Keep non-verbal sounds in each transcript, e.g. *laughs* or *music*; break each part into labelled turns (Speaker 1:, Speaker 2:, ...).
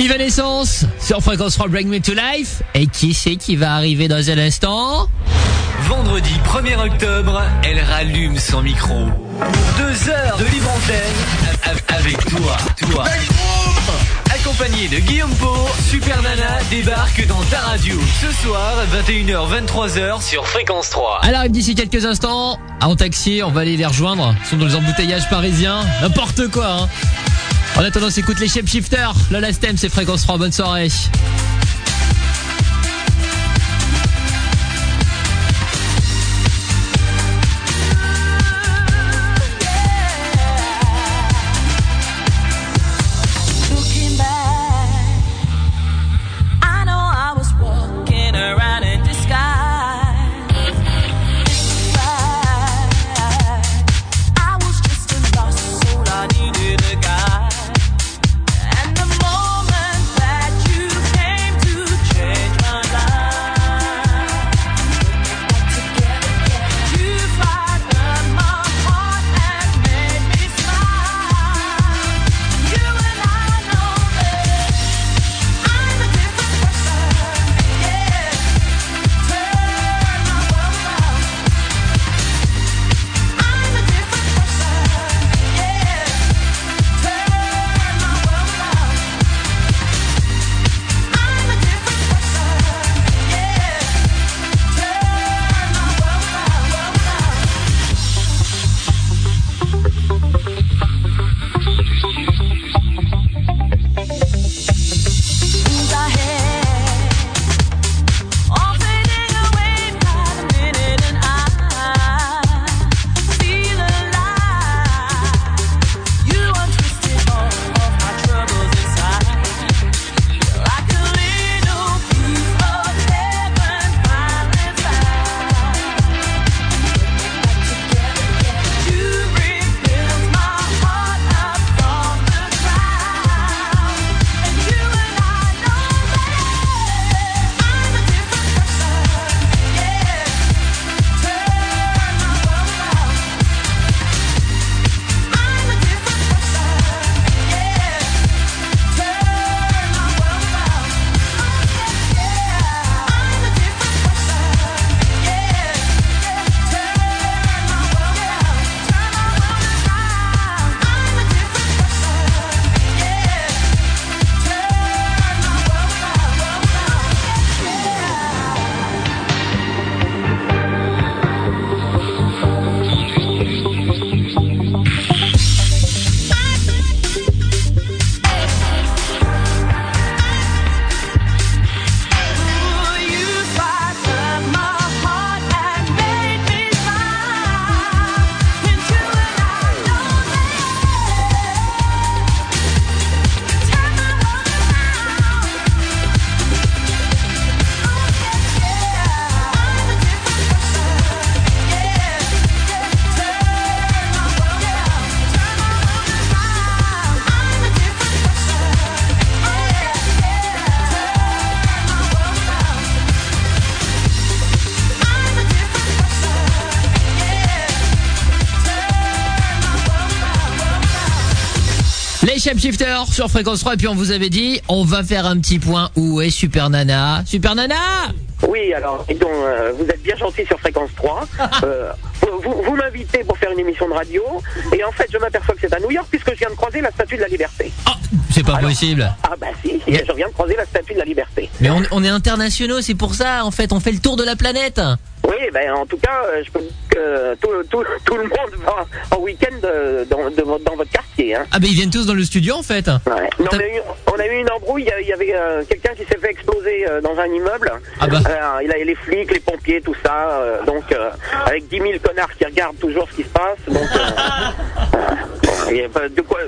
Speaker 1: Evanescence sur Fréquence 3 Bring Me To Life. Et qui c'est qui va arriver dans un instant
Speaker 2: Vendredi 1er octobre, elle rallume son micro. Deux heures de libre antenne av- av- avec toi, toi. Accompagné de Guillaume Pau, Super Nana débarque dans ta radio ce soir 21h-23h sur Fréquence 3.
Speaker 1: Alors d'ici quelques instants, en taxi, on va aller les rejoindre. Ils sont dans les embouteillages parisiens. N'importe quoi. hein. En attendant, on s'écoute les Shapeshifters. Le last time, c'est Fréquence 3. Bonne soirée.
Speaker 3: Looking back, I know I was walking around in disguise. Disguise. I was just a lost soul. I needed a guide. And the moment that you came to change my life, together, you fired my heart and made me smile. You and I know that I'm a different person. Yeah, turn my world around. I'm a different person. Yeah, turn my world around. I'm a different person. Yeah, turn my world around, world around.
Speaker 1: Les Shapeshifters sur Fréquence 3. Et puis on vous avait dit, on va faire un petit point. Où est Super Nana Super Nana
Speaker 4: Oui, alors, dis donc, euh, vous êtes bien gentil sur Fréquence
Speaker 1: *laughs*
Speaker 4: 3. Euh, vous- vous vous m'invitez pour faire une émission de radio, et en fait, je m'aperçois que c'est à New York puisque je viens de croiser la Statue de la Liberté.
Speaker 1: Ah, C'est pas
Speaker 4: Alors.
Speaker 1: possible.
Speaker 4: Ah bah si, si, je viens de croiser la Statue de la Liberté.
Speaker 1: Mais on, on est internationaux, c'est pour ça en fait. On fait le tour de la planète.
Speaker 4: Oui, ben en tout cas, euh, je peux dire que tout, tout, tout le monde va en week-end euh, dans, de votre- dans votre quartier. Hein.
Speaker 1: Ah ben ils viennent tous dans le studio en fait.
Speaker 4: Ouais. Non,
Speaker 1: T'as-
Speaker 4: on, a eu, on a eu une embrouille, il y a- il y avait euh, quelqu'un qui s'est fait exploser euh, dans un immeuble.
Speaker 1: Ah bah.
Speaker 4: Euh, il a les flics, les pompiers, tout ça. euh, donc, euh, avec 10 000 connards qui regardent toujours ce qui se passe. Donc, euh, *laughs* euh, il y a pas
Speaker 5: *laughs*
Speaker 4: de quoi,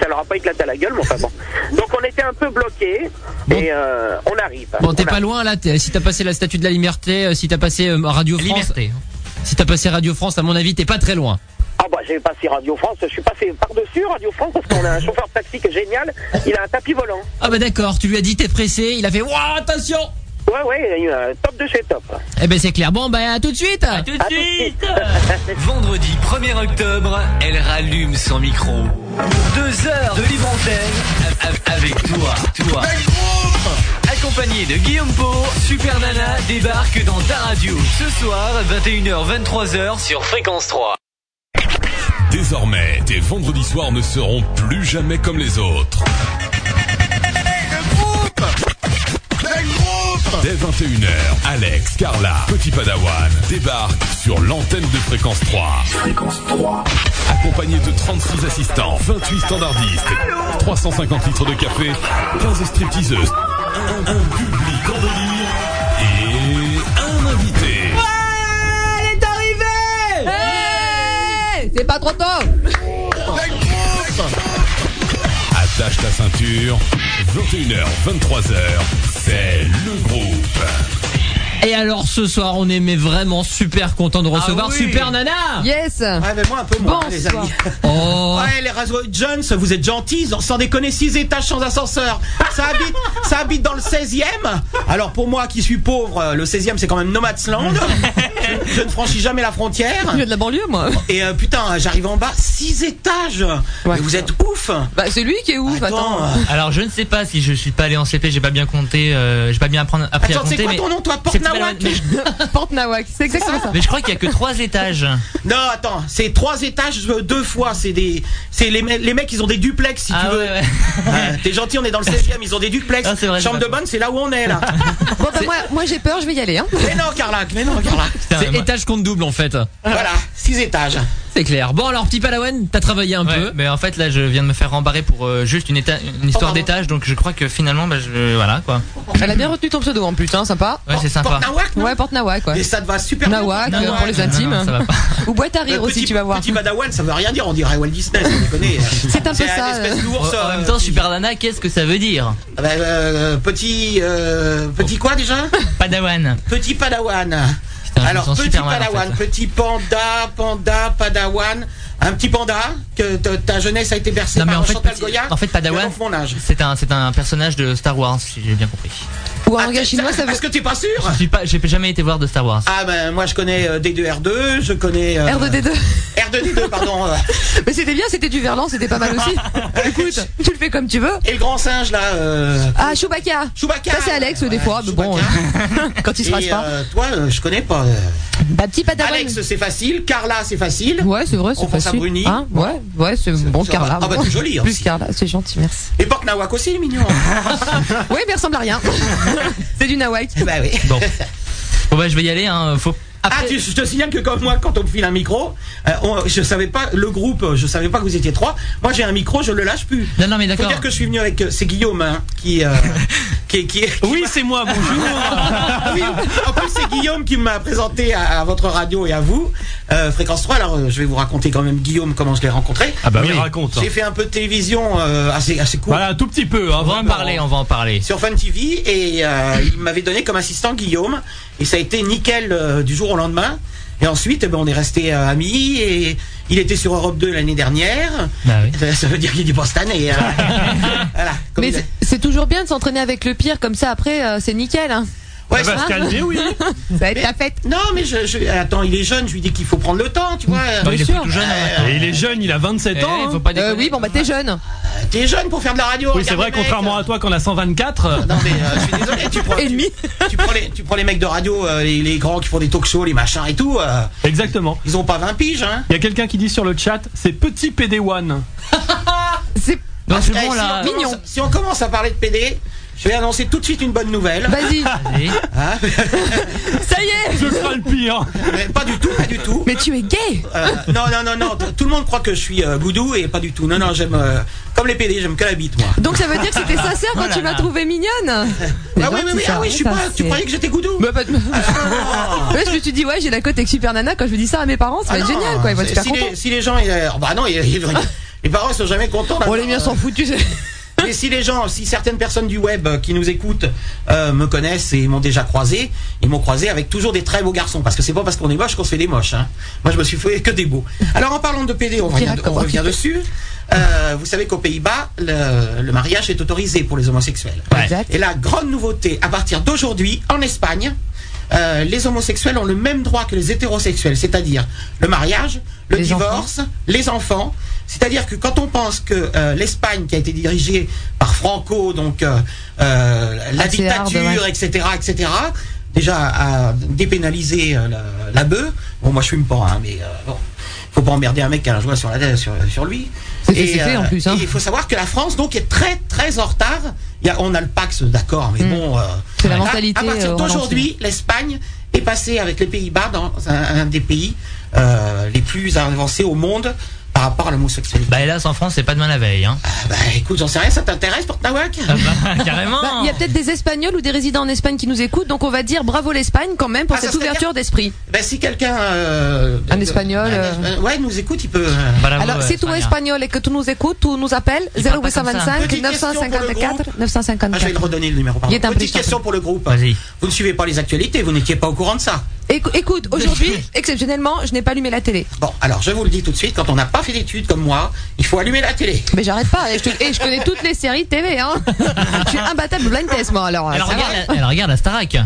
Speaker 4: ça leur a pas éclaté à la gueule, mais enfin bon. Donc, on était un peu bloqués
Speaker 1: Bon.
Speaker 4: et euh, on arrive.
Speaker 1: Bon, t'es
Speaker 4: On
Speaker 1: pas loin là. t'es- Si t'as passé la Statue de la Liberté, euh, si t'as passé euh, Radio France, si t'as passé Radio France, à mon avis, t'es pas très loin.
Speaker 4: Ah bah j'ai passé Radio France, je suis passé par-dessus Radio France parce qu'on a un chauffeur de taxi qui est génial, il a un tapis volant.
Speaker 1: Ah bah d'accord. Tu lui as dit t'es pressé. Il a fait waouh attention.
Speaker 4: Ouais ouais, il a eu un top de chez top.
Speaker 1: Eh ben c'est clair. Bon bah à tout de suite.
Speaker 4: À tout de suite.
Speaker 2: Vendredi 1er octobre, elle rallume son micro. Deux heures de libre antenne av- av- avec toi,
Speaker 6: Toi. Accompagné de Guillaume Po, Super Nana débarque dans ta radio. Ce soir, 21h-23h sur Fréquence 3.
Speaker 7: Désormais, tes vendredis soirs ne seront plus jamais comme les autres. Dès 21h, Alex, Carla, Petit Padawan débarquent sur l'antenne de fréquence 3. Fréquence 3. Accompagnés de 36 assistants, 28 standardistes, 350 litres de café, 15 stripteaseuses, un, un public en délire et un invité.
Speaker 8: Elle est arrivée C'est pas trop tôt
Speaker 7: Attache ta ceinture, 21h, 23h, c'est le groupe.
Speaker 1: Et alors ce soir, on est mais vraiment super content de recevoir
Speaker 4: Ah oui.
Speaker 1: Super Nana.
Speaker 8: Yes
Speaker 4: Ouais, mais moi un peu moins, hein, les
Speaker 8: Bonsoir.
Speaker 4: amis.
Speaker 1: Oh.
Speaker 4: Ouais, les Razway Jones, vous êtes gentils, sans- sans déconner, 6 étages sans ascenseur. Ça habite, ça habite dans le 16e. Alors pour moi qui suis pauvre, euh, le 16e c'est quand même
Speaker 8: *laughs*
Speaker 4: Nomadsland. Je, je ne franchis jamais la frontière.
Speaker 8: Je viens de la banlieue, moi
Speaker 4: Et euh, putain, j'arrive en bas, 6 étages. Mais vous êtes ouf.
Speaker 8: Bah, c'est lui qui est ouf, attends
Speaker 4: Attends, euh,
Speaker 2: Alors je ne sais pas si je suis pas allé en CP, j'ai pas bien compté, euh, j'ai pas bien apprendre- appris
Speaker 4: attends
Speaker 2: à
Speaker 4: c'est
Speaker 2: compter.
Speaker 4: quoi
Speaker 2: mais-
Speaker 4: ton nom toi Porte
Speaker 2: c'est pas la-
Speaker 4: Nawak
Speaker 2: mais, je-
Speaker 8: *laughs* Porte Nawak, c'est exactement ça
Speaker 2: mais je crois qu'il y a que trois étages.
Speaker 4: Non, attends, c'est 3 étages euh, deux fois. C'est des, c'est les, me- les mecs ils ont des duplex si
Speaker 2: ah
Speaker 4: tu veux.
Speaker 2: ouais, ouais.
Speaker 4: Ouais, T'es gentil, on est dans le 16e, ils ont des duplex.
Speaker 2: Ah, c'est vrai,
Speaker 4: Chambre
Speaker 2: c'est
Speaker 4: de bonne, c'est là où on est
Speaker 2: *laughs*
Speaker 4: là.
Speaker 8: Bon, bah, moi, moi j'ai peur, je vais y aller, hein
Speaker 4: mais non, Carlac, mais non, Carlac.
Speaker 2: Putain,
Speaker 1: C'est
Speaker 2: moi-
Speaker 1: étage compte double en fait.
Speaker 4: Voilà, 6 étages.
Speaker 1: C'est clair. Bon alors petit Palawan, t'as travaillé un
Speaker 2: ouais,
Speaker 1: peu.
Speaker 2: mais en fait là je viens de me faire rembarrer pour euh, juste une, éta- une histoire
Speaker 4: Oh, pardon.
Speaker 2: d'étage donc je crois que finalement bah, je, voilà quoi.
Speaker 8: Elle a bien retenu ton pseudo en plus, hein, sympa
Speaker 2: Ouais c'est sympa.
Speaker 4: Porte Nawak, non
Speaker 8: Ouais, Porte Nawak,
Speaker 4: Et
Speaker 8: ouais
Speaker 4: ça te va super bien.
Speaker 8: Nawak,
Speaker 2: Non,
Speaker 8: euh,
Speaker 2: non,
Speaker 8: pour les
Speaker 2: non,
Speaker 8: intimes
Speaker 2: non, ça va pas.
Speaker 8: Ou boîte à
Speaker 4: Le
Speaker 8: rire aussi,
Speaker 4: Euh, petit-
Speaker 8: tu vas voir
Speaker 4: Petit Padawan, ça veut rien dire, on dirait Walt Disney, sans déconner.
Speaker 8: C'est un peu
Speaker 4: C'est
Speaker 8: ça
Speaker 4: un espèce
Speaker 8: euh.
Speaker 4: d'ours.
Speaker 2: en
Speaker 4: euh,
Speaker 2: même temps
Speaker 4: qui-
Speaker 2: Super Nana qu'est-ce que ça veut dire
Speaker 4: Ah bah, euh, petit. euh, petit quoi déjà
Speaker 2: *laughs* Padawan.
Speaker 4: Petit Padawan.
Speaker 2: Putain, je me
Speaker 4: Alors,
Speaker 2: sens
Speaker 4: petit
Speaker 2: super mal, en
Speaker 4: Padawan,
Speaker 2: fait.
Speaker 4: petit panda, panda, Padawan. Un petit panda que t- ta jeunesse a été bercée
Speaker 2: Non, mais
Speaker 4: par
Speaker 2: en fait,
Speaker 4: Chantal
Speaker 2: petit-
Speaker 4: Goya.
Speaker 2: en fait, Padawan-
Speaker 4: qui a enfant l'âge.
Speaker 2: C'est un c'est un personnage de Star Wars si j'ai bien compris.
Speaker 8: Ou un
Speaker 4: Ah,
Speaker 8: regard
Speaker 4: t'es-
Speaker 8: chinois, ça veut...
Speaker 4: Est-ce que t'es pas sûr
Speaker 2: Je suis pas j'ai jamais été voir de Star Wars.
Speaker 4: Ah ben moi je connais euh, D2R2, je connais euh,
Speaker 8: R2D2
Speaker 4: R2D2 pardon
Speaker 8: *laughs*
Speaker 4: euh,
Speaker 8: Mais c'était bien, c'était du verlan, c'était pas
Speaker 4: *laughs*
Speaker 8: mal aussi Écoute, tu le fais comme tu veux
Speaker 4: et le grand singe là euh,
Speaker 8: Ah, Chewbacca
Speaker 4: Chewbacca.
Speaker 8: Ça c'est Alex, des
Speaker 4: Ouais,
Speaker 8: fois, mais bon,
Speaker 4: Chewbacca.
Speaker 8: euh, *laughs* quand il se passe
Speaker 4: Et,
Speaker 8: pas
Speaker 4: euh, toi euh, je connais pas. euh.
Speaker 8: Bah, petit padawan
Speaker 4: Alex c'est facile, Carla c'est facile.
Speaker 8: Ouais, c'est vrai,
Speaker 4: On
Speaker 8: c'est
Speaker 4: pense à
Speaker 8: facile.
Speaker 4: Bruni.
Speaker 8: Hein ouais, ouais, c'est bon,
Speaker 4: ça
Speaker 8: Carla.
Speaker 4: va. Ah bah,
Speaker 8: bon.
Speaker 4: c'est joli, hein,
Speaker 8: Plus
Speaker 4: si.
Speaker 8: Carla, c'est gentil, merci.
Speaker 4: Et Porte Nawak aussi il est mignon.
Speaker 8: *laughs* Oui, mais il ressemble à
Speaker 4: *laughs*
Speaker 8: rien. c'est du nawak.
Speaker 4: bah oui.
Speaker 2: Bon. Bon bah je vais y aller hein, faut
Speaker 4: Ah, tu- je te signale que comme moi, quand on me file un micro, euh, on- je savais pas le groupe, euh, je savais pas que vous étiez trois. Moi, j'ai un micro, je le lâche plus.
Speaker 2: Non non mais
Speaker 4: Faut
Speaker 2: d'accord.
Speaker 4: dire que je suis venu avec, euh, c'est Guillaume hein, qui,
Speaker 2: *laughs*
Speaker 4: euh, qui, qui, Ah
Speaker 9: Oui, c'est moi,
Speaker 4: *laughs*
Speaker 9: bonjour.
Speaker 4: Oui, en plus, c'est Guillaume qui m'a présenté à, à votre radio et à vous, euh, Fréquence 3. Alors, euh, je vais vous raconter quand même, Guillaume, comment je l'ai rencontré.
Speaker 9: Ah bah
Speaker 2: oui.
Speaker 9: raconte.
Speaker 4: J'ai fait un peu de télévision euh, assez, assez court
Speaker 9: Voilà, un tout petit peu. Hein,
Speaker 2: On va en
Speaker 9: vraiment.
Speaker 2: parler, on va en parler.
Speaker 4: sur Fun TV et euh, il m'avait donné comme assistant Guillaume. Et ça a été nickel euh, du jour au lendemain. Et ensuite, eh ben, on est resté euh, amis et il était sur Europe 2 l'année dernière.
Speaker 2: Bah oui.
Speaker 4: Ça, ça veut dire qu'il est pas cette année. hein. voilà. Comme
Speaker 8: Mais
Speaker 4: il a-
Speaker 8: c'est- c'est toujours bien de s'entraîner avec le pire, comme ça après, euh, c'est nickel. Hein.
Speaker 4: Ouais,
Speaker 9: Ah bah,
Speaker 4: ça-
Speaker 9: se calmer, oui.
Speaker 8: *laughs* Ça va être la fête.
Speaker 4: Non, mais je, euh, je- attends, il est jeune. Je lui dis qu'il faut prendre le temps, tu vois.
Speaker 2: Bah, il est
Speaker 8: sûr.
Speaker 2: plutôt jeune. hein.
Speaker 9: Et il est jeune, il a 27
Speaker 2: Eh,
Speaker 9: ans.
Speaker 2: faut
Speaker 9: hein.
Speaker 2: pas
Speaker 8: Euh,
Speaker 2: déconner.
Speaker 8: oui, bon, bah t'es jeune.
Speaker 4: Euh, T'es jeune pour faire de la radio.
Speaker 9: Oui, c'est vrai, contrairement à toi, quand on a 124.
Speaker 4: Non mais euh, je suis désolé, tu prends,
Speaker 8: Et demi.
Speaker 4: tu, tu prends les, tu prends les mecs de radio, euh, les, les grands qui font des talk shows, les machins et tout, euh,
Speaker 9: Exactement.
Speaker 4: ils ont pas 20 piges, hein
Speaker 9: Il y a quelqu'un
Speaker 4: *laughs*
Speaker 9: qui *laughs* dit sur le chat, c'est petit PD1.
Speaker 4: Ah,
Speaker 8: C'est-
Speaker 2: Non, c'est
Speaker 4: Eh,
Speaker 2: bon
Speaker 4: si
Speaker 2: là.
Speaker 4: on commence-
Speaker 8: mignon.
Speaker 4: Si on commence à parler de PD, je vais annoncer tout de suite une bonne nouvelle.
Speaker 8: Vas-y,
Speaker 2: Allez.
Speaker 4: *laughs* Hein
Speaker 8: *laughs* ça y est
Speaker 9: Je crains le pire.
Speaker 4: Mais pas du tout, pas du tout.
Speaker 8: Mais tu es gay
Speaker 4: Euh, non, non, non, non, t- tout le monde croit que je suis euh, goudou et pas du tout. Non, non, j'aime... euh, comme les PD, j'aime que la bite, moi.
Speaker 8: Donc ça veut dire que c'était sincère quand
Speaker 2: Oh là
Speaker 8: tu m'as
Speaker 2: là.
Speaker 8: trouvée mignonne C'est
Speaker 4: Ah oui, oui,
Speaker 8: gentil,
Speaker 4: oui,
Speaker 8: ça,
Speaker 4: ah oui, je suis
Speaker 8: ça,
Speaker 4: pas... Tu
Speaker 8: c'est-
Speaker 4: croyais que j'étais goudou
Speaker 8: Bah, pas- *laughs* Ouais, je me suis dit, ouais, j'ai la cote avec Super Nana. Quand je dis ça à mes parents, ça va
Speaker 4: Ah
Speaker 8: être
Speaker 4: non,
Speaker 8: génial, quoi. Ils vont être
Speaker 4: si-
Speaker 8: super
Speaker 4: si
Speaker 8: contents.
Speaker 4: les, si les gens... euh, bah non, ils-
Speaker 8: *laughs*
Speaker 4: ils- les parents, ils sont jamais contents.
Speaker 8: Bon,
Speaker 4: d'avoir,
Speaker 8: les miens
Speaker 4: euh,
Speaker 8: s'en foutent, tu sais.
Speaker 4: *laughs* Mais si les gens, si certaines personnes du web euh, qui nous écoutent euh, me connaissent et m'ont déjà croisé, ils m'ont croisé avec toujours des très beaux garçons. Parce que c'est pas parce qu'on est moche qu'on se fait des moches. Hein. Moi, je me suis fait que des beaux. Alors, en parlant de PD, on revient,
Speaker 8: raconte
Speaker 4: on revient
Speaker 8: un petit peu.
Speaker 4: dessus. Euh, vous savez qu'aux Pays-Bas, le, le mariage est autorisé pour les homosexuels.
Speaker 8: Ouais. Exact.
Speaker 4: Et la grande nouveauté, à partir d'aujourd'hui, en Espagne, euh, les homosexuels ont le même droit que les hétérosexuels, c'est-à-dire le mariage, le
Speaker 8: Les
Speaker 4: divorce, les enfants. C'est-à-dire que quand on pense que euh, l'Espagne, qui a été dirigée par Franco, donc euh, euh, la
Speaker 8: Assez hard,
Speaker 4: dictature,
Speaker 8: ouais.
Speaker 4: etc., etc., déjà à dépénaliser euh, la, la bœuf. Bon, moi je fume pas, hein, mais euh, bon, faut pas emmerder un mec qui a un joint sur la tête, sur, sur lui.
Speaker 8: C'est fait, c'est fait, en plus, hein.
Speaker 4: et il faut savoir que la France donc est très très en retard. Il y a, on a le Pax, d'accord, mais
Speaker 8: Mm.
Speaker 4: bon. euh,
Speaker 8: C'est la
Speaker 4: là,
Speaker 8: mentalité,
Speaker 4: À partir
Speaker 8: euh,
Speaker 4: d'aujourd'hui, l'Espagne est passée avec les Pays-Bas dans un, un des pays euh, les plus avancés au monde par rapport à l'homosexualité.
Speaker 2: Bah hélas, en France, c'est pas demain la veille. Hein.
Speaker 4: Ah, bah écoute, j'en sais rien, ça t'intéresse, Portnawak
Speaker 2: Ah bah, *laughs* carrément.
Speaker 8: Bah, Il y a peut-être des Espagnols ou des résidents en Espagne qui nous écoutent, donc on va dire bravo l'Espagne quand même pour
Speaker 4: Ah, ça
Speaker 8: cette
Speaker 4: serait
Speaker 8: ouverture d'esprit.
Speaker 4: Ben, si quelqu'un. euh,
Speaker 8: Un Espagnol,
Speaker 4: un-
Speaker 8: euh.
Speaker 4: Ouais, nous écoute, il peut. euh,
Speaker 2: Bravo,
Speaker 8: Alors,
Speaker 2: euh,
Speaker 8: si tu es
Speaker 2: Espagnol.
Speaker 8: espagnol et que tu nous écoutes, tu nous appelles
Speaker 2: Il parle pas comme ça.
Speaker 8: 0825
Speaker 4: Petite question pour le Ah, je vais
Speaker 8: 954
Speaker 4: le
Speaker 8: 954.
Speaker 4: redonner le numéro.
Speaker 8: Il
Speaker 4: Pardon.
Speaker 8: est un
Speaker 4: Petite
Speaker 8: prix,
Speaker 4: question pour le groupe.
Speaker 2: Vas-y.
Speaker 4: Vous ne suivez pas les actualités, vous n'étiez pas au courant de ça.
Speaker 8: Écou- Écoute, aujourd'hui, exceptionnellement, je n'ai pas allumé la télé.
Speaker 4: Bon, alors je vous le dis tout de suite, quand on n'a pas fait d'études comme moi, il faut allumer la télé.
Speaker 8: Mais j'arrête pas, et je, te- et je connais toutes les séries TV,
Speaker 4: *laughs*
Speaker 8: hein. je suis imbattable blind test, moi, alors.
Speaker 2: Elle
Speaker 8: ça va.
Speaker 2: regarde, la, elle regarde la Starac.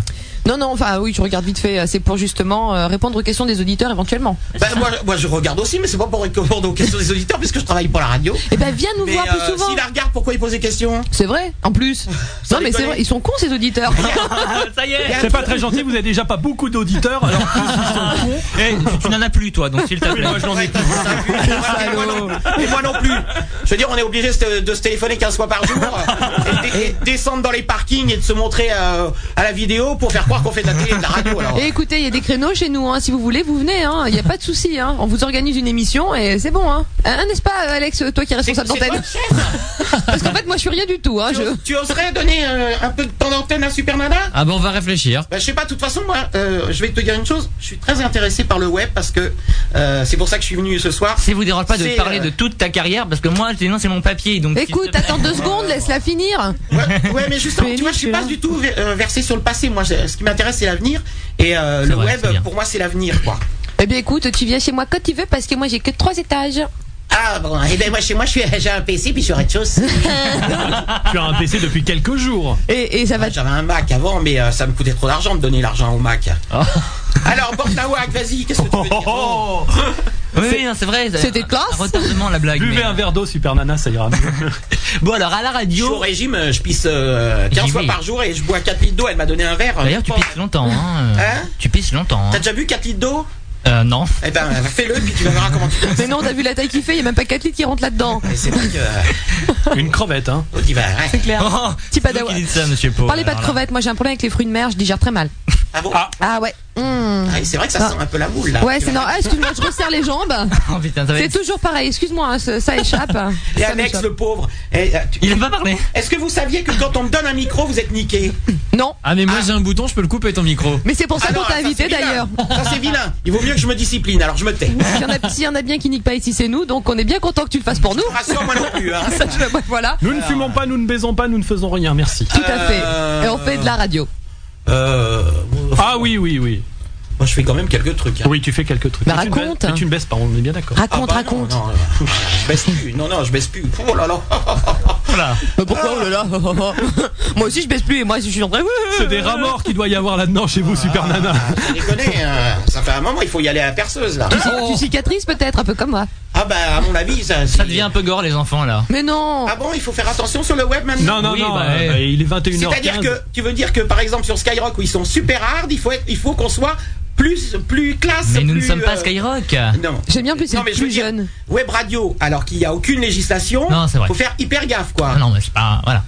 Speaker 8: Non, non, enfin, oui, je regarde vite fait, c'est pour justement euh, répondre aux questions des auditeurs éventuellement.
Speaker 4: Ben, moi, moi, je regarde aussi, mais c'est pas pour répondre aux questions des auditeurs, puisque je travaille pour la radio.
Speaker 8: Eh ben, viens nous
Speaker 4: Mais
Speaker 8: voir plus
Speaker 4: euh,
Speaker 8: souvent.
Speaker 4: s'il la regarde, pourquoi il pose des questions
Speaker 8: C'est vrai, en plus. non, mais
Speaker 4: déconne.
Speaker 8: c'est vrai, ils sont cons, ces auditeurs.
Speaker 2: ça y est.
Speaker 9: C'est pas très gentil, vous avez déjà pas beaucoup d'auditeurs. Alors, en plus, ils sont
Speaker 2: *laughs*
Speaker 9: cons. Eh,
Speaker 2: Tu n'en as plus, toi, donc s'il te plaît.
Speaker 9: moi, je l'en ai
Speaker 4: Ouais, t'as- t'as vu. Et moi non-
Speaker 8: euh,
Speaker 4: et moi non plus. Je veux dire, on est obligé de se- de se téléphoner 15 fois par jour, et, de- et de descendre dans les parkings et de se montrer euh, à la vidéo pour faire croire qu'on fait de la télé et de la radio. Alors.
Speaker 8: Et écoutez, il y a des créneaux chez nous, hein. si vous voulez, vous venez, hein. il n'y a pas de souci, hein. on vous organise une émission et c'est bon. Hein. Hein, N'est-ce pas, euh, Alex, toi qui es
Speaker 4: C'est-
Speaker 8: responsable
Speaker 4: c'est toi
Speaker 8: d'antenne
Speaker 4: le chef.
Speaker 8: Parce qu'en fait, moi, je suis rien du tout. Hein,
Speaker 4: Tu
Speaker 8: je...
Speaker 4: os- Tu oserais donner euh, un peu de temps d'antenne à Super Nana
Speaker 1: Ah bon, on va réfléchir.
Speaker 4: Bah, je sais pas, de toute façon, moi, euh, je vais te dire une chose, je suis très intéressé par le web parce que euh, c'est pour ça que je suis venu ce soir.
Speaker 2: Si vous dérange pas de
Speaker 4: C'est,
Speaker 2: parler
Speaker 4: euh,
Speaker 2: de toute ta carrière, parce que moi, je dis non, c'est mon papier. Donc, s'il te
Speaker 8: Écoute,
Speaker 2: plaît. *laughs*
Speaker 8: attends deux secondes, laisse-la finir.
Speaker 4: Ouais, *laughs* ouais, mais justement,
Speaker 8: Je suis
Speaker 4: tu vois, je suis
Speaker 8: élite,
Speaker 4: pas
Speaker 8: là.
Speaker 4: du tout euh, versé sur le passé. Moi, je- ce qui m'intéresse, c'est l'avenir. Et euh, le
Speaker 2: vrai, c'est
Speaker 4: web,
Speaker 2: bien.
Speaker 4: pour moi, c'est l'avenir, quoi.
Speaker 8: Eh bien, écoute, tu viens chez moi quand tu veux parce que moi, j'ai que trois étages.
Speaker 4: Ah bon, et ben moi chez moi je suis *laughs* j'ai un PC puis je suis au
Speaker 2: *laughs*
Speaker 4: rez-de-chaussée.
Speaker 9: tu as un PC depuis quelques jours.
Speaker 8: Et, et ça va.
Speaker 4: Ouais, Ah, J'avais un Mac avant mais euh, ça me coûtait trop d'argent de donner l'argent au Mac. Alors Bortawak, vas-y, qu'est-ce que tu veux dire Oh,
Speaker 9: Oh,
Speaker 2: Oui, oui, non, c'est vrai.
Speaker 8: C'était
Speaker 2: Un-
Speaker 8: classe.
Speaker 2: un Retardement la blague.
Speaker 9: buvez
Speaker 2: mais-
Speaker 9: un verre d'eau, Super Nana, ça ira mieux.
Speaker 2: Bon, alors à la
Speaker 4: Je suis au
Speaker 2: radio.
Speaker 4: régime, euh, je pisse euh, 15
Speaker 2: J'y
Speaker 4: fois
Speaker 2: vais.
Speaker 4: par jour et je bois 4 litres d'eau, elle m'a donné un verre. euh,
Speaker 2: D'ailleurs, tu
Speaker 4: Bon,
Speaker 2: pisses longtemps. Hein. euh,
Speaker 4: Hein
Speaker 2: tu pisses longtemps.
Speaker 4: T'as
Speaker 2: Hein.
Speaker 4: déjà bu 4 litres d'eau
Speaker 2: Euh, non.
Speaker 4: Eh ben fais-le puis tu verras comment tu
Speaker 8: Mais non, t'as vu la taille qu'il fait, il n'y a même pas quatre litres qui rentrent là-dedans.
Speaker 4: Et C'est vrai que euh,
Speaker 9: Une crevette, hein.
Speaker 4: on y va. ouais.
Speaker 8: C'est clair.
Speaker 2: Oh,
Speaker 8: Petit
Speaker 2: c'est vous
Speaker 8: padawan.
Speaker 2: qui dites ça, monsieur Pau.
Speaker 8: Parlez pas de
Speaker 2: Alors là.
Speaker 8: crevettes, moi j'ai un problème avec les fruits de mer, je digère très mal.
Speaker 4: Ah bon
Speaker 8: Ah ouais. Mmh.
Speaker 4: Ah, et C'est vrai que ça
Speaker 8: Ah.
Speaker 4: sent un peu la boule là.
Speaker 8: Ouais, c'est normal. Ah, excuse-moi, je resserre les jambes.
Speaker 2: Oh putain, ça va
Speaker 8: C'est
Speaker 2: être-
Speaker 8: toujours pareil, excuse-moi, hein, ça ça échappe.
Speaker 4: Et
Speaker 8: Ça
Speaker 4: Alex
Speaker 8: m'échappe.
Speaker 4: le pauvre. eh, euh, tu-
Speaker 2: Il a pas parlé.
Speaker 4: Est-ce que vous saviez que quand on me donne un micro, vous êtes niqué
Speaker 8: Non,
Speaker 1: Ah mais moi j'ai un bouton, je peux le couper ton micro.
Speaker 8: mais c'est pour ça
Speaker 4: Ah non,
Speaker 8: qu'on t'a
Speaker 4: ça,
Speaker 8: invité
Speaker 4: c'est vilain.
Speaker 8: d'ailleurs.
Speaker 4: Ça c'est vilain. Il vaut mieux que je me discipline, alors je me tais.
Speaker 8: S'il y, en a- s'il y en a bien qui niquent pas ici, c'est nous, donc on est bien content que tu le fasses pour nous.
Speaker 4: Rassure-moi non plus. Hein.
Speaker 8: *laughs* Ça, je- voilà,
Speaker 9: Nous ne fumons pas, nous ne baisons pas, nous ne faisons rien, merci.
Speaker 8: tout à fait. Et on fait de la radio.
Speaker 4: Euh,
Speaker 9: Ah oui, oui, oui.
Speaker 4: moi je fais quand même quelques trucs. hein.
Speaker 9: Oui, tu fais quelques trucs.
Speaker 8: Bah,
Speaker 9: Mais tu ne ba-
Speaker 8: raconte.
Speaker 9: mais tu ne baisses pas, on est bien d'accord.
Speaker 4: Ah
Speaker 8: Raconte,
Speaker 4: bah non,
Speaker 8: raconte.
Speaker 4: Non, euh, je baisse plus. Non, non, je baisse plus. Oh là là.
Speaker 9: Voilà.
Speaker 8: Mais pourquoi oh là *laughs* là Moi aussi je baisse plus et moi je suis en train.
Speaker 9: C'est des rats morts qu'il doit y avoir là-dedans chez vous, Super Nana.
Speaker 4: Ça déconne, hein. Ça fait un moment, il faut y aller à la perceuse là.
Speaker 8: Tu,
Speaker 2: Oh.
Speaker 8: tu cicatrices peut-être, un peu comme moi.
Speaker 4: Ah bah à mon avis, ça.
Speaker 2: Ça devient un peu gore, les enfants, là.
Speaker 8: Mais non
Speaker 4: Ah bon, il faut faire attention sur le web maintenant.
Speaker 9: Non, non,
Speaker 2: Oui,
Speaker 9: non,
Speaker 2: bah,
Speaker 9: euh,
Speaker 2: ouais.
Speaker 9: il est 21h15.
Speaker 4: C'est-à-dire que tu veux dire que par exemple sur Skyrock où ils sont super hard, il faut être, il faut qu'on soit plus plus classe.
Speaker 2: Mais nous ne
Speaker 4: plus,
Speaker 2: sommes pas
Speaker 4: euh,
Speaker 2: Skyrock.
Speaker 4: Non.
Speaker 8: J'aime bien plus, c'est
Speaker 4: Non,
Speaker 8: le
Speaker 4: mais je veux
Speaker 8: plus
Speaker 4: dire,
Speaker 8: jeune.
Speaker 4: Web radio, alors qu'il n'y a aucune législation,
Speaker 2: Non, c'est vrai.
Speaker 4: faut faire hyper gaffe quoi.
Speaker 2: Ah non, mais c'est pas. Voilà.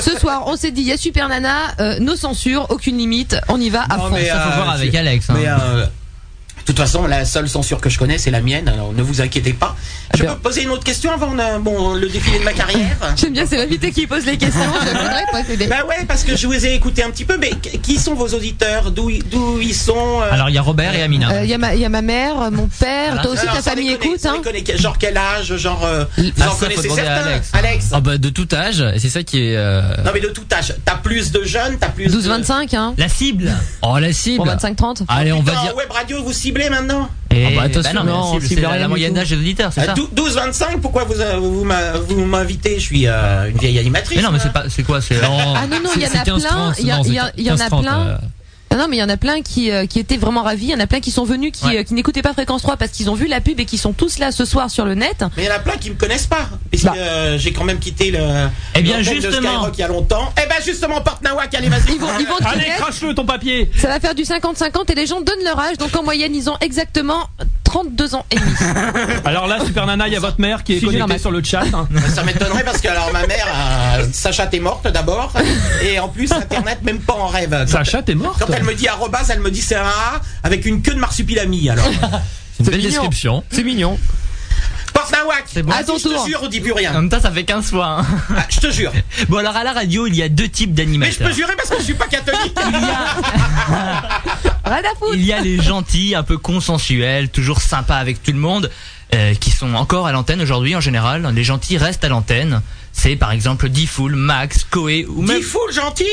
Speaker 8: Ce soir, on s'est dit, il y a Super Nana, euh, nos censures, aucune limite, on y va à
Speaker 4: Non,
Speaker 8: fond.
Speaker 4: mais,
Speaker 2: Ça, faut
Speaker 4: euh,
Speaker 2: voir avec
Speaker 4: c'est-
Speaker 2: Alex. hein.
Speaker 4: Mais euh, de toute façon, la seule censure que je connais, c'est la mienne. Alors ne vous inquiétez pas. Je
Speaker 8: Eh bien.
Speaker 4: peux poser une autre question avant euh, bon, le défilé de ma carrière.
Speaker 8: *laughs* J'aime bien, c'est l'invité qui pose les questions,
Speaker 4: *laughs*
Speaker 8: je voudrais procéder.
Speaker 4: Bah ouais, parce que je vous ai écouté un petit peu, mais qu- qui sont vos auditeurs D'où i- d'où ils sont euh,
Speaker 2: Alors, il y a Robert et Amina.
Speaker 8: Il y, a ma- y a ma mère, mon père,
Speaker 2: Voilà.
Speaker 8: toi aussi
Speaker 4: alors,
Speaker 8: ta
Speaker 4: Ah, sans
Speaker 8: famille
Speaker 4: déconner,
Speaker 8: écoute.
Speaker 4: sans
Speaker 8: Hein.
Speaker 4: déconner, quel- genre quel âge Genre euh, vous
Speaker 2: Ah,
Speaker 4: en
Speaker 2: ça, faut
Speaker 4: connaissez
Speaker 2: demander à
Speaker 4: certains
Speaker 2: Alex.
Speaker 1: Ah bah de tout âge, et c'est ça qui est... euh,
Speaker 4: Non mais de tout âge. T'as plus de jeunes, t'as plus. bah, de-
Speaker 8: 12-25, hein.
Speaker 2: La cible.
Speaker 1: Oh la cible
Speaker 8: Bon, 25-30.
Speaker 1: Allez on va
Speaker 4: Ah, Putain,
Speaker 1: dire...
Speaker 4: Web radio, vous ciblez maintenant
Speaker 2: Et
Speaker 1: Ah bah, attention,
Speaker 2: Eh, non, mais la
Speaker 1: non,
Speaker 2: cible,
Speaker 1: on cible
Speaker 2: c'est la-
Speaker 1: rien
Speaker 2: la
Speaker 1: du
Speaker 2: moyenne
Speaker 1: tout.
Speaker 2: d'âge des auditeurs, c'est
Speaker 4: Euh,
Speaker 2: ça.
Speaker 4: dou- 12-25, pourquoi vous, euh, vous, m'a- vous m'invitez Je suis euh, une vieille animatrice.
Speaker 2: Mais non, mais
Speaker 4: moi.
Speaker 2: c'est pas. C'est quoi C'est.
Speaker 1: Non,
Speaker 8: Ah non, non,
Speaker 1: c'est-
Speaker 8: il y en
Speaker 1: c'est
Speaker 8: a plein,
Speaker 1: 15-30,
Speaker 8: il y a-
Speaker 1: non,
Speaker 8: il y a-
Speaker 1: c'est
Speaker 8: il y en a
Speaker 1: 15-30,
Speaker 8: plein.
Speaker 1: euh,
Speaker 8: Non, non, mais il y en a plein qui, euh, qui étaient vraiment ravis. Il y en a plein qui sont venus, qui,
Speaker 2: Ouais.
Speaker 8: euh, qui n'écoutaient pas Fréquence 3 parce qu'ils ont vu la pub et qui sont tous là ce soir sur le net.
Speaker 4: Mais il y en a plein qui me connaissent pas. Parce
Speaker 8: Bah.
Speaker 4: que euh, j'ai quand même quitté le.
Speaker 2: Eh bien,
Speaker 4: l'antenne de
Speaker 2: justement.
Speaker 4: Skyrock il y a longtemps. Eh bien, justement, porte Nawak, allez, vas-y.
Speaker 8: Ils vont, ils vont te
Speaker 9: Allez,
Speaker 8: connaître.
Speaker 9: crache-le ton papier.
Speaker 8: Ça va faire du 50-50 et les gens donnent leur âge. Donc en moyenne, ils ont exactement 32 ans et demi.
Speaker 9: *laughs* Alors là, Super Nana, il y a votre mère qui est
Speaker 8: Sujet
Speaker 9: connectée
Speaker 8: normal.
Speaker 9: sur le chat.
Speaker 4: *laughs*
Speaker 9: hein.
Speaker 4: Ça m'étonnerait parce que, alors, ma mère, euh, sa chatte est morte d'abord. Et en plus, Internet, même pas en rêve. Quand-
Speaker 9: Sacha, t'es morte.
Speaker 4: Quand elle me dit arrobas, elle me dit c'est un A avec une queue de marsupilami. Alors,
Speaker 1: C'est une
Speaker 8: C'est
Speaker 1: belle
Speaker 8: mignon.
Speaker 1: description.
Speaker 2: C'est mignon.
Speaker 4: porte Nawak.
Speaker 2: C'est bon.
Speaker 4: Vas-y,
Speaker 8: À ton
Speaker 4: je te
Speaker 8: tour.
Speaker 4: jure, on dit plus
Speaker 2: En
Speaker 4: rien.
Speaker 2: même temps, ça fait 15 fois. hein.
Speaker 4: Ah, je te jure.
Speaker 2: *laughs* Bon, alors à la radio, il y a deux types
Speaker 4: Mais je peux
Speaker 2: d'animateurs.
Speaker 4: jurer parce que je suis pas
Speaker 2: *laughs*
Speaker 4: catholique.
Speaker 8: Rien à foutre.
Speaker 2: Il y a les gentils, un peu consensuels, toujours sympas avec tout le monde, euh, qui sont encore à l'antenne aujourd'hui en général. Les gentils restent à l'antenne. C'est par exemple Diffoul, Max, Coé ou même.
Speaker 4: Dis fou le gentil.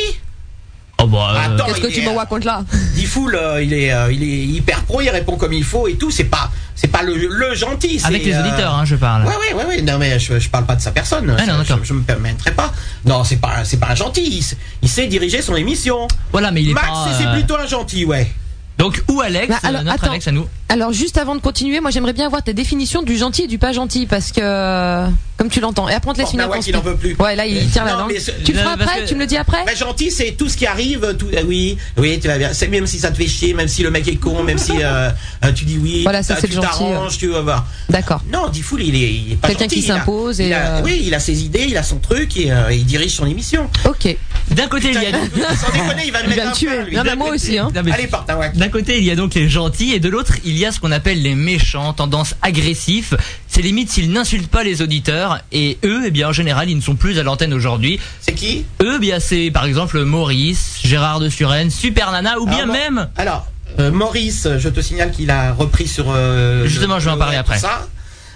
Speaker 2: Oh bah. euh,
Speaker 4: Attends.
Speaker 8: Qu'est-ce que
Speaker 4: il
Speaker 8: tu
Speaker 4: est-
Speaker 8: me racontes là
Speaker 4: Diffoul, euh, il est, euh, il est hyper pro, il répond comme il faut et tout. C'est pas, c'est pas le, le gentil. c'est,
Speaker 2: Avec les
Speaker 4: euh,
Speaker 2: auditeurs, hein, je parle.
Speaker 4: Ouais, ouais, ouais, ouais. Non, mais je, je parle pas de sa personne.
Speaker 2: Ah, non,
Speaker 4: Ça,
Speaker 2: d'accord.
Speaker 4: je, je me permettrai pas. Non, c'est pas, c'est pas un gentil. Il, s- il sait diriger son émission.
Speaker 2: Voilà, mais il est
Speaker 4: Max,
Speaker 2: pas.
Speaker 4: c'est
Speaker 2: euh,
Speaker 4: plutôt un gentil, ouais.
Speaker 2: Donc, ou Alex,
Speaker 8: Bah, alors,
Speaker 2: euh, notre
Speaker 8: attends.
Speaker 2: Alex à nous.
Speaker 8: Alors juste avant de continuer, moi j'aimerais bien avoir ta définition du gentil et du pas gentil parce que euh, comme tu l'entends. Et après on te laisse une
Speaker 4: Porte Nawak, ben il bah en
Speaker 8: inconstante.
Speaker 4: veut plus.
Speaker 8: Ouais, là il tire la
Speaker 4: Non,
Speaker 8: langue.
Speaker 4: mais ce-
Speaker 8: Tu le
Speaker 2: non,
Speaker 8: feras
Speaker 2: parce
Speaker 8: après
Speaker 2: que-
Speaker 8: Tu me le dis après
Speaker 4: Mais gentil, c'est tout ce qui arrive. Tout, euh, oui, oui, tu vas bien. C'est même si ça te fait chier, même si le mec est con, même si euh, euh, tu dis oui.
Speaker 8: Voilà, ça,
Speaker 4: tu
Speaker 8: c'est le gentil,
Speaker 4: t'arranges, tu vas voir.
Speaker 8: D'accord.
Speaker 4: Non, Diffoul, il est, il est pas
Speaker 8: Quelqu'un
Speaker 4: gentil,
Speaker 8: qui
Speaker 4: il a-
Speaker 8: s'impose et,
Speaker 4: il a-
Speaker 8: euh,
Speaker 4: Oui, il a ses idées, il a son truc et euh, il dirige son émission.
Speaker 8: Ok.
Speaker 2: D'un côté, il y a.
Speaker 4: *laughs* Sans déconner, il va me
Speaker 8: Il
Speaker 4: mettre
Speaker 8: va
Speaker 4: un
Speaker 8: me tuer.
Speaker 4: pain, lui.
Speaker 8: Non, mais moi aussi. Hein.
Speaker 2: Non, mais-
Speaker 4: Allez, porte un wack.
Speaker 2: D'un côté, il y a donc les gentils, et de l'autre, il y a ce qu'on appelle les méchants, tendance agressif. C'est limite s'ils n'insultent pas les auditeurs, et eux, eh bien, en général, ils ne sont plus à l'antenne aujourd'hui.
Speaker 4: C'est qui
Speaker 2: Eux, eh bien, c'est par exemple Maurice, Gérard de Suren, Super Nana, ou bien
Speaker 4: Alors, Mo-
Speaker 2: même.
Speaker 4: Alors, euh, Maurice, je te signale qu'il a repris sur. euh,
Speaker 2: Justement, je vais en
Speaker 4: le-
Speaker 2: parler après.
Speaker 4: Ça.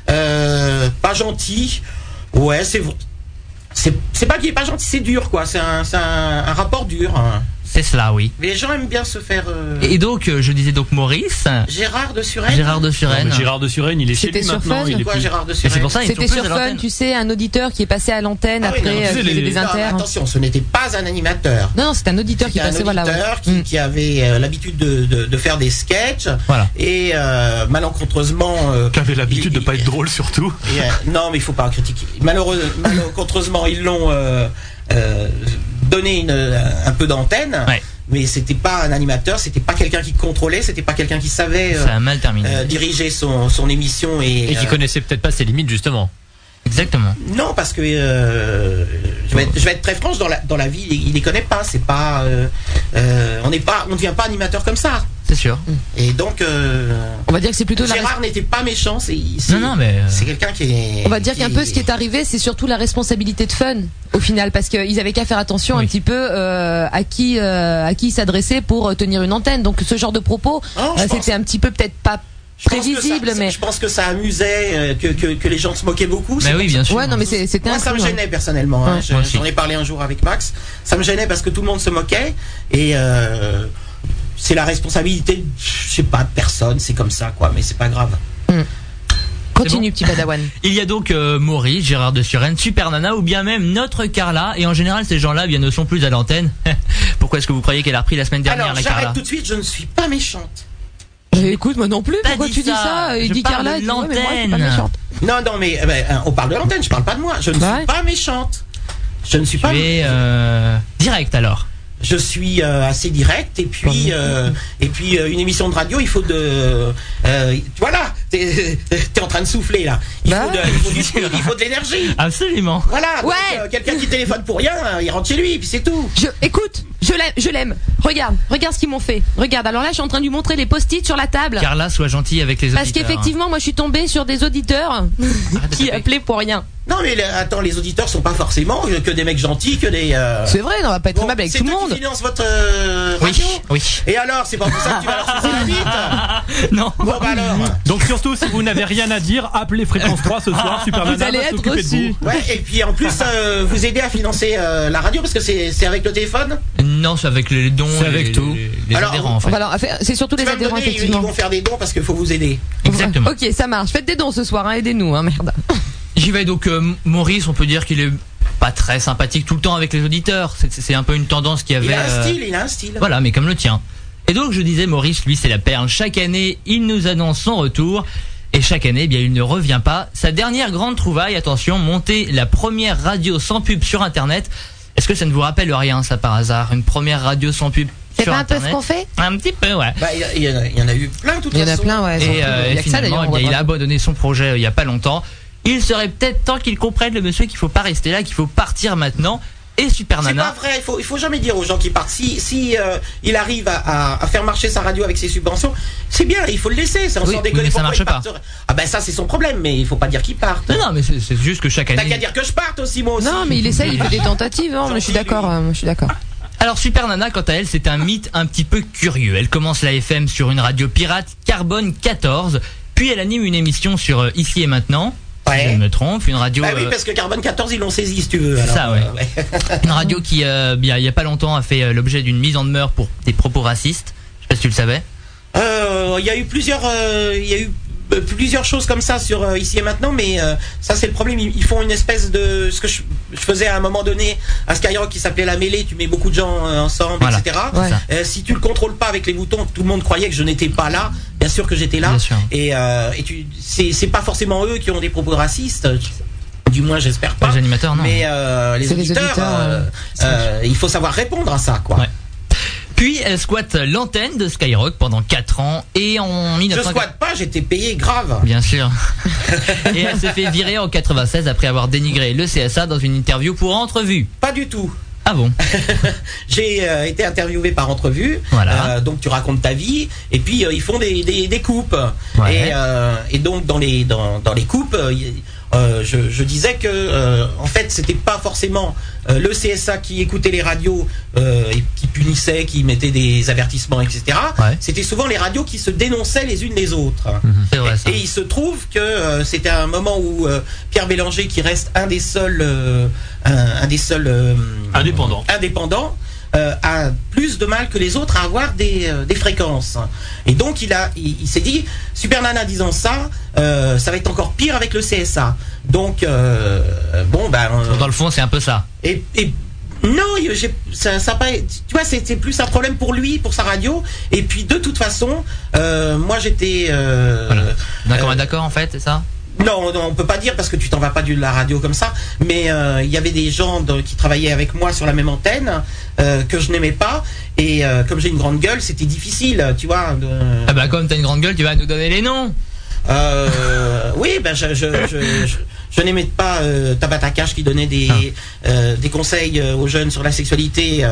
Speaker 4: Euh, pas gentil. Ouais, c'est. vrai. C'est c'est pas qu'il est pas gentil, c'est dur, quoi. C'est un, c'est un- un rapport dur. hein.
Speaker 2: C'est cela, oui.
Speaker 4: Les gens aiment bien se faire. euh,
Speaker 2: Et donc, euh, je disais donc Maurice,
Speaker 4: Gérard de Suresnes
Speaker 2: Gérard de Suren.
Speaker 9: Non, mais Gérard de Suren, il est chez
Speaker 8: C'était
Speaker 9: lui
Speaker 8: sur
Speaker 9: maintenant.
Speaker 8: Fun,
Speaker 9: il est
Speaker 4: Quoi,
Speaker 9: plus-
Speaker 4: Gérard de
Speaker 2: Et
Speaker 4: Suresnes
Speaker 2: c'est pour ça, ils ne sont plus
Speaker 8: C'était sur
Speaker 2: à
Speaker 8: Fun,
Speaker 2: l'antenne.
Speaker 8: tu sais, un auditeur qui est passé à l'antenne
Speaker 4: Ah oui,
Speaker 8: après
Speaker 4: non,
Speaker 8: euh,
Speaker 9: tu sais,
Speaker 8: qui
Speaker 9: les-
Speaker 8: faisait des
Speaker 9: les-
Speaker 4: Non, mais
Speaker 8: inters.
Speaker 4: attention, ce n'était pas un animateur.
Speaker 8: Non, non, c'est un auditeur qui
Speaker 4: C'était un
Speaker 8: passait, voilà. ouais.
Speaker 4: auditeur qui,
Speaker 8: Mm.
Speaker 4: qui avait euh, l'habitude de, de- de faire des sketchs
Speaker 2: Voilà.
Speaker 4: et euh, malencontreusement euh,
Speaker 9: T'avais l'habitude de
Speaker 4: il-
Speaker 9: pas être drôle surtout.
Speaker 4: Et, euh, non, mais il faut pas critiquer.
Speaker 8: *laughs*
Speaker 4: Malheureux, malheureusement, ils l'ont euh, euh, donné une, euh, un peu d'antenne,
Speaker 2: Ouais.
Speaker 4: mais c'était pas un animateur, c'était pas quelqu'un qui contrôlait, c'était pas quelqu'un qui savait euh,
Speaker 2: Ça a mal terminé.
Speaker 4: euh, diriger son, son émission et,
Speaker 1: Et qui
Speaker 4: euh,
Speaker 1: connaissait peut-être pas ses limites, justement.
Speaker 2: Exactement.
Speaker 4: non parce que euh, je, vais être, je vais être très franche dans la dans la vie, il, il les connaît pas, c'est pas euh, euh, on n'est pas on devient pas animateur comme ça.
Speaker 2: C'est sûr.
Speaker 4: Et donc euh,
Speaker 8: On va dire que c'est plutôt la.
Speaker 4: Gérard n'était pas méchant, c'est c'est-
Speaker 2: Non, non, mais. euh,
Speaker 4: c'est quelqu'un qui est
Speaker 8: On va dire
Speaker 4: qui-
Speaker 8: qu'un peu ce qui est arrivé, c'est surtout la responsabilité de Fun au final, parce qu'ils avaient qu'à faire attention
Speaker 2: Oui.
Speaker 8: un petit peu euh, à qui euh, à qui s'adresser pour euh, tenir une antenne. Donc ce genre de propos,
Speaker 4: Non, je
Speaker 8: euh,
Speaker 4: pense-
Speaker 8: c'était un petit peu peut-être pas
Speaker 4: Je pense que
Speaker 8: prévisible,
Speaker 4: ça-
Speaker 8: mais
Speaker 4: Je pense que ça amusait, euh, que, que, que les gens se moquaient beaucoup. C'est
Speaker 2: Bah oui, bien sûr.
Speaker 8: ouais, non, mais c'est- c'était
Speaker 4: Moi,
Speaker 8: un
Speaker 4: ça me
Speaker 8: coup, hein.
Speaker 4: gênait personnellement. hein.
Speaker 8: Ouais.
Speaker 4: Je-
Speaker 2: Moi aussi.
Speaker 4: J'en ai parlé un jour avec Max. Ça me gênait parce que tout le monde se moquait. Et euh, c'est la responsabilité, de- je sais pas, de personne. C'est comme ça, quoi. Mais c'est pas grave.
Speaker 8: Continue, petit Padawan.
Speaker 2: *laughs* Il y a donc euh, Maurice, Gérard de Suren, Super Nana ou bien même notre Carla. Et en général, ces gens-là eh bien ne sont plus à l'antenne. *laughs* Pourquoi est-ce que vous croyez qu'elle a repris la semaine dernière,
Speaker 4: Alors,
Speaker 2: la
Speaker 4: j'arrête
Speaker 2: Carla
Speaker 4: tout de suite. Je ne suis pas méchante.
Speaker 8: Mais Bah, écoute, moi non plus.
Speaker 2: pas
Speaker 8: Pourquoi
Speaker 2: dit
Speaker 8: tu dis
Speaker 2: ça.
Speaker 8: ça Il
Speaker 2: Je
Speaker 8: dit
Speaker 2: parle
Speaker 8: Carla,
Speaker 2: de
Speaker 8: il dit, ouais, mais moi, je suis pas
Speaker 2: l'antenne.
Speaker 8: méchante.
Speaker 4: Non, non, mais euh, ben, hein, on parle de l'antenne. Je parle pas de moi. Je ne
Speaker 8: Ouais.
Speaker 4: suis pas méchante. Je ne suis pas.
Speaker 2: Tu es euh, direct alors.
Speaker 4: Je suis euh, assez direct et puis euh, et puis euh, une émission de radio, il faut de euh, voilà, t'es *laughs* t'es en train de souffler là. Il
Speaker 8: Bah
Speaker 4: faut de, il faut du speed, il faut de l'énergie.
Speaker 2: Absolument.
Speaker 4: Voilà. donc,
Speaker 8: Ouais.
Speaker 4: euh, Quelqu'un qui téléphone pour rien, euh, il rentre chez lui, puis c'est tout.
Speaker 8: Je, écoute, je l'aime, je l'aime. Regarde, regarde ce qu'ils m'ont fait. Regarde. Alors là, je suis en train de lui montrer les post-it sur la table.
Speaker 2: Carla, sois gentille avec les
Speaker 8: Parce
Speaker 2: auditeurs. hein. Ah,
Speaker 8: qu'effectivement, moi, je suis tombée sur des *laughs* auditeurs
Speaker 2: Arrête de
Speaker 8: qui
Speaker 2: taper.
Speaker 8: appelaient pour rien.
Speaker 4: Non mais le- attends, les auditeurs sont pas forcément euh, que que des mecs gentils, que des. euh,
Speaker 8: C'est vrai, on va pas être
Speaker 4: bon,
Speaker 8: aimable avec
Speaker 4: c'est
Speaker 8: tout le
Speaker 4: eux qui
Speaker 8: monde.
Speaker 4: financent votre euh,
Speaker 2: Oui,
Speaker 4: radio.
Speaker 2: oui.
Speaker 4: Et alors, c'est pas pour ça que tu vas leur sucer la bite.
Speaker 8: *laughs*
Speaker 2: Non.
Speaker 4: Bon bah alors.
Speaker 9: Donc surtout, si vous n'avez rien à dire, appelez Fréquence 3 ce soir. Super
Speaker 8: Vous
Speaker 9: Nana
Speaker 8: allez
Speaker 9: va
Speaker 8: être
Speaker 9: s'occuper de
Speaker 8: reçus.
Speaker 9: vous.
Speaker 4: Ah, Ouais. Et puis en plus, euh, vous aider à financer euh, la radio parce que c'est c'est avec le téléphone.
Speaker 2: Non, c'est avec les dons.
Speaker 1: C'est avec
Speaker 2: les-
Speaker 1: tout.
Speaker 2: Les, les
Speaker 4: Alors,
Speaker 2: adhérents en fait.
Speaker 8: Voilà, enfin, c'est surtout
Speaker 4: Tu
Speaker 8: les
Speaker 4: vas me
Speaker 8: adhérents,
Speaker 4: donner, ils ils
Speaker 8: effectivement.
Speaker 4: vont faire des dons parce qu'il faut vous aider.
Speaker 2: Exactement.
Speaker 8: Ok, ça marche. Faites des dons ce soir, hein, aidez-nous, hein, merde.
Speaker 2: J'y vais donc euh, Maurice, on peut dire qu'il est pas très sympathique tout le temps avec les auditeurs. C'est- C'est c'est un peu une tendance qu'il y avait.
Speaker 4: Il a un
Speaker 2: euh,
Speaker 4: style, il a un style.
Speaker 2: Voilà, mais comme le tien. Et donc je disais Maurice, lui c'est la perle. Chaque année, il nous annonce son retour. Et chaque année, eh bien, il ne revient pas. Sa dernière grande trouvaille, attention, monter la première radio sans pub sur Internet. Est-ce que ça ne vous rappelle rien, ça, par hasard Une première radio sans pub
Speaker 8: C'est
Speaker 2: sur
Speaker 8: pas un peu
Speaker 2: Internet
Speaker 8: ce qu'on fait
Speaker 2: Un petit peu, ouais.
Speaker 4: Bah, il y a- il y, en a- il y en a eu plein, de toute
Speaker 8: Il y en a
Speaker 4: façon.
Speaker 8: plein, ouais.
Speaker 2: Et,
Speaker 8: surtout.
Speaker 2: euh,
Speaker 8: Il y a que ça
Speaker 2: finalement,
Speaker 8: d'ailleurs.
Speaker 2: eh bien, il
Speaker 8: on
Speaker 2: a
Speaker 8: voit pas.
Speaker 2: abandonné son projet euh, il y a pas longtemps. Il serait peut-être temps qu'il comprenne le monsieur qu'il faut pas rester là, qu'il faut partir maintenant. Et Super
Speaker 4: C'est pas
Speaker 2: Nana.
Speaker 4: vrai, il faut, il faut jamais dire aux gens qui partent. Si, si euh, il arrive à, à- à faire marcher sa radio avec ses subventions, c'est bien, il faut le laisser. Ça, on
Speaker 2: Oui,
Speaker 4: s'en
Speaker 2: oui,
Speaker 4: déconne.
Speaker 2: mais ça
Speaker 4: Pourquoi
Speaker 2: marche
Speaker 4: il
Speaker 2: pas.
Speaker 4: partirait Ah ben ça, c'est son problème, mais il faut pas dire qu'il parte.
Speaker 2: Non, non, mais c'est c'est juste que chaque
Speaker 4: T'as
Speaker 2: année.
Speaker 4: qu'à dire que je parte aussi, moi aussi.
Speaker 8: Non, mais il essaye, il fait des
Speaker 4: *laughs*
Speaker 8: tentatives. hein, mais je suis d'accord. euh, Je suis d'accord.
Speaker 2: Alors Super Nana, quant à elle, c'est un mythe un petit peu curieux. Elle commence la FM sur une radio pirate Carbone 14, puis elle anime une émission sur euh, Ici et Maintenant, si je
Speaker 4: Ouais.
Speaker 2: ne me trompe, une radio,
Speaker 4: Bah oui,
Speaker 2: euh,
Speaker 4: parce que Carbone 14, ils l'ont saisi, si tu veux. alors,
Speaker 2: ça, ouais.
Speaker 4: euh, ouais.
Speaker 2: une radio qui, euh, bien, il y a pas longtemps, a fait euh, l'objet d'une mise en demeure pour des propos racistes. Je sais pas si tu le savais.
Speaker 4: Euh, Il y a eu plusieurs, euh, il y a eu euh, plusieurs choses comme ça sur euh, ici et maintenant, mais euh, ça c'est le problème. Ils, ils font une espèce de ce que je, je faisais à un moment donné à Skyrock qui s'appelait la mêlée. Tu mets beaucoup de gens euh, ensemble,
Speaker 2: Voilà.
Speaker 4: etc.
Speaker 2: C'est
Speaker 8: Ouais.
Speaker 2: ça.
Speaker 4: Euh, si tu le contrôles pas avec les boutons, tout le monde croyait que je n'étais pas là. Bien sûr que j'étais là.
Speaker 2: Bien sûr.
Speaker 4: Et, euh, et tu, c'est, c'est pas forcément eux qui ont des propos racistes. Du moins, j'espère pas.
Speaker 2: Les animateurs, non.
Speaker 4: Mais euh, les
Speaker 8: C'est les
Speaker 4: auditeurs,
Speaker 8: auditeurs,
Speaker 4: euh,
Speaker 8: c'est
Speaker 4: euh, il faut savoir répondre à ça, quoi.
Speaker 2: Ouais. Puis elle squatte l'antenne de Skyrock pendant 4 ans et en
Speaker 4: Je
Speaker 2: 1990
Speaker 4: squatte pas, j'étais payé grave.
Speaker 2: Bien sûr. *laughs* et elle s'est fait virer en 96 après avoir dénigré le CSA dans une interview pour entrevue.
Speaker 4: Pas du tout.
Speaker 2: Ah bon
Speaker 4: J'ai euh, été interviewé par entrevue.
Speaker 2: Voilà.
Speaker 4: Euh, donc tu racontes ta vie et puis euh, ils font des, des, des coupes.
Speaker 2: Ouais.
Speaker 4: Et, euh, et donc dans les dans, dans les coupes, euh, y- euh, je, je disais que euh, en fait c'était pas forcément euh, le CSA qui écoutait les radios euh, et qui punissait, qui mettait des avertissements, etc.
Speaker 2: Ouais. Mhm.
Speaker 4: C'était souvent les radios qui se dénonçaient les unes les autres.
Speaker 2: C'est vrai ça.
Speaker 4: Et il se trouve que euh, c'était un moment où euh, Pierre Bélanger, qui reste un des seuls, euh, un, un des seuls euh,
Speaker 9: Indépendant.
Speaker 4: indépendants, euh, a plus de mal que les autres à avoir des, euh, des fréquences. Et donc il a, il, il s'est dit, Super Nana disant ça, euh, ça va être encore pire avec le CSA. Donc euh, bon ben. euh,
Speaker 2: Dans le fond, c'est un peu ça.
Speaker 4: et, et- non, il- j'ai- ça, ça a pas, tu vois, c'était plus un problème pour lui, pour sa radio. Et puis de toute façon, euh, moi j'étais. euh,
Speaker 2: Voilà. D'accord,
Speaker 4: euh,
Speaker 2: d'accord en fait, c'est ça
Speaker 4: non, non, on peut pas dire parce que tu t'en vas pas de la radio comme ça. Mais euh, il y avait des gens de- qui travaillaient avec moi sur la même antenne euh, que je n'aimais pas. Et euh, comme j'ai une grande gueule, c'était difficile, tu vois. de-
Speaker 2: Ah bah comme t'as une grande gueule, tu vas nous donner les noms.
Speaker 4: euh, oui, ben je, je, je, je, je n'aimais pas euh, Tabatakash qui donnait des,
Speaker 2: Ah.
Speaker 4: euh, des conseils euh, aux jeunes sur la sexualité euh,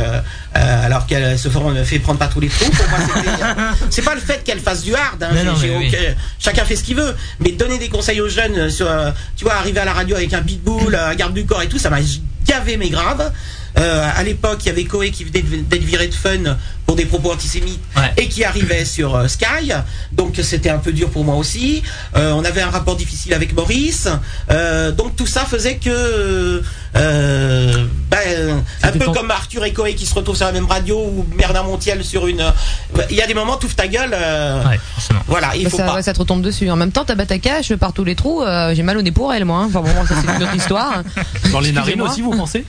Speaker 4: euh, alors qu'elle se feront- fait prendre par tous les trous. Pour moi, c'était, euh, c'est pas le fait qu'elle fasse du hard. hein,
Speaker 2: Non,
Speaker 4: j'ai-
Speaker 2: non,
Speaker 4: j'ai
Speaker 2: mais oui.
Speaker 4: aucun- Chacun fait ce qu'il veut, mais donner des conseils aux jeunes euh, sur, euh, tu vois, arriver à la radio avec un pitbull, euh, un garde du corps et tout, ça m'a gavé mais grave. Euh, à l'époque, il y avait Koé qui venait de- d'être viré de fun pour des propos antisémites
Speaker 2: Ouais.
Speaker 4: et qui arrivait sur euh, Sky. Donc c'était un peu dur pour moi aussi. Euh, on avait un rapport difficile avec Maurice. Euh, donc tout ça faisait que, euh, ben, un
Speaker 9: C'était
Speaker 4: peu
Speaker 9: ton-
Speaker 4: comme Arthur et Coé qui se retrouvent sur la même radio ou Bernard Montiel sur une. euh, bah, Il y a des moments, ouvres ta gueule. euh,
Speaker 2: Ouais, forcément.
Speaker 4: Voilà, il
Speaker 8: Bah,
Speaker 4: faut
Speaker 8: ça,
Speaker 4: pas.
Speaker 8: ouais, ça te retombe dessus. En même temps, Tabata Cash, par tous les trous, euh, j'ai mal au nez pour elle, moi. hein. Enfin bon, bon, ça c'est
Speaker 2: *laughs*
Speaker 8: une autre histoire.
Speaker 9: Dans les narines
Speaker 8: Excusez-moi.
Speaker 9: aussi, vous pensez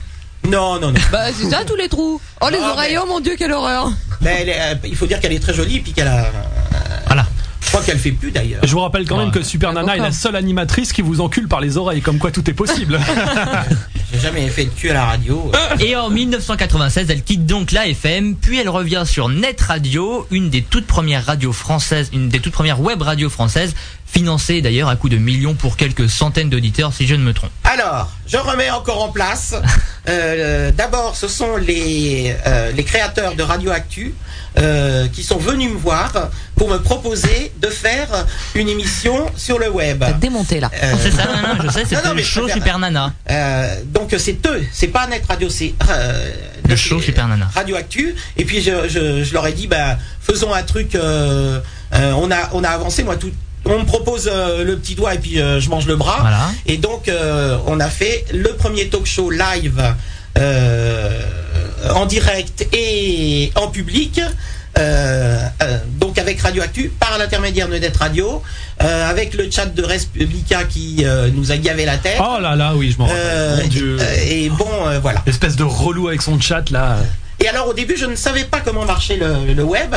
Speaker 4: Non, non, non.
Speaker 8: Bah c'est ça tous les trous. Oh les
Speaker 4: Ah,
Speaker 8: oreilles,
Speaker 4: mais-
Speaker 8: oh mon dieu, quelle horreur.
Speaker 4: Mais elle est- euh, il faut dire qu'elle est très jolie et puis qu'elle a.
Speaker 2: Voilà.
Speaker 4: Je crois qu'elle fait plus d'ailleurs.
Speaker 9: Je vous rappelle quand même que Super Nana est
Speaker 8: Pourquoi
Speaker 9: la seule animatrice qui vous encule par les oreilles, comme quoi tout
Speaker 4: *laughs*
Speaker 9: est possible.
Speaker 4: J'ai jamais fait de cul à la radio.
Speaker 2: Et en 1996, elle quitte donc la FM, puis elle revient sur Net Radio, une des toutes premières radios françaises, une des toutes premières web radios françaises, financée d'ailleurs à coups de millions pour quelques centaines d'auditeurs, si je ne me trompe.
Speaker 4: Alors, je remets encore en place. Euh, D'abord, ce sont les, euh, les créateurs de Radio Actu euh, qui sont venus me voir pour me proposer de faire une émission sur le web.
Speaker 8: T'as démonté là.
Speaker 4: Euh,
Speaker 2: C'est ça, non, non, je sais,
Speaker 4: Non,
Speaker 2: c'est
Speaker 4: non,
Speaker 2: le
Speaker 4: mais je
Speaker 2: show
Speaker 4: préfère-
Speaker 2: Super Nana.
Speaker 4: euh, donc c'est eux, c'est pas Net Radio, c'est euh,
Speaker 2: Le show Super Nana.
Speaker 4: Radio Actu. Et puis je, je, je leur ai dit, bah, faisons un truc. euh, euh, on a on a avancé, moi tout. On me propose euh, le petit doigt et puis euh, je mange le bras.
Speaker 2: Voilà.
Speaker 4: Et donc euh, on a fait le premier talk-show live euh, en direct et en public. euh, euh, donc avec Radio Actu par l'intermédiaire de Net Radio euh, avec le chat de Respublica qui euh, nous a gavé la tête
Speaker 9: Oh là là, Oh oui, je m'en rappelle.
Speaker 4: euh,
Speaker 9: Mon Dieu.
Speaker 4: euh, et bon, euh, voilà.
Speaker 9: Espèce de relou avec son chat là.
Speaker 4: Et alors au début, je ne savais pas comment marchait le, le web.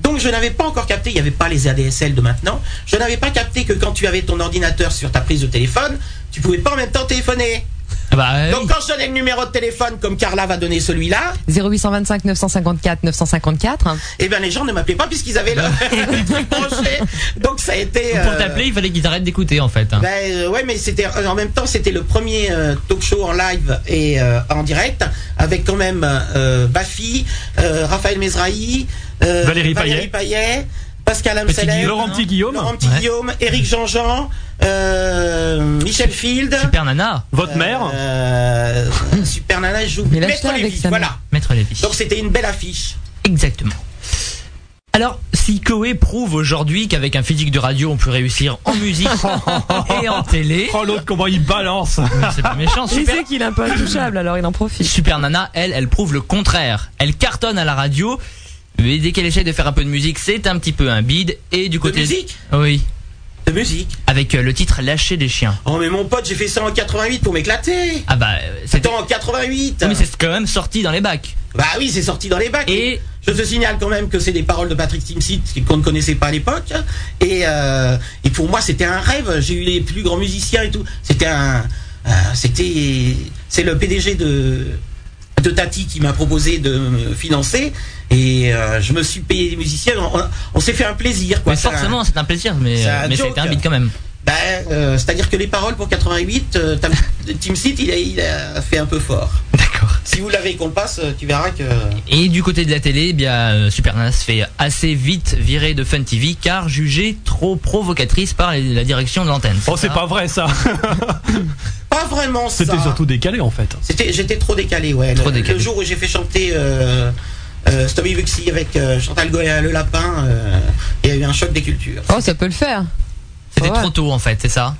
Speaker 4: Donc je n'avais pas encore capté, il n'y avait pas les ADSL de maintenant, je n'avais pas capté que quand tu avais ton ordinateur sur ta prise de téléphone, tu pouvais pas en même temps téléphoner.
Speaker 2: Ah bah, euh,
Speaker 4: Donc quand je donnais le numéro de téléphone comme Carla va donner celui-là,
Speaker 8: 0825 954 954.
Speaker 4: eh bien les gens ne m'appelaient pas puisqu'ils avaient le le truc *laughs* branché. Donc ça a été...
Speaker 2: pour
Speaker 4: euh,
Speaker 2: t'appeler, il fallait qu'ils arrêtent d'écouter en fait. hein.
Speaker 4: Ben euh, ouais, mais c'était euh, en même temps c'était le premier euh, talk-show en live et euh, en direct avec quand même euh, Bafi, euh, Raphaël Mezrahi, euh,
Speaker 9: Valérie
Speaker 4: Payet, Pascal
Speaker 9: Petit
Speaker 4: Amselem,
Speaker 9: Guillaume. Laurent Petit Guillaume.
Speaker 4: Laurent Petit
Speaker 2: Ouais.
Speaker 4: Guillaume, Eric Jean-Jean, euh, Michel Field,
Speaker 2: Super nana,
Speaker 9: Votre mère
Speaker 4: euh, Super Nana joue
Speaker 8: Mais lâche-la
Speaker 4: Maître
Speaker 8: avec
Speaker 4: Lévy,
Speaker 8: sa main.
Speaker 4: voilà.
Speaker 2: maître Lévy.
Speaker 4: Donc c'était une belle affiche.
Speaker 2: Exactement. Alors, si Koé prouve aujourd'hui qu'avec un physique de radio, on peut réussir
Speaker 4: *laughs*
Speaker 2: en musique et en télé,
Speaker 9: Oh l'autre comment il balance
Speaker 2: c'est pas méchant,
Speaker 8: Il
Speaker 2: super.
Speaker 8: sait qu'il est un peu intouchable, alors il en profite.
Speaker 2: Super Nana, elle, elle prouve le contraire. Elle cartonne à la radio, mais dès qu'elle essaie de faire un peu de musique, c'est un petit peu un bide. Et du côté
Speaker 4: musique
Speaker 2: Oui,
Speaker 4: De musique.
Speaker 2: avec euh, le titre Lâcher des chiens.
Speaker 4: Oh mais mon pote, j'ai fait ça en 88 pour m'éclater.
Speaker 2: Ah bah, euh, c'était.
Speaker 4: Attends, en 88.
Speaker 2: Oui, mais c'est quand même sorti dans les bacs.
Speaker 4: Bah oui, c'est sorti dans les bacs.
Speaker 2: Et-
Speaker 4: je te signale quand même que c'est des paroles de Patrick Timsit qu'on ne connaissait pas à l'époque. Et, euh, et pour moi, c'était un rêve. J'ai eu les plus grands musiciens et tout. C'était un, euh, c'était, c'est le PDG de de Tati qui m'a proposé de me financer. Et euh, je me suis payé des musiciens. On, on- on s'est fait un plaisir, quoi.
Speaker 2: Mais
Speaker 4: Ça-
Speaker 2: forcément, c'est un plaisir, mais,
Speaker 4: c'est
Speaker 2: euh,
Speaker 4: un
Speaker 2: mais
Speaker 4: joke.
Speaker 2: c'était un bide quand même.
Speaker 4: ben, euh, c'est-à-dire que les paroles pour 88, euh, Tam- Timsit, il a, il a fait un peu fort.
Speaker 2: D'accord.
Speaker 4: Si vous l'avez qu'on le passe, euh, tu verras que.
Speaker 2: Et du côté de la télé, eh bien, euh, Super Nana se fait assez vite virer de Fun TV car jugée trop provocatrice par les- la direction de l'antenne.
Speaker 9: Oh c'est
Speaker 2: ça
Speaker 9: pas vrai ça
Speaker 4: Pas vraiment ça. Euh,
Speaker 9: C'était surtout décalé en fait.
Speaker 4: C'était, j'étais trop décalé, ouais.
Speaker 2: Trop
Speaker 4: le,
Speaker 2: décalé.
Speaker 4: le jour où j'ai fait chanter euh, euh, Stubby Buxy avec euh, Chantal Goya le Lapin, euh, il y a eu un choc des cultures.
Speaker 8: Oh, ça peut le faire.
Speaker 2: C'était
Speaker 8: Ouais.
Speaker 2: trop tôt en fait, c'est ça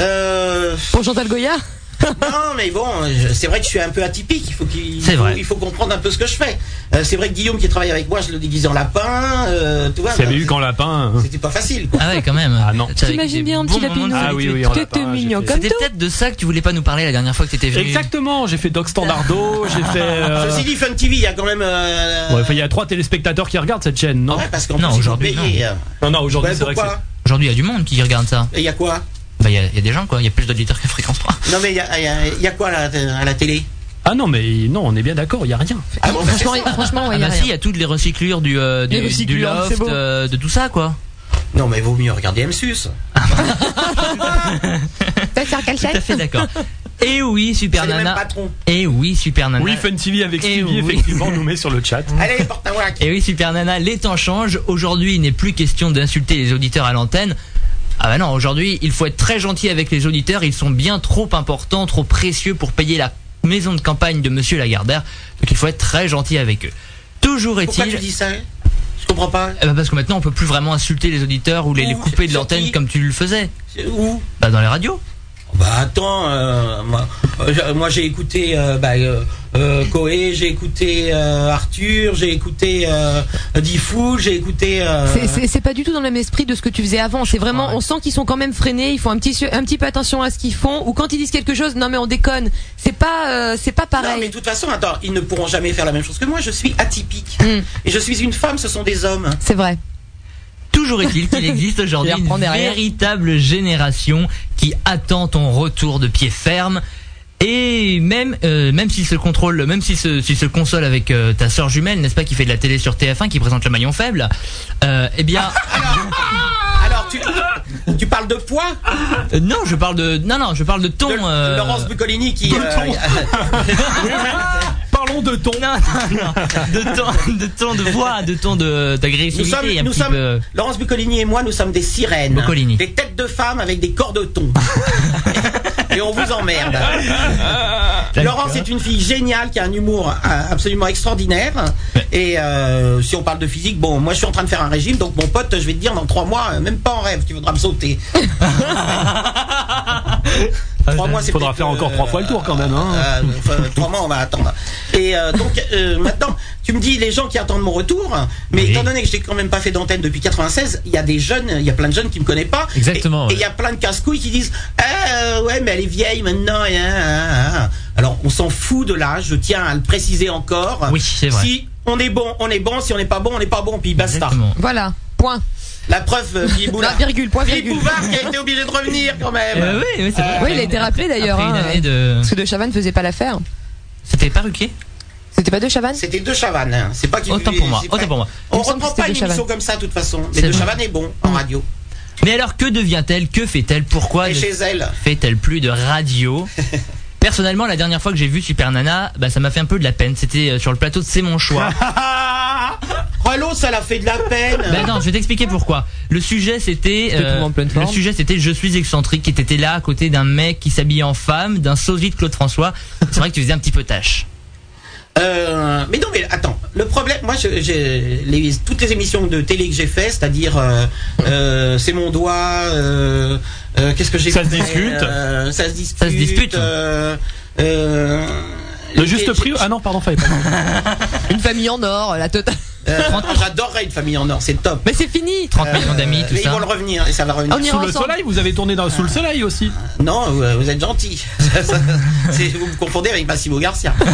Speaker 4: Euh,
Speaker 8: Pour Chantal Goya
Speaker 4: *laughs* non, mais bon, je- c'est vrai que je suis un peu atypique. Il faut qu'il,
Speaker 2: C'est
Speaker 4: il faut-
Speaker 2: vrai.
Speaker 4: il faut comprendre un peu ce que je fais. Euh, c'est vrai que Guillaume qui travaille avec moi, je le déguise en lapin. Euh, tu vois,
Speaker 9: S'il y avait
Speaker 4: non,
Speaker 9: eu quand lapin. euh,
Speaker 4: C'était pas facile. Quoi.
Speaker 2: Ah ouais, quand même.
Speaker 9: Ah non.
Speaker 2: T'as-
Speaker 8: T'imagines
Speaker 2: des
Speaker 8: bien un
Speaker 2: bons
Speaker 8: petit
Speaker 2: moments de
Speaker 8: lapinou.
Speaker 9: Ah oui, oui,
Speaker 8: Tout
Speaker 9: en
Speaker 8: est
Speaker 9: lapin,
Speaker 8: mignon
Speaker 9: j'ai
Speaker 8: comme
Speaker 2: C'était
Speaker 8: tout.
Speaker 2: peut-être de ça que tu voulais pas nous parler la dernière fois que t'étais venu.
Speaker 9: Exactement, j'ai fait
Speaker 2: *laughs*
Speaker 9: Doc Standardo, j'ai fait... euh,
Speaker 4: Ceci dit, Fun TV, il y a quand même. euh,
Speaker 9: Ouais, enfin, il y a trois téléspectateurs qui regardent cette chaîne, non
Speaker 4: ouais, parce qu'en
Speaker 2: Non,
Speaker 4: plus, ils sont
Speaker 2: aujourd'hui,
Speaker 4: payés. euh.
Speaker 9: Non, non, aujourd'hui
Speaker 4: Ouais,
Speaker 9: c'est vrai que
Speaker 4: pourquoi
Speaker 9: c'est...
Speaker 2: Aujourd'hui, il y a du monde qui regarde ça.
Speaker 4: Et Il y a quoi
Speaker 2: Bah, il y, a- il y a des gens quoi, il y a plus d'auditeurs que Fréquence 3.
Speaker 4: Non, mais il y a, il y a- il y a quoi à la, à la télé
Speaker 9: Ah non, mais non, on est bien d'accord, il y a rien.
Speaker 4: Ah bon, bah, c'est
Speaker 8: Franchement,
Speaker 4: ça.
Speaker 8: il- franchement,
Speaker 2: Ah,
Speaker 8: ouais, il y a
Speaker 2: bah si, il y
Speaker 8: rien.
Speaker 2: a toutes les recyclures du, euh, du,
Speaker 8: Les recyclures,
Speaker 2: du loft,
Speaker 8: c'est beau.
Speaker 2: euh, de tout ça quoi.
Speaker 4: Non, mais vaut mieux regarder
Speaker 2: *laughs*
Speaker 4: M-Sus.
Speaker 8: Peut-être faire
Speaker 2: Tout à
Speaker 8: calcette.
Speaker 2: fait d'accord. Et oui, Super
Speaker 4: C'est le même
Speaker 2: Nana.
Speaker 4: patron.
Speaker 2: Et oui, Super Nana.
Speaker 9: Oui, Fun TV avec
Speaker 2: Eh
Speaker 9: Stevie,
Speaker 2: oui.
Speaker 9: effectivement, nous met sur le chat.
Speaker 4: Allez, porte un wack.
Speaker 2: Et Eh oui, Super Nana, les temps changent. Aujourd'hui, il n'est plus question d'insulter les auditeurs à l'antenne. Ah bah non, aujourd'hui, il faut être très gentil avec les auditeurs. Ils sont bien trop importants, trop précieux pour payer la maison de campagne de Monsieur Lagardère. Donc il faut être très gentil avec eux. Toujours
Speaker 4: Pourquoi tu
Speaker 2: est-il...
Speaker 4: dis ça hein Je comprends pas.
Speaker 2: Eh ben parce que maintenant, on peut plus vraiment insulter les auditeurs ou les, les
Speaker 4: Ouh,
Speaker 2: couper de
Speaker 4: sur
Speaker 2: l'antenne
Speaker 4: qui
Speaker 2: comme tu le faisais.
Speaker 4: C'est Où
Speaker 2: Bah dans les radios.
Speaker 4: Bah attends, euh, moi, euh, je- moi, j'ai écouté euh, bah, euh, euh, Coé, j'ai écouté euh, Arthur, j'ai écouté euh, Diffou, j'ai écouté. euh,
Speaker 8: C'est- C'est c'est pas du tout dans le même esprit de ce que tu faisais avant. C'est vraiment, on sent qu'ils sont quand même freinés. Ils font un petit, su- un petit peu attention à ce qu'ils font. Ou quand ils disent quelque chose, non mais on déconne. C'est pas, euh, c'est pas
Speaker 4: Non, mais de
Speaker 8: pareil.
Speaker 4: toute façon, attends, ils ne pourront jamais faire la même chose que moi. Je suis atypique.
Speaker 8: Hmm.
Speaker 4: Et je suis une femme, ce sont des hommes.
Speaker 8: C'est vrai.
Speaker 2: Toujours est-il qu'il existe aujourd'hui
Speaker 8: Je les
Speaker 2: une
Speaker 8: reprends derrière.
Speaker 2: véritable génération qui attend ton retour de pied ferme. Et même, euh, même s'il se contrôle, même s'il se, s'il se console avec euh, ta sœur jumelle, n'est-ce pas, qui fait de la télé sur TF1, qui présente le maillon faible, euh, eh bien,
Speaker 4: Alors, tu, *laughs* tu parles de poids
Speaker 2: euh, non, je parle de, non, non, je parle de ton,
Speaker 4: de,
Speaker 2: euh,
Speaker 4: de Laurence Euh, Bucolini qui. *laughs*
Speaker 2: *laughs*
Speaker 9: de ton. Parlons de ton.
Speaker 2: non, non, non, de ton, *laughs* de ton de voix, de ton de
Speaker 4: Nous
Speaker 2: d'agressivité,
Speaker 4: sommes,
Speaker 2: un
Speaker 4: nous
Speaker 2: petit
Speaker 4: sommes-
Speaker 2: peu.
Speaker 4: Laurence Bucolini et moi, nous sommes des sirènes.
Speaker 2: Boccolini.
Speaker 4: Des têtes de femmes avec des corps de thon.
Speaker 2: *laughs*
Speaker 4: et on vous
Speaker 1: *laughs*
Speaker 4: emmerde. Laurence est une fille géniale qui a un humour euh, absolument extraordinaire. Et euh, si on parle de physique, bon, moi je suis en train de faire un régime, donc mon pote, je vais te dire dans trois mois, euh, même pas en rêve, tu voudras me sauter.
Speaker 2: Ah,
Speaker 4: Trois mois, c'est
Speaker 9: Faudra
Speaker 4: peut-être,
Speaker 9: faire encore
Speaker 4: euh,
Speaker 9: trois fois le tour quand même, hein.
Speaker 4: euh, enfin, trois mois, on va attendre. Et euh, donc euh, maintenant, tu me dis les gens qui attendent mon retour, mais
Speaker 2: Oui.
Speaker 4: étant donné que je n'ai quand même pas fait d'antenne depuis 96, il y a des jeunes, il y a plein de jeunes qui me connaissent pas.
Speaker 1: Exactement,
Speaker 4: Et
Speaker 1: ouais.
Speaker 4: et il y a plein de casse-couilles qui disent Ah, euh, ouais, mais elle est vieille maintenant. et, ah, ah, ah. Alors, on s'en fout de l'âge, je tiens à le préciser encore.
Speaker 2: Oui, c'est vrai.
Speaker 4: Si on est bon, on est bon. Si on n'est pas bon, on n'est pas bon. Puis basta.
Speaker 2: Exactement.
Speaker 8: Voilà. Point.
Speaker 4: La preuve, euh,
Speaker 8: *laughs*
Speaker 4: Guy Boulard.
Speaker 8: Non, virgule, point
Speaker 4: Guy
Speaker 8: virgule.
Speaker 4: Bouvard qui a été obligé de revenir quand même.
Speaker 2: Euh, oui, oui, c'est vrai.
Speaker 8: Oui, il a été rappelé d'ailleurs.
Speaker 2: Après une
Speaker 8: hein.
Speaker 2: année de.
Speaker 8: Parce que De Chavannes faisait pas l'affaire.
Speaker 2: C'était pas Ruquier
Speaker 8: C'était pas De Chavannes
Speaker 4: C'était De Chavannes. hein. C'est pas qui
Speaker 2: Autant pour moi,
Speaker 4: c'est
Speaker 2: autant
Speaker 4: pas-
Speaker 2: pour moi.
Speaker 8: Il
Speaker 4: On
Speaker 8: me semble
Speaker 4: reprend
Speaker 8: que c'était
Speaker 4: pas une
Speaker 8: De
Speaker 4: émission
Speaker 8: Chavannes.
Speaker 4: comme ça de toute façon. Mais
Speaker 2: C'est
Speaker 4: De
Speaker 2: vrai.
Speaker 4: Chavannes est
Speaker 2: *laughs*
Speaker 4: bon en radio.
Speaker 2: Mais alors que devient-elle Que fait-elle Pourquoi
Speaker 4: Et
Speaker 2: ne
Speaker 4: chez elle.
Speaker 2: fait-elle plus de
Speaker 4: *laughs*
Speaker 2: radio Personnellement, la dernière fois que j'ai vu Super Nana, bah, ça m'a fait un peu de la peine. C'était euh, sur le plateau de C'est mon
Speaker 1: Ah.
Speaker 2: choix.
Speaker 4: Relot, ça l'a fait de la peine.
Speaker 2: Bah non, je vais t'expliquer pourquoi. Le sujet c'était euh,
Speaker 1: C'était tout en pleine
Speaker 2: le
Speaker 1: forme.
Speaker 2: sujet c'était je suis excentrique qui était là à côté d'un mec qui s'habillait en femme, d'un sosie de Claude François. C'est vrai que tu faisais un petit peu tâche.
Speaker 4: Euh, mais non, mais attends. Le problème, moi, je- j'ai les, toutes les émissions de télé que j'ai fait, c'est-à-dire euh, euh, c'est mon doigt. euh, euh, Qu'est-ce que j'ai
Speaker 9: Ça se
Speaker 4: fait,
Speaker 9: discute.
Speaker 4: euh, Ça se dispute.
Speaker 2: se dispute.
Speaker 4: euh, euh,
Speaker 9: Le juste
Speaker 4: j'ai-
Speaker 9: prix. Ah non, pardon, fallait pas.
Speaker 8: *laughs* Une famille en or, la totale.
Speaker 4: euh, J'adorerais une famille en or, c'est top. Euh,
Speaker 8: Mais c'est fini
Speaker 2: 30 millions d'amis, tout
Speaker 4: Mais ils
Speaker 2: ça.
Speaker 4: vont le revenir et ça va revenir. Euh,
Speaker 8: On ira
Speaker 9: Sous le
Speaker 8: ensemble.
Speaker 9: soleil, vous avez tourné dans Sous le soleil aussi.
Speaker 4: Non, vous, vous êtes gentil. *laughs* C'est- vous me confondez avec Massimo Garcia.
Speaker 2: Oh,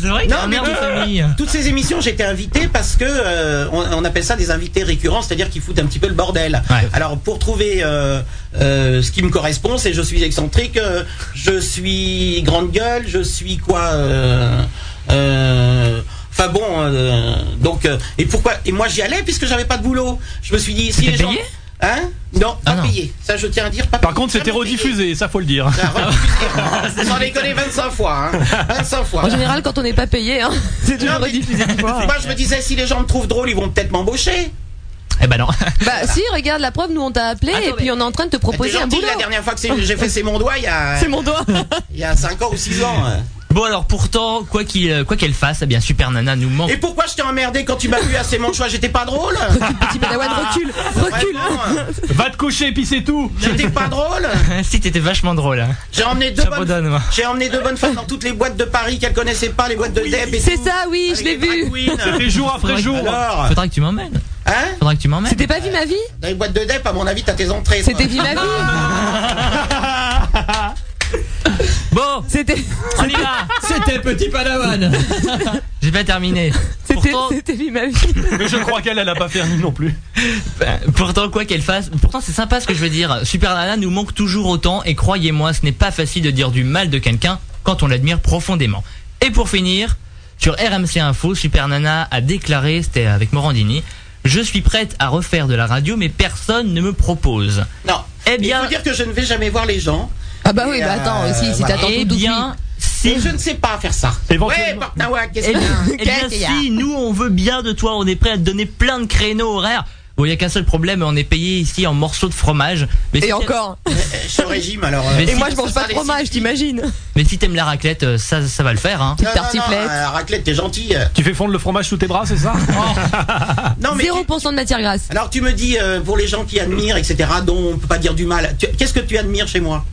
Speaker 2: C'est vrai que
Speaker 4: Non,
Speaker 2: la
Speaker 4: mais
Speaker 2: mère
Speaker 4: tu-
Speaker 2: de famille.
Speaker 4: Toutes ces émissions, j'étais invité parce que euh, on, on appelle ça des invités récurrents, c'est-à-dire qu'ils foutent un petit peu le bordel.
Speaker 2: Ouais.
Speaker 4: Alors pour trouver euh, euh, ce qui me correspond, c'est je suis excentrique, euh, je suis grande gueule, je suis quoi euh, euh, Enfin bon, euh, donc euh, et pourquoi Et moi j'y allais puisque j'avais pas de boulot. Je me suis dit si
Speaker 2: C'était
Speaker 4: les gens,
Speaker 2: payé
Speaker 4: hein Non, pas
Speaker 2: Ah non.
Speaker 4: payé. Ça je tiens à dire. Pas
Speaker 9: Par
Speaker 4: payé.
Speaker 9: contre, c'était
Speaker 4: Jamais payé.
Speaker 9: rediffusé, ça faut le dire.
Speaker 4: Ça,
Speaker 9: *laughs*
Speaker 4: *laughs* rediffusé. J'en ai connu 25 fois, hein. 25 fois.
Speaker 8: En général, quand on n'est pas payé, hein, c'est toujours
Speaker 4: Non, mais-
Speaker 8: rediffusé.
Speaker 4: Moi, je me disais, si les gens me trouvent drôle, ils vont peut-être m'embaucher.
Speaker 2: Eh ben non.
Speaker 8: Bah si, regarde la preuve, nous on t'a appelé et puis on est en train de te
Speaker 4: T'es
Speaker 8: proposer un
Speaker 4: gentil,
Speaker 8: boulot.
Speaker 4: la dernière fois que c'est- j'ai fait C'est mon doigt, il y a,
Speaker 8: C'est mon doigt.
Speaker 4: il y a 5 ans ou 6 ans. hein.
Speaker 2: Bon alors pourtant quoi qu'il quoi qu'elle fasse, eh bien Super Nana nous manque.
Speaker 4: Et pourquoi je t'ai emmerdé quand tu m'as vu à C'est mon choix J'étais pas drôle
Speaker 8: *laughs*
Speaker 4: Ah,
Speaker 8: Petit Padawan, recule, recule.
Speaker 4: Vraiment, hein.
Speaker 9: Va te coucher, puis c'est tout.
Speaker 4: J'étais pas drôle
Speaker 2: si t'étais vachement drôle. hein.
Speaker 4: J'ai emmené deux
Speaker 2: Chapeau
Speaker 4: bonnes...
Speaker 2: d'âne, moi.
Speaker 4: J'ai emmené deux bonnes femmes dans toutes les boîtes de Paris qu'elles connaissaient pas, les boîtes de Deb et
Speaker 8: C'est
Speaker 4: tout,
Speaker 8: ça, oui, je
Speaker 4: avec
Speaker 8: l'ai
Speaker 4: les drag
Speaker 8: vu.
Speaker 4: queens.
Speaker 9: C'était jour après jour.
Speaker 4: Alors
Speaker 2: Faudra que tu m'emmènes.
Speaker 4: Hein
Speaker 2: Faudra que tu m'emmènes.
Speaker 8: C'était pas Vie ma vie
Speaker 4: Dans les boîtes de Deb, à mon avis, t'as tes entrées. toi.
Speaker 8: C'était Vie
Speaker 4: *laughs*
Speaker 8: ma vie.
Speaker 2: Bon,
Speaker 8: C'était
Speaker 2: on y va.
Speaker 1: C'était Petit Padawan.
Speaker 2: *laughs* J'ai pas terminé.
Speaker 8: c'était
Speaker 2: Pourtant,
Speaker 8: c'était Vie ma vie.
Speaker 9: Mais je crois qu'elle, elle a pas fermé non plus.
Speaker 4: Ben,
Speaker 2: Bah, pourtant quoi qu'elle fasse, pourtant c'est sympa ce que je veux dire. Super Nana nous manque toujours autant et croyez-moi, ce n'est pas facile de dire du mal de quelqu'un quand on l'admire profondément. Et pour finir, sur RMC Info, Super Nana a déclaré, c'était avec Morandini, je suis prête à refaire de la radio mais personne ne me propose.
Speaker 4: Non.
Speaker 2: Eh
Speaker 4: Il
Speaker 2: bien-
Speaker 4: faut dire que je ne vais jamais voir les gens.
Speaker 8: Ah bah oui,
Speaker 4: Et,
Speaker 8: bah
Speaker 4: euh,
Speaker 8: attends, si, si
Speaker 4: voilà.
Speaker 8: t'attends
Speaker 2: Eh
Speaker 8: tout
Speaker 2: bien, si
Speaker 4: Et je ne sais pas faire ça.
Speaker 9: Éventuellement.
Speaker 4: Ouais, Partnawa, qu'est-ce
Speaker 2: Eh
Speaker 4: que
Speaker 2: bien,
Speaker 4: t'as
Speaker 2: eh bien,
Speaker 8: Qu'est-ce qu'il y a
Speaker 2: si, nous, on veut bien de toi, on est prêt à te donner plein de créneaux horaires. Bon, il n'y a qu'un seul problème, on est payé ici en morceaux de fromage. Mais si
Speaker 8: Et
Speaker 2: t'aimes-
Speaker 8: encore.
Speaker 4: Je suis au régime alors. euh.
Speaker 2: Mais
Speaker 8: Et
Speaker 2: si,
Speaker 8: moi je
Speaker 4: ça
Speaker 8: mange
Speaker 4: sera
Speaker 8: pas de
Speaker 4: les
Speaker 8: fromage, t'imagines
Speaker 2: *laughs* Mais si t'aimes la raclette, euh, ça, ça va le faire, hein.
Speaker 8: Petite
Speaker 4: Non, non, non,
Speaker 8: tartiflette.
Speaker 4: euh, raclette, t'es gentil. euh.
Speaker 9: Tu fais fondre le fromage sous tes bras, c'est ça
Speaker 4: Oh. *laughs* Non mais. tu-
Speaker 8: 0% de matière grasse.
Speaker 4: Alors tu me dis euh, pour les gens qui admirent etc dont on peut pas dire du mal. tu- Qu'est-ce que tu admires chez moi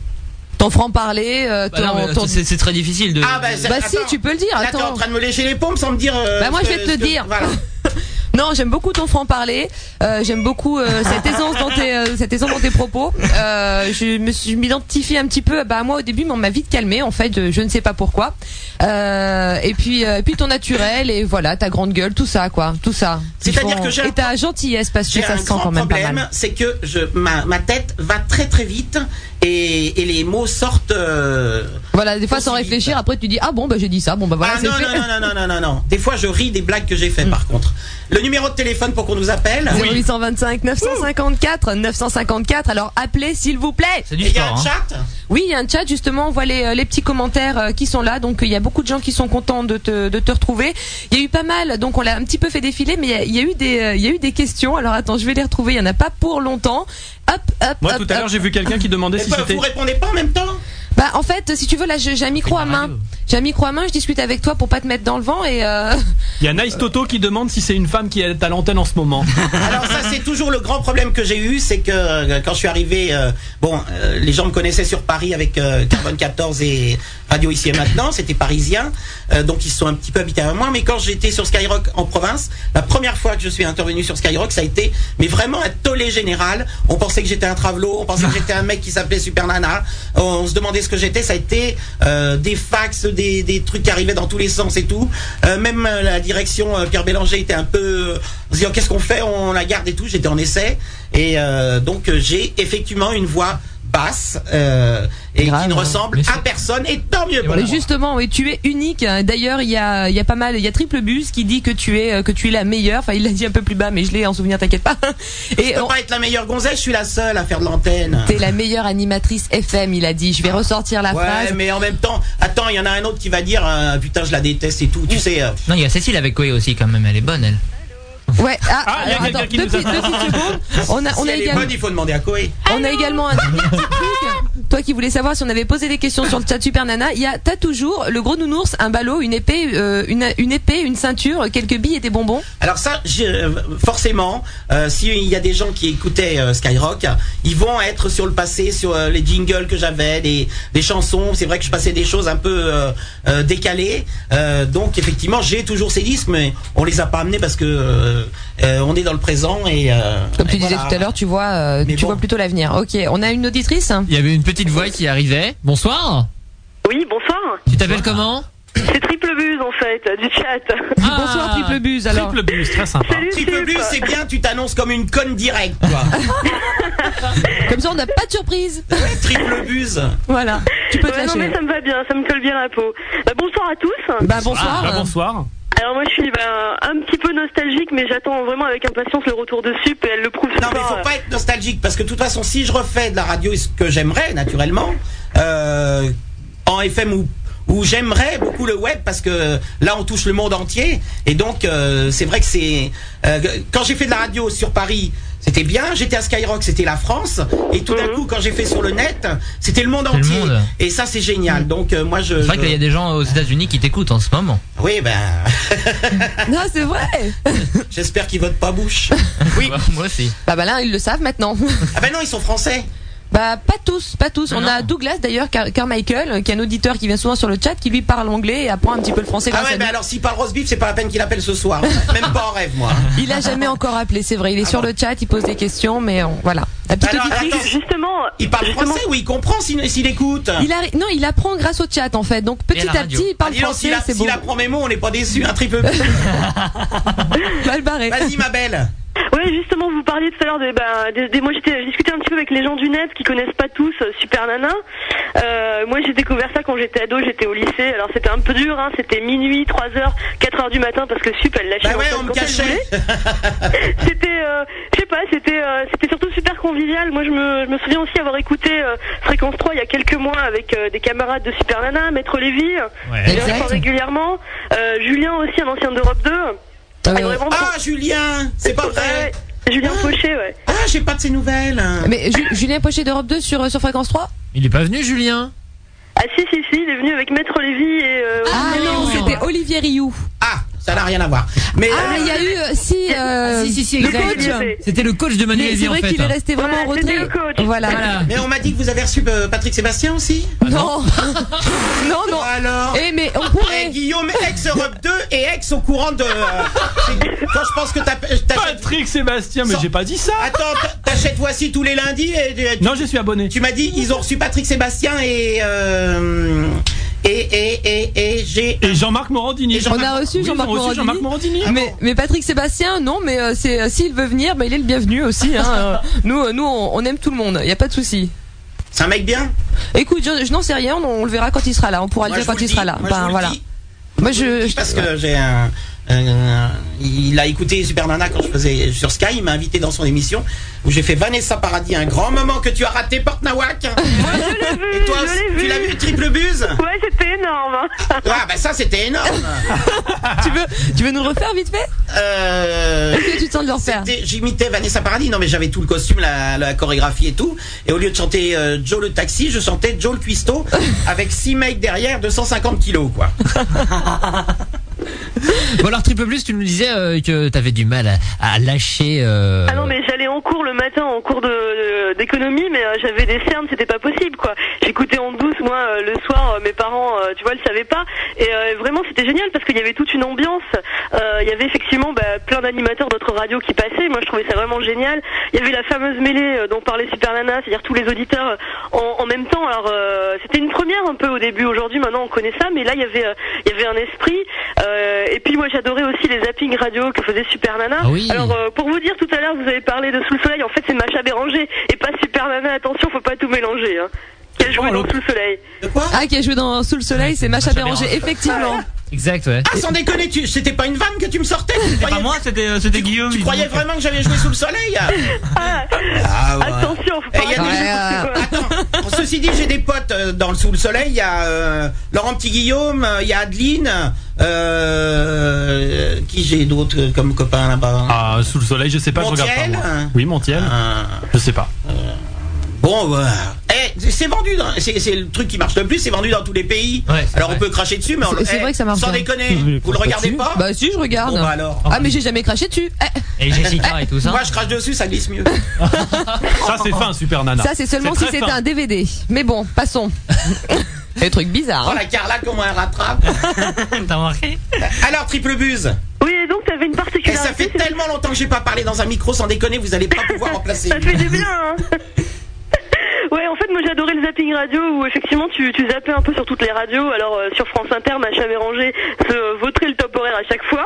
Speaker 8: Ton franc-parler, euh,
Speaker 2: Bah non,
Speaker 8: ton...
Speaker 2: mais
Speaker 8: ton-
Speaker 2: c'est c'est très difficile de.
Speaker 4: ça-
Speaker 8: Bah si,
Speaker 4: Ah, attends.
Speaker 8: tu peux le dire,
Speaker 4: Là t'es en
Speaker 8: attends.
Speaker 4: train de me lécher les pompes sans me dire. euh,
Speaker 8: Bah, moi,
Speaker 4: ce
Speaker 8: je vais
Speaker 4: que-
Speaker 8: te
Speaker 4: ce que-
Speaker 8: dire.
Speaker 4: voilà.
Speaker 8: *laughs* Non, j'aime beaucoup ton franc-parler. Euh, j'aime beaucoup euh, cette aisance dans tes euh, cette aisance dans tes propos. Euh, je me suis je m'identifie un petit peu bah à moi au début, mais on m'a vite calmé en fait, je, je ne sais pas pourquoi. Euh, et puis euh, et puis ton naturel et voilà, ta grande gueule, tout ça quoi, tout ça. qui
Speaker 4: C'est-à-dire
Speaker 8: font-
Speaker 4: que j'ai un
Speaker 8: et ta gentillesse parce que
Speaker 4: J'ai
Speaker 8: ça
Speaker 4: un
Speaker 8: se sent
Speaker 4: grand
Speaker 8: quand même pas
Speaker 4: problème,
Speaker 8: mal.
Speaker 4: c'est que je ma, ma tête va très très vite et, et les mots sortent. euh,
Speaker 8: Voilà, des fois sans
Speaker 4: Aussi
Speaker 8: réfléchir,
Speaker 4: vite.
Speaker 8: après tu dis ah bon bah j'ai dit ça, bon bah voilà,
Speaker 4: ah
Speaker 8: c'est
Speaker 4: non,
Speaker 8: fait. Hmm.
Speaker 4: non, non, non, non, non, non, non. Des fois, je ris des blagues que j'ai fait, par contre. Le numéro de téléphone pour qu'on nous appelle.
Speaker 8: 0825 954 954 alors appelez s'il vous plaît
Speaker 2: C'est
Speaker 4: Et
Speaker 2: du
Speaker 4: Il y a
Speaker 2: sport.
Speaker 4: un
Speaker 2: hein.
Speaker 4: chat.
Speaker 8: Oui, il y a un chat justement. On voit les, euh, les petits commentaires euh, qui sont là. Donc euh, il y a beaucoup de gens qui sont contents de te, de te retrouver. Il y a eu pas mal. Donc on l'a un petit peu fait défiler, mais il y a, il y a eu des euh, il y a eu des questions. Alors attends, je vais les retrouver. Il y en a pas pour longtemps. Hop, hop,
Speaker 9: Moi,
Speaker 8: hop,
Speaker 9: tout à l'heure,
Speaker 8: hop.
Speaker 9: j'ai vu quelqu'un qui demandait
Speaker 4: Et
Speaker 9: si
Speaker 4: bah,
Speaker 9: c'était.
Speaker 4: vous répondez pas en même temps
Speaker 8: Bah en fait, si tu veux, là je- j'ai un micro à main. J'ai un micro à main. Je discute avec toi pour pas te mettre dans le vent et. euh,
Speaker 9: Il y a Nice Toto qui demande si c'est une femme qui est à l'antenne en ce
Speaker 4: *laughs*
Speaker 9: moment.
Speaker 4: Alors ça c'est toujours le grand problème que j'ai eu, c'est que euh, quand je suis arrivé, euh, bon, euh, les gens me connaissaient sur Paris avec euh, Carbone 14 et radio ici et maintenant, c'était parisien, euh, donc ils sont un petit peu habités à moi. Mais quand j'étais sur Skyrock en province, la première fois que je suis intervenu sur Skyrock, ça a été, mais vraiment un tollé général. On pensait que j'étais un travelot, on pensait que j'étais un mec qui s'appelait Super Nana, on se demandait ce que j'étais, ça a été euh, des fax, des, des trucs qui arrivaient dans tous les sens et tout. Euh, même euh, la direction euh, Pierre Bélanger était un peu, euh, on se dit, Oh, qu'est-ce qu'on fait, on la garde et tout. J'étais en essai et euh, donc euh, j'ai effectivement une voix basse euh, et
Speaker 8: Grave,
Speaker 4: qui ne
Speaker 8: hein.
Speaker 4: ressemble à personne et tant mieux pour
Speaker 8: Mais
Speaker 4: moi.
Speaker 8: justement, oui, tu es unique. hein. D'ailleurs, il y a, il y a pas mal, il y a Triple Bus qui dit que tu es, euh, que tu es la meilleure. Enfin, il l'a dit un peu plus bas, mais je l'ai en souvenir, t'inquiète pas. Et
Speaker 4: Je peux
Speaker 8: on-
Speaker 4: pas être la meilleure gonzesse, je suis la seule à faire de l'antenne.
Speaker 8: t'es la meilleure animatrice FM, il a dit. Je vais ressortir la
Speaker 4: Ah. Ouais,
Speaker 8: phrase.
Speaker 4: mais en même temps, attends, il y en a un autre qui va dire euh, putain, je la déteste et tout, tu sais. euh,
Speaker 2: Non, il y a Cécile avec Koé aussi quand même, elle est bonne elle.
Speaker 8: Ouais. Ah,
Speaker 9: Ah, il y a
Speaker 8: alors,
Speaker 9: quelqu'un
Speaker 8: attends,
Speaker 9: qui
Speaker 8: deux
Speaker 9: nous a-
Speaker 8: petites, deux
Speaker 4: *laughs*
Speaker 8: petites secondes. On a, on
Speaker 4: si
Speaker 8: a
Speaker 4: elle est
Speaker 8: également.
Speaker 4: bonne, il faut demander à Koé.
Speaker 8: On a également un dernier petit truc. Toi qui voulais savoir si on avait posé des questions sur le chat Super Nana, il y a t'as toujours le gros nounours, un ballot, une épée, euh, une, une épée, une ceinture, quelques billes et des bonbons.
Speaker 4: Alors ça, j'ai- euh, forcément, euh, s'il y a des gens qui écoutaient euh, Skyrock, ils vont être sur le passé, sur euh, les jingles que j'avais, les, les chansons. C'est vrai que je passais des choses un peu euh, euh, décalées. Euh, donc effectivement, j'ai toujours ces disques, mais on les a pas amenés parce que euh, euh, on est dans le présent et. euh,
Speaker 8: Comme tu
Speaker 4: et
Speaker 8: disais
Speaker 4: voilà.
Speaker 8: tout à l'heure, tu vois, euh,
Speaker 4: Mais
Speaker 8: tu
Speaker 4: bon.
Speaker 8: vois plutôt l'avenir. Ok, on a une auditrice. hein.
Speaker 1: Il y avait une petite voix qui arrivait. Bonsoir.
Speaker 10: Oui, bonsoir.
Speaker 1: Tu t'appelles comment
Speaker 10: C'est Triple Buse en fait, du chat.
Speaker 8: Bonsoir Triple Buse. Alors,
Speaker 9: Triple bus, très sympa.
Speaker 10: Salut,
Speaker 4: Ah. Triple
Speaker 10: Sup.
Speaker 4: Blue, c'est bien, tu t'annonces comme une conne directe, quoi.
Speaker 8: *laughs* comme ça, on n'a pas
Speaker 9: *laughs*
Speaker 8: de surprise.
Speaker 4: Triple buse.
Speaker 8: voilà, tu peux te
Speaker 10: Ouais, non mais
Speaker 8: lâcher.
Speaker 10: ça me va bien, ça me colle bien la peau. Bah, bonsoir à tous.
Speaker 8: Bah bonsoir.
Speaker 9: Ah, bah, bonsoir.
Speaker 10: Alors moi je suis bah, un petit peu nostalgique mais j'attends vraiment avec impatience le retour de Sup et elle le prouve ce
Speaker 4: Non, mais
Speaker 10: soir.
Speaker 4: faut pas être nostalgique parce que de toute façon, si je refais de la radio, et ce que j'aimerais naturellement, euh, en FM ou où j'aimerais beaucoup le web parce que là on touche le monde entier et donc euh, c'est vrai que c'est euh, quand j'ai fait de la radio sur Paris c'était bien j'étais à Skyrock c'était la France et tout
Speaker 10: Mhm.
Speaker 4: d'un coup quand j'ai fait sur le net c'était le monde
Speaker 2: C'est le
Speaker 4: entier
Speaker 2: monde. Mhm.
Speaker 4: et ça c'est génial donc euh, moi je,
Speaker 2: C'est vrai qu'il y
Speaker 4: *laughs*
Speaker 2: a
Speaker 4: je-
Speaker 2: des gens aux États-Unis qui t'écoutent en ce moment.
Speaker 4: oui ben *laughs*
Speaker 8: Non, c'est vrai.
Speaker 4: j'espère qu'ils votent pas
Speaker 2: *laughs*
Speaker 4: Bush oui
Speaker 2: Moi aussi.
Speaker 8: Bah, bah là, ils le savent maintenant.
Speaker 4: *laughs* ah ben non ils sont français
Speaker 8: Bah pas tous, pas tous.
Speaker 2: Ah,
Speaker 8: on
Speaker 2: non.
Speaker 8: a Douglas d'ailleurs, Car- Carmichael, euh, qui est un auditeur qui vient souvent sur le chat, qui lui parle anglais et apprend un petit peu le français.
Speaker 4: ah
Speaker 8: grâce à
Speaker 4: ouais ben
Speaker 8: nous.
Speaker 4: alors s'il parle roast beef c'est pas la peine qu'il appelle ce soir hein. même pas en rêve moi hein.
Speaker 8: Il a jamais encore appelé, c'est vrai. Il
Speaker 4: Ah
Speaker 8: est sur le chat, il pose des questions, mais on- voilà. La petite
Speaker 4: Alors,
Speaker 8: auditrice.
Speaker 4: attends,
Speaker 10: Justement,
Speaker 4: Il parle
Speaker 10: justement,
Speaker 4: français ou il comprend s'il s'il écoute
Speaker 8: Il a, non, il apprend grâce au chat en fait. Donc petit
Speaker 2: Et à
Speaker 8: à,
Speaker 2: la radio.
Speaker 8: petit, il
Speaker 4: Ah,
Speaker 8: parle
Speaker 4: dis donc,
Speaker 8: français,
Speaker 4: S'il a-
Speaker 8: c'est beau.
Speaker 4: s'il apprend mes mots, on n'est pas déçu un triple. B.
Speaker 8: *laughs* Mal barré.
Speaker 4: Vas-y ma belle.
Speaker 10: Ouais, justement, vous parliez tout à l'heure de, bah, des, des- moi j'étais, j'ai discuté un petit peu avec les gens du net qui connaissent pas tous euh, Super Nana. Euh, moi j'ai découvert ça quand j'étais ado, j'étais au lycée. Alors c'était un peu dur, hein, c'était minuit, 3 heures, 4 heures du matin parce que Sup elle lâchait
Speaker 4: Bah ouais,
Speaker 10: l'antenne
Speaker 4: on me
Speaker 10: quand elle
Speaker 4: cachait.
Speaker 10: voulait.
Speaker 4: *laughs*
Speaker 10: C'était, euh, je sais pas, c'était, euh, c'était surtout super convivial. Moi je me, je me souviens aussi avoir écouté euh, Fréquence 3 il y a quelques mois avec euh, des camarades de Super Nana, Maître Lévy,
Speaker 2: Ouais.
Speaker 10: qui
Speaker 8: Exact.
Speaker 10: répond régulièrement, euh, Julien aussi un ancien d'Europe 2.
Speaker 8: Ouais,
Speaker 10: Et
Speaker 8: ouais.
Speaker 10: vraiment,
Speaker 4: Ah Julien, c'est pas vrai.
Speaker 10: ouais, Julien Pochet, ouais.
Speaker 4: Ah j'ai pas de ses nouvelles.
Speaker 8: Mais Ju- Julien Pochet d'Europe 2 sur, euh, sur Fréquence 3
Speaker 1: Il est pas venu, Julien
Speaker 10: Ah si si si, il est venu avec Maître Lévy et euh,
Speaker 8: Ah
Speaker 10: Olivier
Speaker 8: non,
Speaker 10: Roux.
Speaker 8: c'était Olivier Rioux.
Speaker 4: Ah ça n'a rien à voir. Mais Ah,
Speaker 8: Ah, il y a eu euh, si, euh,
Speaker 1: Ah, Si, si, si,
Speaker 8: le
Speaker 1: exact.
Speaker 8: coach.
Speaker 10: coach.
Speaker 1: C'était le coach de Manu
Speaker 8: Mais
Speaker 1: Lévy,
Speaker 8: c'est
Speaker 1: en
Speaker 8: vrai
Speaker 1: fait. hein.
Speaker 8: qu'il est resté vraiment en
Speaker 10: Voilà, c'était
Speaker 8: retrait.
Speaker 10: le coach.
Speaker 8: Voilà.
Speaker 1: Voilà. Ah,
Speaker 4: mais on m'a dit que vous avez reçu euh, Patrick Sébastien aussi.
Speaker 8: Non, *laughs* non, non.
Speaker 4: Alors.
Speaker 8: Eh mais on
Speaker 4: Eh,
Speaker 8: pourrait.
Speaker 4: Guillaume, ex Europe 2 et ex au courant de. euh, c'est- Quand je pense que t'as- euh, t'achètes.
Speaker 9: Patrick Sébastien, mais
Speaker 4: Sans-
Speaker 9: j'ai pas dit ça.
Speaker 4: Attends, t'a- t'achètes voici tous les lundis et euh, tu-
Speaker 9: Non, je suis abonné.
Speaker 4: Tu m'as dit ils ont reçu Patrick Sébastien et euh, et et et, et j'ai
Speaker 9: Et Jean-Marc Morandini.
Speaker 4: Et Jean-
Speaker 8: On a reçu
Speaker 9: Oui, ils
Speaker 8: Jean-Marc
Speaker 9: ont reçu
Speaker 8: Morandini.
Speaker 9: Jean-Marc Morandini.
Speaker 8: mais, mais Patrick Sébastien, non, mais euh, c'est euh, s'il veut venir, bah, il est le bienvenu aussi. Hein, Euh, nous, euh, nous, on, on aime tout le monde, il y a pas de souci.
Speaker 4: c'est un mec bien.
Speaker 8: Écoute, je, je n'en sais rien, on, on le verra quand il sera là, on pourra
Speaker 4: Moi,
Speaker 8: le
Speaker 4: je
Speaker 8: dire quand
Speaker 4: vous le
Speaker 8: il sera
Speaker 4: dis,
Speaker 8: là.
Speaker 4: moi, je
Speaker 8: ben
Speaker 4: vous le
Speaker 8: voilà.
Speaker 4: dis,
Speaker 8: Moi, je,
Speaker 4: Parce que j'ai un euh, il a écouté Super Nana quand je faisais sur Sky, il m'a invité dans son émission où j'ai fait Vanessa Paradis, un grand moment que tu as raté, Porte Nawak.
Speaker 10: Je l'ai vu,
Speaker 4: Et toi,
Speaker 10: je l'ai
Speaker 4: tu l'as vu, triple buse
Speaker 10: Ouais, c'était énorme. hein.
Speaker 4: Ah, bah ça, c'était énorme.
Speaker 8: *laughs* tu veux, tu veux nous refaire vite fait
Speaker 4: Euh,
Speaker 8: Est-ce que tu te sens de le refaire
Speaker 4: C'était- J'imitais Vanessa Paradis. Non, mais j'avais tout le costume, la, la chorégraphie et tout. Et au lieu de chanter euh, Joe le taxi, je chantais Joe le
Speaker 8: *laughs*
Speaker 4: cuistot avec six mecs derrière de 150 kilos, quoi.
Speaker 1: Bon alors Triple Plus, tu nous disais euh, que t'avais du mal à, à lâcher. euh,
Speaker 10: Ah non, mais j'allais en cours le matin, en cours de- de- d'économie, mais euh, j'avais des cernes, c'était pas possible, quoi. J'écoutais en douce, moi, moi euh, le soir, euh, mes parents, euh, tu vois, le savaient pas. Et euh, vraiment, c'était génial parce qu'il y avait toute une ambiance. Euh, Il y avait effectivement bah, plein d'animateurs d'autres radios qui passaient. Moi, je trouvais ça vraiment génial. Il y avait la fameuse mêlée euh, dont parlait Super Nana, c'est-à-dire tous les auditeurs euh, en, en même temps. Alors, euh, c'était une première un peu au début. Aujourd'hui, maintenant, on connaît ça, mais là, il y avait, euh, il y avait un esprit. Euh, et puis, moi, j'adorais aussi les zappings radio que faisait Super Nana.
Speaker 1: Ah oui.
Speaker 10: Alors, euh, pour vous dire tout à l'heure, vous avez parlé de Sous le Soleil. En fait, c'est Macha Béranger et pas Super Nana. Attention, faut pas tout mélanger. Hein. Qui a joué dans Sous le Soleil
Speaker 4: De quoi
Speaker 8: Ah, qui a joué dans Sous le Soleil, c'est Macha Béranger, effectivement.
Speaker 1: Exact, ouais.
Speaker 4: Ah, sans déconner, tu... c'était pas une vanne que tu me sortais Tu
Speaker 2: C'est
Speaker 4: croyais,
Speaker 2: pas moi, c'était euh, c'était Guillaume.
Speaker 4: tu
Speaker 2: il
Speaker 4: croyais
Speaker 2: disait.
Speaker 4: vraiment que j'avais joué sous le soleil
Speaker 10: Ah,
Speaker 4: Ah
Speaker 10: Attention, faut pas
Speaker 4: Eh, y a
Speaker 10: raconter
Speaker 4: des-
Speaker 10: n'importe quoi.
Speaker 4: Attends, ceci dit, j'ai des potes euh, dans le sous le soleil. Il y a euh, Laurent Petit Guillaume, euh, il y a Adeline, euh, qui j'ai d'autres euh, comme copains là-bas.
Speaker 9: Ah, sous le soleil, je sais pas, je regarde
Speaker 4: Montiel,
Speaker 9: pas.
Speaker 4: hein.
Speaker 9: Moi. Oui, Montiel.
Speaker 4: Euh,
Speaker 9: Je sais pas.
Speaker 4: Bon, voilà. Eh, c'est vendu, dans- c'est c'est le truc qui marche le plus, c'est vendu dans tous les pays.
Speaker 2: Ouais, c'est
Speaker 4: alors
Speaker 2: vrai.
Speaker 4: on peut cracher dessus, mais on
Speaker 8: C'est- c'est
Speaker 4: eh,
Speaker 8: vrai que ça marche
Speaker 4: Sans
Speaker 8: bien.
Speaker 4: déconner, vous le regardez pas
Speaker 8: Bah si, je regarde.
Speaker 4: Bon, bah alors.
Speaker 8: Ah, mais j'ai jamais craché dessus. Eh,
Speaker 2: Et Jessica et tout ça.
Speaker 4: Moi je crache dessus, ça glisse mieux.
Speaker 9: Ça, c'est fin, Super Nana.
Speaker 8: ça, c'est seulement si
Speaker 9: très
Speaker 8: c'était
Speaker 9: fin.
Speaker 8: un DVD. Mais bon,
Speaker 4: *laughs*
Speaker 8: passons. Les trucs bizarres.
Speaker 4: Oh
Speaker 8: hein.
Speaker 4: la Carla, comment elle rattrape
Speaker 2: *laughs* T'as remarqué
Speaker 4: Alors triple buse.
Speaker 10: Oui, et donc t'avais une
Speaker 4: Eh, ça fait
Speaker 10: particularité. c'est-
Speaker 4: tellement longtemps que j'ai pas parlé dans un micro,
Speaker 10: *laughs*
Speaker 4: sans déconner, vous allez pas pouvoir remplacer.
Speaker 10: Ça fait du bien. hein. *laughs* Ouais, en fait, moi j'adorais le zapping radio où effectivement tu, tu zappais un peu sur toutes les radios. Alors euh, sur France Inter, Macha Béranger se vautrait le top horaire à chaque fois.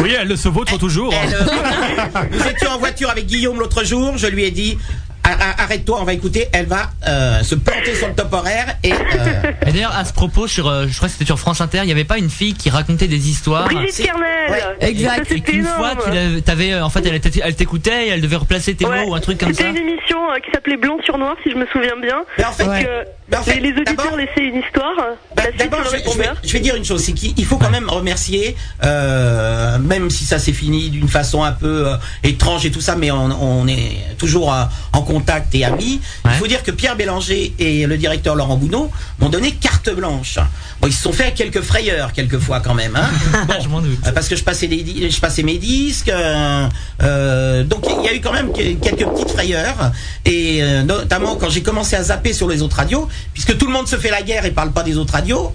Speaker 9: Oui, elle se vautre toujours. hein.
Speaker 4: Elle, euh, nous étions en voiture avec Guillaume l'autre jour, je lui ai dit Ar- ar- arrête-toi, on va écouter, elle va euh, se planter sur le top horaire et euh,
Speaker 2: Et d'ailleurs, à ce propos, sur, euh, je crois que c'était sur France Inter, il y avait pas une fille qui racontait des histoires.
Speaker 10: Brigitte
Speaker 9: Ah,
Speaker 4: c'est-
Speaker 10: Kernel.
Speaker 4: ouais,
Speaker 8: exact.
Speaker 10: Ça,
Speaker 2: Et
Speaker 10: c'était
Speaker 2: qu'une fois,
Speaker 10: énorme.
Speaker 2: tu l'avais- t'avais, euh, en fait, elle t'é- elle t'écoutait et elle devait replacer tes
Speaker 10: Ouais.
Speaker 2: mots ou un truc comme ça.
Speaker 10: C'était une émission euh, qui s'appelait Blanc sur Noir, si je me souviens bien.
Speaker 4: Mais en fait,
Speaker 10: Donc,
Speaker 4: Ouais.
Speaker 10: euh,
Speaker 4: Mais en fait,
Speaker 10: les, les auditeurs
Speaker 4: d'abord-
Speaker 10: laissaient une histoire.
Speaker 4: bah,
Speaker 10: la suite sur
Speaker 4: d'abord
Speaker 10: le
Speaker 4: je, je vais,
Speaker 10: répondeur.
Speaker 4: je vais dire une chose, c'est qu'il il faut quand même remercier, euh, même si ça s'est fini d'une façon un peu euh, étrange et tout ça, mais on, on est toujours euh, en contact et amis. Il
Speaker 2: Ouais.
Speaker 4: faut dire que Pierre Bélanger et le directeur Laurent Bounot m'ont donné carte blanche. Bon, ils se sont fait quelques frayeurs quelquefois quand
Speaker 2: *laughs*
Speaker 4: même. Hein. Bon,
Speaker 2: Ah, Je m'en doute.
Speaker 4: Euh, parce que je passais, des, di- je passais mes disques. euh, euh, donc il y a eu quand même que- quelques petites frayeurs. Et euh, notamment quand j'ai commencé à zapper sur les autres radios, puisque tout le monde se fait la guerre et parle pas des autres radios.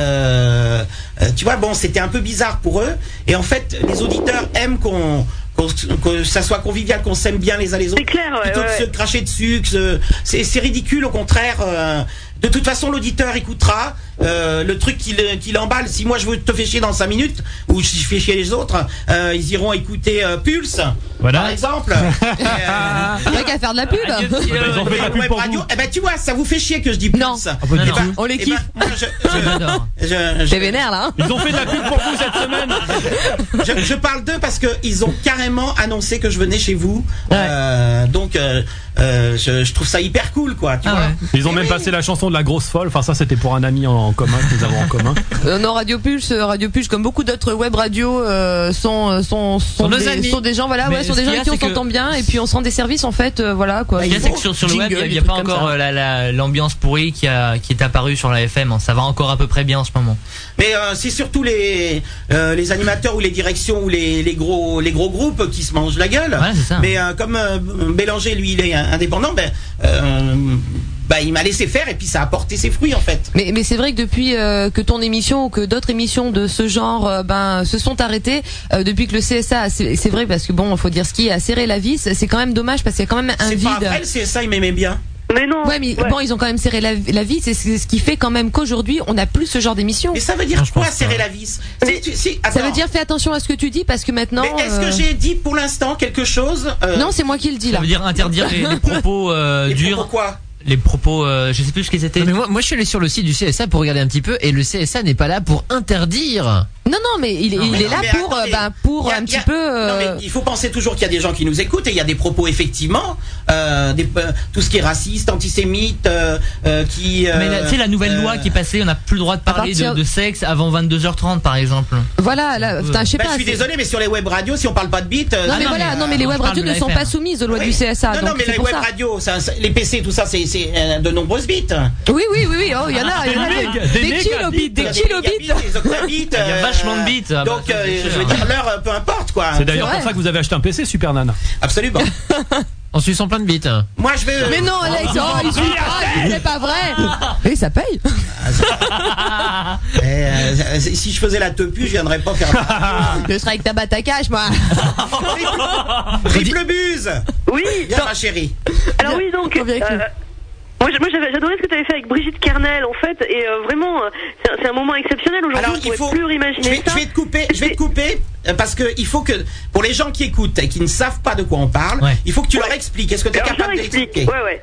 Speaker 4: euh, euh, tu vois, bon, c'était un peu bizarre pour eux. Et en fait, les auditeurs aiment qu'on qu'on- que ça soit convivial, qu'on s'aime bien les uns les autres.
Speaker 10: clair, ouais,
Speaker 4: plutôt que
Speaker 10: ouais,
Speaker 4: se
Speaker 10: ouais.
Speaker 4: cracher dessus. que se- C'est c'est ridicule, au contraire. euh, de toute façon, l'auditeur écoutera euh, le truc qu'il qu'il emballe. Si moi je veux te faire chier dans 5 minutes, ou si je fais chier les autres, euh, ils iront écouter euh, Pulse,
Speaker 9: Voilà.
Speaker 4: par exemple. Et, euh,
Speaker 8: T'as qu'à faire de la pub.
Speaker 9: Eh ben, Ils ont fait la
Speaker 4: et
Speaker 9: pub
Speaker 4: Web
Speaker 9: pour
Speaker 4: Radio.
Speaker 9: vous.
Speaker 4: Eh ben tu vois, ça vous fait chier que je dis Pulse.
Speaker 8: Non.
Speaker 9: Ah, pas du
Speaker 4: Eh
Speaker 9: tout.
Speaker 4: ben,
Speaker 8: On les
Speaker 4: eh ben,
Speaker 8: kiffe.
Speaker 4: moi,
Speaker 8: *laughs*
Speaker 4: je- je-
Speaker 2: J'adore.
Speaker 4: je- je-
Speaker 8: T'es vénère là. hein.
Speaker 9: Ils ont fait de la pub pour vous cette semaine.
Speaker 4: *laughs* je, je parle d'eux parce que ils ont carrément annoncé que je venais chez vous. Euh, donc, euh, euh, je, je trouve ça hyper cool, quoi. Tu
Speaker 2: Ah
Speaker 4: vois. Eh
Speaker 2: ouais.
Speaker 9: Ils ont même passé la chanson de la grosse folle. Enfin, ça, c'était pour un ami en, en commun que nous avons en
Speaker 4: *laughs*
Speaker 9: commun.
Speaker 8: Euh, non, Radio Pulse, euh, Radio Pulse, comme beaucoup d'autres web radios, euh, sont, euh, sont, sont,
Speaker 2: Sont nos
Speaker 8: des,
Speaker 2: amis.
Speaker 8: sont des gens, voilà,
Speaker 2: Mais
Speaker 8: ouais, sont
Speaker 2: ce
Speaker 8: des gens
Speaker 2: qu'il y a,
Speaker 8: avec qui on
Speaker 2: c'est que-
Speaker 8: s'entend bien, et puis on se rend des services, en fait, euh, voilà, quoi.
Speaker 2: Ce qu'il y a, c'est que sur, sur le web,
Speaker 8: Jingle,
Speaker 2: il y a- il
Speaker 8: des
Speaker 2: n'y a,
Speaker 8: trucs
Speaker 2: pas
Speaker 8: comme
Speaker 2: encore
Speaker 8: ça.
Speaker 2: euh, la- la- l'ambiance pourrie qui, a, qui est apparue sur la FM. hein. Ça va encore à peu près bien en ce moment.
Speaker 4: Mais euh, c'est surtout les euh, les animateurs ou les directions ou les, les gros les gros groupes qui se mangent la gueule.
Speaker 2: Ouais, c'est ça.
Speaker 4: Mais euh, comme euh, Bélanger, lui, il est indépendant, ben. euh, bah, il m'a laissé faire et puis ça a porté ses fruits en
Speaker 2: euh,
Speaker 4: fait.
Speaker 8: Mais, mais c'est vrai que depuis euh, que ton émission ou que d'autres émissions de ce genre euh, ben se sont arrêtées, euh, depuis que le CSA, c'est c'est vrai parce que bon, faut dire ce qui a serré la vis, c'est quand même dommage parce qu'il y a quand même un
Speaker 4: C'est pas après,
Speaker 8: vide.
Speaker 4: le CSA, il m'aimait bien.
Speaker 10: Mais non.
Speaker 8: Ouais, mais
Speaker 10: ouais.
Speaker 8: bon, ils ont quand même serré la, la vis, c'est c'est ce qui fait quand même qu'aujourd'hui, on n'a plus ce genre d'émission.
Speaker 4: Mais ça veut dire
Speaker 2: Non, je
Speaker 4: quoi
Speaker 2: pense pas.
Speaker 4: serrer la vis
Speaker 8: Mais
Speaker 4: Si tu- si,
Speaker 8: Ça
Speaker 4: attends.
Speaker 8: veut dire fais attention à ce que tu dis parce que maintenant.
Speaker 4: Mais est-ce que
Speaker 8: euh,
Speaker 4: j'ai dit pour l'instant quelque chose euh,
Speaker 8: Non, c'est moi qui le dis
Speaker 2: Ça
Speaker 8: là.
Speaker 2: veut dire interdire les, les propos euh,
Speaker 4: et
Speaker 2: durs,
Speaker 4: Pourquoi
Speaker 2: les propos, euh, je sais plus ce qu'ils étaient.
Speaker 1: Non, mais moi, moi, je suis allé sur le site du CSA pour regarder un petit peu et le CSA n'est pas là pour interdire.
Speaker 8: *laughs* Non, non, mais il, il
Speaker 4: mais
Speaker 8: est
Speaker 4: non,
Speaker 8: là
Speaker 4: mais
Speaker 8: pour,
Speaker 4: attendez.
Speaker 8: euh, ben, pour
Speaker 4: Il y a-
Speaker 8: un
Speaker 4: il y
Speaker 8: petit
Speaker 4: a-
Speaker 8: peu.
Speaker 4: Non,
Speaker 8: euh,
Speaker 4: mais il faut penser toujours qu'il y a des gens qui nous écoutent et il y a des propos effectivement, euh, des, euh, tout ce qui est raciste, antisémite, euh, euh, qui. euh,
Speaker 2: Mais la- tu sais, la nouvelle
Speaker 4: euh,
Speaker 2: loi qui est passée, on n'a plus le droit de parler de-
Speaker 8: partir-
Speaker 2: de, sexe avant 22h30 par exemple.
Speaker 8: Voilà, là, putain, je sais
Speaker 4: bah,
Speaker 8: pas.
Speaker 4: je suis
Speaker 8: c'est-
Speaker 4: désolé, mais sur les web radios, si on parle pas de bite.
Speaker 8: Non, mais
Speaker 2: Euh, non,
Speaker 8: voilà,
Speaker 2: mais,
Speaker 8: non, mais
Speaker 2: euh,
Speaker 8: les
Speaker 2: on
Speaker 8: web
Speaker 2: parle
Speaker 8: radios
Speaker 2: de
Speaker 8: ne
Speaker 2: la
Speaker 8: sont
Speaker 2: FM.
Speaker 8: pas soumises aux lois du
Speaker 4: Non,
Speaker 8: CSA. donc
Speaker 4: non, mais
Speaker 8: c'est
Speaker 4: les
Speaker 8: pour
Speaker 4: web
Speaker 8: ça.
Speaker 4: radios, ça, ça- les PC, tout ça, c'est c'est, euh, de nombreuses bites.
Speaker 8: Oui, oui, oui, oui, oh, il y en a, il y en a.
Speaker 9: des
Speaker 8: Des,
Speaker 9: mégas
Speaker 8: kilobits,
Speaker 9: bites.
Speaker 8: des
Speaker 4: Il y a
Speaker 8: kilobits.
Speaker 4: mégabites, des octabites.
Speaker 2: Il y a
Speaker 4: euh,
Speaker 2: vachement de bites, ah bah,
Speaker 4: Donc,
Speaker 2: ça, c'est
Speaker 4: euh,
Speaker 2: sûr.
Speaker 9: *laughs*
Speaker 4: je veux dire, l'heure, euh, peu importe, quoi.
Speaker 9: C'est d'ailleurs
Speaker 2: *laughs*
Speaker 8: vrai.
Speaker 9: pour ça que vous avez acheté un PC, Super Nana.
Speaker 4: Absolument.
Speaker 1: en suçant plein de bites.
Speaker 2: hein.
Speaker 4: Moi, je vais.
Speaker 8: Mais non, Alex, oh,
Speaker 4: *laughs*
Speaker 8: il suit pas, c'est pas vrai. Et ça paye.
Speaker 4: Eh, euh, si je faisais la tepue, je viendrais pas faire.
Speaker 8: Je serai avec ta batte à cash, moi.
Speaker 10: *laughs*
Speaker 4: Triple buse
Speaker 10: Oui,
Speaker 4: Viens, ma chérie.
Speaker 10: alors oui, donc.
Speaker 8: Reviens avec nous.
Speaker 10: euh, moi, je- moi, j'avais- j'adorais ce que tu avais fait avec Brigitte Kernel, en fait, et euh, vraiment, euh, c'est un- c'est un moment exceptionnel aujourd'hui.
Speaker 4: Alors
Speaker 10: on
Speaker 4: il
Speaker 10: pourrait
Speaker 4: faut.
Speaker 10: plus
Speaker 4: je, vais,
Speaker 10: imaginer
Speaker 4: je
Speaker 10: ça.
Speaker 4: vais te couper. Je vais te couper euh, parce que il faut que pour les gens qui écoutent et qui ne savent pas de quoi on parle,
Speaker 2: Ouais.
Speaker 4: il faut que tu leur expliques. Est-ce que tu es
Speaker 10: Alors, je leur
Speaker 4: capable
Speaker 10: explique.
Speaker 4: d'expliquer
Speaker 10: Ouais, ouais.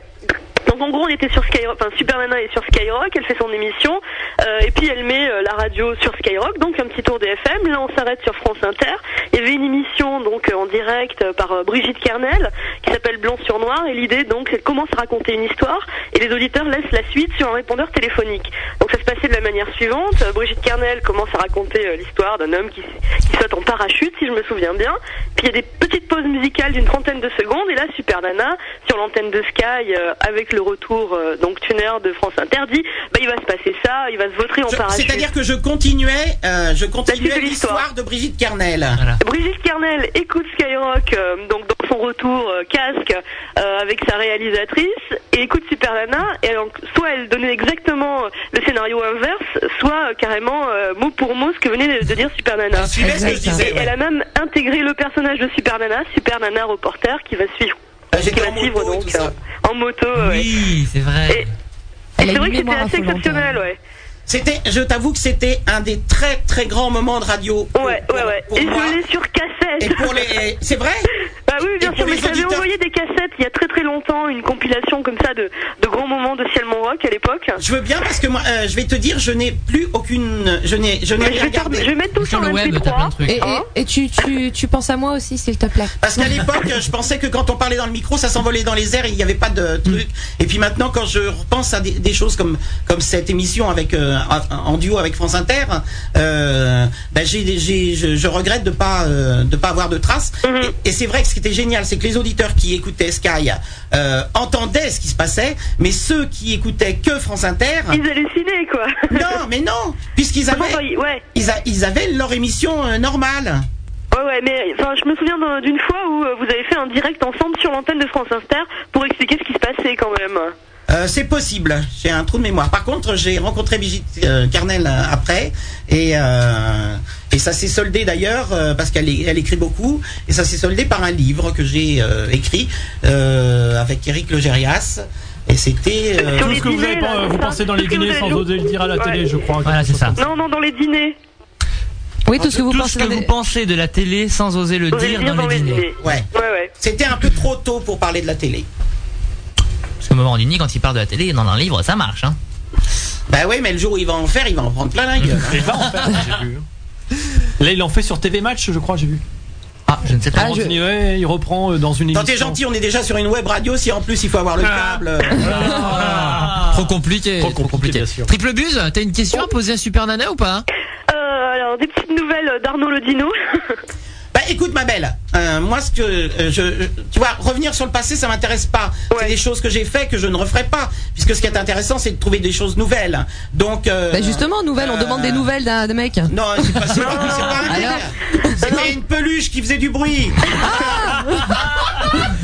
Speaker 10: Donc en gros, on était sur Skyrock, enfin Super Nana est sur Skyrock, elle fait son émission, euh, et puis elle met euh, la radio sur Skyrock, donc un petit tour des FM. Là, on s'arrête sur France Inter. Il y avait une émission donc euh, en direct euh, par euh, Brigitte Kernel qui s'appelle Blanc sur Noir, et l'idée donc c'est de commencer à raconter une histoire, et les auditeurs laissent la suite sur un répondeur téléphonique. Donc ça se passait de la manière suivante. Euh, Brigitte Kernel commence à raconter euh, l'histoire d'un homme qui, qui saute en parachute, si je me souviens bien. Puis il y a des petites pauses musicales d'une trentaine de secondes. Et là, Super Nana, sur l'antenne de Sky, euh, avec le retour euh, donc tuner de France Interdit, bah, il va se passer ça, il va se voter en
Speaker 4: Je-
Speaker 10: parachute.
Speaker 4: C'est-à-dire que je continuais, euh, je
Speaker 10: La
Speaker 4: continuais
Speaker 10: suite de l'histoire.
Speaker 4: l'histoire de Brigitte Kernel.
Speaker 10: Brigitte Kernel écoute Skyrock, euh, donc dans son retour euh, casque euh, avec sa réalisatrice, et écoute Super Nana, et donc, soit elle donnait exactement euh, le scénario inverse, soit euh, carrément euh, mot pour mot ce que venait de de dire Super Nana.
Speaker 4: Tu suivais ce que je
Speaker 8: Exact.
Speaker 4: disais.
Speaker 10: Et elle a même intégré le personnage de Super Nana, Super Nana reporter, qui va suivre.
Speaker 4: Euh, j'étais
Speaker 10: qui va
Speaker 4: en
Speaker 10: suivre
Speaker 4: moto et
Speaker 10: donc
Speaker 4: tout ça.
Speaker 10: euh, en moto. ouais.
Speaker 2: Oui, c'est vrai.
Speaker 10: Et
Speaker 8: Elle a
Speaker 10: C'est vrai
Speaker 8: une
Speaker 10: que c'était
Speaker 8: mémoire
Speaker 10: assez
Speaker 8: affolante,
Speaker 10: exceptionnel,
Speaker 8: hein.
Speaker 10: ouais.
Speaker 4: C'était, je t'avoue que c'était un des très très grands moments de radio. pour-
Speaker 10: Ouais,
Speaker 4: pour-
Speaker 10: ouais, ouais.
Speaker 4: pour
Speaker 10: et
Speaker 4: moi.
Speaker 10: je l'ai sur cassette.
Speaker 4: Et pour
Speaker 10: *laughs*
Speaker 4: les, c'est vrai
Speaker 10: Bah oui, bien
Speaker 4: et pour
Speaker 10: sûr, mais
Speaker 4: les
Speaker 10: j'avais
Speaker 4: auditeurs-
Speaker 10: envoyé des cassettes il y a très très longtemps, une compilation comme ça de, de grands moments de Ciel Mon Rock à l'époque.
Speaker 4: Je veux bien parce que moi, euh, je vais te dire, je n'ai plus aucune, je n'ai, je n'ai
Speaker 10: Mais Je,
Speaker 4: rien
Speaker 10: vais te-
Speaker 4: gardé.
Speaker 10: je vais mettre tout
Speaker 2: Sur
Speaker 10: sur
Speaker 2: le
Speaker 10: le
Speaker 2: web, t'as plein de
Speaker 10: MP3.
Speaker 2: trucs.
Speaker 8: Et, et, et tu, tu, tu penses à moi aussi, s'il te plaît.
Speaker 4: Parce qu'à l'époque, je pensais que quand on parlait dans le micro, ça s'envolait dans les airs, et il n'y avait pas de truc. Et puis maintenant, quand je repense à des, des choses comme comme cette émission avec euh, en duo avec France Inter, euh, ben j'ai, des- j'ai- je, je regrette de pas euh, de pas avoir de traces.
Speaker 10: Mhm.
Speaker 4: Et, et c'est vrai que ce qui était génial, c'est que les auditeurs qui écoutaient Sky euh, entendaient ce qui se passait, mais ceux qui écoutaient que France Inter,
Speaker 10: Ils hallucinaient, quoi.
Speaker 4: non, mais non, puisqu'ils
Speaker 10: Franchement,
Speaker 4: avaient
Speaker 10: ils- ouais.
Speaker 4: ils, a- ils avaient leur émission euh, normale.
Speaker 10: Ouais, ouais, mais enfin, je me souviens d'un- d'une fois où euh, vous avez fait un direct ensemble sur l'antenne de France Inter pour expliquer ce qui se passait quand même.
Speaker 4: Euh, c'est possible. J'ai un trou de mémoire. Par contre, j'ai rencontré Brigitte euh, Carnel euh, après et euh, et ça s'est soldé d'ailleurs euh, parce qu'elle é- elle écrit beaucoup et ça s'est soldé par un livre que j'ai euh, écrit euh, avec Eric Logérias et c'était euh,
Speaker 10: Sur
Speaker 9: Tout
Speaker 10: les
Speaker 9: ce que vous,
Speaker 10: dîners,
Speaker 9: avez,
Speaker 10: là,
Speaker 9: pas-
Speaker 10: c'est
Speaker 9: vous
Speaker 10: ça
Speaker 9: pensez dans
Speaker 10: Tout
Speaker 9: les
Speaker 10: ce que vous
Speaker 9: dîners
Speaker 10: avez
Speaker 9: sans
Speaker 10: lu.
Speaker 9: oser le dire à la
Speaker 10: Ouais.
Speaker 9: télé, je crois.
Speaker 2: Voilà,
Speaker 4: Ah,
Speaker 2: c'est ça.
Speaker 10: Non, non, dans les dîners.
Speaker 8: Oui, tout ce que vous
Speaker 2: Tout
Speaker 8: pensez
Speaker 2: ce
Speaker 8: dans
Speaker 2: que vous
Speaker 8: des-
Speaker 2: pensez de la télé sans oser le
Speaker 10: Vous allez
Speaker 2: dire
Speaker 10: le dire
Speaker 2: dans les dîners.
Speaker 4: ouais.
Speaker 10: Ouais, ouais.
Speaker 4: C'était un peu trop tôt pour parler de la télé.
Speaker 2: Parce que Morandini, quand il parle de la télé dans un livre, ça marche. Hein.
Speaker 4: Bah oui, mais le jour où il va en faire, il va en prendre plein la gueule. hein.
Speaker 9: Et va en faire, j'ai vu. Là, il en fait sur TV Match, je crois, j'ai vu.
Speaker 2: Ah, je ne sais pas.
Speaker 9: il, continue, ouais, il reprend euh, dans une émission. Ah.
Speaker 4: Quand t'es gentil, on est déjà sur une web radio. Si en plus il faut avoir le câble.
Speaker 9: *laughs*
Speaker 4: euh,
Speaker 1: Trop compliqué.
Speaker 9: Trop compliqué, bien sûr.
Speaker 1: Triple buse, t'as une question à poser à Super Nana ou pas
Speaker 10: Euh, alors, des petites nouvelles
Speaker 1: *laughs*
Speaker 10: d'Arnaud Lodino.
Speaker 4: Bah écoute ma belle, euh, moi ce que euh, je, je- tu vois revenir sur le passé ça m'intéresse pas. C'est
Speaker 10: Ouais.
Speaker 4: des choses que j'ai fait que je ne referai pas puisque ce qui est intéressant c'est de trouver des choses nouvelles. Donc euh,
Speaker 8: Bah justement, nouvelles, on
Speaker 4: euh,
Speaker 8: demande des nouvelles d'un d'un mec.
Speaker 4: Non, c'est pas, c'est pas, c'est pas un
Speaker 8: Alors
Speaker 4: mec. C'était une peluche qui faisait du bruit.
Speaker 10: Ah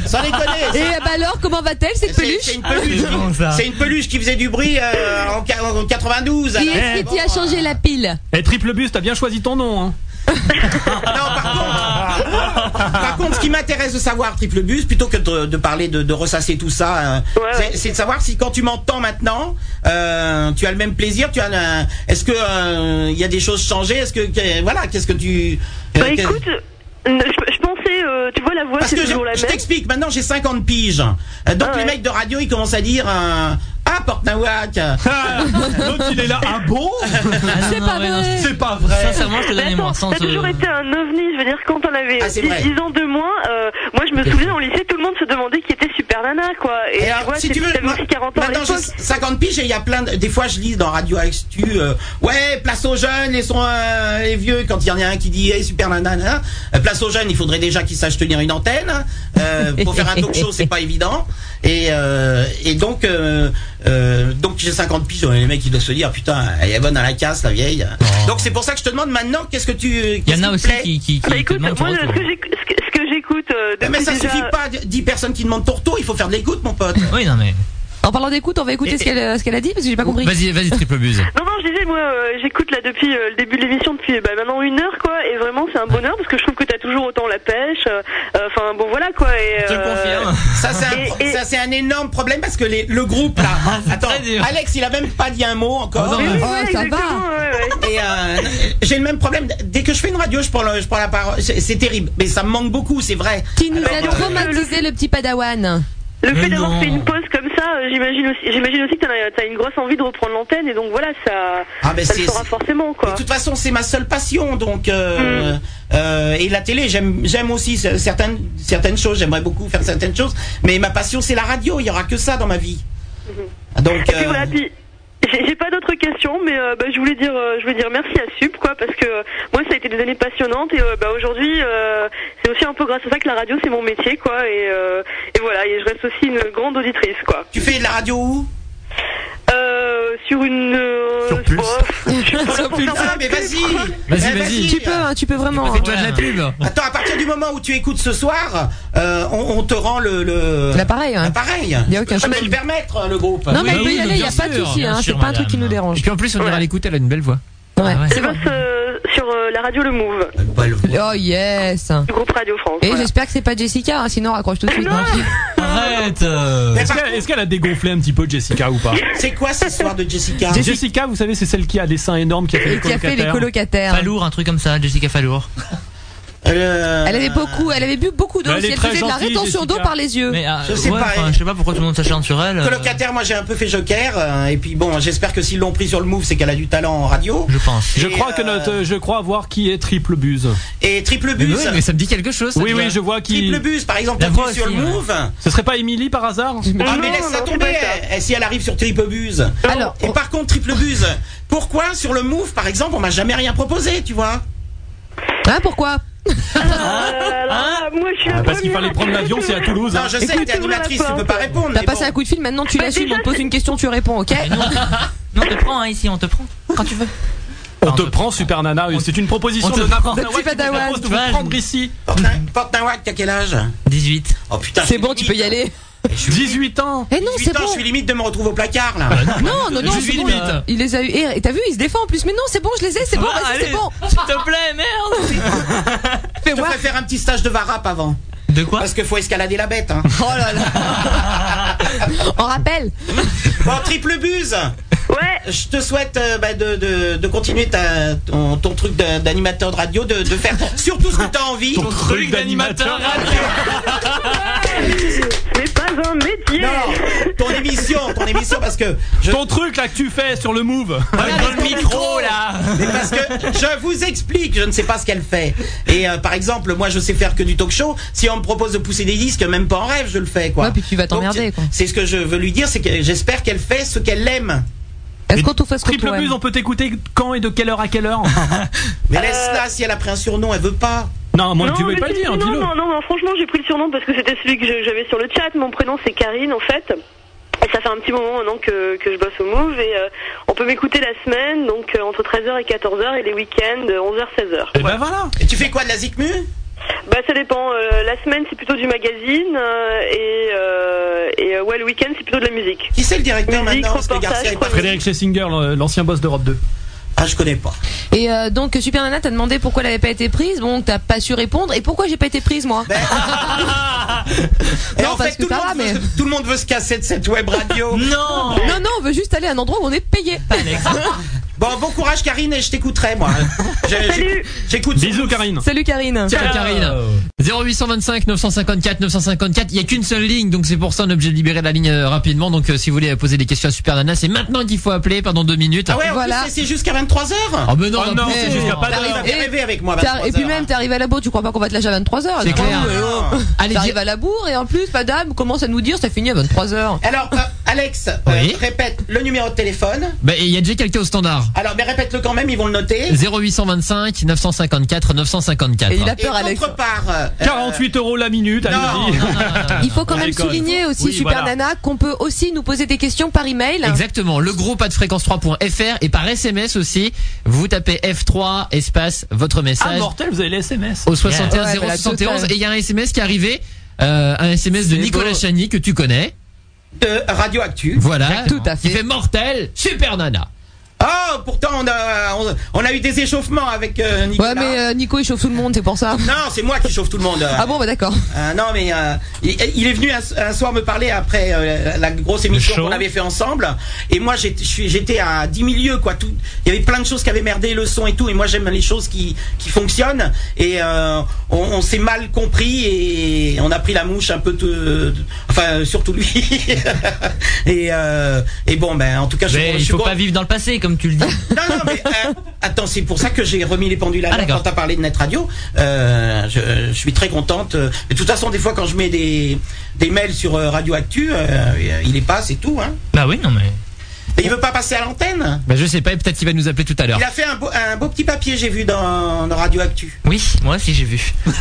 Speaker 4: Sans
Speaker 8: Et
Speaker 4: déconner.
Speaker 8: euh, bah alors, comment va-t-elle cette
Speaker 4: C'est c'est
Speaker 8: peluche
Speaker 4: une peluche.
Speaker 2: C'est bon, ça.
Speaker 4: C'est une peluche qui faisait du bruit euh, en, ca- en 92.
Speaker 8: Qui
Speaker 4: alors.
Speaker 8: est-ce qui t'y a changé la pile
Speaker 9: Et Eh, Triple Bus, t'as bien choisi ton nom. Hein.
Speaker 4: *laughs* Non, par contre, par contre, ce qui m'intéresse de savoir, Triple Bus, plutôt que de, de parler, de, de ressasser tout ça, euh,
Speaker 10: Ouais, ouais.
Speaker 4: c'est- c'est de savoir si quand tu m'entends maintenant, euh, tu as le même plaisir, tu as, un- est-ce que euh, il y a des choses changées, est-ce que, que- voilà, qu'est-ce que tu, euh,
Speaker 10: Bah
Speaker 4: que-
Speaker 10: écoute, ne- je, je pensais, euh, tu vois, la voix
Speaker 4: parce
Speaker 10: c'est
Speaker 4: que je,
Speaker 10: toujours la
Speaker 4: je
Speaker 10: même.
Speaker 4: t'explique, maintenant j'ai 50 piges, Euh, donc
Speaker 10: Ah
Speaker 4: les
Speaker 10: ouais.
Speaker 4: mecs de radio ils commencent à dire, euh, ah Portnawak,
Speaker 9: Ah,
Speaker 4: *laughs*
Speaker 9: *laughs* L'autre, il est là. Ah
Speaker 10: *laughs*
Speaker 9: bon
Speaker 8: C'est pas vrai
Speaker 9: C'est pas vrai.
Speaker 2: Sincèrement, je te
Speaker 10: Mais
Speaker 2: donne les
Speaker 10: attends,
Speaker 2: moins. sans
Speaker 10: t'as
Speaker 2: te-
Speaker 10: toujours été un ovni, je veux dire, quand on avait
Speaker 4: Ah, c'est
Speaker 10: 10,
Speaker 4: vrai.
Speaker 10: 10 ans de moins, euh, moi je me souviens au lycée, tout le monde se demandait qui était Super Nana, quoi. Et,
Speaker 4: Et alors,
Speaker 10: tu vois,
Speaker 4: si
Speaker 10: c'est-
Speaker 4: tu veux,
Speaker 10: t'avais
Speaker 4: moi-
Speaker 10: aussi 40 ans à
Speaker 4: maintenant j'ai
Speaker 10: l'époque.
Speaker 4: 50 piges et il y a plein de, des fois je lis dans Radio Actu, euh, ouais, place aux jeunes, laissons euh, les vieux, quand il y en a un qui dit, hey, super nanana, Euh, place aux jeunes, il faudrait déjà qu'ils sachent tenir une antenne, euh, pour faire un talk show, c'est pas évident, et, euh, et donc, euh, euh, Euh, donc j'ai 50 pigeons et les mecs ils doivent se dire putain elle est bonne à la casse la vieille. Donc c'est pour ça que je te demande maintenant qu'est-ce que tu.
Speaker 2: Il
Speaker 4: qu'est-ce
Speaker 2: y en a
Speaker 4: te
Speaker 2: aussi
Speaker 4: plaît
Speaker 2: qui, qui, qui te
Speaker 10: Bah écoute, moi,
Speaker 2: demandent ton
Speaker 10: ce
Speaker 2: retour.
Speaker 10: que j'éc- ce que- ce que j'écoute euh,
Speaker 4: Ah, Mais
Speaker 10: depuis
Speaker 4: ça
Speaker 10: déjà-
Speaker 4: suffit pas 10 personnes qui demandent ton retour il faut faire de l'écoute mon pote.
Speaker 2: Oui, non, mais.
Speaker 8: En parlant d'écoute, on va écouter ce qu'elle ce qu'elle a dit parce que j'ai pas compris.
Speaker 1: Vas-y, vas-y, triple buse.
Speaker 10: Non, non, je disais, moi, euh, j'écoute là depuis euh, le début de l'émission, depuis bah, maintenant une heure, quoi, et vraiment, c'est un bonheur parce que je trouve que t'as toujours autant la pêche. euh, euh, Enfin, bon, voilà, quoi. Et,
Speaker 2: Je
Speaker 10: euh,
Speaker 2: confirme.
Speaker 4: Ça c'est
Speaker 10: Et-
Speaker 4: un, pro-
Speaker 10: et-
Speaker 4: ça, c'est un énorme problème parce que les- le groupe là.
Speaker 2: *laughs*
Speaker 4: Attends,
Speaker 2: très dur.
Speaker 4: Alex il a même pas dit un mot encore.
Speaker 10: Oui, oui,
Speaker 8: Oh,
Speaker 10: ouais,
Speaker 8: ça va.
Speaker 10: exactement, ouais, ouais.
Speaker 4: Et euh, j'ai le même problème. Dès que je fais une radio, je prends, le- je prends la parole. C'est c'est terrible, mais ça me manque beaucoup, c'est vrai.
Speaker 8: Qui nous a
Speaker 4: Alors, euh,
Speaker 8: traumatisé le petit padawan
Speaker 10: Le
Speaker 2: Mais
Speaker 10: fait d'avoir
Speaker 2: non.
Speaker 10: fait une pause comme ça, euh, j'imagine aussi, j'imagine aussi que t'en as, t'as une grosse envie de reprendre l'antenne, et donc voilà, ça,
Speaker 4: Ah, mais
Speaker 10: ça le
Speaker 4: c'est-
Speaker 10: fera forcément,
Speaker 4: De
Speaker 10: quoi. Mm.
Speaker 4: toute façon, c'est ma seule passion, donc euh, euh, et la télé, j'aime, j'aime aussi ce- certaines certaines choses. J'aimerais beaucoup faire certaines choses, mais ma passion, c'est la radio. Il y aura que ça dans ma vie. Donc
Speaker 10: Mm-hmm. Et puis
Speaker 4: euh,
Speaker 10: voilà, puis j'ai j'ai pas d'autres questions, mais euh, bah, je voulais dire, euh, je voulais dire merci à Sup, quoi, parce que euh, moi ça a été des années passionnantes et euh, bah, aujourd'hui euh, c'est aussi un peu grâce à ça que la radio c'est mon métier, quoi, et, euh, et voilà, et je reste aussi une grande auditrice, quoi.
Speaker 4: tu fais de la radio où
Speaker 10: Euh, sur une euh,
Speaker 9: Sur Pulse.
Speaker 1: *laughs*
Speaker 10: oh, je suis pas là pour faire de la
Speaker 4: Ah, mais
Speaker 10: pub,
Speaker 4: vas-y,
Speaker 10: quoi.
Speaker 1: Vas-y,
Speaker 4: Eh,
Speaker 1: vas-y.
Speaker 8: Tu peux, hein, tu peux vraiment. hein.
Speaker 1: Fais-toi de la pub.
Speaker 4: Attends, à partir du moment où tu écoutes ce soir, euh, on, on te rend le, le...
Speaker 8: L'appareil, hein.
Speaker 4: L'appareil.
Speaker 8: Il y a aucun
Speaker 4: Je peux
Speaker 8: souci.
Speaker 4: le permettre euh, le groupe.
Speaker 8: Non
Speaker 1: Oui,
Speaker 8: mais elle peut
Speaker 1: oui,
Speaker 8: y aller,
Speaker 1: bien
Speaker 8: y a pas de
Speaker 1: sûr,
Speaker 8: souci,
Speaker 2: bien
Speaker 8: hein,
Speaker 2: sûr,
Speaker 8: c'est pas un truc qui nous
Speaker 2: madame.
Speaker 1: Et
Speaker 8: dérange.
Speaker 1: puis en plus, on ira
Speaker 10: Ouais.
Speaker 1: l'écouter, elle a une belle voix.
Speaker 8: Ouais.
Speaker 2: Ah ouais.
Speaker 10: C'est grâce euh, sur euh, la radio Le Move
Speaker 4: Bah, le-
Speaker 8: Oh yes.
Speaker 10: du groupe Radio France.
Speaker 8: Et
Speaker 10: voilà. Ah
Speaker 8: j'espère que c'est pas Jessica, hein, sinon raccroche tout de suite. hein.
Speaker 2: Arrête euh.
Speaker 4: Mais
Speaker 9: Est-ce
Speaker 4: par
Speaker 9: qu'elle est-ce qu'elle a dégonflé un petit peu Jessica ou pas
Speaker 4: C'est quoi cette histoire de Jessica
Speaker 8: Jessica.
Speaker 9: Jessica, vous savez, c'est celle qui a des seins énormes, qui a fait
Speaker 8: Et
Speaker 9: les
Speaker 8: qui a fait les
Speaker 9: colocataires.
Speaker 8: colocataires.
Speaker 2: Falour, un truc comme ça, Jessica Falour.
Speaker 4: Euh,
Speaker 8: Elle avait beaucoup, elle avait bu beaucoup d'eau.
Speaker 9: Bah, elle
Speaker 8: Si
Speaker 9: est
Speaker 8: elle
Speaker 9: très
Speaker 8: faisait de la
Speaker 9: gentille,
Speaker 8: rétention d'eau
Speaker 9: Jessica.
Speaker 8: par les yeux.
Speaker 2: Mais, euh,
Speaker 4: Je sais
Speaker 2: ouais,
Speaker 4: pas,
Speaker 2: enfin,
Speaker 4: elle-
Speaker 2: je sais pas pourquoi tout le monde s'acharne sur elle. euh,
Speaker 4: Colocataire, moi j'ai un peu fait joker. euh, et puis bon, j'espère que s'ils l'ont pris sur le move, c'est qu'elle a du talent en radio.
Speaker 2: Je pense.
Speaker 9: Je
Speaker 4: Et,
Speaker 9: crois que
Speaker 4: euh,
Speaker 9: notre, je crois voir qui est triple buse.
Speaker 4: Et triple
Speaker 1: Mais
Speaker 4: bus.
Speaker 1: oui, mais ça me dit quelque chose. ça,
Speaker 9: Oui,
Speaker 1: tu
Speaker 9: oui,
Speaker 1: vois.
Speaker 9: je vois qui.
Speaker 4: Triple bus, par exemple,
Speaker 2: La
Speaker 4: t'as
Speaker 2: voix
Speaker 4: pris sur
Speaker 2: aussi,
Speaker 4: le
Speaker 2: ouais.
Speaker 4: move.
Speaker 8: hein.
Speaker 9: Ce serait pas Émilie par hasard
Speaker 4: Ah
Speaker 10: Non,
Speaker 4: mais laisse ça
Speaker 10: non, c'est
Speaker 4: tomber.
Speaker 10: pas ça.
Speaker 4: eh, eh, Si elle arrive sur triple buse.
Speaker 8: Ah, Alors,
Speaker 4: Et
Speaker 8: on-
Speaker 4: par contre, triple buse. Pourquoi sur le move, par exemple, on m'a jamais rien proposé, tu vois
Speaker 8: hein, pourquoi
Speaker 10: Euh, alors, Ah, moi je suis la
Speaker 9: Ah, Parce qu'il fallait
Speaker 10: première.
Speaker 9: prendre l'avion, c'est à Toulouse.
Speaker 4: Hein
Speaker 9: hein.
Speaker 4: Non, je sais que
Speaker 10: Écoute,
Speaker 4: t'es animatrice,
Speaker 10: ouvre la
Speaker 4: tu peux pas
Speaker 10: porte.
Speaker 4: répondre.
Speaker 8: T'as
Speaker 4: mais
Speaker 8: passé
Speaker 4: bon.
Speaker 8: un coup de fil, maintenant tu
Speaker 10: Bah,
Speaker 8: l'assumes,
Speaker 10: déjà,
Speaker 8: on te pose une question, tu réponds, ok
Speaker 9: Ah,
Speaker 2: Non, on te prend hein, ici, on te prend quand tu veux.
Speaker 9: On te prend, Super Nana. C'est une proposition
Speaker 2: on te
Speaker 9: de
Speaker 2: prend.
Speaker 9: n'importe
Speaker 8: Le petit
Speaker 9: quoi. qui te
Speaker 8: Padawan.
Speaker 9: propose de vous prendre ici.
Speaker 4: Porte-un- Porte-un t'as quel âge
Speaker 2: 18.
Speaker 4: Oh putain.
Speaker 8: C'est
Speaker 4: je
Speaker 8: bon,
Speaker 4: suis
Speaker 8: tu peux y
Speaker 4: limite. hein.
Speaker 8: aller.
Speaker 4: Je suis
Speaker 9: 18 ans.
Speaker 8: Eh non,
Speaker 4: 18
Speaker 8: c'est
Speaker 4: ans,
Speaker 8: bon.
Speaker 4: je
Speaker 8: Bah
Speaker 4: suis limite de me retrouver au placard
Speaker 9: bah,
Speaker 4: là.
Speaker 8: Non, non, non,
Speaker 2: Je
Speaker 8: c'est
Speaker 2: suis
Speaker 8: bon.
Speaker 2: limite.
Speaker 8: Il les a eu. Et t'as vu, il se défend en plus. Mais non, c'est bon, je les ai, c'est bon,
Speaker 2: Ah,
Speaker 8: vas-y, c'est
Speaker 2: allez,
Speaker 8: bon.
Speaker 2: S'il te plaît, merde.
Speaker 8: *laughs*
Speaker 4: Je
Speaker 8: Fais-moi.
Speaker 4: préfère un petit stage de varap avant.
Speaker 2: De quoi
Speaker 4: Parce que faut escalader la bête. Hein.
Speaker 8: Oh là
Speaker 4: *laughs*
Speaker 8: là. On rappelle.
Speaker 4: Bon, triple buse
Speaker 10: Ouais,
Speaker 4: je te souhaite euh, bah, de, de, de continuer ta, ton, ton truc d'a- d'animateur de radio, de, de faire surtout ce que t'as envie.
Speaker 9: Ton truc d'animateur.
Speaker 10: c'est pas un métier.
Speaker 4: Non, ton émission, ton émission, parce que je,
Speaker 9: Ton truc là que tu fais sur le move.
Speaker 2: Dans le micro là.
Speaker 4: Mais parce que je vous explique, je ne sais pas ce qu'elle fait. Et euh, par exemple, moi, je sais faire que du talk-show. Si on me propose de pousser des disques, même pas en rêve, je le fais, quoi.
Speaker 8: Ouais, puis tu vas t'emmerder,
Speaker 4: Donc,
Speaker 8: quoi.
Speaker 4: C'est ce que je veux lui dire, c'est que j'espère qu'elle fait ce qu'elle aime.
Speaker 8: Est-ce qu'on te fait ce qu'on
Speaker 9: Triple
Speaker 8: toi
Speaker 9: buse, on peut t'écouter quand et de quelle heure à quelle heure
Speaker 4: Mais laisse-la, si elle a pris un surnom, elle veut pas.
Speaker 9: *laughs* Non, Ah, moi tu veux
Speaker 10: mais
Speaker 9: pas le
Speaker 10: si,
Speaker 9: dire,
Speaker 10: non,
Speaker 9: dis-le.
Speaker 10: non, non, non, franchement, j'ai pris le surnom parce que c'était celui que je- j'avais sur le chat. Mon prénom, c'est Karine, en fait. Et ça fait un petit moment maintenant que, que je bosse au Move et euh, on peut m'écouter la semaine, donc euh, entre 13h et 14h et les week-ends, euh, 11h-16h.
Speaker 9: Et ben voilà.
Speaker 4: Et tu fais quoi de la zikmu
Speaker 10: Bah ça dépend, euh, la semaine c'est plutôt du magazine euh, et, euh, et euh, ouais le week-end c'est plutôt de la musique.
Speaker 4: Qui c'est le directeur
Speaker 10: Musique,
Speaker 4: maintenant Parce que
Speaker 10: reportage,
Speaker 4: Garcia est
Speaker 10: chronique.
Speaker 4: parti.
Speaker 9: Frédéric Schlesinger, l'ancien boss d'Europe 2.
Speaker 4: Ah, je connais pas.
Speaker 8: Et euh, donc, Super Nana t'as demandé pourquoi elle avait pas été prise. Bon, t'as pas su répondre. Et pourquoi j'ai pas été prise, moi
Speaker 4: Ben, Et
Speaker 8: Non,
Speaker 4: en
Speaker 8: parce
Speaker 4: fait,
Speaker 8: que
Speaker 4: tout le,
Speaker 8: ça
Speaker 4: monde
Speaker 8: va,
Speaker 4: veut, tout le monde veut se casser de cette web radio.
Speaker 2: Non.
Speaker 8: Non, non, on veut juste aller à un endroit où on est payé.
Speaker 4: bon, bon courage, Karine, et je t'écouterai, moi. Je- j'écoute- J'écoute.
Speaker 9: Bisous Karine.
Speaker 8: Salut, Karine.
Speaker 1: Tiens, Karine. 0825 954 954. Il y a qu'une seule ligne, donc c'est pour ça on est obligé de libérer la ligne euh, rapidement. Donc euh, si vous voulez euh, poser des questions à Super Nana, c'est maintenant qu'il faut appeler. Pendant deux minutes.
Speaker 4: Ah ouais, en
Speaker 8: Voilà.
Speaker 4: plus, c'est c'est jusqu'à 23h
Speaker 1: Ah ben non,
Speaker 9: Oh non,
Speaker 1: mais-
Speaker 9: c'est jusqu'à pas
Speaker 4: Il va
Speaker 9: d'heure.
Speaker 4: bien
Speaker 8: Et-
Speaker 4: rêver avec moi.
Speaker 8: T'as-
Speaker 4: 23
Speaker 8: Et puis
Speaker 4: heures,
Speaker 8: même,
Speaker 4: hein.
Speaker 8: t'es arrivé à la bourre, tu crois pas qu'on va te lâcher à 23h
Speaker 1: C'est clair.
Speaker 4: Oh, non.
Speaker 1: Allez,
Speaker 8: T'arrives à la bourre et en plus, madame commence à nous dire ça finit à 23h.
Speaker 4: Alors, euh, Alex, euh,
Speaker 1: Oui.
Speaker 4: répète le numéro de téléphone.
Speaker 1: Bah, il y a déjà quelqu'un au standard.
Speaker 4: Alors, mais répète-le quand même, ils vont le noter.
Speaker 1: 0825 954 954.
Speaker 8: Et il a
Speaker 4: Et
Speaker 8: peur, Alex.
Speaker 4: d'autre part, euh,
Speaker 9: 48 euros la minute,
Speaker 4: Non.
Speaker 9: *laughs* allez-y.
Speaker 8: Il faut quand
Speaker 1: Ah,
Speaker 9: Je
Speaker 8: même
Speaker 9: déconne.
Speaker 8: souligner aussi,
Speaker 9: Oui,
Speaker 8: Super
Speaker 9: voilà.
Speaker 8: Nana, qu'on peut aussi nous poser des questions par email.
Speaker 1: Exactement, le groupe de fréquence 3.fr et par SMS aussi, vous tapez F3 espace votre
Speaker 9: Ah,
Speaker 1: message
Speaker 9: mortel, vous avez les SMS.
Speaker 1: au 61
Speaker 8: Ouais,
Speaker 4: bah,
Speaker 8: voilà,
Speaker 1: 071
Speaker 8: total.
Speaker 1: et il y a un SMS qui est arrivé euh, un SMS de
Speaker 2: C'est
Speaker 1: Nicolas
Speaker 2: beau.
Speaker 1: Chani que tu connais.
Speaker 4: de Radio Actu.
Speaker 1: Voilà,
Speaker 8: Ah, Tout à
Speaker 1: qui
Speaker 8: fait.
Speaker 1: fait mortel, super nana.
Speaker 4: Oh, pourtant, on a, on, on a eu des échauffements avec euh, Nicolas.
Speaker 8: Ouais, mais euh, Nico, il chauffe tout le monde, c'est pour ça.
Speaker 4: Non, c'est moi qui chauffe tout le monde.
Speaker 8: Ah bon, bah d'accord.
Speaker 4: Euh, non, mais euh, il, il est venu un, un soir me parler après euh, la, la grosse émission
Speaker 9: show.
Speaker 4: qu'on avait fait ensemble. Et moi, j'étais- je suis- j'étais à 10 000 lieues, quoi. Tout, il y avait plein de choses qui avaient merdé, le son et tout. Et moi, j'aime les choses qui, qui fonctionnent. Et euh, on, on s'est mal compris et on a pris la mouche un peu, tout- enfin, surtout lui. *laughs* et, euh, et bon, ben, en tout cas, je,
Speaker 2: Mais
Speaker 4: je
Speaker 2: il
Speaker 4: suis
Speaker 2: faut
Speaker 4: con-
Speaker 2: pas vivre dans le passé, comme tu le dis.
Speaker 4: non, non, mais euh, attends, c'est pour ça que j'ai remis les pendules à
Speaker 2: Ah,
Speaker 4: l'heure
Speaker 2: d'accord.
Speaker 4: quand t'as parlé de Net Radio. Euh, je, je suis très contente. Euh, De toute façon, des fois, quand je mets des, des mails sur euh, Radio Actu, euh, il les passe et tout. Hein.
Speaker 2: bah oui, non mais.
Speaker 4: Et il veut pas passer à l'antenne.
Speaker 1: Bah je sais pas, et peut-être qu'il va nous appeler tout à l'heure.
Speaker 4: Il a fait un beau, un beau petit papier, j'ai vu dans, dans Radio Actu.
Speaker 2: Oui, moi aussi j'ai vu.
Speaker 1: On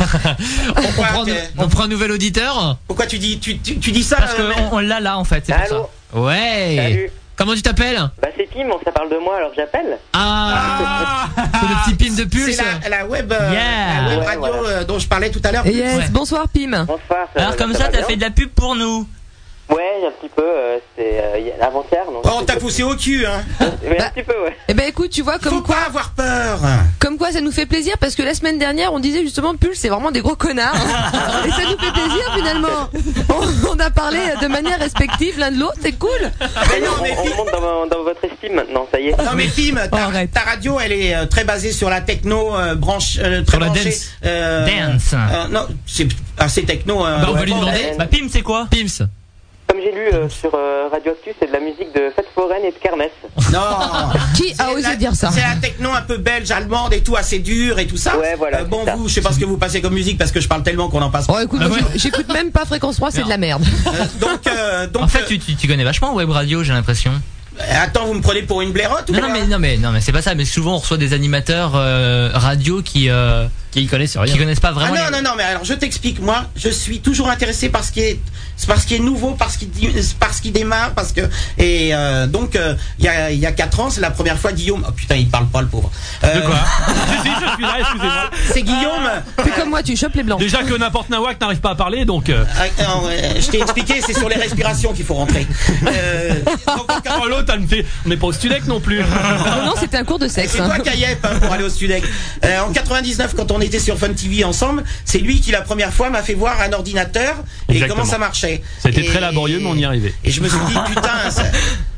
Speaker 4: Pourquoi,
Speaker 1: prend,
Speaker 4: que-
Speaker 1: on prend un nouvel auditeur
Speaker 4: pourquoi tu dis tu, tu, tu dis ça
Speaker 2: Parce
Speaker 4: euh,
Speaker 2: qu'on on, l'a là en fait, c'est pour ça.
Speaker 5: Allô
Speaker 1: Ouais.
Speaker 5: Salut.
Speaker 1: Comment tu t'appelles
Speaker 5: Bah c'est Pim, ça parle de moi alors j'appelle.
Speaker 4: *laughs*
Speaker 1: Ah, c'est le petit pin de
Speaker 4: C'est
Speaker 1: pulse.
Speaker 4: la, la web, euh,
Speaker 2: Yeah.
Speaker 4: la web
Speaker 5: Ouais,
Speaker 4: radio
Speaker 5: voilà.
Speaker 4: euh, dont je parlais tout à l'heure.
Speaker 8: Yes,
Speaker 2: Ouais.
Speaker 8: bonsoir Pim.
Speaker 5: Bonsoir.
Speaker 2: Alors comme
Speaker 4: Ah,
Speaker 2: ça,
Speaker 5: va
Speaker 2: t'as
Speaker 4: bah,
Speaker 5: bien
Speaker 2: fait de la pub pour nous.
Speaker 5: Ouais, un petit peu. euh, c'est euh, y- avant-hier. donc-
Speaker 4: Oh, on t'a poussé au cul. Hein.
Speaker 5: *laughs* Mais
Speaker 8: Bah.
Speaker 5: un petit peu, ouais.
Speaker 8: Eh ben écoute, tu vois,
Speaker 4: Faut
Speaker 8: comme quoi,
Speaker 4: pas avoir peur.
Speaker 8: comme quoi ça nous fait plaisir parce que la semaine dernière, on disait justement, Pulse, c'est vraiment des gros connards.
Speaker 4: *laughs*
Speaker 8: hein. Et ça nous fait plaisir finalement. On, on a parlé de manière respective l'un de l'autre, c'est cool.
Speaker 4: Mais non,
Speaker 5: On,
Speaker 4: mais
Speaker 5: on
Speaker 4: Pim-
Speaker 5: remonte dans, ma- dans votre estime maintenant, ça y est.
Speaker 4: Non mais Pim, ta,
Speaker 8: Arrête.
Speaker 4: ta radio elle est euh, très basée sur la techno euh, branche euh, très
Speaker 1: Sur la
Speaker 4: branchée,
Speaker 1: dance.
Speaker 4: euh,
Speaker 2: Dance.
Speaker 4: euh, non, c'est assez techno. euh,
Speaker 1: Bah, on va lui
Speaker 4: ouais.
Speaker 1: demander.
Speaker 2: Bah Pim, c'est quoi
Speaker 1: Pimps.
Speaker 5: Comme j'ai lu euh, sur euh, Radio Actu, c'est de la musique de fête foraine et de kermesse.
Speaker 4: Non.
Speaker 8: Qui a
Speaker 4: C'est
Speaker 8: osé
Speaker 4: la-
Speaker 8: dire ça
Speaker 4: *laughs* C'est la techno un peu belge, allemande et tout assez dur et tout ça.
Speaker 5: Ouais, voilà,
Speaker 4: Euh, bon
Speaker 5: c'est ça.
Speaker 4: vous, je sais pas ce que vous passez comme musique parce que je parle tellement qu'on en passe. pas.
Speaker 8: Oh écoute,
Speaker 1: Ah
Speaker 8: moi,
Speaker 1: ouais.
Speaker 8: j'écoute même pas Fréquence 3, c'est de la merde.
Speaker 4: Euh, donc euh, donc
Speaker 2: En fait,
Speaker 4: euh,
Speaker 2: tu, tu, tu connais vachement Web Radio, j'ai l'impression.
Speaker 4: attends, vous me prenez pour une blairotte ou
Speaker 2: Non, non,
Speaker 4: quoi
Speaker 2: mais, non, mais, non, mais c'est pas ça. Mais souvent, on reçoit des animateurs euh, radio qui, euh,
Speaker 1: Qui connaissent
Speaker 2: qui
Speaker 1: rien.
Speaker 2: connaissent pas
Speaker 4: Ah
Speaker 2: vraiment.
Speaker 4: non,
Speaker 2: les-
Speaker 4: non, non, mais alors je t'explique, moi, je suis toujours intéressé par ce qui est, par ce qui est nouveau, par ce qui, di- par ce qui démarre, parce que, et euh, donc, euh, il y, a, il y a 4 ans, c'est la première fois Guillaume, oh putain, il parle pas le pauvre. Euh,
Speaker 9: De
Speaker 4: *laughs*
Speaker 9: quoi Si, si, je suis là, excusez-moi.
Speaker 4: C'est Guillaume,
Speaker 8: Fais comme moi, tu chopes les blancs.
Speaker 9: Déjà que n'importe Nawak n'arrive pas à parler, donc. euh,
Speaker 4: euh, euh, je t'ai expliqué, c'est sur les respirations qu'il faut rentrer. Euh,
Speaker 9: *laughs*
Speaker 4: donc, en
Speaker 9: Oh, l'autre, elle me fait. On n'est pas au Studec non
Speaker 4: *laughs*
Speaker 9: plus.
Speaker 8: Non, non, c'était un cours de sexe.
Speaker 4: C'est
Speaker 8: hein.
Speaker 4: toi qui aïep, hein, pour aller au Studec. Euh, en 99, quand on était sur Fun TV ensemble, c'est lui qui la première fois m'a fait voir un ordinateur et
Speaker 9: Exactement.
Speaker 4: comment ça marchait.
Speaker 9: C'était
Speaker 4: Et-
Speaker 9: très laborieux, mais on y arrivait.
Speaker 4: Et je me suis dit
Speaker 9: *laughs*
Speaker 4: putain, ça-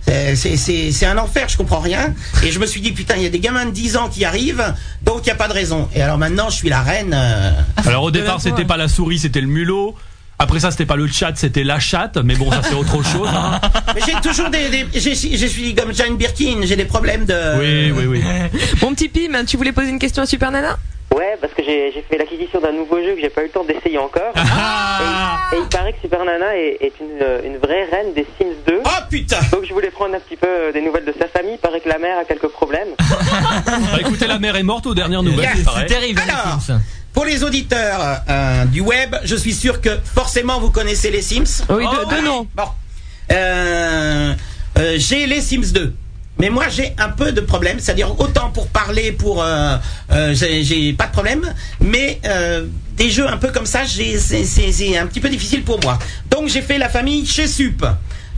Speaker 4: c'est- c'est- c'est c'est un enfer, je comprends rien. Et je me suis dit putain, il y a des gamins de 10 ans qui arrivent, donc il n'y a pas de raison. Et alors maintenant, je suis la reine. euh,
Speaker 9: Alors au départ,
Speaker 4: *laughs*
Speaker 9: c'était pas la souris, c'était le mulot. Après ça, c'était pas le chat, c'était la chatte. Mais bon, ça c'est autre
Speaker 4: *laughs*
Speaker 9: chose. hein.
Speaker 4: Mais j'ai toujours des, des j'ai- je suis comme Jane Birkin, j'ai des problèmes de.
Speaker 9: Oui, oui,
Speaker 4: *laughs*
Speaker 9: oui.
Speaker 8: Mon petit Pim, hein, tu voulais poser une question à Super Nana
Speaker 5: Ouais, parce que j'ai j'ai fait l'acquisition d'un nouveau jeu que j'ai pas eu le temps d'essayer encore.
Speaker 4: Ah.
Speaker 5: Et, et il paraît que Super Nana est, est une, euh, une vraie reine des Sims 2.
Speaker 4: Oh putain.
Speaker 5: Donc je voulais prendre un petit peu euh, des nouvelles de sa famille. Il paraît que la mère a quelques problèmes.
Speaker 9: Bah, écoutez, la mère est morte aux dernières nouvelles.
Speaker 4: Yeah.
Speaker 9: il paraît.
Speaker 2: C'est terrible, hein,
Speaker 4: Alors.
Speaker 2: les Sims.
Speaker 4: Pour les auditeurs euh, du web, je suis sûr que forcément vous connaissez les Sims. Oh,
Speaker 8: Oui, de- de nom.
Speaker 4: Bon, Euh, euh, j'ai les Sims 2. Mais moi j'ai un peu de problème, c'est-à-dire autant pour parler, pour euh, euh, j'ai j'ai pas de problème, mais euh, des jeux un peu comme ça, j'ai- c'est c'est- c'est un petit peu difficile pour moi. Donc j'ai fait la famille chez Sup.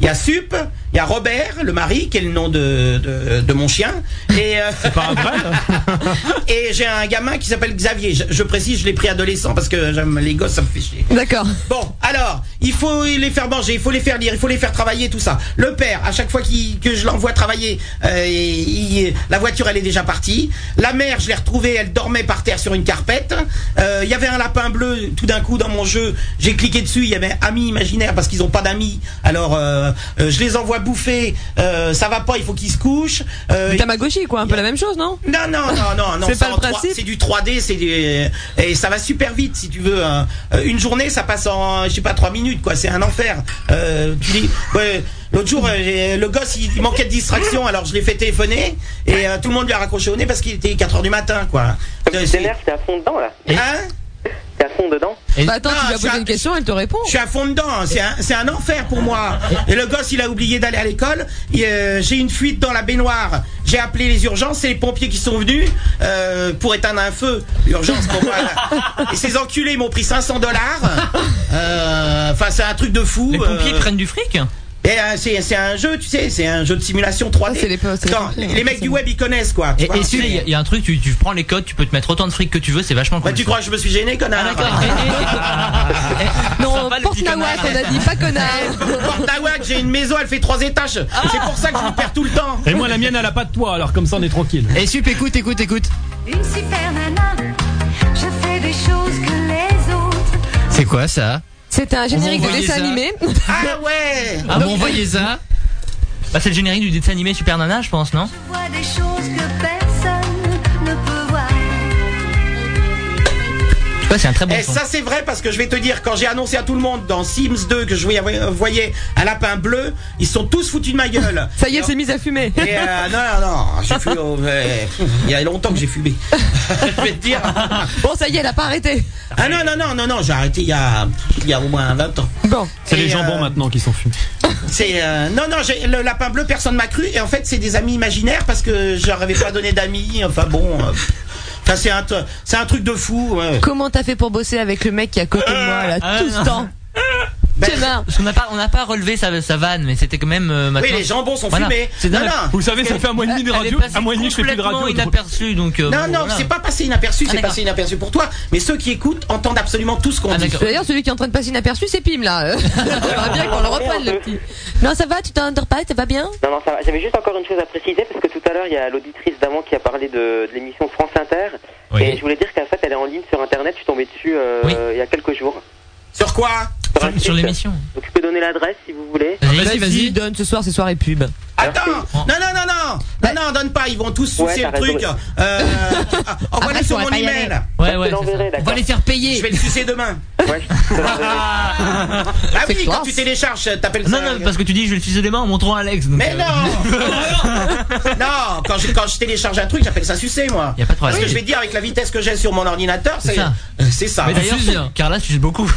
Speaker 4: Il y a Sup, il y a Robert, le mari, qui est le nom de, de, de mon chien, et euh,
Speaker 9: Pas un vrai,
Speaker 4: *laughs*
Speaker 9: là.
Speaker 4: et j'ai un gamin qui s'appelle Xavier. Je, je précise, je l'ai pris adolescent parce que j'aime les gosses, ça me fait chier.
Speaker 8: D'accord.
Speaker 4: Bon, alors, il faut les faire manger, il faut les faire lire, il faut les faire travailler, tout ça. Le père, à chaque fois qu'il- que je l'envoie travailler, euh, il- la voiture, elle est déjà partie. La mère, je l'ai retrouvée, elle dormait par terre sur une carpette. Euh, Il y avait un lapin bleu, tout d'un coup, dans mon jeu. J'ai cliqué dessus, il y avait ami imaginaire parce qu'ils n'ont pas d'amis. Alors, euh, euh, je les envoie bouffer, euh, ça va pas, il faut qu'ils se couchent. Euh,
Speaker 8: Tamagotchi, quoi, un peu la même chose, non
Speaker 4: non, non, non, non, non.
Speaker 8: C'est
Speaker 4: ça
Speaker 8: pas
Speaker 4: en
Speaker 8: le
Speaker 4: 3
Speaker 8: principe.
Speaker 4: C'est du 3D, c'est du... et ça va super vite si tu veux. hein. Euh, Une journée, ça passe en, je sais pas, 3 minutes, quoi. C'est un enfer. Euh, tu dis, ouais, L'autre jour, euh, j'ai- le gosse, il, il manquait de distraction, alors je l'ai fait téléphoner et euh, tout le monde lui a raccroché au nez parce qu'il était 4h du matin, quoi.
Speaker 5: Tu t'énerves, t'es à fond dedans là.
Speaker 4: Hein
Speaker 5: T'es à fond dedans.
Speaker 8: Bah attends,
Speaker 4: Non,
Speaker 8: tu lui
Speaker 4: je
Speaker 8: as
Speaker 4: suis
Speaker 8: posé
Speaker 4: un-
Speaker 8: une question, elle te répond.
Speaker 4: Je suis à fond dedans, hein. c'est un, c'est un enfer pour moi. Et le gosse, il a oublié d'aller à l'école. Il, euh, J'ai une fuite dans la baignoire. J'ai appelé les urgences, c'est les pompiers qui sont venus euh, pour éteindre un feu. Urgence pour moi. là. Et ces enculés m'ont pris 500 dollars. Enfin, c'est un truc de fou.
Speaker 2: Les pompiers
Speaker 4: euh,
Speaker 2: prennent du fric
Speaker 4: et, euh, c'est c'est un jeu, tu sais, c'est un jeu de simulation 3D.
Speaker 8: Ah, c'est les po- c'est les
Speaker 4: Attends,
Speaker 8: pompiers, hein.
Speaker 4: les,
Speaker 8: ouais,
Speaker 4: mecs
Speaker 8: c'est
Speaker 4: du
Speaker 8: ça.
Speaker 4: web, ils connaissent quoi. tu
Speaker 2: Et,
Speaker 4: vois.
Speaker 2: et si il y, a- il y a un truc, tu, tu prends les codes, tu peux te mettre autant de fric que tu veux, c'est vachement cool. Ah,
Speaker 4: Bah, tu crois que je me suis gêné, connard *laughs*
Speaker 8: Ah.
Speaker 2: Eh,
Speaker 8: Non, porte Nawak, on a dit, pas connard. Ah.
Speaker 4: Portawak, j'ai une maison, elle fait trois étages. C'est pour ça que je me perds tout le temps.
Speaker 9: Et moi, la mienne, elle a pas de toit, alors comme ça, on est tranquille.
Speaker 1: Et sup, écoute, écoute, écoute.
Speaker 11: *laughs* Une super nana, je fais des choses que les autres.
Speaker 1: C'est quoi ça
Speaker 8: C'est un générique de
Speaker 1: envoyer
Speaker 8: dessin
Speaker 1: ça.
Speaker 8: animé.
Speaker 4: Ah
Speaker 8: *laughs*
Speaker 4: ouais
Speaker 1: Ah bon, voyez ça
Speaker 2: Bah, c'est le générique du dessin animé Super Nana, je pense, non
Speaker 11: Je vois des choses que personne ne peut voir.
Speaker 2: Je sais pas, c'est un très bon
Speaker 4: Et
Speaker 2: son.
Speaker 4: Eh, ça c'est vrai parce que je vais te dire quand j'ai annoncé à tout le monde dans Sims 2 que je voyais- voyais un lapin bleu, ils sont tous foutus de ma gueule.
Speaker 8: *laughs* Ça y est, elle s'est mise à fumer.
Speaker 4: Et euh, non non non, j'ai fumé au- euh, pff, il y a longtemps que j'ai
Speaker 8: *laughs*
Speaker 4: fumé. je vais te dire.
Speaker 8: Bon, ça y est, elle a pas arrêté.
Speaker 4: Ah non non non non non, j'ai arrêté il y a il y a au moins 20 ans.
Speaker 8: Bon.
Speaker 9: C'est les
Speaker 4: Et,
Speaker 9: jambons
Speaker 4: euh,
Speaker 9: maintenant qui sont fumés.
Speaker 4: C'est euh, non non, j'ai- le lapin bleu personne m'a cru et en fait c'est des amis imaginaires parce que je leur avais pas donné d'amis, enfin bon euh, pff. Enfin, c'est un, t- c'est un truc de fou. ouais.
Speaker 8: Comment t'as fait pour bosser avec le mec qui est à côté de moi, là,
Speaker 2: Ah,
Speaker 9: Euh,
Speaker 8: tout ce
Speaker 2: non.
Speaker 8: temps
Speaker 4: Bah, Ben,
Speaker 8: T'es marre.
Speaker 2: Parce qu'on n'a pas, on n'a pas relevé sa, sa vanne, mais c'était quand même euh,
Speaker 4: Oui,
Speaker 2: maintenant.
Speaker 4: les jambons sont
Speaker 2: Voilà.
Speaker 4: fumés.
Speaker 2: C'est
Speaker 4: Non,
Speaker 2: dingue.
Speaker 4: non.
Speaker 9: Vous savez, ça fait un mois et demi de
Speaker 2: Elle est
Speaker 9: radio,
Speaker 2: passée
Speaker 9: un mois et demi que je fais plus de
Speaker 2: complètement
Speaker 9: radio.
Speaker 2: inaperçue, donc. euh,
Speaker 4: Non,
Speaker 2: bon,
Speaker 4: non,
Speaker 2: voilà.
Speaker 4: c'est pas passé inaperçu,
Speaker 2: Ah,
Speaker 4: c'est
Speaker 2: d'accord.
Speaker 4: passé inaperçu pour toi, mais ceux qui écoutent entendent absolument tout ce qu'on
Speaker 2: Ah,
Speaker 4: dit.
Speaker 2: d'accord.
Speaker 8: D'ailleurs, celui qui est en train de passer inaperçu, c'est
Speaker 1: *laughs*
Speaker 8: Pim, là. Faudra bien qu'on le reprenne, le petit. Non, ça va, tu t'endors pas, t'es pas bien
Speaker 5: Non, non, ça va. J'avais juste encore une chose à préciser parce que tout à l'heure, il y a l'auditrice d'avant qui a parlé de, de l'émission France Inter.
Speaker 2: Oui.
Speaker 5: Et je voulais dire qu'en fait, elle est en ligne sur Internet. Je suis tombé dessus euh,
Speaker 2: Oui.
Speaker 5: il y a quelques jours.
Speaker 4: Sur quoi
Speaker 5: un
Speaker 2: Sur,
Speaker 5: site.
Speaker 2: sur l'émission.
Speaker 5: Donc, je peux donner l'adresse si vous voulez.
Speaker 1: Vas-y, vas-y.
Speaker 8: donne ce soir, c'est soir les pubs.
Speaker 4: Attends
Speaker 5: Merci.
Speaker 4: Non, non, non, non Non, non, donne pas, ils vont tous
Speaker 5: Ouais,
Speaker 4: sucer
Speaker 5: t'as
Speaker 4: le truc.
Speaker 5: raison.
Speaker 4: Euh, ah, Envoie-le
Speaker 8: Après,
Speaker 4: sur
Speaker 8: on
Speaker 4: mon
Speaker 8: pourrait pas y
Speaker 4: email.
Speaker 2: Ouais,
Speaker 5: Je
Speaker 2: ouais.
Speaker 5: te
Speaker 2: c'est ça.
Speaker 5: l'enverrai,
Speaker 1: On va
Speaker 5: d'accord
Speaker 1: les faire payer.
Speaker 4: Je vais le sucer demain.
Speaker 5: Ouais, je te l'enverrai.
Speaker 4: Ah oui, quand
Speaker 8: classe.
Speaker 4: tu télécharges, t'appelles ça. euh,
Speaker 2: Non, non, parce que tu dis, je vais le sucer des mains en montrant Alex. donc,
Speaker 4: Mais
Speaker 2: euh, *laughs*
Speaker 4: non Non, quand je, quand je télécharge un truc, j'appelle ça sucer, moi.
Speaker 2: Y a pas de
Speaker 4: Parce
Speaker 2: problème.
Speaker 4: que je vais te dire, avec la vitesse que j'ai sur mon ordinateur,
Speaker 2: C'est
Speaker 4: c'est euh,
Speaker 2: ça.
Speaker 4: c'est ça.
Speaker 2: Mais
Speaker 1: suce bien.
Speaker 2: d'ailleurs, Carla suce beaucoup.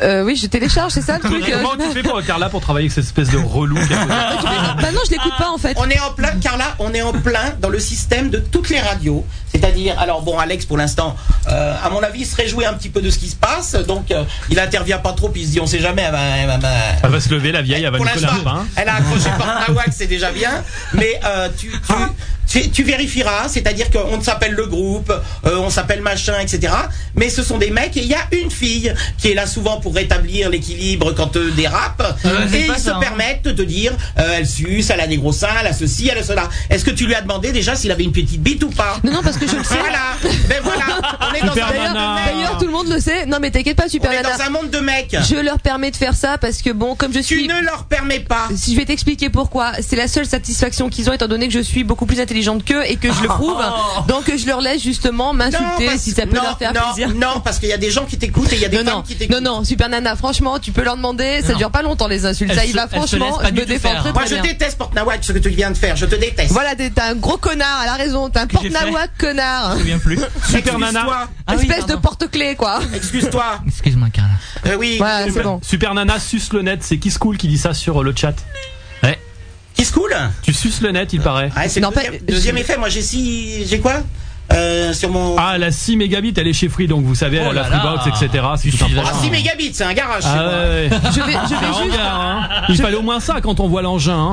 Speaker 8: Euh, oui, je télécharge, c'est ça le truc. euh,
Speaker 9: Comment tu fais pour Carla pour travailler avec cette espèce de relou qui a-
Speaker 4: *laughs*
Speaker 8: Bah non, je l'écoute pas en fait.
Speaker 4: On est en plein, Carla, on est en plein dans le système de toutes les radios. C'est-à-dire, alors bon, Alex, pour l'instant, euh, à mon avis, il se réjouit un petit peu de ce qui se passe. Donc, euh, il intervient pas trop, puis il se dit, on sait jamais. elle va- elle va- elle va-
Speaker 9: Elle va se lever, la vieille, elle va
Speaker 4: pour
Speaker 9: nous hein. coller un
Speaker 4: l'instant,
Speaker 9: pain.
Speaker 4: elle a accroché par la wax, c'est déjà bien. Mais euh, tu, tu,
Speaker 9: Ah.
Speaker 4: tu, tu vérifieras, c'est-à-dire qu'on s'appelle le groupe, euh, on s'appelle machin, etc. Mais ce sont des mecs et il y a une fille qui est là souvent pour rétablir l'équilibre quand euh, des rap.
Speaker 2: Euh, c'est
Speaker 4: et
Speaker 2: pas
Speaker 4: ils se
Speaker 2: ça, hein.
Speaker 4: permettent de te dire, euh, elle suce, elle a des gros seins, elle a ceci, elle a cela. Est-ce que tu lui as demandé déjà s'il avait une petite bite ou pas
Speaker 8: Non, non, parce que je le sais.
Speaker 4: Voilà, ben
Speaker 8: *laughs*
Speaker 4: voilà, on est dans
Speaker 9: Super
Speaker 4: un
Speaker 8: D'ailleurs,
Speaker 4: monde de
Speaker 9: Nana.
Speaker 4: mecs.
Speaker 8: d'ailleurs, tout le monde le sait. Non, mais t'inquiète pas,
Speaker 4: On
Speaker 8: Super
Speaker 4: est
Speaker 8: Nana.
Speaker 4: dans un monde de mecs.
Speaker 8: Je leur permets de faire ça parce que bon, comme je
Speaker 4: Tu
Speaker 8: suis.
Speaker 4: ne leur permets pas.
Speaker 8: Si je vais t'expliquer pourquoi, c'est la seule satisfaction qu'ils ont étant donné que je suis beaucoup plus intelligente qu'eux et
Speaker 4: *laughs*
Speaker 8: que je le prouve. Donc je leur laisse justement
Speaker 4: Non,
Speaker 8: m'insulter
Speaker 4: parce-
Speaker 8: si ça peut
Speaker 4: non,
Speaker 8: leur faire
Speaker 4: non,
Speaker 8: plaisir.
Speaker 4: Non, parce qu'il y a des gens qui t'écoutent et il y a des
Speaker 8: Non
Speaker 4: femmes
Speaker 8: non,
Speaker 4: qui t'écoutent.
Speaker 8: non non, super nana, franchement, tu peux leur demander, ça
Speaker 2: Non.
Speaker 8: dure pas longtemps les insultes.
Speaker 2: Elle
Speaker 8: ça
Speaker 2: se-
Speaker 8: y va
Speaker 2: elle se laisse
Speaker 8: franchement,
Speaker 2: pas
Speaker 8: je me
Speaker 2: du tout
Speaker 8: défends
Speaker 2: faire. hein.
Speaker 8: très
Speaker 4: Moi,
Speaker 8: très
Speaker 4: je
Speaker 8: bien.
Speaker 4: déteste Portnawak, ce que tu viens de faire. Je te déteste.
Speaker 8: Voilà, t'es t'es un gros connard, elle a raison, t'es un
Speaker 2: que j'ai fait
Speaker 8: porte-nawak connard.
Speaker 2: Je me
Speaker 4: *laughs*
Speaker 2: souviens plus.
Speaker 9: Super
Speaker 4: Excuse-toi.
Speaker 9: Nana,
Speaker 2: Ah oui,
Speaker 8: Espèce de
Speaker 2: pardon.
Speaker 8: porte-clé quoi.
Speaker 4: Excuse-toi.
Speaker 2: Excuse-moi, Carla.
Speaker 4: Euh, oui.
Speaker 8: Voilà, c'est
Speaker 9: Super-
Speaker 8: bon.
Speaker 9: Super Nana suce le net, c'est Kiss Cool qui dit ça sur euh, le chat.
Speaker 4: Qui se coule
Speaker 9: Tu suces le net, il paraît.
Speaker 4: ah, C'est le
Speaker 8: Non, pas-
Speaker 4: deuxième, deuxième effet. Moi, j'ai six. J'ai quoi Euh, Sur mon. Ah,
Speaker 9: Ah, la 6 mégabits, elle est chez Free, donc vous savez,
Speaker 2: Oh
Speaker 9: elle a
Speaker 2: là
Speaker 9: Free
Speaker 2: là.
Speaker 9: Box, etc. C'est
Speaker 2: Tu
Speaker 9: tout un
Speaker 2: suis
Speaker 9: programme.
Speaker 4: 6 mégabits, Ah, c'est un garage. chez
Speaker 9: Ah
Speaker 4: moi.
Speaker 9: ouais, ouais.
Speaker 8: Je vais, je
Speaker 9: C'est un
Speaker 8: vais juste,
Speaker 9: hangar, hein. Il fallait au moins ça quand on voit l'engin. Hein.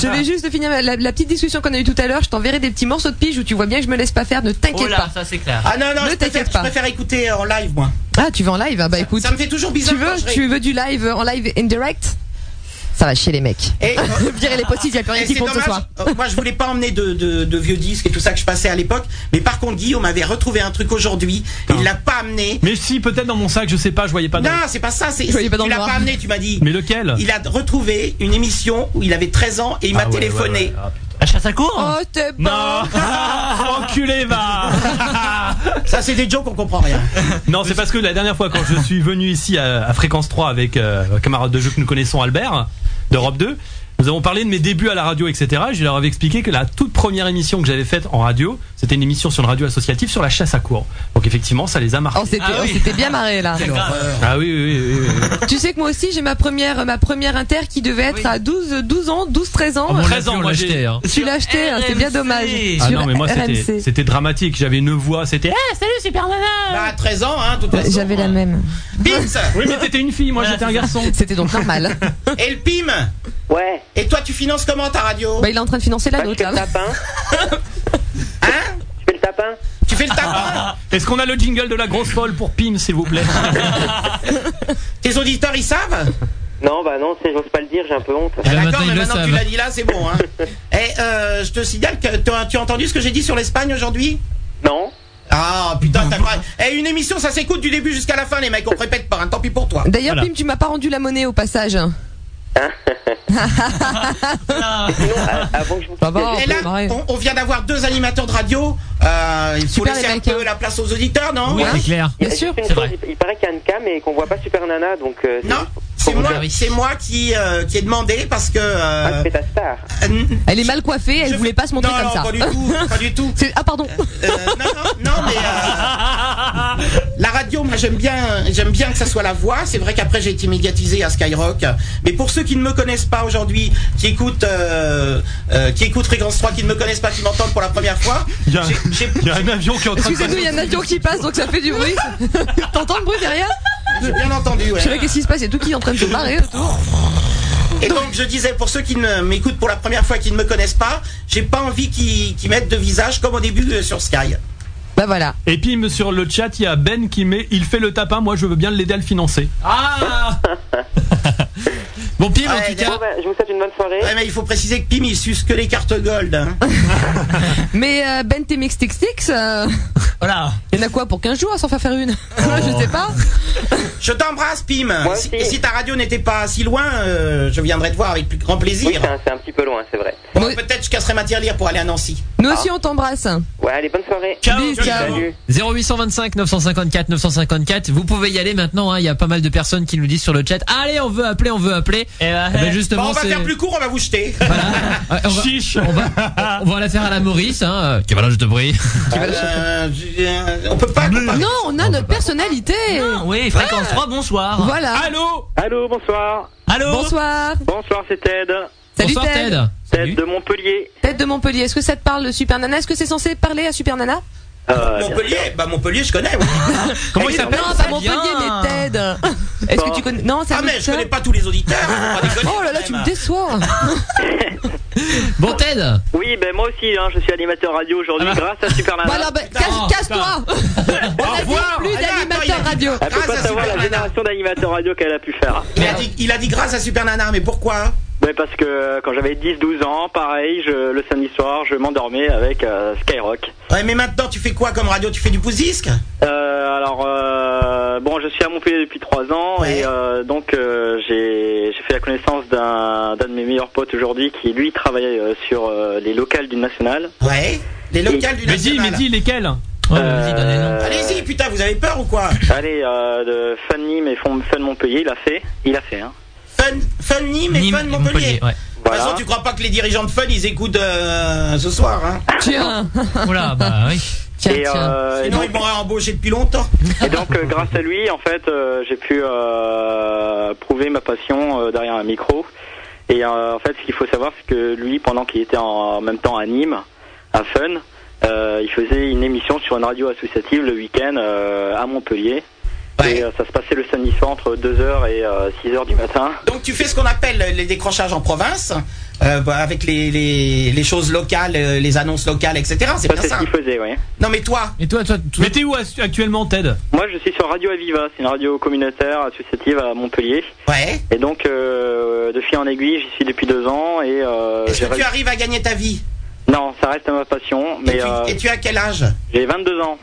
Speaker 9: *laughs*
Speaker 8: je vais juste finir la, la petite discussion qu'on a eue tout à l'heure. Je t'enverrai des petits morceaux de pige où tu vois bien que je me laisse pas faire. Ne
Speaker 2: Oh
Speaker 8: t'inquiète
Speaker 2: là,
Speaker 8: pas.
Speaker 2: ça c'est clair.
Speaker 4: Ah non, non,
Speaker 8: Ne
Speaker 4: je préfère,
Speaker 8: t'inquiète
Speaker 4: je
Speaker 8: pas.
Speaker 4: préfère écouter euh, en live, moi.
Speaker 8: Ah, tu veux en live Ah Bah écoute,
Speaker 4: Ça me fait toujours bizarre.
Speaker 8: tu veux,
Speaker 4: quand je ré-
Speaker 8: tu veux du live euh, en live indirect Ça va chier les mecs. *laughs*
Speaker 4: Et, euh,
Speaker 8: Virer les post-it, y a plus rien
Speaker 4: Et
Speaker 8: qui
Speaker 4: c'est
Speaker 8: compte ce
Speaker 4: dommage.
Speaker 8: soir.
Speaker 4: Euh, Moi, je voulais pas emmener de, de, de vieux disques et tout ça que je passais à l'époque. Mais par contre, Guillaume avait retrouvé un truc aujourd'hui. et Il l'a pas amené.
Speaker 9: Ah. Mais si, peut-être dans mon sac, je sais pas, je voyais pas.
Speaker 4: Non,
Speaker 9: dans-
Speaker 4: c'est pas ça. C'est,
Speaker 8: Je voyais pas dans
Speaker 4: tu
Speaker 8: le
Speaker 4: l'as
Speaker 8: noir.
Speaker 4: pas amené, tu m'as dit.
Speaker 9: Mais lequel
Speaker 4: Il a retrouvé une émission où il avait 13 ans et il m'a
Speaker 9: Ah ouais,
Speaker 4: téléphoné.
Speaker 9: ouais, ouais. Ah, putain.
Speaker 2: La chasse à court
Speaker 8: Oh, t'es bon
Speaker 9: Non *laughs* Enculé, va
Speaker 4: Ça, c'est des jokes, on comprend rien.
Speaker 9: Non, c'est parce que la dernière fois, quand je suis venu ici à, à Fréquence 3 avec euh, un camarade de jeu que nous connaissons, Albert, d'Europe 2, nous avons parlé de mes débuts à la radio, etc. Et je leur avais expliqué que la toute première émission que j'avais faite en radio, c'était une émission sur une radio associative sur la chasse à cours. Donc effectivement, ça les a marqués.
Speaker 8: On s'était
Speaker 4: Ah
Speaker 8: on s'était bien marré là. Euh,
Speaker 9: Ah oui, oui, oui. oui, oui.
Speaker 8: Tu sais que moi aussi j'ai ma première ma première inter qui devait être à 12 12 ans, 12 13 ans.
Speaker 1: Oh, mon
Speaker 9: 13 ans,
Speaker 1: on l'a
Speaker 9: moi, j'ai-
Speaker 1: acheté, hein.
Speaker 8: Tu l'as acheté, hein, c'est bien dommage.
Speaker 9: Ah
Speaker 8: Sur
Speaker 9: non, mais moi, c'était
Speaker 8: RMC.
Speaker 9: c'était dramatique. J'avais une voix, c'était.
Speaker 4: Bah, à 13 ans, hein, de toute façon.
Speaker 8: Euh, J'avais la même.
Speaker 4: Pims
Speaker 9: *laughs* Oui, mais t'étais une fille, moi j'étais un garçon.
Speaker 8: *laughs* C'était donc normal.
Speaker 4: *laughs* Et le Pim
Speaker 5: Ouais.
Speaker 4: Et toi, tu finances comment ta radio
Speaker 8: Bah, il est en train de financer la
Speaker 5: Bah, je
Speaker 8: nôtre
Speaker 5: fais le
Speaker 8: là.
Speaker 5: tapin. hein Je fais le tapin.
Speaker 4: *laughs* Tu fais le tapin
Speaker 9: *laughs* Est-ce qu'on a le jingle de la grosse folle pour Pim, s'il vous plaît
Speaker 4: *laughs* Tes auditeurs, ils savent
Speaker 5: Non, bah non, tu sais, j'ose pas le dire, j'ai un peu honte.
Speaker 1: Eh ben,
Speaker 4: Ah, D'accord,
Speaker 1: maintenant,
Speaker 4: mais
Speaker 1: ils le
Speaker 4: maintenant que tu l'as
Speaker 1: savent.
Speaker 4: dit là, c'est bon. Hein.
Speaker 5: *laughs*
Speaker 4: Et euh, je te signale que t'as- tu as entendu ce que j'ai dit sur l'Espagne aujourd'hui
Speaker 5: Non
Speaker 4: Ah putain, t'as pas. Eh, une émission, ça s'écoute du début jusqu'à la fin, les mecs, on te répète pas, hein, tant pis pour toi.
Speaker 8: D'ailleurs,
Speaker 9: Voilà.
Speaker 8: Pim, tu m'as pas rendu la monnaie au passage.
Speaker 1: Bah,
Speaker 4: euh,
Speaker 5: Sinon, à- avant que je vous
Speaker 8: Ça va.
Speaker 4: Et là,
Speaker 8: pareil.
Speaker 4: on, on vient d'avoir deux animateurs de radio. Euh, il faut
Speaker 8: Super,
Speaker 4: laisser
Speaker 8: les
Speaker 4: un
Speaker 8: mecs,
Speaker 4: peu
Speaker 8: hein.
Speaker 4: la place aux auditeurs, non
Speaker 1: Ouais,
Speaker 8: Ouais.
Speaker 1: c'est clair.
Speaker 5: Il y a
Speaker 8: Bien sûr.
Speaker 5: juste une
Speaker 1: C'est
Speaker 5: chose,
Speaker 1: vrai.
Speaker 5: il, il paraît qu'il y a une cam et qu'on voit pas Super Nana, donc. euh, c'est
Speaker 4: Non,
Speaker 5: juste pour-
Speaker 4: c'est
Speaker 5: pour
Speaker 4: moi,
Speaker 5: vous dire-
Speaker 4: c'est moi qui, euh, qui ai demandé parce que.
Speaker 5: Ah,
Speaker 4: euh,
Speaker 5: c'est ta star.
Speaker 4: euh,
Speaker 8: Elle est mal coiffée, elle
Speaker 4: je-
Speaker 8: voulait pas se montrer
Speaker 4: non,
Speaker 8: comme
Speaker 4: non,
Speaker 8: ça.
Speaker 4: Pas du tout, pas du tout.
Speaker 8: C'est- Ah pardon.
Speaker 4: Euh, non, non, non, mais euh, la radio, moi j'aime bien, j'aime bien que ça soit la voix. C'est vrai qu'après j'ai été médiatisé à Skyrock, mais pour ceux qui ne me connaissent pas aujourd'hui, qui écoutent, euh, euh, qui écoutent Fréquence 3, qui ne me connaissent pas, qui m'entendent pour la première fois,
Speaker 9: Il y a-
Speaker 4: j'ai- j'ai-
Speaker 9: il y a un avion qui est en train de
Speaker 8: *laughs* Excusez-nous, il y
Speaker 9: passer.
Speaker 8: a un avion qui passe donc ça fait du bruit. T'entends le bruit derrière
Speaker 4: *laughs* j'ai bien entendu. ouais.
Speaker 8: Je sais pas qu'est-ce qui se passe, il y a tout qui est en train de se barrer autour.
Speaker 4: Et donc je disais pour ceux qui ne m'écoutent pour la première fois, qui ne me connaissent pas, j'ai pas envie qu'ils qu'ils mettent de visage comme au début euh, sur Sky.
Speaker 8: Bah voilà.
Speaker 9: Et Pim, sur le chat, il y a Ben qui met Il fait le tapin, moi je veux bien l'aider à le financer.
Speaker 4: *laughs*
Speaker 1: Ah Bon, Pim, en
Speaker 4: Ouais,
Speaker 1: tout cas.
Speaker 5: Bon, bah, je vous souhaite une bonne soirée.
Speaker 4: Ouais, mais il faut préciser que Pim il suce que les cartes gold. *laughs* hein.
Speaker 8: Mais euh, Ben Temix Tix Tix, euh,
Speaker 1: Voilà.
Speaker 8: il y en a quoi pour 15 jours à s'en faire faire une *laughs* Je sais pas.
Speaker 4: Oh. Je t'embrasse, Pim.
Speaker 5: Ah, Moi
Speaker 4: Si,
Speaker 5: aussi.
Speaker 4: et si ta radio n'était pas si loin, euh, je viendrais te voir avec plus grand
Speaker 5: Oui,
Speaker 4: plaisir.
Speaker 5: c'est un, c'est un petit peu loin, c'est vrai.
Speaker 4: Bon,
Speaker 8: Moi-
Speaker 4: Peut-être je casserai ma tirelire pour aller à Nancy.
Speaker 8: Nous aussi on t'embrasse.
Speaker 5: Ouais, allez, bonne soirée.
Speaker 8: Bis, ciao.
Speaker 4: Eh
Speaker 5: Salut.
Speaker 1: 0825 954 954. Vous pouvez y aller maintenant. hein. Il y a pas mal de personnes qui nous disent sur le chat. Allez, on veut appeler, on veut appeler.
Speaker 2: Eh ben,
Speaker 1: Eh ben,
Speaker 4: Bon,
Speaker 1: justement,
Speaker 4: on va
Speaker 1: c'est-
Speaker 4: faire plus court, on va vous jeter. *laughs*
Speaker 1: Ouais, on va-
Speaker 9: Chiche
Speaker 1: on va, on va la faire à la Maurice, hein. Qui va là, je te prie.
Speaker 4: Euh, je- euh, on peut pas. comparer.
Speaker 8: Non, on a notre personnalité.
Speaker 2: Non, oui, fréquence 3, bonsoir.
Speaker 8: Voilà.
Speaker 9: Allô
Speaker 5: Allô, bonsoir.
Speaker 2: Allô
Speaker 8: Bonsoir.
Speaker 5: Bonsoir, c'est Ted.
Speaker 8: Salut
Speaker 1: Bonsoir,
Speaker 8: Ted.
Speaker 1: Ted.
Speaker 5: Ted de Montpellier.
Speaker 8: Tête de Montpellier. Est-ce que ça te parle le Super Nana Est-ce que c'est censé parler à Super Nana
Speaker 5: Euh, bien-
Speaker 4: Montpellier, bah Montpellier, je connais. oui.
Speaker 9: Comment il s'appelle
Speaker 8: Non, pas Montpellier, mais Ted. Est-ce que tu connais Non, ça
Speaker 4: ah
Speaker 8: me
Speaker 4: mais je
Speaker 8: ça
Speaker 4: connais pas tous les auditeurs. hein, faut
Speaker 5: *laughs*
Speaker 4: pas déconner,
Speaker 8: Oh là là,
Speaker 4: quand
Speaker 8: tu
Speaker 4: même.
Speaker 8: me déçois.
Speaker 1: Bon, Ted.
Speaker 5: Oui, ben moi aussi, hein, je suis animateur radio aujourd'hui
Speaker 4: Ah
Speaker 5: grâce à Super Nana.
Speaker 8: Voilà, bah, casse- casse-toi. On a dit
Speaker 4: revoir.
Speaker 8: plus
Speaker 4: Ah, là, attends, il
Speaker 8: d'animateur
Speaker 4: a-
Speaker 8: radio.
Speaker 5: Elle peut
Speaker 4: Grâce
Speaker 5: pas
Speaker 4: à
Speaker 5: savoir
Speaker 4: Super
Speaker 5: la
Speaker 4: Nana.
Speaker 5: génération d'animateurs radio qu'elle a pu faire.
Speaker 4: Il a, dit, il a dit grâce à Super Nana, mais pourquoi hein
Speaker 5: Ben parce que euh, quand j'avais 10-12 ans, pareil, je, le samedi soir, je m'endormais avec euh, Skyrock.
Speaker 4: Ouais, mais maintenant tu fais quoi comme radio Tu fais du poussisque
Speaker 5: Euh, alors, euh, bon, je suis à Montpellier depuis 3 ans
Speaker 4: Ouais.
Speaker 5: et euh, donc euh, j'ai j'ai fait la connaissance d'un d'un de mes meilleurs potes aujourd'hui qui, lui, travaillait euh, sur euh, les locales du National.
Speaker 4: Ouais. Les locales du
Speaker 9: Mais dis,
Speaker 4: national.
Speaker 9: mais dis, lesquels
Speaker 5: Euh,
Speaker 4: Allez-y, putain, vous avez peur ou quoi
Speaker 5: Allez, euh, de Fun Nîmes et Fon- Fun Montpellier, il a fait. Il a fait, hein.
Speaker 4: Fun, fun Nîmes et
Speaker 1: Nîmes
Speaker 4: Fun
Speaker 1: et
Speaker 4: Montpellier.
Speaker 1: ouais.
Speaker 4: De toute
Speaker 5: Voilà.
Speaker 4: façon, tu crois pas que les dirigeants de Fun ils écoutent euh, ce soir hein
Speaker 8: Tiens.
Speaker 1: Oula, bah oui.
Speaker 8: *laughs* Tiens,
Speaker 5: et,
Speaker 8: tiens.
Speaker 5: euh, et
Speaker 4: Sinon,
Speaker 5: donc,
Speaker 4: ils m'auraient embauché depuis longtemps.
Speaker 5: et
Speaker 4: *laughs*
Speaker 5: donc, euh, grâce à lui, en fait, euh, j'ai pu euh, prouver ma passion euh, derrière un micro. Et euh, en fait, ce qu'il faut savoir, c'est que lui, pendant qu'il était en, en même temps à Nîmes, à Fun, euh, il faisait une émission sur une radio associative le week-end euh, à Montpellier.
Speaker 4: Ouais.
Speaker 5: Et euh, ça se passait le samedi soir entre 2h et 6h du matin.
Speaker 4: Donc, tu fais ce qu'on appelle les décrochages en province, euh, bah, avec les, les, les choses locales, euh, les annonces locales, etc.
Speaker 5: Ça,
Speaker 4: C'est bien
Speaker 5: c'est ce
Speaker 4: ça.
Speaker 5: qu'il faisait, oui.
Speaker 4: Non, mais toi,
Speaker 1: Et toi, toi, toi-
Speaker 9: Mais t'es où as- actuellement, Ted
Speaker 5: Moi, je suis sur Radio Aviva, c'est une radio communautaire associative à Montpellier.
Speaker 4: ouais.
Speaker 5: Et donc, euh, de fil en aiguille, j'y suis depuis deux ans et euh,
Speaker 4: Est-ce
Speaker 5: j'ai
Speaker 4: que tu
Speaker 5: réussi-
Speaker 4: arrives à gagner ta vie
Speaker 5: Non, ça reste ma passion,
Speaker 4: et
Speaker 5: mais
Speaker 4: tu,
Speaker 5: euh,
Speaker 4: et tu as quel âge
Speaker 5: j'ai 22 ans.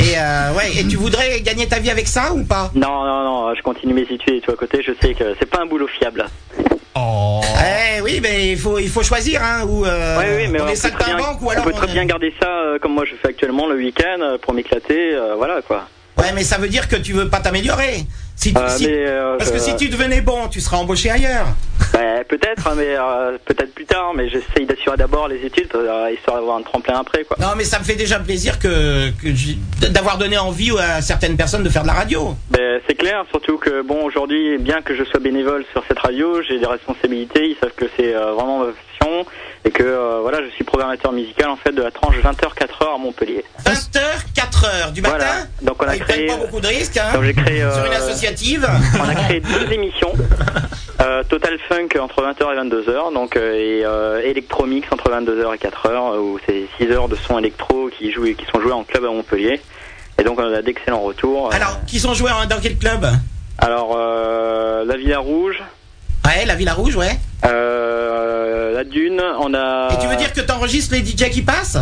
Speaker 4: Et euh, ouais, et tu voudrais gagner ta vie avec ça ou pas
Speaker 5: Non, non, non, je continue mes études et tout à côté, je sais que c'est pas un boulot fiable.
Speaker 9: Oh.
Speaker 4: Eh oui, mais il faut, il faut choisir, hein, ou euh,
Speaker 5: Ouais, oui, mais
Speaker 4: on
Speaker 5: peut
Speaker 4: est
Speaker 5: très bien-
Speaker 4: saltimbanque ou alors.
Speaker 5: on peut très
Speaker 4: on-
Speaker 5: bien garder ça euh, comme moi je fais actuellement le week-end euh, pour m'éclater, euh, voilà quoi.
Speaker 4: Ouais, mais ça veut dire que tu veux pas t'améliorer. Si, tu-
Speaker 5: Euh,
Speaker 4: si-
Speaker 5: mais, euh,
Speaker 4: parce que
Speaker 5: je-
Speaker 4: si tu devenais bon, tu serais embauché ailleurs.
Speaker 5: Ouais, peut-être, hein, mais euh, peut-être plus tard, mais j'essaye d'assurer d'abord les études euh, histoire d'avoir un tremplin après quoi.
Speaker 4: Non, mais ça me fait déjà plaisir que, que j'ai- d'avoir donné envie à certaines personnes de faire de la radio.
Speaker 5: Ben, c'est clair, surtout que bon aujourd'hui, bien que je sois bénévole sur cette radio, j'ai des responsabilités. Ils savent que c'est euh, vraiment ma passion et que euh, voilà, je suis programmateur musical en fait de la tranche 20h-4h à Montpellier.
Speaker 4: 20h, 4h du matin.
Speaker 5: Voilà. Donc on a
Speaker 4: Ils
Speaker 5: créé-
Speaker 4: prennent pas beaucoup de risques, hein.
Speaker 5: Donc j'ai créé, euh,
Speaker 4: Sur une associative.
Speaker 5: On a créé deux émissions. Euh, Total Funk entre 20h et 22h, donc euh, et euh, Electromix entre 22h et 4h, euh, où c'est 6 heures de sons électro qui jouent qui sont joués en club à Montpellier. Et donc on a d'excellents retours.
Speaker 4: Alors, qui sont joués en- dans quel club
Speaker 5: Alors euh, la Villa Rouge,
Speaker 4: Ouais, la Villa Rouge, ouais.
Speaker 5: euh, la Dune, on a.
Speaker 4: Et tu veux dire que t'enregistres les DJ qui passent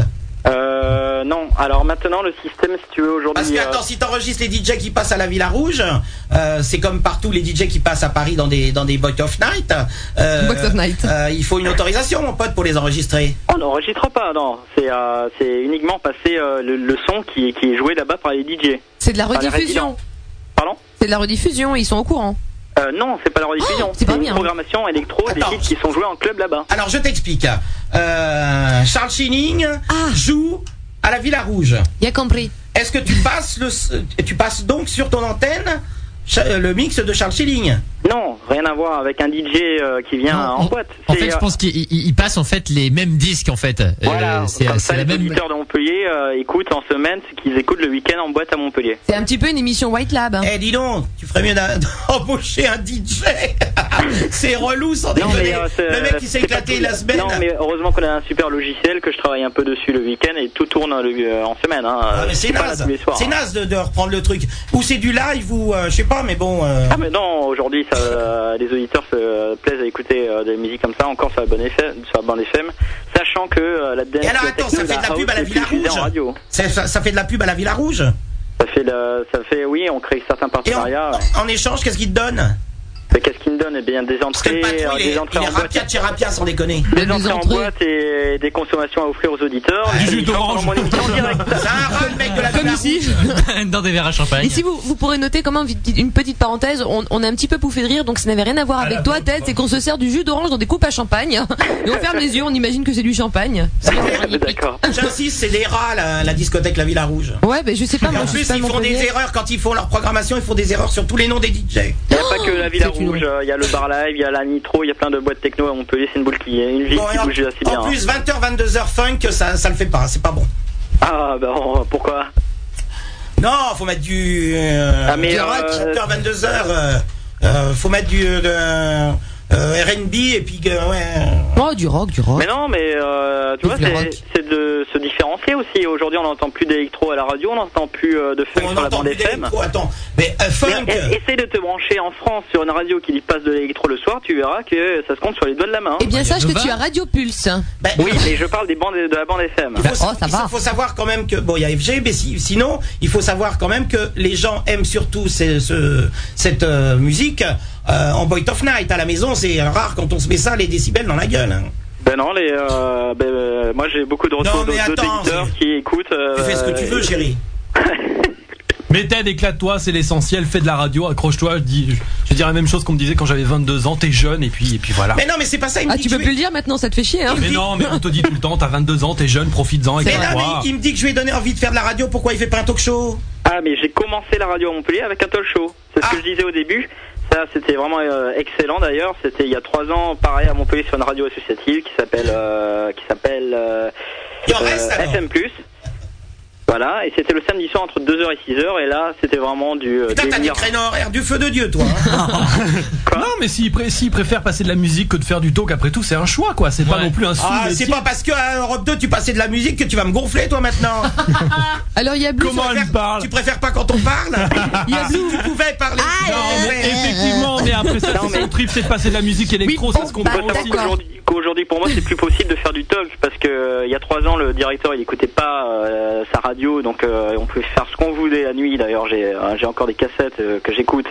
Speaker 5: Euh, non. Alors maintenant, le système, si tu veux, aujourd'hui.
Speaker 4: Parce que
Speaker 5: euh,
Speaker 4: attends, si t'enregistres les DJ qui passent à la Villa Rouge, euh, c'est comme partout les DJ qui passent à Paris dans des dans des boîtes of night. euh,
Speaker 8: Box of night.
Speaker 4: euh, il faut une autorisation, mon pote, pour les enregistrer.
Speaker 5: On n'enregistre pas, non. C'est euh, c'est uniquement passer euh, le, le son qui, qui est joué là-bas par les DJ.
Speaker 8: C'est de la
Speaker 5: Par les
Speaker 8: rediffusion.
Speaker 5: résidents. Pardon
Speaker 8: C'est de la rediffusion, ils sont au courant.
Speaker 5: euh, Non, c'est pas la rediffusion.
Speaker 8: Oh, c'est pas
Speaker 5: une
Speaker 8: bien.
Speaker 5: programmation électro
Speaker 4: Attends.
Speaker 5: des hits qui sont joués en club là-bas.
Speaker 4: Alors je t'explique. Euh, Charles Shining
Speaker 8: Ah.
Speaker 4: joue à la Villa Rouge.
Speaker 8: Il a compris.
Speaker 4: Est-ce que tu passes le euh, tu passes donc sur ton antenne cha- euh, le mix de Charles Shining
Speaker 5: Non, rien à voir avec un DJ euh, qui vient
Speaker 1: Non,
Speaker 5: en boîte.
Speaker 1: En
Speaker 5: C'est,
Speaker 1: fait, je
Speaker 5: euh,
Speaker 1: pense qu'ils ils- ils passent en fait les mêmes disques en fait. Euh,
Speaker 5: Voilà,
Speaker 1: c'est
Speaker 5: comme
Speaker 1: c'est
Speaker 5: ça, les
Speaker 1: la même.
Speaker 5: auditeurs de Montpellier euh, écoutent en semaine ce qu'ils écoutent le week-end en boîte à Montpellier.
Speaker 8: C'est un petit peu une émission White Lab. hein.
Speaker 4: Eh dis donc, tu ferais mieux d'a- *laughs* d'embaucher un DJ. *laughs* c'est relou sans déconner.
Speaker 5: euh, c'est-
Speaker 4: le mec qui s'est
Speaker 5: c'est pas
Speaker 4: éclaté
Speaker 5: tout-
Speaker 4: la semaine.
Speaker 5: Non, mais heureusement qu'on a un super logiciel que je travaille un peu dessus le week-end et tout tourne le- euh, en semaine. Hein.
Speaker 4: Ah, mais
Speaker 5: Je
Speaker 4: c'est
Speaker 5: suis pas là
Speaker 4: naze.
Speaker 5: tous les soirs. hein.
Speaker 4: C'est naze de, de reprendre le truc. Ou c'est du live ou euh, je sais pas, mais bon. euh,
Speaker 5: Ah mais non, aujourd'hui ça, euh, les auditeurs se euh, plaisent à écouter euh, des musiques comme ça, encore sur la bonne FM, sur la bande FM sachant que euh, la dance
Speaker 4: Et alors
Speaker 5: la
Speaker 4: attends, ça
Speaker 5: techno,
Speaker 4: fait de la
Speaker 5: house
Speaker 4: pub à la
Speaker 5: est
Speaker 4: Villa
Speaker 5: diffusée en
Speaker 4: Rouge.
Speaker 5: radio.
Speaker 4: Ça, ça- ça fait de la pub à la Villa Rouge.
Speaker 5: Ça fait, le- ça fait, oui, on crée certains
Speaker 4: Et en,
Speaker 5: partenariats.
Speaker 4: en échange, qu'est-ce qu'il te donne
Speaker 5: Mais Qu'est-ce qu'ils me donnent Eh bien des
Speaker 4: Parce que le
Speaker 5: entrées,
Speaker 4: patron,
Speaker 5: euh,
Speaker 4: il est,
Speaker 5: des entrées
Speaker 4: il est
Speaker 5: en boîte.
Speaker 4: rapia de chez rapia, sans déconner.
Speaker 5: Des
Speaker 8: Des
Speaker 5: entrées en
Speaker 8: entrées.
Speaker 5: boîte et des consommations à offrir aux auditeurs.
Speaker 4: Ah,
Speaker 9: Du
Speaker 5: Et
Speaker 9: jus
Speaker 5: ils sont
Speaker 9: d'orange.
Speaker 5: dans mon émission en direct.
Speaker 4: Ça a un ras, le mec
Speaker 2: *laughs*
Speaker 4: de la
Speaker 8: Comme
Speaker 4: Villa
Speaker 8: ici.
Speaker 4: Rouge.
Speaker 2: dans des verres à champagne.
Speaker 8: Et si vous, vous pourrez noter quand même vite- une petite parenthèse, on, on a un petit peu pouffé de rire, donc ça n'avait rien à voir avec toi, Ted, c'est qu'on se sert du jus d'orange dans des coupes à champagne, et on ferme les yeux, on imagine que c'est du champagne.
Speaker 5: Mais D'accord.
Speaker 4: *laughs* J'insiste, c'est des rats la, la discothèque la Villa Rouge.
Speaker 8: Ouais, mais je sais pas,
Speaker 4: Et
Speaker 8: moi,
Speaker 4: en
Speaker 8: je suis
Speaker 4: plus,
Speaker 8: pas
Speaker 4: ils font des
Speaker 8: Montpellier.
Speaker 4: erreurs quand ils font leur programmation. Ils font des erreurs sur tous les noms des DJ.
Speaker 5: Il n'y a pas que la Villa
Speaker 8: C'est une
Speaker 5: Rouge, euh, il y a le Bar Live, il y a la Nitro, il y a plein de boîtes techno à Montpellier, c'est une, boule qui, une ville
Speaker 4: Bon, et
Speaker 5: qui
Speaker 4: en,
Speaker 5: bouge assez
Speaker 4: en
Speaker 5: bien. hein.
Speaker 4: plus, 20h, 22h funk, ça, ça le fait pas. C'est pas bon.
Speaker 5: Ah, bah on- pourquoi
Speaker 4: Non, faut mettre du. Euh,
Speaker 5: Ah, mais,
Speaker 4: du
Speaker 5: euh,
Speaker 4: rock, 20h, 22h. euh, euh, faut mettre du. euh, euh, RB et puis. euh, ouais.
Speaker 8: Oh, du rock, du rock.
Speaker 5: Mais non, mais euh, tu
Speaker 8: Tout
Speaker 5: vois,
Speaker 8: le
Speaker 5: c'est
Speaker 8: rock.
Speaker 5: c'est de se différencier aussi. Aujourd'hui, on n'entend plus d'électro à la radio, on n'entend plus euh, de funk
Speaker 4: On
Speaker 5: sur la
Speaker 4: entend
Speaker 5: bande
Speaker 4: plus
Speaker 5: FM.
Speaker 4: d'électro, Attends, mais euh, funk.
Speaker 5: Mais, eh, Essaye de te brancher en France sur une radio qui passe de l'électro le soir, tu verras que ça se compte sur les doigts de la main. hein.
Speaker 8: Eh bien,
Speaker 1: Bah, il y a
Speaker 8: sache que
Speaker 1: Nova.
Speaker 8: tu as Radio Pulse.
Speaker 4: ben,
Speaker 5: Oui,
Speaker 4: *laughs*
Speaker 5: mais je parle des bandes de la bande FM.
Speaker 4: Il faut, sa-
Speaker 8: Oh, ça
Speaker 4: il
Speaker 8: va.
Speaker 4: faut savoir quand même que bon, il y a FG, mais si- sinon, il faut savoir quand même que les gens aiment surtout ces- ce- cette euh, musique euh, en Boy of Night à la maison. C'est rare quand on se met ça les décibels dans la gueule. hein.
Speaker 5: Ben non, les, euh, ben, euh, moi j'ai beaucoup de
Speaker 4: Non,
Speaker 5: retours
Speaker 4: mais
Speaker 5: d'autres
Speaker 4: attends,
Speaker 5: auditeurs qui écoutent.
Speaker 4: Tu fais ce que
Speaker 5: euh,
Speaker 4: tu veux, chérie.
Speaker 9: Mais Ted, éclate-toi, c'est l'essentiel, fais de la radio, accroche-toi. Je, dis, je vais dire la même chose qu'on me disait quand j'avais 22 ans, t'es jeune, et puis, et puis voilà.
Speaker 4: Mais non, mais c'est pas ça. Il me
Speaker 8: Ah,
Speaker 4: dit
Speaker 8: tu
Speaker 4: que
Speaker 8: peux
Speaker 4: je
Speaker 8: plus
Speaker 4: vais-
Speaker 8: le dire maintenant, ça te fait chier, hein.
Speaker 9: Mais
Speaker 8: *laughs*
Speaker 9: non, mais on te dit tout le temps, t'as 22 ans, t'es jeune, profites-en,
Speaker 4: Mais non,
Speaker 9: éclate-toi.
Speaker 4: mais il me dit que je lui ai donné envie de faire de la radio. Pourquoi il fait pas un talk show
Speaker 5: Ah, mais j'ai commencé la radio à Montpellier avec un talk show. C'est ce
Speaker 4: Ah.
Speaker 5: que je disais au début. Ça, c'était vraiment euh, excellent d'ailleurs. C'était il y a trois ans, pareil à Montpellier sur une radio associative qui s'appelle euh, qui s'appelle euh,
Speaker 4: Il en reste, alors.
Speaker 5: FM+. Voilà, et c'était le samedi soir entre 2h et 6h, et là c'était vraiment du euh,
Speaker 4: Putain, t'as des
Speaker 5: délire.
Speaker 4: créneaux horaires du feu de Dieu, toi.
Speaker 9: *laughs*
Speaker 4: hein.
Speaker 5: quoi.
Speaker 9: Non, mais s'il pré- s'il préfère passer de la musique que de faire du talk, après tout, c'est un choix, quoi. C'est pas
Speaker 1: Ouais.
Speaker 9: non plus un sou.
Speaker 4: Ah,
Speaker 9: mais
Speaker 4: c'est
Speaker 9: si-
Speaker 4: pas parce que euh, à Europe 2 tu passais de la musique que tu vas me gonfler, toi
Speaker 8: *laughs*
Speaker 4: maintenant.
Speaker 8: Alors, il y a Blue.
Speaker 9: Comment elle
Speaker 4: préfères-
Speaker 9: parle
Speaker 4: tu préfères pas quand on parle
Speaker 8: *laughs*
Speaker 4: Eh
Speaker 8: Il y a
Speaker 4: Si
Speaker 8: Blue.
Speaker 4: tu pouvais parler.
Speaker 8: Ah,
Speaker 9: Non,
Speaker 4: Non,
Speaker 9: mais
Speaker 4: mais-
Speaker 9: effectivement, mais après ça,
Speaker 5: Non,
Speaker 9: c'est son
Speaker 5: mais-
Speaker 9: trip, c'est de passer de la musique électro,
Speaker 8: Oui,
Speaker 9: ça se
Speaker 4: bah,
Speaker 8: bon,
Speaker 9: comprend
Speaker 5: Faut savoir
Speaker 9: aussi.
Speaker 8: d'accord.
Speaker 5: qu'aujourd'hui- qu'aujourd'hui, pour moi, c'est plus possible de faire du talk parce que euh, il y a trois ans, le directeur il écoutait pas euh, sa radio, donc euh, on pouvait faire ce qu'on voulait la nuit. D'ailleurs, j'ai euh, j'ai encore des cassettes euh, que j'écoute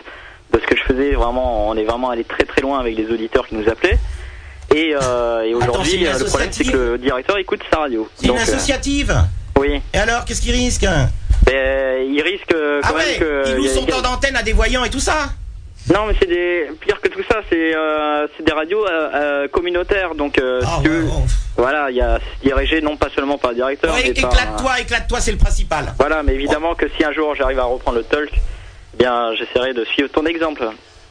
Speaker 5: de ce que je faisais. Vraiment, on est vraiment allé très très loin avec les auditeurs qui nous appelaient. Et, euh, et
Speaker 4: c'est une
Speaker 5: aujourd'hui, euh, le problème c'est que le directeur écoute sa radio.
Speaker 4: C'est une
Speaker 5: Donc, euh,
Speaker 4: associative
Speaker 5: Oui.
Speaker 4: Et alors, qu'est-ce qu'ils risquent
Speaker 5: ben, il risque euh, quand
Speaker 4: Ah
Speaker 5: même
Speaker 4: ouais
Speaker 5: que.
Speaker 4: Ils louent
Speaker 5: il y a-
Speaker 4: son temps d'antenne à des voyants et tout ça
Speaker 5: Non, mais c'est des pire que tout ça, c'est euh, c'est des radios euh, euh, communautaires, donc euh,
Speaker 4: Ah
Speaker 5: si tu veux, voilà, il y a c'est dirigé non pas seulement par le directeur,
Speaker 4: oh. Ouais,
Speaker 5: mais par- euh,
Speaker 4: Éclate-toi, éclate-toi, c'est le principal.
Speaker 5: Voilà, mais évidemment que si un jour j'arrive à reprendre le talk, eh bien j'essaierai de suivre ton exemple.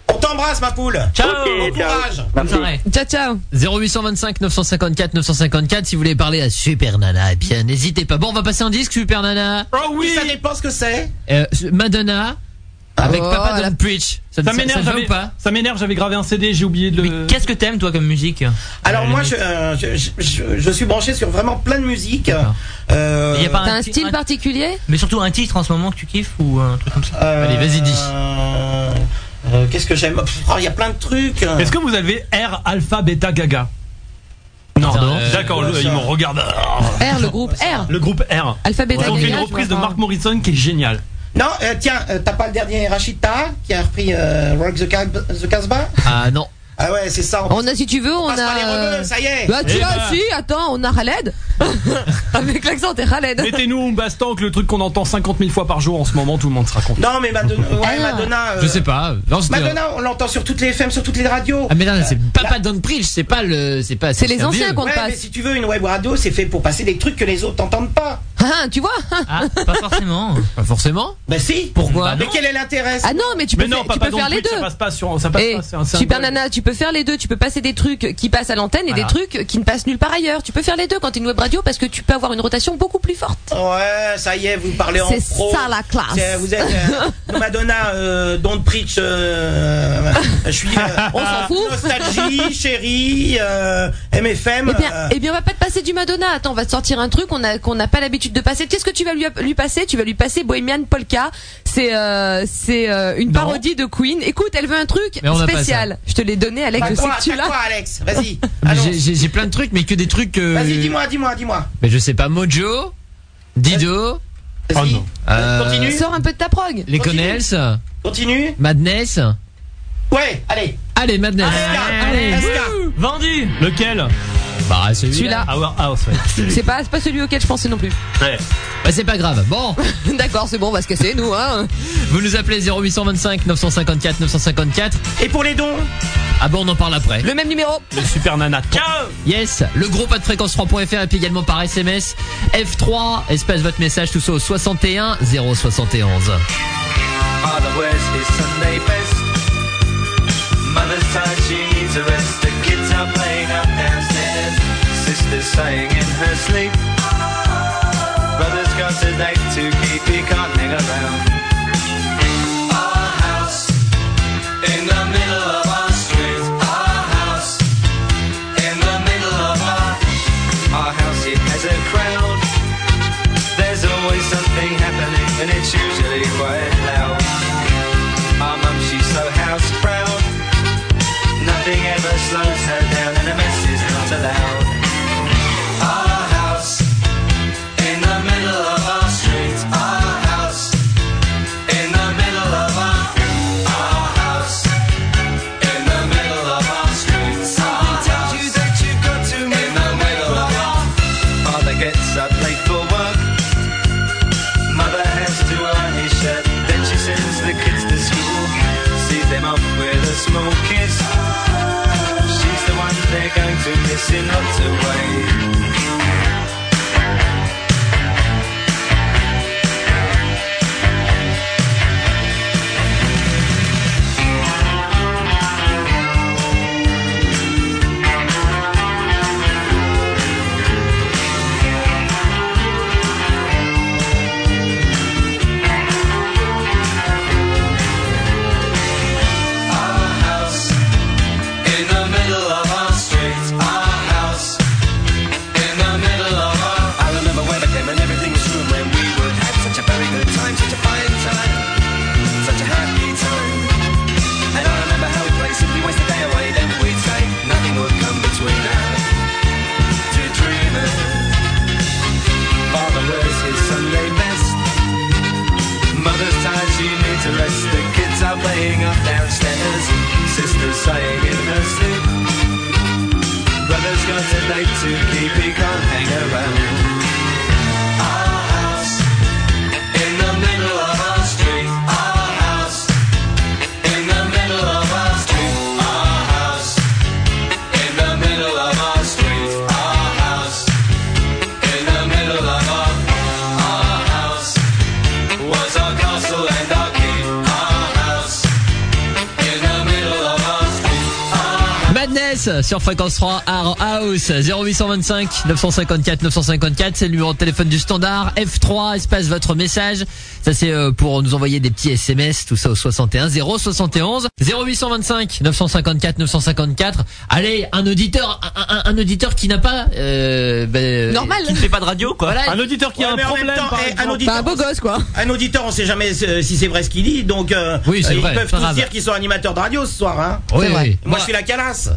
Speaker 4: On t'embrasse, ma poule.
Speaker 1: Ciao,
Speaker 5: Ok,
Speaker 1: bon
Speaker 5: ciao.
Speaker 1: courage.
Speaker 5: Merci.
Speaker 8: Ciao, ciao.
Speaker 1: 0825 954 954 si vous voulez parler à Super Nana. Eh bien, n'hésitez pas. Bon, on va passer en disque, Super Nana.
Speaker 4: Oh oui Ça dépend ce que c'est.
Speaker 1: Euh, Madonna avec
Speaker 8: Oh,
Speaker 1: Papa
Speaker 8: la-
Speaker 1: Don't Preach. Ça,
Speaker 9: Ça
Speaker 1: ça- ça
Speaker 9: m'énerve,
Speaker 1: te va
Speaker 9: j'avais-
Speaker 1: ou pas
Speaker 9: ça m'énerve, j'avais gravé un CD, j'ai oublié de le.
Speaker 12: Qu'est-ce que t'aimes toi comme musique
Speaker 4: Alors moi, je, euh, je, je- je- je suis branché sur vraiment plein de musique.
Speaker 8: Ah.
Speaker 4: Euh,
Speaker 12: Il y a pas
Speaker 8: T'as un
Speaker 12: ti-
Speaker 8: style particulier
Speaker 12: Mais surtout un titre en ce moment que tu kiffes ou un truc comme ça
Speaker 4: euh,
Speaker 1: Allez, vas-y, dis.
Speaker 4: euh, euh, Qu'est-ce que j'aime Pff, oh, Il y a plein de trucs.
Speaker 9: Est-ce que vous avez R, Alpha, Beta, Gaga
Speaker 1: Non, Euh, non.
Speaker 9: D'accord,
Speaker 4: ouais,
Speaker 9: le-
Speaker 4: ça-
Speaker 9: ils m'ont regardé.
Speaker 8: R, le groupe R.
Speaker 9: Le groupe R.
Speaker 8: Alpha, beta,
Speaker 9: Ils ont fait une
Speaker 8: gamma, je
Speaker 9: reprise de
Speaker 8: vois pas.
Speaker 9: Mark Morrison qui est géniale.
Speaker 4: Non, euh, tiens, euh, t'as pas le dernier Rachita qui a repris euh, Rock the, Cas- the Casbah
Speaker 1: Ah non.
Speaker 4: Ah ouais, c'est ça. On,
Speaker 8: On a, si tu veux, on
Speaker 4: passe par les
Speaker 8: a.
Speaker 4: rebelles, ça y est.
Speaker 8: Bah, tu
Speaker 9: Eh
Speaker 8: as,
Speaker 9: ben.
Speaker 8: si, attends, on a Khaled.
Speaker 9: *laughs*
Speaker 8: Avec l'accent, t'es Khaled.
Speaker 9: Mettez-nous un baston que le truc qu'on entend 50 000 fois par jour en ce moment, tout le monde se raconte.
Speaker 4: Non, mais Madonna. ouais,
Speaker 8: Ah.
Speaker 4: Madonna euh,
Speaker 1: Je sais pas. Non, c'était-
Speaker 4: Madonna, on l'entend sur toutes les FM, sur toutes les radios. Euh,
Speaker 1: Ah mais non, c'est Papa Don't Preach, c'est pas le c'est pas
Speaker 8: C'est les
Speaker 1: un
Speaker 8: anciens
Speaker 1: vieux.
Speaker 8: qu'on
Speaker 4: ouais, mais
Speaker 8: passe.
Speaker 4: si tu veux une web radio, c'est fait pour passer des trucs que les autres n'entendent pas.
Speaker 8: Ah, tu vois
Speaker 9: *laughs*
Speaker 12: Ah, pas forcément.
Speaker 1: Pas forcément.
Speaker 4: Bah si.
Speaker 1: Pourquoi
Speaker 4: Mais quel est l'intérêt
Speaker 8: Ah non, mais tu peux
Speaker 9: Mais non,
Speaker 8: faire, tu
Speaker 9: Papa
Speaker 8: peux
Speaker 9: Don't
Speaker 8: faire les
Speaker 9: Preach, ça
Speaker 8: deux.
Speaker 9: passe pas sur. Ça passe
Speaker 8: Eh,
Speaker 9: pas, c'est un- c'est un
Speaker 8: Super
Speaker 9: bug.
Speaker 8: Nana, tu peux faire les deux. Tu peux passer des trucs qui passent à l'antenne et des trucs qui ne passent nulle part ailleurs. Tu peux faire les deux quand t'es une web radio parce que tu peux avoir une rotation beaucoup plus forte.
Speaker 4: Ouais, ça y est, vous parlez en pro.
Speaker 8: C'est ça la classe.
Speaker 4: C'est- Vous êtes
Speaker 8: *laughs*
Speaker 4: euh, Madonna, euh, Don't Preach. euh, je suis. euh,
Speaker 8: On s'en fout.
Speaker 4: Nostalgie, chérie, euh, MFM.
Speaker 8: Eh bien,
Speaker 4: euh,
Speaker 8: eh bien, on va pas te passer du Madonna. Attends, on va te sortir un truc qu'on a qu'on n'a pas l'habitude de passer. Qu'est-ce que tu vas lui, lui passer Tu vas lui passer Bohemian Polka. C'est euh, c'est euh, une parodie de Queen. Écoute, elle veut un truc
Speaker 1: Mais on n'a pas
Speaker 8: spécial. Je te l'ai donné, Alex.
Speaker 4: t'as
Speaker 8: Je sais
Speaker 4: quoi,
Speaker 8: que tu
Speaker 4: t'as
Speaker 8: l'as.
Speaker 4: quoi, Alex Vas-y.
Speaker 1: Mais
Speaker 4: annonce.
Speaker 1: j'ai- J'ai j'ai plein de trucs, mais que des trucs. euh,
Speaker 4: Vas-y, dis-moi, dis-moi, dis-moi.
Speaker 1: Mais je sais pas. Mojo, Dido,
Speaker 4: Vas-y.
Speaker 9: non.
Speaker 1: Euh,
Speaker 4: Continue.
Speaker 8: Sors un peu de ta prog.
Speaker 1: les
Speaker 4: Continue.
Speaker 1: Connells,
Speaker 4: Continue.
Speaker 1: Madness.
Speaker 4: Ouais, allez.
Speaker 1: Allez, Madness.
Speaker 4: Allez,
Speaker 12: Vendu
Speaker 9: Lequel
Speaker 1: Bah celui-là.
Speaker 4: Ah,
Speaker 8: Celui-là.
Speaker 9: Our House, ouais.
Speaker 8: C'est pas c'est pas celui auquel je pensais non plus.
Speaker 9: Ouais.
Speaker 1: Bah c'est pas grave. Bon,
Speaker 8: *laughs* D'accord, *laughs* c'est bon, on va se casser nous. Hein.
Speaker 1: vous nous appelez 0825 954 954.
Speaker 4: Et pour les dons
Speaker 1: Ah bon, on en parle après.
Speaker 8: Le même numéro.
Speaker 9: Le Super Nana. Ciao
Speaker 1: Yes, le gros pas de fréquence 3.fr et puis également par SMS F3, espace votre message, tout ça au 61 071.
Speaker 13: Otherwise, it's Sunday best. Mother's tired, she needs a rest. The kids are playing up downstairs. Sister's sighing in her sleep. Brother's got a date to keep, he can't hang around. Our house in the middle of our street. Our house in the middle of our. Our house, it has a crowd. There's always something happening, and it's usually quite loud. Our mum, she's so house proud. Nothing ever slows her down, and a mess is not allowed. Our house in the middle of our street. Our house in the middle of our. Our house in the middle of our street. Something tells you that you've got to in the middle of our. Father gets up late for work. Mother has to iron his shirt. Then she sends the kids to school. Sees them off with a small kiss. She's the one they're going to miss in lots of ways. house in the middle of our street. Our house in the middle of our. I remember when I came and everything was true when we would have such a very good time, such a fine time, such a happy time. And I remember how we played simply waste the day away. Then we'd say nothing would come between us. Two dreamers. Father wears his Sunday best. Mother's tired, she needs a rest. The kids are playing up downstairs. Sisters sighing in her sleep. Brother's got a date to keep, he can't hang around. Our house in the middle of our street. Our house in the middle of our street. Our house in the middle of our street. Our house in the middle of our our house was our castle and our king. Our house in the middle of our street.
Speaker 1: Madness sur fréquence 3 Art House 0825 954 954 c'est le numéro de téléphone du standard F3 espace votre message ça c'est euh, pour nous envoyer des petits SMS tout ça au 61 071 0825 954 954 allez un auditeur un, un- un auditeur qui n'a pas euh, ben,
Speaker 8: Normal.
Speaker 1: qui ne fait pas de radio quoi Bah,
Speaker 9: Un auditeur qui
Speaker 4: Ouais,
Speaker 9: a un
Speaker 4: mais en même
Speaker 9: problème,
Speaker 4: temps,
Speaker 9: par
Speaker 4: eh,
Speaker 9: exemple.
Speaker 4: un auditeur,
Speaker 8: Enfin, un beau gosse, quoi.
Speaker 4: un auditeur, on sait jamais euh, si c'est vrai ce qu'il dit, donc euh,
Speaker 1: Oui, c'est
Speaker 4: euh, ils
Speaker 1: vrai,
Speaker 4: peuvent
Speaker 1: pas
Speaker 4: tous
Speaker 1: grave.
Speaker 4: dire qu'ils sont animateurs de radio ce soir. Hein.
Speaker 1: Oui,
Speaker 8: vrai.
Speaker 1: oui.
Speaker 4: Moi, je suis la calasse.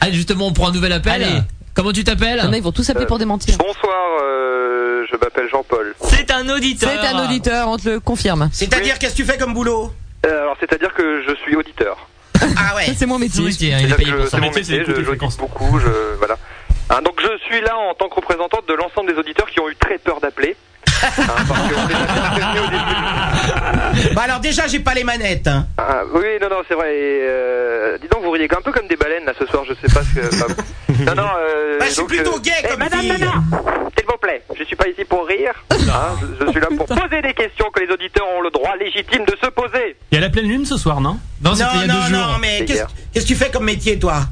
Speaker 1: allez justement on prend un nouvel appel
Speaker 2: Allez.
Speaker 1: comment tu t'appelles
Speaker 8: Non, ils vont tous
Speaker 9: Euh,
Speaker 8: s'appeler pour démentir.
Speaker 14: Bonsoir, euh, je m'appelle Jean-Paul.
Speaker 2: C'est un auditeur.
Speaker 8: C'est un auditeur, on te le confirme.
Speaker 4: C'est-à-dire, qu'est-ce que tu fais comme boulot
Speaker 14: Euh, alors, c'est-à-dire que je suis auditeur.
Speaker 4: *laughs* Ah ouais.
Speaker 8: Ça, C'est mon
Speaker 2: C'est
Speaker 8: métier.
Speaker 2: un auditeur, hein, il est
Speaker 14: C'est-à-dire
Speaker 2: payé
Speaker 14: que
Speaker 2: pour
Speaker 14: c'est
Speaker 2: ça.
Speaker 14: mon
Speaker 9: métier, c'est
Speaker 14: métier, je,
Speaker 9: d'écouter
Speaker 14: je
Speaker 9: les
Speaker 14: l'écoute beaucoup, je, voilà. Hein, donc je suis là en tant que représentante de l'ensemble des auditeurs qui ont eu très peur
Speaker 4: *laughs*
Speaker 14: d'appeler. Hein, parce qu'on les a bien prévenus au début.
Speaker 4: Bah alors déjà, j'ai pas les manettes. hein.
Speaker 14: Ah, oui, non, non, c'est vrai. et, euh, dis donc, vous riez un peu comme des baleines là ce soir, je sais pas ce que. enfin,
Speaker 2: *laughs*
Speaker 14: non, non, euh,
Speaker 4: Bah, je suis
Speaker 14: donc,
Speaker 4: plutôt
Speaker 14: euh,
Speaker 4: gay
Speaker 14: eh,
Speaker 4: comme
Speaker 14: madame,
Speaker 4: fille.
Speaker 14: madame, S'il vous plaît, je suis pas ici pour rire. hein, je, je suis là pour poser des questions que les auditeurs ont le droit légitime de se poser.
Speaker 9: Il y a la pleine lune ce soir, non
Speaker 1: non c'était il y
Speaker 4: Non,
Speaker 1: a
Speaker 4: non,
Speaker 1: deux jours
Speaker 4: non, mais
Speaker 14: C'est
Speaker 4: qu'est-ce
Speaker 14: hier.
Speaker 4: qu'est-ce que tu fais comme métier, toi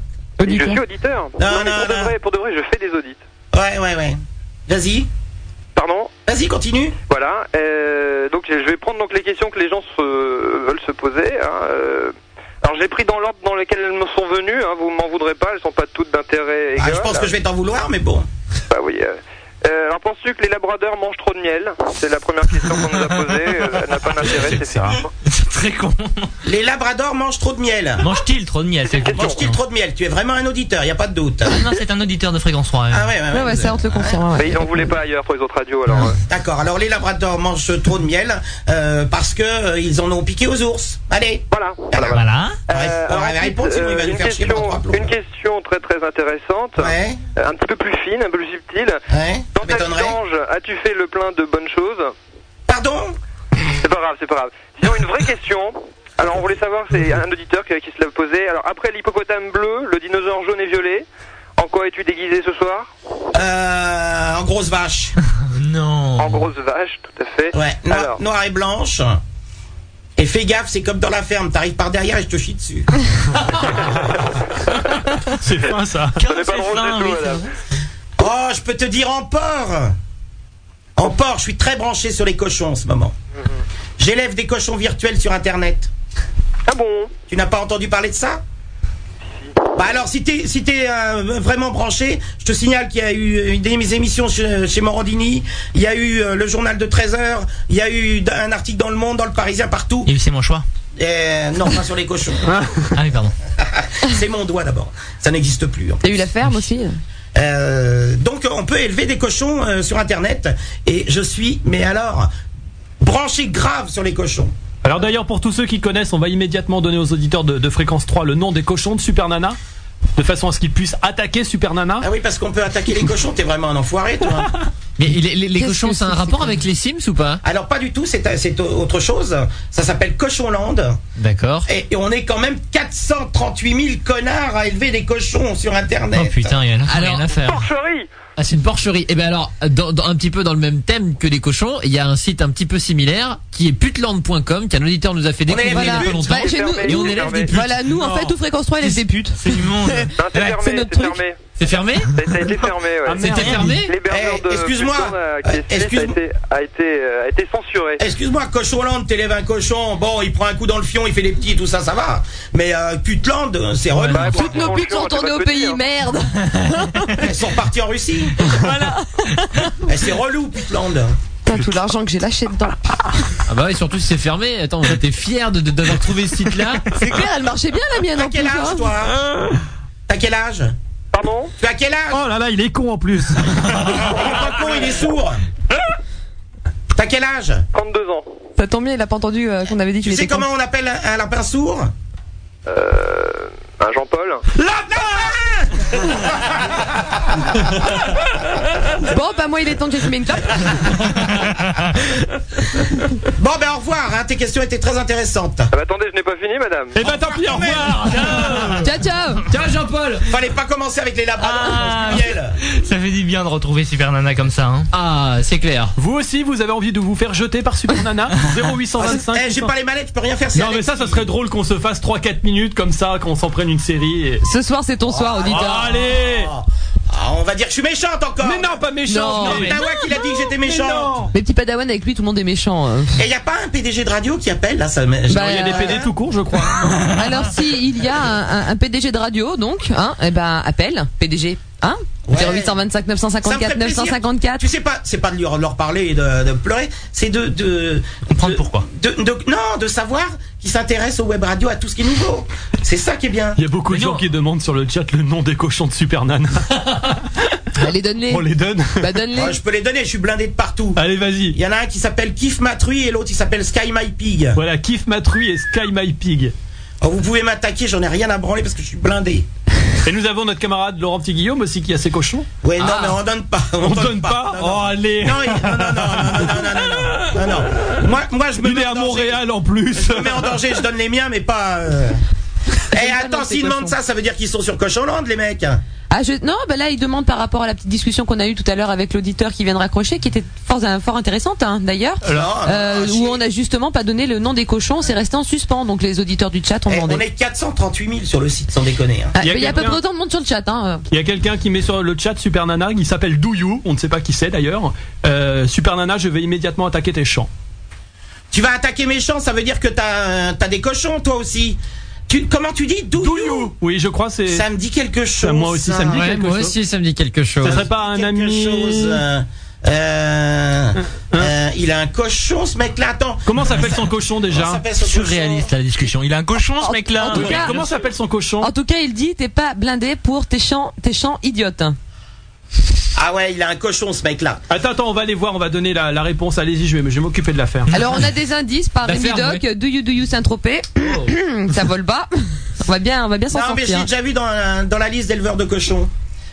Speaker 14: Je suis auditeur.
Speaker 4: Non,
Speaker 14: mais
Speaker 4: non,
Speaker 14: pour,
Speaker 4: non.
Speaker 14: De vrai, pour de vrai, je fais des audits.
Speaker 4: Ouais, ouais, ouais. Vas-y,
Speaker 14: Pardon
Speaker 4: vas-y, continue.
Speaker 14: Voilà, euh, donc je vais prendre donc les questions que les gens se, euh, veulent se poser. hein, euh. alors j'ai pris dans l'ordre dans lequel elles me sont venues, hein, vous m'en voudrez pas, elles sont pas toutes d'intérêt
Speaker 4: Ah,
Speaker 14: égal.
Speaker 4: je pense que je vais t'en vouloir, mais bon.
Speaker 14: Bah oui. euh. Euh, alors penses-tu que les labradeurs mangent trop de miel C'est la première question qu'on nous a posée, euh, elle n'a pas
Speaker 4: *laughs*
Speaker 14: d'intérêt, c'est
Speaker 9: C'est rare.
Speaker 2: C'est très con.
Speaker 4: Les labradors mangent trop de miel.
Speaker 2: Mange-t-il trop de miel c'est le
Speaker 4: Mangent-ils trop de miel Tu es vraiment un auditeur, y a pas de doute.
Speaker 2: Ah Non, c'est un auditeur de fréquence hein. 3.
Speaker 4: Ah ouais, ouais,
Speaker 8: Ouais, ouais, ça, on te le confirme. ouais.
Speaker 14: Mais ils n'en voulaient pas ailleurs pour les autres radios, alors... euh.
Speaker 4: D'accord. Alors les labradors mangent trop de miel euh, parce que euh, ils en ont piqué aux ours. Allez.
Speaker 14: Voilà, voilà, voilà.
Speaker 2: Voilà.
Speaker 4: Ouais, on va répondre, sinon il va nous
Speaker 14: une,
Speaker 4: faire chier pendant
Speaker 14: question,
Speaker 4: trois plombs.
Speaker 14: une question très très intéressante,
Speaker 4: Ouais.
Speaker 14: euh, un petit peu plus fine, un peu plus subtile.
Speaker 4: Ouais. Ça
Speaker 14: Dans ta vie
Speaker 4: m'étonnerait.
Speaker 14: d'ange, as-tu fait le plein de bonnes choses
Speaker 4: Pardon
Speaker 14: C'est pas grave, c'est pas grave. Sinon, une vraie question. Alors, on voulait savoir, c'est un auditeur qui, qui se l'a posé. Alors, après l'hippopotame bleu, le dinosaure jaune et violet, en quoi es-tu déguisé ce soir
Speaker 4: euh, En grosse vache.
Speaker 2: Non.
Speaker 14: En grosse vache, tout à fait.
Speaker 4: Ouais. Noir,
Speaker 14: Alors,
Speaker 4: noire et blanche. Et fais gaffe, c'est comme dans la ferme. T'arrives par derrière et je te chie dessus.
Speaker 9: *laughs* C'est fin ça.
Speaker 14: ce n'est pas
Speaker 2: c'est
Speaker 14: drôle
Speaker 2: fin,
Speaker 14: du tout,
Speaker 2: oui,
Speaker 14: madame.
Speaker 4: Oh, je peux te dire en porc En porc, je suis très branché sur les cochons en ce moment. J'élève des cochons virtuels sur Internet.
Speaker 14: Ah bon
Speaker 4: Tu n'as pas entendu parler de ça bah alors, si t'es si t'es, euh, vraiment branché, je te signale qu'il y a eu une des émissions chez, chez Morandini, il y a eu euh, le journal de 13 heures, il y a eu d- un article dans Le Monde, dans Le Parisien, partout.
Speaker 2: Et c'est mon choix.
Speaker 4: Euh, non, pas sur les cochons.
Speaker 2: Ah oui, pardon.
Speaker 4: *laughs* C'est mon doigt d'abord. Ça n'existe plus. en
Speaker 8: T'as eu la ferme aussi
Speaker 4: Euh, donc on peut élever des cochons euh, sur internet et je suis mais alors branché grave sur les cochons.
Speaker 9: Alors d'ailleurs, pour tous ceux qui connaissent, on va immédiatement donner aux auditeurs de, de fréquence 3 le nom des cochons de Super Nana, de façon à ce qu'ils puissent attaquer Super Nana.
Speaker 4: Ah oui parce qu'on peut attaquer les cochons, t'es vraiment un enfoiré toi.
Speaker 1: *laughs* mais les, les- les
Speaker 8: Qu'est-ce
Speaker 1: cochons
Speaker 8: que
Speaker 1: c'est un
Speaker 8: c'est que
Speaker 1: rapport
Speaker 8: ça
Speaker 1: avec les Sims ou pas
Speaker 4: Alors pas du tout, c'est euh, c'est autre chose, ça s'appelle Cochonland
Speaker 1: d'accord
Speaker 4: et, et on est quand même 438 000 connards à élever des cochons sur internet.
Speaker 2: Oh putain, il y en a
Speaker 1: Alors-
Speaker 2: rien à faire.
Speaker 14: Porcherie
Speaker 1: Ah, c'est une porcherie. Et ben alors, dans, dans- un petit peu dans le même thème que les cochons, il y a un site un petit peu similaire qui est putland.com qu'un auditeur nous a fait découvrir il y a
Speaker 8: Voilà.
Speaker 1: pas longtemps.
Speaker 8: Bah, chez nous,
Speaker 14: fermé,
Speaker 1: Et on
Speaker 14: c'est
Speaker 1: élève
Speaker 14: fermé.
Speaker 1: des putes.
Speaker 8: Voilà, nous, en fait, tout fréquence 3, elle est des putes.
Speaker 2: C'est du monde.
Speaker 14: Non, c'est
Speaker 2: Ouais,
Speaker 14: fermé,
Speaker 8: c'est notre
Speaker 14: c'est
Speaker 8: truc.
Speaker 14: fermé.
Speaker 1: C'est
Speaker 14: *laughs*
Speaker 1: fermé
Speaker 14: Ça a été fermé, ouais.
Speaker 9: Ah, merde.
Speaker 1: C'était
Speaker 9: rien
Speaker 1: fermé
Speaker 14: L'hébergeur
Speaker 4: Eh,
Speaker 14: de
Speaker 4: excuse-moi.
Speaker 14: Pluton, euh, qui est
Speaker 4: Euh,
Speaker 14: site,
Speaker 4: excuse-
Speaker 14: a été, a été, euh, a été censuré.
Speaker 4: Excuse-moi, Cochonland, t'élèves un cochon, bon, il prend un coup dans le fion, il fait des petits, tout ça, ça va. Mais euh, Putland, c'est relou.
Speaker 14: Bah, pour
Speaker 8: Toutes nos
Speaker 14: un
Speaker 8: putes
Speaker 14: cochon,
Speaker 8: sont
Speaker 14: c'est pas
Speaker 8: tournées au
Speaker 14: petit,
Speaker 8: pays,
Speaker 4: *laughs*
Speaker 14: hein.
Speaker 8: merde
Speaker 4: Elles sont reparties en Russie. voilà. C'est relou, Putland.
Speaker 8: Putain, tout l'argent que j'ai lâché dedans.
Speaker 1: Ah bah oui, surtout si c'est fermé. Attends, toi, t'es fier de de- d'avoir trouvé ce site-là
Speaker 8: C'est clair, elle marchait bien la mienne
Speaker 4: T'as
Speaker 8: en plus.
Speaker 4: quel âge,
Speaker 8: hein.
Speaker 4: toi T'as quel âge
Speaker 14: Pardon
Speaker 4: Tu as quel âge
Speaker 9: Oh là là, il est con en plus.
Speaker 4: Il est pas con, il est sourd T'as quel âge
Speaker 10: 32 ans.
Speaker 8: Ça tombe bien, il a pas entendu euh, qu'on avait dit
Speaker 4: Tu
Speaker 8: qu'il
Speaker 4: sais
Speaker 8: était con.
Speaker 4: comment on appelle un, un lapin sourd
Speaker 10: Euh, un Jean-Paul
Speaker 4: Lapin
Speaker 8: *laughs*
Speaker 4: Ah,
Speaker 8: Bon, bah moi, il est temps que j'ai fumé une clope.
Speaker 4: *laughs* Bon, ben au revoir, hein, tes questions étaient très intéressantes.
Speaker 10: Ah bah attendez, je n'ai pas fini, madame.
Speaker 9: Eh ben tant pis, au revoir
Speaker 8: ciao, ciao.
Speaker 2: Tiens Jean-Paul
Speaker 4: Fallait pas commencer avec les labradors,
Speaker 2: Ah.
Speaker 4: Muriel.
Speaker 2: *laughs* Ça fait du bien de retrouver Super Nana comme ça. Hein.
Speaker 1: Ah, c'est clair.
Speaker 9: Vous aussi, vous avez envie de vous faire jeter par Super
Speaker 4: *laughs*
Speaker 9: Nana
Speaker 4: Ah,
Speaker 9: 0825
Speaker 4: c'est- eh, J'ai pas les manettes, je peux rien faire. c'est
Speaker 9: Non mais
Speaker 4: Alex.
Speaker 9: ça, ça serait drôle qu'on se fasse 3-4 minutes comme ça, qu'on s'en prenne une série et...
Speaker 8: Ce soir, c'est ton soir, auditeur.
Speaker 9: allez
Speaker 4: Ah, on va dire que je suis méchante encore.
Speaker 9: Mais non, pas méchant
Speaker 8: Non,
Speaker 9: non, mais-
Speaker 4: Dawa qui l'a dit que j'étais méchante.
Speaker 9: non.
Speaker 8: Mes petits padawans avec lui, tout le monde est méchant. euh. *laughs*
Speaker 4: Et y a pas un PDG de radio qui appelle là ça me-
Speaker 8: Bah,
Speaker 9: Il y a des
Speaker 8: euh,
Speaker 9: PD tout court, je
Speaker 8: *laughs*
Speaker 9: crois.
Speaker 8: Alors si il y a un, un- un PDG de radio donc hein eh ben appelle PDG hein
Speaker 4: Ouais.
Speaker 8: 0825
Speaker 4: Ça me ferait
Speaker 8: 954
Speaker 4: plaisir.
Speaker 8: 954
Speaker 4: Tu sais pas, c'est pas de leur, leur parler et de, de pleurer, c'est de, de
Speaker 2: Comprendre
Speaker 4: de-
Speaker 2: pourquoi.
Speaker 4: de- de- non, de savoir qu'ils s'intéressent au web radio à tout ce qui est nouveau. C'est ça qui est bien.
Speaker 9: Il y a beaucoup de
Speaker 2: Mais
Speaker 9: gens
Speaker 2: non.
Speaker 9: qui demandent sur le chat le nom des cochons de Super Nana.
Speaker 8: allez donne-les
Speaker 9: On les donne
Speaker 8: bah donne-les
Speaker 4: Ah, je peux les donner, je suis blindé de partout.
Speaker 9: Allez, vas-y
Speaker 4: Il y en a un qui s'appelle Kif Matrui et l'autre il s'appelle Sky My Pig.
Speaker 9: Voilà, Kiff Matrui et Sky My Pig.
Speaker 4: Oh, vous pouvez m'attaquer, j'en ai rien à branler parce que je suis
Speaker 9: *laughs*
Speaker 4: blindé.
Speaker 9: Et nous avons notre camarade Laurent Petit Guillaume aussi qui a ses cochons. Ah.
Speaker 4: Ouais, non, mais on donne pas.
Speaker 9: On donne pas
Speaker 4: Non, non.
Speaker 9: Oh, allez
Speaker 4: Non, il- non, non, non, non, non, non, non, non, non, non. Moi, moi, je me
Speaker 9: Il
Speaker 4: mets
Speaker 9: est à
Speaker 4: en danger.
Speaker 9: Montréal en plus
Speaker 4: Je me mets en danger, je donne les miens, mais pas.
Speaker 8: *laughs*
Speaker 4: euh. Eh, attends,
Speaker 8: ces
Speaker 4: s'ils demandent
Speaker 8: cochons.
Speaker 4: ça, ça veut dire qu'ils sont sur Cochonland, les mecs.
Speaker 8: ah je non bah là il demande par rapport à la petite discussion qu'on a eue tout à l'heure avec l'auditeur qui vient de raccrocher qui était fort fort intéressante hein, d'ailleurs
Speaker 4: Alors,
Speaker 8: euh,
Speaker 4: ah,
Speaker 8: où
Speaker 4: si.
Speaker 8: on a justement pas donné le nom des cochons c'est resté en suspens donc les auditeurs du chat ont
Speaker 4: Eh, on
Speaker 8: demandé
Speaker 4: est 438 000 sur le site, sans déconner. hein.
Speaker 8: Ah,
Speaker 9: Il y a
Speaker 8: mais il y a à peu
Speaker 9: quelqu'un-
Speaker 8: près autant de monde sur le chat hein
Speaker 9: Il y a quelqu'un qui met sur le chat Super Nana, qui s'appelle Douyou, on ne sait pas qui c'est d'ailleurs. Euh, Super Nana, je vais immédiatement attaquer tes champs.
Speaker 4: Tu vas Bah, attaquer mes champs, ça veut dire que t'as as des cochons, toi aussi. Tu, comment tu dis Douyou
Speaker 9: Oui, je crois c'est.
Speaker 4: Ça me dit quelque chose.
Speaker 9: moi aussi, ça me dit
Speaker 1: Ouais,
Speaker 9: quelque
Speaker 1: moi
Speaker 9: chose.
Speaker 1: aussi, ça me dit quelque chose.
Speaker 9: Ça serait pas un
Speaker 4: quelque
Speaker 9: ami. Hein
Speaker 4: chose. euh, euh, euh, il a un cochon, ce mec-là. Attends.
Speaker 9: Comment s'appelle son cochon
Speaker 4: Comment
Speaker 9: déjà
Speaker 4: s'appelle ce
Speaker 2: Surréaliste la discussion. Il a un cochon
Speaker 8: En-
Speaker 2: ce mec là.
Speaker 8: en tout cas-
Speaker 9: Comment s'appelle son cochon
Speaker 8: en tout cas il dit t'es pas blindé pour tes chants tes chants idiotes
Speaker 4: cochon Ah ouais, il a un cochon, ce mec-là.
Speaker 9: Attends, attends, on va aller voir, on va donner la, la réponse. Allez-y, je vais, je vais m'occuper de l'affaire.
Speaker 8: Alors on a des indices par
Speaker 2: La
Speaker 8: Rémi
Speaker 2: ferme,
Speaker 8: Doc, Do You Do You Saint-Tropez. *clears throat* Ça vole bas. On va bien, on va bien s'en
Speaker 4: Non, mais j'ai
Speaker 8: sortir.
Speaker 4: déjà vu dans, la- dans la liste d'éleveurs de cochons.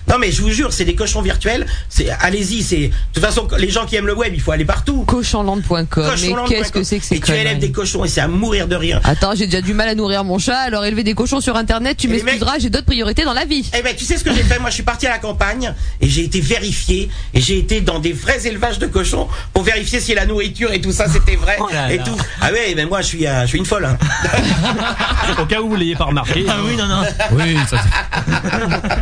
Speaker 4: Non, mais je vous jure, c'est des cochons virtuels. C'est, allez-y, c'est, de toute façon, les gens qui aiment le web, il faut aller partout.
Speaker 8: Cochonland.com. Mais
Speaker 4: Cochonland.com.
Speaker 8: qu'est-ce que c'est que ces
Speaker 4: Et tu élèves des
Speaker 8: conneries
Speaker 4: cochons et c'est à mourir de rire.
Speaker 8: Attends, j'ai déjà du mal à nourrir mon chat, alors élever des cochons sur internet, tu
Speaker 4: Et les
Speaker 8: m'excuseras, Ah, j'ai d'autres priorités dans la vie.
Speaker 4: Eh ben, tu sais ce que j'ai fait Moi, je suis parti à la campagne et j'ai été vérifié et j'ai été dans des vrais élevages de cochons pour vérifier si la nourriture et tout ça c'était vrai
Speaker 2: Oh là
Speaker 4: et
Speaker 2: là.
Speaker 4: tout. Ah ouais, mais moi, je suis, euh, je suis une folle. hein.
Speaker 9: *laughs* Au cas où vous l'ayez pas remarqué.
Speaker 2: Ah oui non non.
Speaker 1: Oui, ça
Speaker 4: *laughs*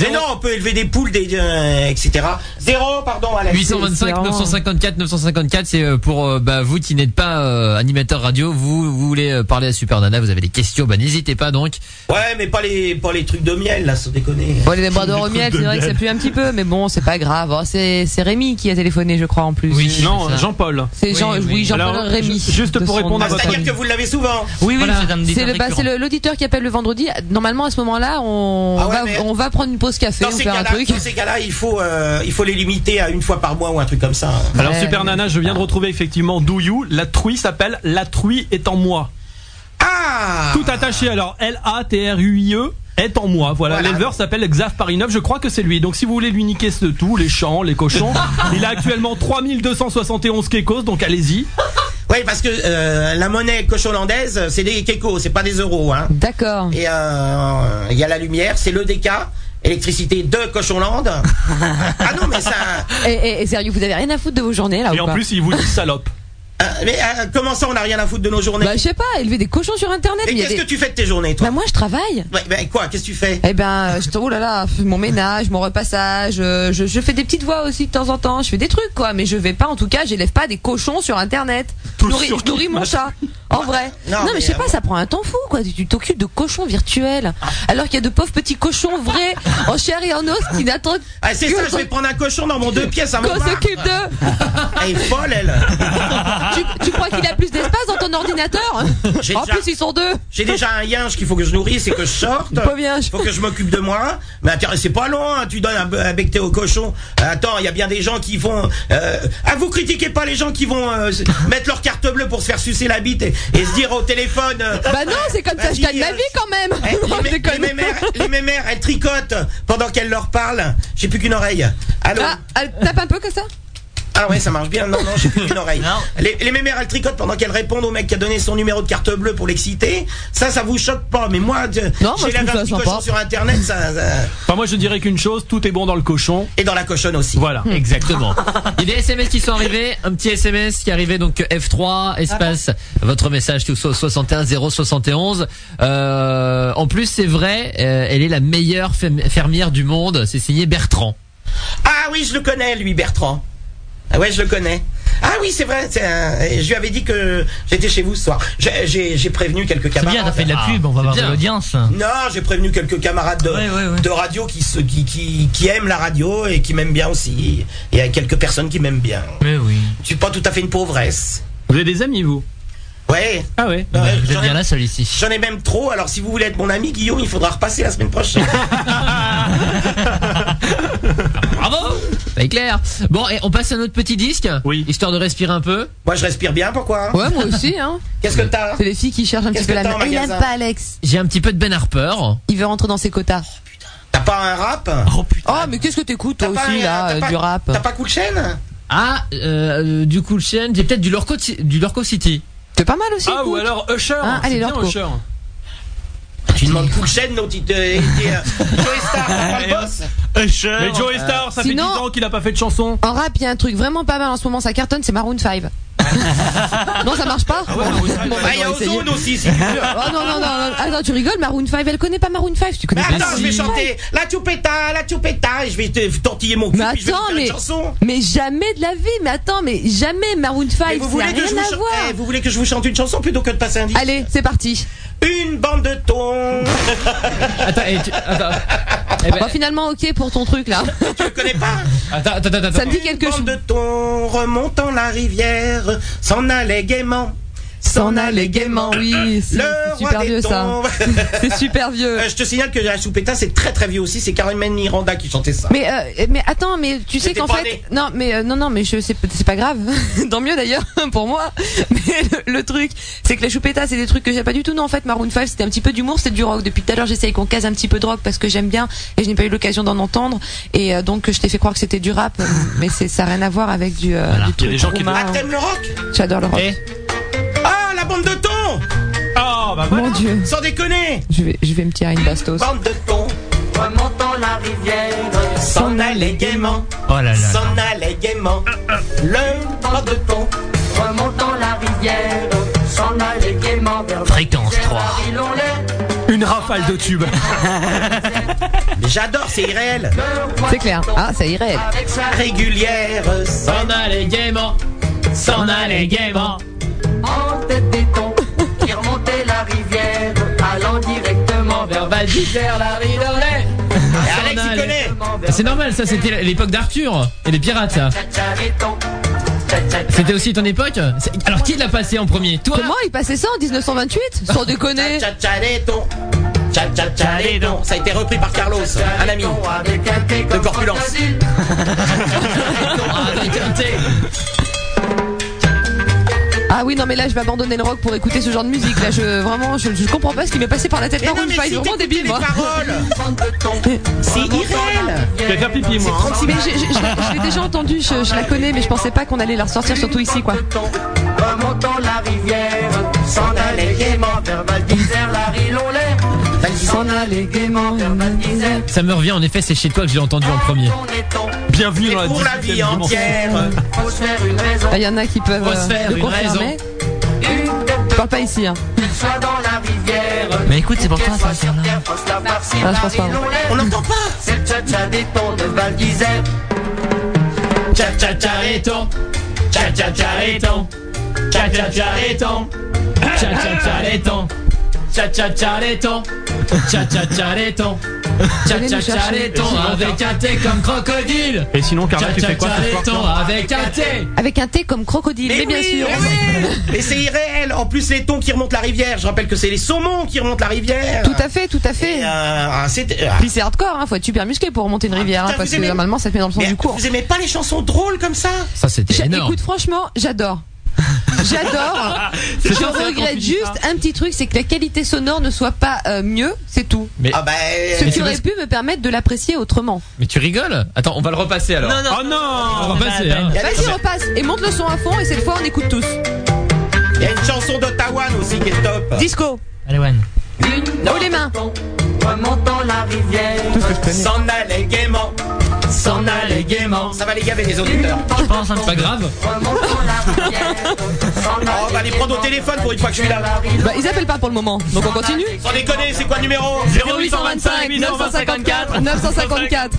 Speaker 4: Mais non, on peut élever des poules, des, euh, etc. Zéro, pardon, Alex.
Speaker 1: 825 954 954 c'est euh, pour euh, bah, vous qui n'êtes pas euh, animateur radio vous, vous voulez euh, parler à Super Nana vous avez des questions bah n'hésitez pas donc
Speaker 4: Ouais, mais pas les, pas les trucs de miel là, sans déconner.
Speaker 8: Bon, les bras d'or au miel, c'est vrai que ça pue un petit peu, mais bon, c'est pas grave. Oh, c'est c'est Rémi qui a téléphoné, je crois, en plus.
Speaker 9: non,
Speaker 1: c'est ça.
Speaker 9: Jean-Paul.
Speaker 8: C'est Jean,
Speaker 2: Oui, oui.
Speaker 8: oui, Jean-Paul
Speaker 9: Alors,
Speaker 8: Rémi.
Speaker 9: ju- juste
Speaker 8: de
Speaker 9: pour
Speaker 8: son-
Speaker 9: répondre à
Speaker 4: Ah,
Speaker 9: votre
Speaker 4: C'est-à-dire que vous l'avez souvent.
Speaker 2: Oui oui.
Speaker 1: Voilà.
Speaker 2: un indice
Speaker 8: C'est le, bah, c'est
Speaker 2: récurrent.
Speaker 8: le- l'auditeur qui appelle le vendredi. Normalement, à ce moment-là, on,
Speaker 4: Ah ouais,
Speaker 8: va,
Speaker 4: mais-
Speaker 8: on va prendre une pause café
Speaker 4: Dans
Speaker 8: ou
Speaker 4: ces,
Speaker 8: faire un
Speaker 4: cas-là,
Speaker 8: truc.
Speaker 4: dans ces cas-là, il faut, euh, il faut les limiter à une fois par mois ou un truc comme ça.
Speaker 9: Alors
Speaker 8: Ouais,
Speaker 9: Super
Speaker 8: mais-
Speaker 9: Nana, je viens de retrouver effectivement Douyou. La truie s'appelle La truie est en moi.
Speaker 4: Ah
Speaker 9: Tout attaché alors L A T R U I E est en moi. Voilà,
Speaker 4: Voilà.
Speaker 9: l'éleveur s'appelle Xav Parinov, je crois que c'est lui. Donc si vous voulez lui niquer ce tout, les champs, les cochons, il a actuellement 3271 kekos, donc allez-y.
Speaker 4: Oui, parce que euh, la monnaie cocholandaise, c'est des kekos, c'est pas des euros. Hein.
Speaker 8: D'accord.
Speaker 4: Et euh, il y a la lumière, c'est l'EDK, électricité de
Speaker 8: *laughs*
Speaker 4: Cochonland. ah non, mais ça.
Speaker 8: Et, et- et sérieux, vous avez rien à foutre de vos journées là
Speaker 9: Et
Speaker 8: ou
Speaker 9: en
Speaker 8: pas
Speaker 9: plus, il vous dit salope.
Speaker 4: euh, mais euh, comment ça, on n'a rien à foutre de nos journées
Speaker 8: Bah je sais pas, élever des cochons sur internet.
Speaker 4: Et
Speaker 8: mais il y a
Speaker 4: qu'est-ce
Speaker 8: des-
Speaker 4: que tu fais de tes journées, toi
Speaker 8: Bah moi je travaille.
Speaker 4: Ouais, ben, quoi, qu'est-ce que
Speaker 8: *laughs*
Speaker 4: tu fais
Speaker 8: Eh ben, je, oh là là, mon ménage, mon repassage, euh, je, je fais des petites voix aussi de temps en temps, je fais des trucs quoi, mais je vais pas, en tout cas, j'élève pas des cochons sur internet. Je nourris, je nourris mon chat. En vrai. Non, mais, je sais
Speaker 4: euh,
Speaker 8: pas, ça prend un temps fou, quoi. Tu- Tu t'occupes de cochons virtuels.
Speaker 4: Ah.
Speaker 8: Alors qu'il y a de pauvres petits cochons vrais, en chair et en os, qui n'attendent
Speaker 4: Ah, c'est ça, je vais prendre un cochon dans mon deux pièces à mon
Speaker 8: qu'on s'occupe d'eux.
Speaker 4: Elle est folle, elle.
Speaker 8: tu, *laughs* tu crois qu'il a plus d'espace dans ton ordinateur
Speaker 4: J'ai
Speaker 8: En
Speaker 4: déjà-
Speaker 8: plus, ils sont deux.
Speaker 4: J'ai déjà un yinge qu'il faut que je nourrisse et que je sorte.
Speaker 8: Pas bien.
Speaker 4: faut que je m'occupe de moi. Mais attends, c'est pas long, hein, tu donnes un, be- un becté au cochon. Attends, il y a bien des gens qui vont... Euh, ah, vous critiquez pas les gens qui vont euh,
Speaker 8: *laughs*
Speaker 4: se- mettre leur carte bleue pour se faire sucer la bite et, et se dire au téléphone... euh,
Speaker 8: Bah non, c'est comme ça,
Speaker 4: Vas-y,
Speaker 8: je gagne ma
Speaker 4: euh,
Speaker 8: vie quand même.
Speaker 4: Eh,
Speaker 8: *laughs* Non, je
Speaker 4: les, mé- les
Speaker 8: déconne.
Speaker 4: mémères, les mémères, elles tricotent pendant qu'elles leur parlent. J'ai plus qu'une oreille. Allô
Speaker 8: Ah, elle tape un peu comme ça
Speaker 4: Ah ouais, ça marche bien. Non, non, j'ai plus qu'une oreille.
Speaker 2: Non.
Speaker 4: Les, les mémères, elles tricotent pendant qu'elles répondent au mec qui a donné son numéro de carte bleue pour l'exciter. Ça, ça vous choque pas. Mais moi, je-
Speaker 8: moi,
Speaker 4: j'ai
Speaker 8: je trouve
Speaker 4: la
Speaker 8: ça
Speaker 4: petit
Speaker 8: sympa.
Speaker 4: cochon sur Internet ça, ça-
Speaker 9: Enfin, moi, je dirais qu'une chose, tout est bon dans le cochon.
Speaker 4: Ah, et dans la cochonne aussi.
Speaker 9: Voilà.
Speaker 1: Exactement. Il y a des SMS qui sont arrivés, un petit SMS qui est arrivé donc F3 espace votre message tout ça au 61 071. Euh, en plus c'est vrai, euh, elle est la meilleure ferm- fermière du monde, c'est signé Bertrand.
Speaker 4: Ah oui, je le connais, lui, Bertrand. Ah ouais, je le connais. Ah oui, c'est vrai. c'est un- Je lui avais dit que j'étais chez vous ce soir. J'ai- J'ai j'ai prévenu quelques
Speaker 2: C'est bien,
Speaker 4: camarades.
Speaker 2: t'as fait de la
Speaker 1: Ah,
Speaker 2: pub, on va
Speaker 1: c'est
Speaker 2: avoir de
Speaker 1: bien.
Speaker 2: l'audience.
Speaker 4: Non, j'ai prévenu quelques camarades de,
Speaker 2: Ouais, ouais, ouais.
Speaker 4: de radio qui, se, qui, qui, qui aiment la radio et qui m'aiment bien aussi. Il y a quelques personnes qui m'aiment bien.
Speaker 2: Mais oui.
Speaker 4: Je suis pas tout à fait une pauvresse.
Speaker 9: Vous avez des amis, vous
Speaker 4: Ouais.
Speaker 9: Ah ouais.
Speaker 4: Ouais,
Speaker 2: Bah, vous êtes
Speaker 4: j'en ai-
Speaker 2: bien là, seul ici.
Speaker 4: J'en ai même trop, alors si vous voulez être mon ami Guillaume, il faudra repasser la semaine
Speaker 2: *laughs*
Speaker 4: prochaine.
Speaker 1: Bravo C'est clair. Bon et on passe à notre petit disque
Speaker 9: Oui.
Speaker 1: histoire de respirer un peu.
Speaker 4: Moi je respire bien, pourquoi hein
Speaker 8: Ouais, moi aussi, hein.
Speaker 4: Qu'est-ce que t'as
Speaker 8: C'est les filles qui cherchent un petit
Speaker 4: Qu'est-ce
Speaker 8: peu
Speaker 4: que
Speaker 8: la
Speaker 4: t'as en
Speaker 8: merde. Il aime
Speaker 4: magasin
Speaker 8: pas Alex.
Speaker 1: J'ai un petit peu de Ben Harper.
Speaker 8: Il veut rentrer dans ses quotas.
Speaker 4: T'as pas un rap
Speaker 2: Oh putain.
Speaker 8: Oh, mais qu'est-ce que t'écoutes toi
Speaker 4: T'as pas
Speaker 8: aussi,
Speaker 4: un-
Speaker 8: là,
Speaker 4: t'as
Speaker 8: euh,
Speaker 4: pas-
Speaker 8: du rap
Speaker 4: T'as pas coup de chaîne
Speaker 1: Ah euh, du cool chaîne, j'ai peut-être du Lorco du Lorco City.
Speaker 8: C'est pas mal aussi.
Speaker 9: Ah, ou
Speaker 8: écoute.
Speaker 9: alors Usher.
Speaker 8: Ah,
Speaker 9: c'est
Speaker 8: allez,
Speaker 9: bien
Speaker 8: Lorco.
Speaker 9: Usher.
Speaker 4: Ah, Tu demandes coup de chaîne, non, tu te. t'es, euh, Joey Star, t'as pas le boss
Speaker 9: Mais Joey Star, ça
Speaker 8: Sinon-
Speaker 9: fait 10 ans qu'il a pas fait de chanson.
Speaker 8: En rap, il y a un truc vraiment pas mal en ce moment, ça cartonne, c'est Maroon 5. non,
Speaker 4: *laughs*
Speaker 8: ça marche pas
Speaker 9: ouais, Maroon 5,
Speaker 8: Bon,
Speaker 9: ouais.
Speaker 8: bah,
Speaker 4: Ah, il y a
Speaker 8: on va essayer.
Speaker 4: Ozone aussi, si tu veux.
Speaker 8: Oh non, non, non, non, attends, tu rigoles, Maroon 5, elle connaît pas Maroon 5, tu connais
Speaker 4: Mais
Speaker 8: pas
Speaker 4: attends, je vais chanter la choupetta, la choupetta, et je vais te tortiller mon cul,
Speaker 8: Mais
Speaker 4: puis je vais
Speaker 8: attends,
Speaker 4: te faire
Speaker 8: mais-
Speaker 4: une chanson.
Speaker 8: Mais jamais de la vie, mais attends, mais jamais Maroon 5, ça
Speaker 4: Mais vous
Speaker 8: n'a
Speaker 4: voulez, que je
Speaker 8: rien
Speaker 4: vous
Speaker 8: à
Speaker 4: chan-
Speaker 8: voir.
Speaker 4: eh, vous voulez que je vous chante une chanson plutôt que de passer un disque
Speaker 8: Allez, c'est parti.
Speaker 4: Une bande de thon
Speaker 1: Attends, eh, tu-
Speaker 4: *laughs*
Speaker 1: attends. Eh ben,
Speaker 8: Bon, Ah bah, finalement, ok pour ton truc là.
Speaker 4: Tu le connais pas
Speaker 1: attends, attends, attends, attends.
Speaker 8: Ça me dit quelque
Speaker 4: Une
Speaker 8: chose.
Speaker 4: bande de thon remontant la rivière s'en allait gaiement.
Speaker 8: S'en aller gaiement, oui. c'est-
Speaker 4: Le
Speaker 8: C'est
Speaker 4: roi
Speaker 8: super
Speaker 4: des
Speaker 8: vieux ça.
Speaker 4: thons.
Speaker 8: *laughs* C'est super vieux.
Speaker 4: Euh, Je te signale que la choupetta, c'est très très vieux aussi. C'est Carmen Miranda qui chantait ça.
Speaker 8: Mais euh, mais attends, mais tu sais
Speaker 4: J'étais
Speaker 8: qu'en
Speaker 4: pas
Speaker 8: fait,
Speaker 4: né.
Speaker 8: non, mais euh, non, non, mais je sais, c'est pas grave. Tant mieux d'ailleurs pour moi. Mais le, le truc, c'est que la choupetta, c'est des trucs que j'aime pas du tout. Non, en fait, Maroon 5, c'était un petit peu d'humour, c'était du rock. Depuis tout à l'heure, j'essaye qu'on case un petit peu de rock parce que j'aime bien et je n'ai pas eu l'occasion d'en entendre. Et euh, donc, je t'ai fait croire que c'était du rap, mais c'est ça a rien à voir avec du. euh,
Speaker 9: Il
Speaker 8: du
Speaker 9: y a des gens qui.
Speaker 8: Romain,
Speaker 4: Ah,
Speaker 8: hein.
Speaker 4: t'aimes le rock
Speaker 8: J'adore le rock.
Speaker 1: Eh,
Speaker 4: Ah, la bande de thon Oh,
Speaker 9: Ah, bah
Speaker 8: Mon
Speaker 9: voilà.
Speaker 8: Dieu,
Speaker 4: Sans déconner
Speaker 8: je vais, je vais me tirer une bastos.
Speaker 4: Bande de thon remontant la rivière s'en allait gaiement.
Speaker 2: Oh là là.
Speaker 4: s'en allait gaiement. Le bord de pont,
Speaker 3: Remontant la rivière, s'en aller gaiement vers
Speaker 2: Fréquence 3.
Speaker 9: Une rafale
Speaker 4: *laughs*
Speaker 9: de tube.
Speaker 4: Mais j'adore, c'est irréel.
Speaker 8: C'est clair. Ah, ça irait.
Speaker 4: Régulière, s'en
Speaker 1: S'en aller gaiement, s'en aller gaiement.
Speaker 3: En tête des tons qui remontaient la rivière, allant directement vers
Speaker 1: Vers Val d'Isère.
Speaker 3: la Ridolée.
Speaker 4: Alex, il
Speaker 1: allait.
Speaker 4: connaît.
Speaker 1: Ah, C'est normal, ça c'était l'époque d'Arthur et les pirates. ça. C'était aussi ton époque C'est- Alors qui l'a passé en premier Toi
Speaker 8: Comment il passait ça en 1928 Sans déconner.
Speaker 4: Cha cha les tons. Cha cha cha les tons. Ça a été repris par Carlos, un ami de corpulence. *laughs*
Speaker 1: Ah, t'as été raté.
Speaker 8: Ah oui, non, mais là, je vais abandonner le rock pour écouter ce genre de musique. Là, je vraiment, je, je comprends pas ce qui m'est passé par la tête.
Speaker 4: Mais non,
Speaker 8: Maroon
Speaker 4: mais
Speaker 8: 5,
Speaker 4: si
Speaker 8: vraiment
Speaker 4: t'écoutais
Speaker 8: débile,
Speaker 4: les
Speaker 8: moi.
Speaker 4: paroles, c'est irréel.
Speaker 9: Je vais faire pipi, moi. hein.
Speaker 8: Mais je, je- je- je l'ai déjà entendu, je, je la connais, mais je pensais pas qu'on allait la ressortir surtout ici, quoi.
Speaker 3: Remontant la rivière, s'en aller gaiement vers Val d'Isère, la Rilolée. S'en aller gaiement vers Val d'Isère.
Speaker 1: Ça me revient en effet, c'est chez toi que j'ai entendu en premier.
Speaker 9: Bienvenue
Speaker 4: C'est
Speaker 9: dans la
Speaker 4: pour la
Speaker 9: 18e
Speaker 4: vie
Speaker 9: dimension.
Speaker 4: entière.
Speaker 3: Faut se faire une raison,
Speaker 8: Il y en a qui peuvent
Speaker 1: Faut se
Speaker 8: euh,
Speaker 1: faire
Speaker 8: le
Speaker 1: une
Speaker 8: confirmer.
Speaker 3: une tête
Speaker 8: Je parle pas ici, hein.
Speaker 3: de soit dans la rivière.
Speaker 2: Mais écoute, c'est pour toi,
Speaker 3: Qu'elle
Speaker 2: ça,
Speaker 3: soit
Speaker 2: ça,
Speaker 3: sur
Speaker 2: là.
Speaker 3: terre, faut se la farcir,
Speaker 8: Ah, je
Speaker 3: la
Speaker 8: pense pas.
Speaker 3: Rilolée.
Speaker 4: On n'entend pas.
Speaker 3: C'est le tcha-tcha des tons de Val d'Isère.
Speaker 4: Cha cha cha les tons. Cha cha cha les tons. Cha cha cha les tons. Cha
Speaker 3: cha les tons. Cha cha cha les tons. Cha cha cha les tons. Cha cha cha les tons avec un T comme crocodile.
Speaker 9: Et sinon, Carla,
Speaker 3: Cha
Speaker 9: tu
Speaker 3: cha
Speaker 9: fais quoi
Speaker 3: cha
Speaker 9: ce
Speaker 3: les
Speaker 9: soir
Speaker 3: tons avec un T.
Speaker 8: Avec un T comme crocodile, mais, bien
Speaker 4: oui,
Speaker 8: sûr.
Speaker 4: Mais, oui. Mais c'est irréel. En plus, les thons qui remontent la rivière. Je rappelle que c'est les saumons qui remontent la rivière.
Speaker 8: Tout à fait, tout à fait.
Speaker 4: Et, euh, ah, c'est- ah.
Speaker 8: Puis c'est hardcore, hein, faut être super musclé pour remonter une rivière, hein,
Speaker 4: putain,
Speaker 8: parce
Speaker 4: vous
Speaker 8: que
Speaker 4: aimez-
Speaker 8: normalement ça te met dans le sens
Speaker 4: Mais
Speaker 8: du cours.
Speaker 4: vous aimez ah, pas les chansons drôles comme ça
Speaker 1: Ça, c'était
Speaker 8: J'a-
Speaker 1: énorme.
Speaker 8: Écoute, franchement, j'adore.
Speaker 4: *laughs*
Speaker 8: J'adore. Je
Speaker 2: ça, c'est
Speaker 8: regrette juste un petit truc, c'est que la qualité sonore ne soit pas euh, mieux, c'est tout.
Speaker 4: Ah bah.
Speaker 8: Ce
Speaker 4: euh,
Speaker 8: qui aurait pu me permettre de l'apprécier autrement.
Speaker 15: Mais tu rigoles Attends, on va le repasser alors.
Speaker 9: Oh
Speaker 3: Ah,
Speaker 1: Ah
Speaker 9: non
Speaker 15: on va repasser. hein.
Speaker 4: Il y, a des-
Speaker 8: Vas-y, repasse et monte le son à fond et cette fois on écoute tous.
Speaker 4: il y a une chanson d'Ottawa aussi qui est top.
Speaker 8: Disco,
Speaker 2: *laughs* Allez, Wan.
Speaker 8: haut les mains.
Speaker 3: Remontant la rivière.
Speaker 4: S'en aller gaiement.
Speaker 3: S'en aller gaiement.
Speaker 4: Ça va les gaver les auditeurs.
Speaker 2: Je pense un
Speaker 8: hein,
Speaker 2: petit
Speaker 15: Pas
Speaker 2: peu.
Speaker 15: grave
Speaker 3: Remontant la rivière. S'en
Speaker 4: Oh, on va
Speaker 3: aller
Speaker 4: les prendre au
Speaker 3: gaiement.
Speaker 4: téléphone pour une fois que je suis là.
Speaker 8: Bah, ils appellent pas pour le moment, donc on continue.
Speaker 4: Sans déconner, c'est quoi le numéro
Speaker 2: 0825 954
Speaker 8: 954.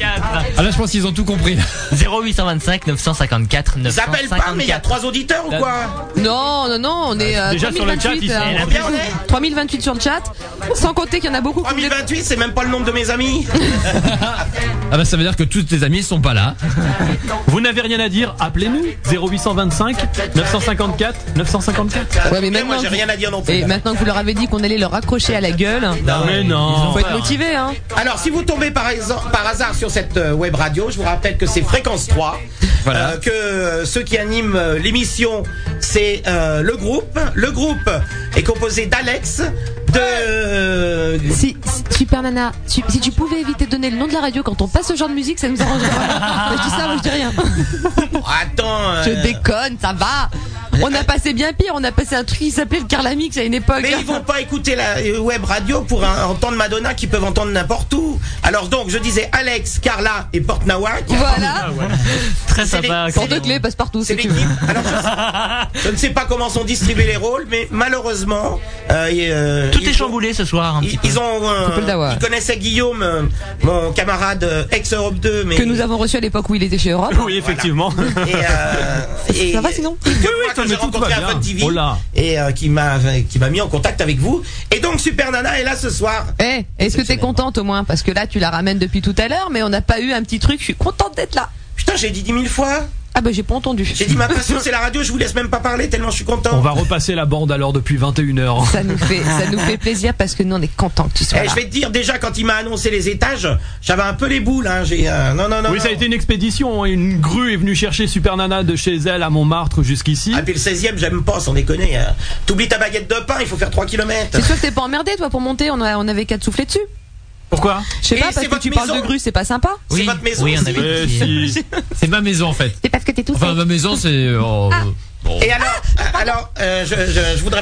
Speaker 15: Ah là, je pense qu'ils ont tout compris.
Speaker 2: *laughs* 0825 954
Speaker 4: Ils appellent pas, mais il y a
Speaker 2: 954.
Speaker 4: trois auditeurs ou quoi
Speaker 8: Non, non, non, on est euh,
Speaker 9: Déjà sur le chat,
Speaker 8: 3028,
Speaker 9: ils sont-
Speaker 8: euh,
Speaker 4: Combien on est
Speaker 8: 3028 sur le chat, sans compter qu'il y en a beaucoup qui ont des-
Speaker 4: 3028, c'est même pas le nombre de mes
Speaker 8: *laughs*
Speaker 4: amis.
Speaker 15: Ah bah ça veut dire que tous tes amis sont pas là.
Speaker 9: Vous n'avez rien à dire, appelez-nous 0825 954 954.
Speaker 8: Ouais, mais
Speaker 4: Et moi,
Speaker 8: maintenant,
Speaker 4: j'ai rien à dire non plus.
Speaker 8: et maintenant que vous leur avez dit qu'on allait leur accrocher à la gueule,
Speaker 4: Non,
Speaker 9: Mais
Speaker 4: mais-
Speaker 9: non
Speaker 8: faut être motivé, hein.
Speaker 4: Alors, si vous tombez par, hasard- par hasard sur cette euh, web radio, je vous rappelle que c'est Fréquence 3.
Speaker 15: Voilà.
Speaker 4: euh, que euh, ceux qui animent euh, l'émission, c'est euh, le groupe. Le groupe est composé d'Alex, de. euh,
Speaker 8: Si, si- Super Nana, tu- si tu pouvais éviter de donner le nom de la radio quand on passe ce genre de musique, ça nous arrangerait. *laughs* Voilà. Moi, je dis ça, moi je dis rien.
Speaker 4: attends. euh,
Speaker 8: Je déconne, ça va. On a passé bien pire, on a passé un truc qui s'appelait le Carlamix à une époque.
Speaker 4: ah. Mais ils vont pas écouter la euh, web radio pour un- entendre Madonna qu'ils peuvent entendre n'importe où. Alors donc, je disais Alex, Carla et Portnawak.
Speaker 8: *laughs* Voilà,
Speaker 2: Très
Speaker 4: C'est
Speaker 2: sympa.
Speaker 4: les-
Speaker 8: pour deux clés, passe partout.
Speaker 4: C'est
Speaker 8: si tu
Speaker 4: l'équipe. Alors, je, je ne sais pas comment sont distribués les rôles, mais malheureusement, euh, et, euh,
Speaker 2: Tout
Speaker 4: il
Speaker 2: est
Speaker 4: faut-
Speaker 2: chamboulé ce soir. un petit
Speaker 4: Ils,
Speaker 2: peu.
Speaker 4: ils ont, euh,
Speaker 8: peu le dawa.
Speaker 4: ils connaissaient Guillaume, euh, mon camarade euh, ex Europe 2, mais euh,
Speaker 8: veux. Que nous avons reçu à l'époque où il était chez
Speaker 4: *laughs*
Speaker 8: Europe.
Speaker 9: Oui, effectivement.
Speaker 4: et, euh, et-
Speaker 8: Ça va sinon
Speaker 4: Oui, oui,
Speaker 9: oui,
Speaker 4: que
Speaker 9: mais
Speaker 4: j'ai
Speaker 9: tout va
Speaker 4: rencontré à
Speaker 9: bien.
Speaker 4: Fun TV
Speaker 9: Oh là.
Speaker 4: et euh, qui m'a qui m'a mis en contact avec vous. Et donc Super Nana est là ce soir.
Speaker 8: Eh, est-ce que t'es contente au moins Parce que là, tu la ramènes depuis tout à l'heure, mais on n'a pas eu un petit truc. Je suis contente d'être là.
Speaker 4: Putain, j'ai dit dix mille fois.
Speaker 8: Ah bah j'ai pas entendu.
Speaker 4: J'ai dit ma passion
Speaker 8: *laughs*
Speaker 4: c'est la radio. Je vous laisse même pas parler tellement je suis content.
Speaker 9: On va repasser la bande alors depuis 21h.
Speaker 8: Ça nous fait, ça nous fait plaisir parce que nous on est contents que tu sois
Speaker 4: Eh,
Speaker 8: là.
Speaker 4: je vais te dire déjà quand il m'a annoncé les étages, j'avais un peu les boules. Hein. J'ai euh, non non non.
Speaker 9: Oui, ça a
Speaker 4: non.
Speaker 9: été une expédition. hein. Une grue est venue chercher Super Nana de chez elle à Montmartre jusqu'ici.
Speaker 4: Ah, puis le 16e, j'aime pas, sans déconner. hein. T'oublies ta baguette de pain, il faut faire 3 km.
Speaker 8: C'est sûr que t'es pas emmerdé toi pour monter. On, a, on avait qu'à te souffler dessus.
Speaker 9: Pourquoi
Speaker 8: Je sais
Speaker 4: Et
Speaker 8: pas
Speaker 4: c'est
Speaker 8: parce que
Speaker 4: votre
Speaker 8: tu parles
Speaker 4: maison.
Speaker 8: de grue, c'est pas sympa.
Speaker 4: C'est votre maison.
Speaker 2: Oui, on
Speaker 4: aussi.
Speaker 2: avait
Speaker 9: Eh,
Speaker 2: dit-
Speaker 9: si.
Speaker 1: *laughs*
Speaker 15: C'est ma maison en fait.
Speaker 8: C'est parce que t'es tout Ah.
Speaker 15: Enfin, ma maison, c'est.
Speaker 8: *laughs*
Speaker 15: oh,
Speaker 1: euh,
Speaker 15: bon.
Speaker 4: Et alors, alors euh, je, je, je voudrais.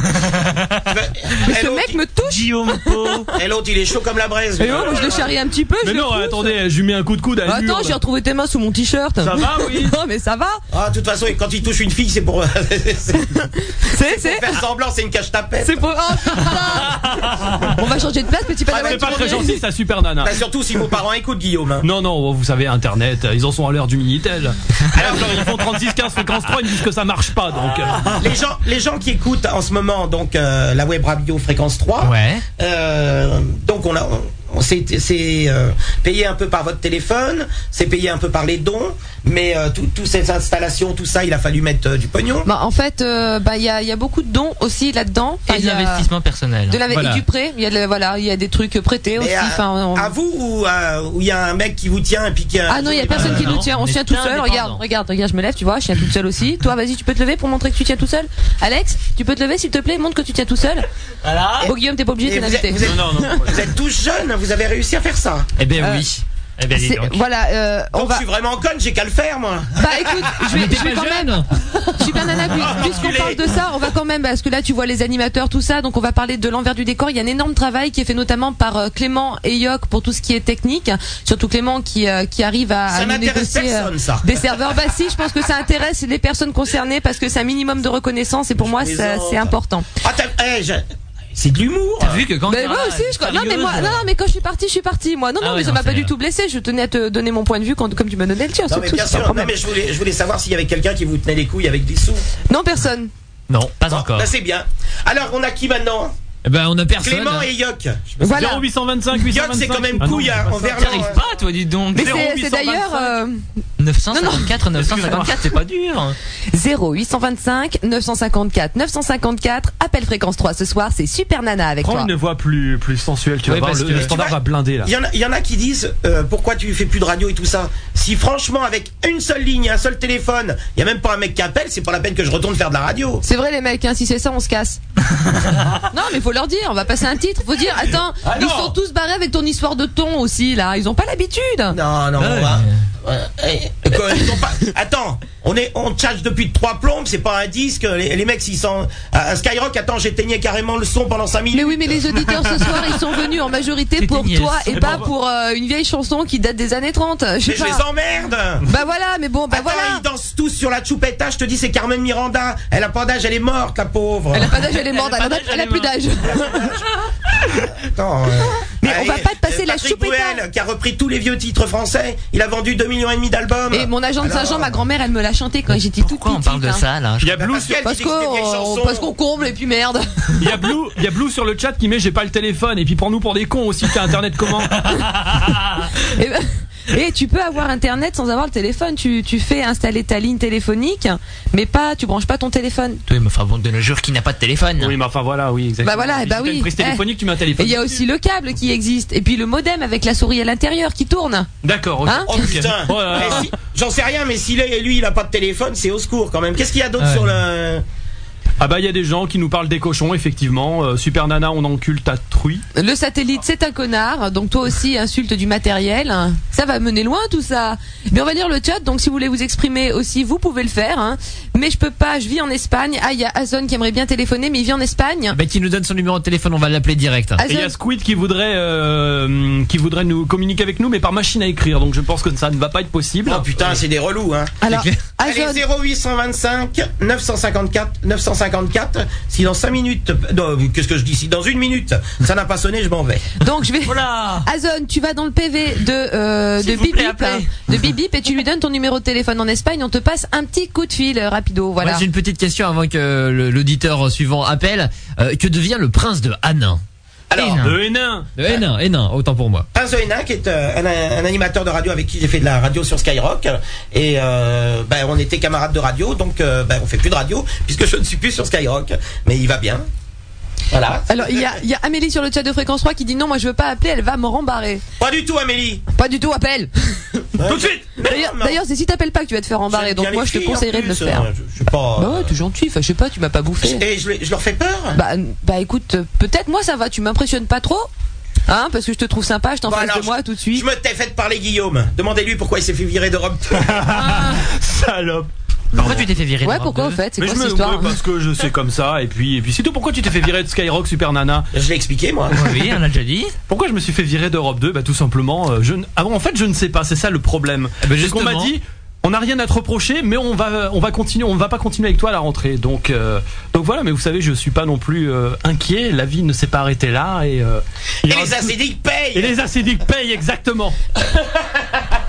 Speaker 8: *laughs* Mais
Speaker 4: Eh,
Speaker 8: ce
Speaker 4: l'autre,
Speaker 8: mec me touche.
Speaker 2: Guillaume
Speaker 4: *laughs*
Speaker 2: Pau.
Speaker 4: il- eh, l'autre, il est chaud comme la braise.
Speaker 8: Et oh, moi je le charrie un petit peu.
Speaker 9: Mais
Speaker 8: je le
Speaker 9: non,
Speaker 8: pousse.
Speaker 9: attendez, je lui mets un coup de coude à
Speaker 8: Bah,
Speaker 9: lui.
Speaker 8: attends, j'ai retrouvé tes mains sous mon t-shirt.
Speaker 9: Ça va, oui.
Speaker 8: *laughs* Non mais ça va.
Speaker 4: Ah, de toute façon, quand il touche une fille, c'est pour *laughs*
Speaker 8: C'est, c'est.
Speaker 4: faire semblant, c'est une cache tapette.
Speaker 8: C'est pour. Oh,
Speaker 4: *laughs*
Speaker 8: putain. on va changer de place, petit
Speaker 4: Ah,
Speaker 8: padawan.
Speaker 4: mais
Speaker 9: C'est pas très
Speaker 4: tourner.
Speaker 9: gentil, ça, Super Nana.
Speaker 4: Bah, surtout si vos parents écoutent, Guillaume. hein.
Speaker 9: Non, non, vous savez, Internet, euh, ils en sont à l'heure du Minitel. Alors, genre, ils font 36-15 fréquence 3, ils me disent que ça marche pas, donc. euh,
Speaker 2: Ah.
Speaker 4: Les gens, les gens qui écoutent en ce moment, donc euh, la web radio fréquence 3.
Speaker 2: Ouais.
Speaker 4: Euh, donc on a, on, on- c'est, c'est, euh, payé un peu par votre téléphone, c'est payé un peu par les dons, mais euh, tout- toutes ces installations, tout ça, il a fallu mettre euh, du pognon.
Speaker 8: Bah, en fait, euh, bah il y a, il y a beaucoup de dons aussi là-dedans. Enfin,
Speaker 2: Et
Speaker 8: il
Speaker 2: de
Speaker 8: y a-
Speaker 2: l'investissement personnel.
Speaker 8: De la,
Speaker 15: Voilà.
Speaker 8: et du prêt, il y a de- voilà, il y a des trucs prêtés aussi.
Speaker 4: Mais euh, à,
Speaker 8: Enfin, on-
Speaker 4: à vous ou à- ou il y a un mec qui vous tient et puis qui a-
Speaker 8: Ah non, il y a personne qui
Speaker 2: non,
Speaker 8: nous tient. On
Speaker 2: on
Speaker 8: se
Speaker 2: est
Speaker 8: tient tout seul.
Speaker 2: indépendant.
Speaker 8: Regarde, regarde, regarde, je me lève, tu vois, je tiens toute seule aussi. Toi, vas-y, tu peux te lever pour montrer que tu tiens tout seul. Alex, tu peux te lever s'il te plaît, montre que tu tiens tout seul.
Speaker 2: Voilà.
Speaker 8: Bon Oh, Guillaume, t'es pas obligé,
Speaker 4: Et
Speaker 8: t'es
Speaker 4: vous,
Speaker 8: invité.
Speaker 4: êtes, vous êtes-
Speaker 9: Non, non, non.
Speaker 4: vous êtes tous jeunes, hein, vous avez réussi à faire ça.
Speaker 2: Eh bien
Speaker 8: Euh,
Speaker 2: oui. Eh bien dis
Speaker 8: C'est-
Speaker 2: donc.
Speaker 8: Voilà, euh, on
Speaker 4: Donc je
Speaker 8: va.
Speaker 4: suis vraiment conne, j'ai qu'à le faire moi.
Speaker 8: Bah écoute, je vais,
Speaker 15: Mais t'es
Speaker 8: je vais
Speaker 15: pas
Speaker 8: quand même.
Speaker 15: jeune
Speaker 8: Super Nana, puis- puisqu'on
Speaker 4: enculé.
Speaker 8: parle de ça, on va quand même, parce que là tu vois les animateurs, tout ça, donc on va parler de l'envers du décor. Il y a un énorme travail qui est fait notamment par euh, Clément et Yoc pour tout ce qui est technique, surtout Clément qui, euh, qui arrive à, à
Speaker 4: Ça
Speaker 8: nous
Speaker 4: n'intéresse
Speaker 8: négocier, euh,
Speaker 4: personne ça.
Speaker 8: des serveurs. Bah si, je pense que ça intéresse les personnes concernées parce que c'est un minimum de reconnaissance et pour moi ça-
Speaker 4: plaisante.
Speaker 8: c'est important.
Speaker 4: Ah, t'as- eh, je- c'est de l'humour.
Speaker 2: T'as vu que quand
Speaker 8: Bah,
Speaker 2: Carla
Speaker 8: moi aussi,
Speaker 2: est
Speaker 8: je crois. Non mais moi,
Speaker 2: sérieuse,
Speaker 8: non, non, mais quand je suis partie, je suis partie. Moi, non, non,
Speaker 2: Ah
Speaker 8: mais
Speaker 2: ouais,
Speaker 8: ça
Speaker 2: non,
Speaker 8: m'a pas
Speaker 2: c'est-
Speaker 8: du tout blessée. Je tenais à te donner mon point de vue quand, comme tu m'as donné le tien.
Speaker 4: Non
Speaker 8: c'est
Speaker 4: mais
Speaker 8: tout,
Speaker 4: bien
Speaker 8: c'est pas un
Speaker 4: sûr, non
Speaker 8: problème.
Speaker 4: mais je voulais, je voulais savoir s'il y avait quelqu'un qui vous tenait les couilles avec des sous.
Speaker 8: Non personne.
Speaker 2: Non, pas encore.
Speaker 4: Bah, c'est bien. Alors, on a qui maintenant
Speaker 15: Eh ben, on a personne.
Speaker 4: Clément et Yoc.
Speaker 8: Voilà.
Speaker 9: 0825
Speaker 4: Yoc, c'est quand même couille
Speaker 15: Ah
Speaker 4: hein, en verlan.
Speaker 2: T'arrives pas, toi, dis donc.
Speaker 8: Mais c'est c'est d'ailleurs euh,
Speaker 2: 954, 954, c'est pas dur.
Speaker 8: 0825 954 954 appel fréquence 3 ce soir c'est Super Nana avec
Speaker 9: Prends
Speaker 8: toi.
Speaker 9: une voix plus, plus sensuelle, tu
Speaker 15: Oui,
Speaker 9: vas voir,
Speaker 15: parce
Speaker 9: le,
Speaker 15: que-
Speaker 9: le standard
Speaker 4: tu vois,
Speaker 9: va blinder là.
Speaker 4: Il y, en a, il y en a qui disent euh, pourquoi tu fais plus de radio et tout ça. Si franchement avec une seule ligne, un seul téléphone, il y a même pas un mec qui appelle, c'est pas la peine que je retourne faire de la radio.
Speaker 8: C'est vrai les mecs hein, si c'est ça on se casse. non mais faut leur dire on va passer un titre faut dire attends
Speaker 4: Ah
Speaker 8: ils
Speaker 4: non.
Speaker 8: sont tous barrés avec ton histoire de ton aussi là ils ont pas l'habitude.
Speaker 4: Non,
Speaker 9: Ah
Speaker 4: non, on va. Ouais, eh, quoi, ils ont pas- Attends, on est, on tchatche depuis trois plombes, c'est pas un disque. Les, les mecs, s'ils sont à à Skyrock, attends, j'éteignais carrément le son pendant cinq minutes.
Speaker 8: Mais oui, mais les auditeurs ce soir, ils sont venus en majorité pour
Speaker 2: C'était
Speaker 8: toi
Speaker 2: Niels.
Speaker 8: et pas pour euh, une vieille chanson qui date des années 30. Je sais
Speaker 4: Mais je les
Speaker 8: pas.
Speaker 4: emmerde.
Speaker 8: Bah voilà, mais bon, bah
Speaker 4: Attends,
Speaker 8: voilà.
Speaker 4: ils dansent tous sur la choupetta. Je te dis, c'est Carmen Miranda. Elle a pas d'âge, elle est morte, la pauvre.
Speaker 8: Elle a pas d'âge, elle est morte, elle, en a- elle a plus d'âge.
Speaker 4: Attends, euh,
Speaker 8: Mais on va pas te passer
Speaker 4: euh,
Speaker 8: la hein.
Speaker 4: Patrick
Speaker 8: choupetta.
Speaker 4: Bruel, qui a repris tous les vieux titres français. Il a vendu 2 millions et demi d'albums.
Speaker 8: Et mon agent de
Speaker 4: Alors,
Speaker 8: Saint-Jean, ma grand-mère, elle me l'a chanté quand j'étais toute
Speaker 2: Pourquoi
Speaker 8: petite.
Speaker 2: on parle de
Speaker 8: hein.
Speaker 2: ça, là
Speaker 9: Il y a Blue
Speaker 4: Parce
Speaker 9: sur,
Speaker 4: qu'elle
Speaker 8: Parce
Speaker 4: dit que c'était des vieilles
Speaker 8: qu'on
Speaker 4: chansons.
Speaker 8: parce qu'on comble et puis merde.
Speaker 9: il y a Blue, il y a Blue sur le chat qui met j'ai pas le téléphone et puis prends nous pour des cons aussi t'as internet
Speaker 4: *laughs*
Speaker 9: comment
Speaker 8: Et, ben- et tu peux avoir internet sans avoir le téléphone. Tu, tu fais installer ta ligne téléphonique, mais pas tu branches pas ton téléphone.
Speaker 2: Oui, mais enfin bon, de nos jours qui n'a pas de téléphone.
Speaker 9: Oui mais enfin voilà oui exactement.
Speaker 8: Bah voilà,
Speaker 9: Si
Speaker 8: bah
Speaker 9: t'as
Speaker 8: oui.
Speaker 9: Une prise
Speaker 8: Eh.
Speaker 9: téléphonique tu mets un
Speaker 8: Et
Speaker 9: téléphone.
Speaker 8: il y a aussi le câble qui existe et puis le modem avec la souris à l'intérieur qui tourne.
Speaker 9: D'accord. ok.
Speaker 8: Hein
Speaker 4: Oh putain.
Speaker 9: Oh là là.
Speaker 4: Eh, si- J'en sais rien, mais si lui, lui, il a pas de téléphone, c'est au secours quand même. Qu'est-ce qu'il y a d'autre
Speaker 2: Ouais.
Speaker 4: sur le.
Speaker 9: Ah bah il y a des gens qui nous parlent des cochons effectivement. Euh, Super Nana on encule ta truie.
Speaker 8: Le satellite, c'est un connard, donc toi aussi insulte du matériel. Ça va mener loin tout ça. Mais on va lire le chat, donc si vous voulez vous exprimer aussi, vous pouvez le faire. hein. Mais je peux pas, je vis en Espagne. Ah, il y a Azon qui aimerait bien téléphoner, mais il vit en Espagne.
Speaker 1: Bah, qui nous donne son numéro de téléphone, on va l'appeler direct.
Speaker 9: Et il y a
Speaker 8: Azon,
Speaker 9: Squid qui voudrait euh, qui voudrait nous communiquer avec nous mais par machine à écrire donc je pense que ça ne va pas être possible. Euh,
Speaker 4: Oh putain, c'est des relous, hein.
Speaker 8: alors,
Speaker 4: Allez,
Speaker 8: Azon,
Speaker 4: 0825 954 954. Si dans 5 minutes. non, Qu'est-ce que je dis Si dans une minute, ça n'a pas sonné, je m'en vais.
Speaker 8: donc je vais.
Speaker 2: Voilà
Speaker 8: *laughs* Azon, tu vas dans le PV de euh, de
Speaker 2: S'il vous
Speaker 8: Bip
Speaker 2: plaît,
Speaker 8: Bip,
Speaker 2: appelez.
Speaker 8: hein, de Bip Bip, et tu lui donnes ton numéro de téléphone en Espagne. On te passe un petit coup de fil euh, rapido, voilà.
Speaker 1: Moi, j'ai une petite question avant que le- l'auditeur suivant appelle. Euh, que devient le prince de Hanin
Speaker 4: Alors,
Speaker 1: Hénin.
Speaker 9: Le Hénin.
Speaker 1: De Hénin, Hénin, autant pour moi.
Speaker 4: Prince Zoéna, qui est euh, un, un animateur de radio avec qui j'ai fait de la radio sur Skyrock, et euh, ben, on était camarades de radio, donc euh, ben, on fait plus de radio, puisque je ne suis plus sur Skyrock, mais il va bien. Voilà.
Speaker 8: Alors il y a, il y a Amélie sur le chat de fréquence 3 qui dit non, moi je veux pas appeler, elle va me rembarrer.
Speaker 4: Pas du tout, Amélie.
Speaker 8: Pas du tout, appelle.
Speaker 4: Tout de suite. Mais
Speaker 8: *laughs* D'ailleurs,
Speaker 4: non, non.
Speaker 8: d'ailleurs, c'est si t'appelles pas que tu vas te faire embarrer.
Speaker 4: J'aime
Speaker 8: Donc
Speaker 4: bien
Speaker 8: moi,
Speaker 4: les
Speaker 8: je te
Speaker 4: filles, en
Speaker 8: conseillerais de le
Speaker 4: plus,
Speaker 8: faire.
Speaker 2: hein,
Speaker 4: euh, Je, je suis pas.
Speaker 8: Bah ouais, t'es gentil. Enfin, je sais pas, tu m'as pas bouffé.
Speaker 4: Et je, les- je leur fais peur.
Speaker 8: Bah, n- bah écoute, euh, peut-être moi ça va. Tu m'impressionnes pas trop, hein, parce que je te trouve sympa. Je t'en
Speaker 4: Bon,
Speaker 8: fasse
Speaker 4: Bah, alors,
Speaker 8: de moi tout de
Speaker 4: je
Speaker 8: suite.
Speaker 4: me t'ai fait parler Guillaume. Demandez-lui pourquoi il s'est fait virer
Speaker 9: *laughs*
Speaker 4: d'Europe.
Speaker 9: Salope.
Speaker 2: Pourquoi tu t'es fait virer
Speaker 8: Ouais,
Speaker 2: de
Speaker 8: Ah. pourquoi en
Speaker 2: Europe
Speaker 8: fait C'est
Speaker 9: Mais
Speaker 8: quoi
Speaker 9: je
Speaker 8: cette
Speaker 9: me
Speaker 8: histoire
Speaker 9: ouais, parce que je sais comme ça et puis et puis c'est tout pourquoi tu t'es fait virer de Skyrock Super Nana
Speaker 4: je l'ai expliqué moi.
Speaker 2: 2 Oui, on l'a déjà dit.
Speaker 9: Pourquoi je me suis fait virer d'Europe 2 Bah tout simplement, euh, je ne- ah bon, en fait je ne sais pas, c'est ça le problème.
Speaker 1: Eh ben,
Speaker 9: C'est qu'on m'a
Speaker 1: justement.
Speaker 9: dit on n'a rien à te reprocher, mais on va on va continuer, on ne va pas continuer avec toi à la rentrée. Donc euh, donc voilà, mais vous savez, je suis pas non plus euh, inquiet. La vie ne s'est pas arrêtée là et euh, il y
Speaker 4: Et
Speaker 9: aura
Speaker 4: les
Speaker 9: tout-
Speaker 4: acédiques
Speaker 9: et
Speaker 4: payent.
Speaker 9: les acédiques payent exactement.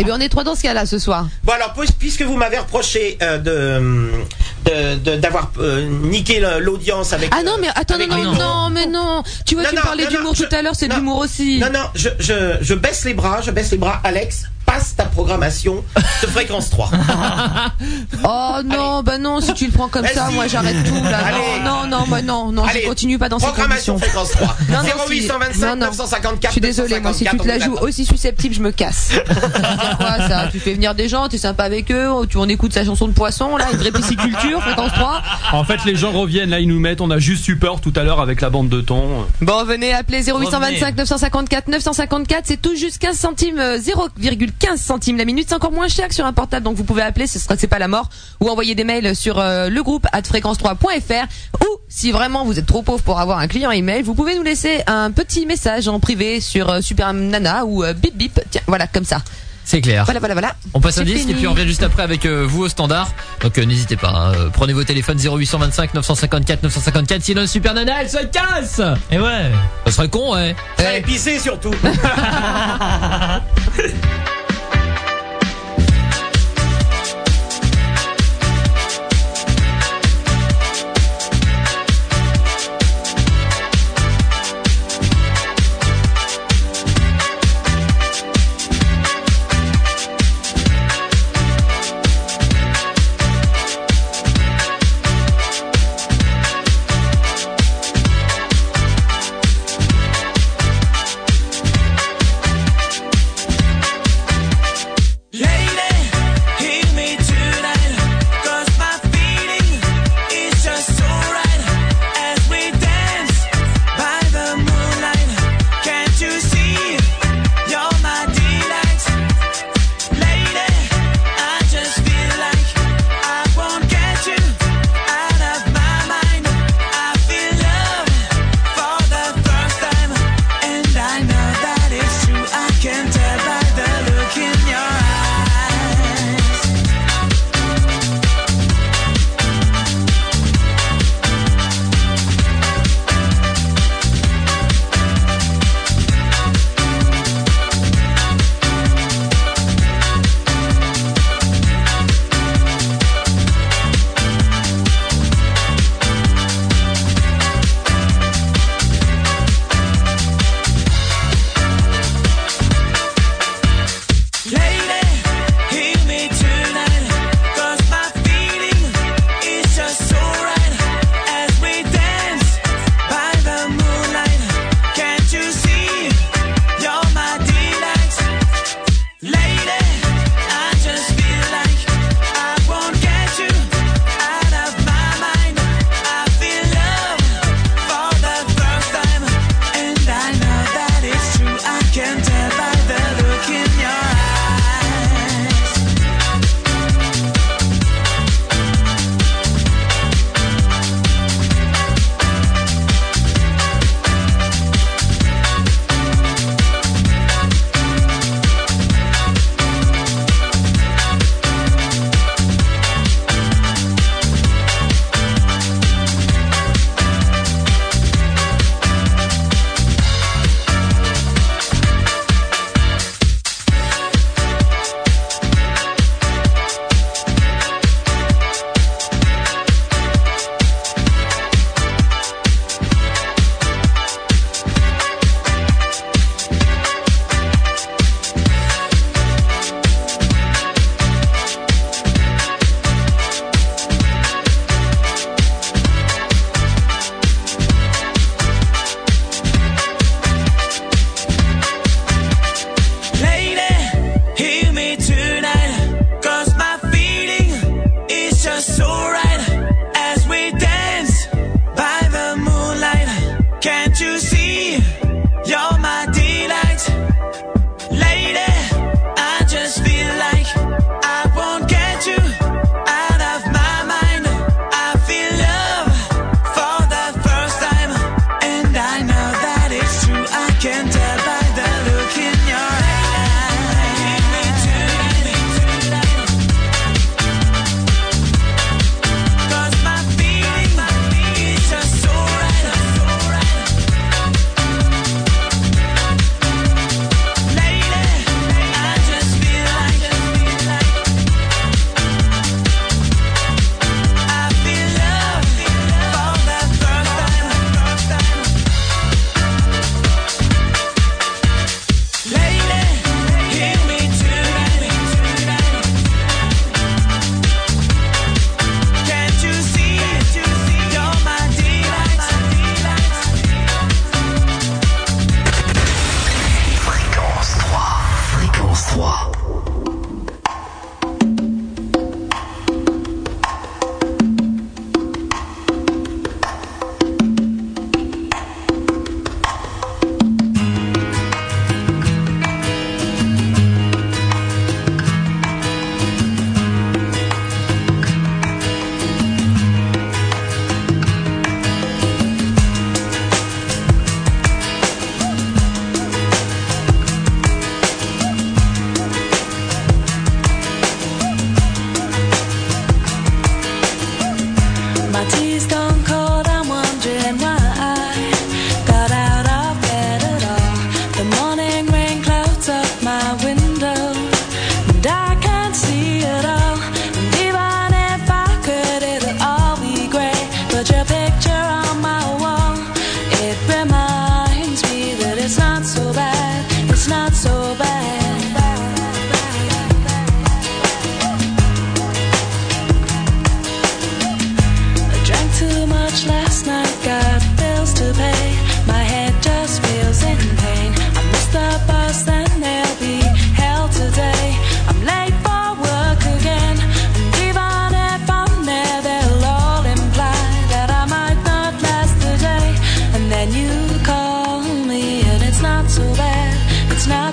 Speaker 8: Eh bien, on est trois dans ce cas-là ce soir.
Speaker 4: Bon alors puis- puisque vous m'avez reproché euh, de de- de- d'avoir euh, niqué le- l'audience avec. euh,
Speaker 8: Ah non, mais attends, non,
Speaker 4: avec
Speaker 8: non,
Speaker 4: les
Speaker 8: non,
Speaker 4: noms.
Speaker 8: mais non. Tu vois,
Speaker 4: Non,
Speaker 8: tu
Speaker 4: non,
Speaker 8: parlais
Speaker 4: non, non,
Speaker 8: d'humour
Speaker 4: je-
Speaker 8: tout à l'heure, c'est de
Speaker 4: non. *laughs*
Speaker 8: l'humour aussi.
Speaker 4: Non, non, je, je, je baisse les bras, je baisse les bras, Alex, passe ta programmation de fréquence
Speaker 9: *laughs*
Speaker 4: 3.
Speaker 8: Oh non, bah non, si tu le prends comme
Speaker 4: Vas-y.
Speaker 8: ça, moi j'arrête tout là.
Speaker 4: Allez.
Speaker 8: Non, non, non, moi non, non,
Speaker 4: Allez,
Speaker 8: je continue pas dans ces
Speaker 4: programmation
Speaker 8: conditions.
Speaker 4: fréquence 3.
Speaker 8: Non, non, si-
Speaker 4: 0825
Speaker 8: non, non.
Speaker 4: 954
Speaker 8: Je suis désolée, moi, si tu te la
Speaker 4: 954,
Speaker 8: joues
Speaker 4: on vous attend.
Speaker 8: aussi susceptible, je
Speaker 4: *laughs*
Speaker 8: me casse. C'est quoi ça Tu fais venir des gens, t'es sympa avec eux, tu, on écoute sa chanson de poisson,
Speaker 4: *laughs*
Speaker 8: là, une répiciculture, fréquence 3.
Speaker 9: *laughs* En fait, les gens reviennent là, ils nous mettent. On a juste eu peur tout à l'heure avec la bande de thon.
Speaker 8: Bon, venez appeler 0825
Speaker 2: Revenez.
Speaker 8: 954 954, c'est tout juste 15 centimes, euh, 0,15 centimes la minute, c'est encore moins cher que sur un portable, donc vous pouvez appeler, ce sera c'est pas la mort, ou envoyer des mails sur euh, le groupe at fréquence3.fr, ou si vraiment vous êtes trop pauvre pour avoir un client email, vous pouvez nous laisser un petit message en privé sur euh, Super Nana ou euh, Bip Bip, tiens, voilà, comme ça.
Speaker 1: C'est clair.
Speaker 8: Voilà, voilà, voilà.
Speaker 1: On passe au
Speaker 8: C'est
Speaker 1: disque
Speaker 8: fini.
Speaker 1: et puis on revient juste après avec euh, vous au standard. Donc euh, n'hésitez pas, hein, euh, prenez vos téléphones 0825 954 954. Sinon, Super Nana, elle se casse
Speaker 2: Et ouais.
Speaker 1: Ça serait con, ouais.
Speaker 4: Eh
Speaker 1: Eh.
Speaker 4: Ça va pisser
Speaker 1: *laughs*
Speaker 4: surtout.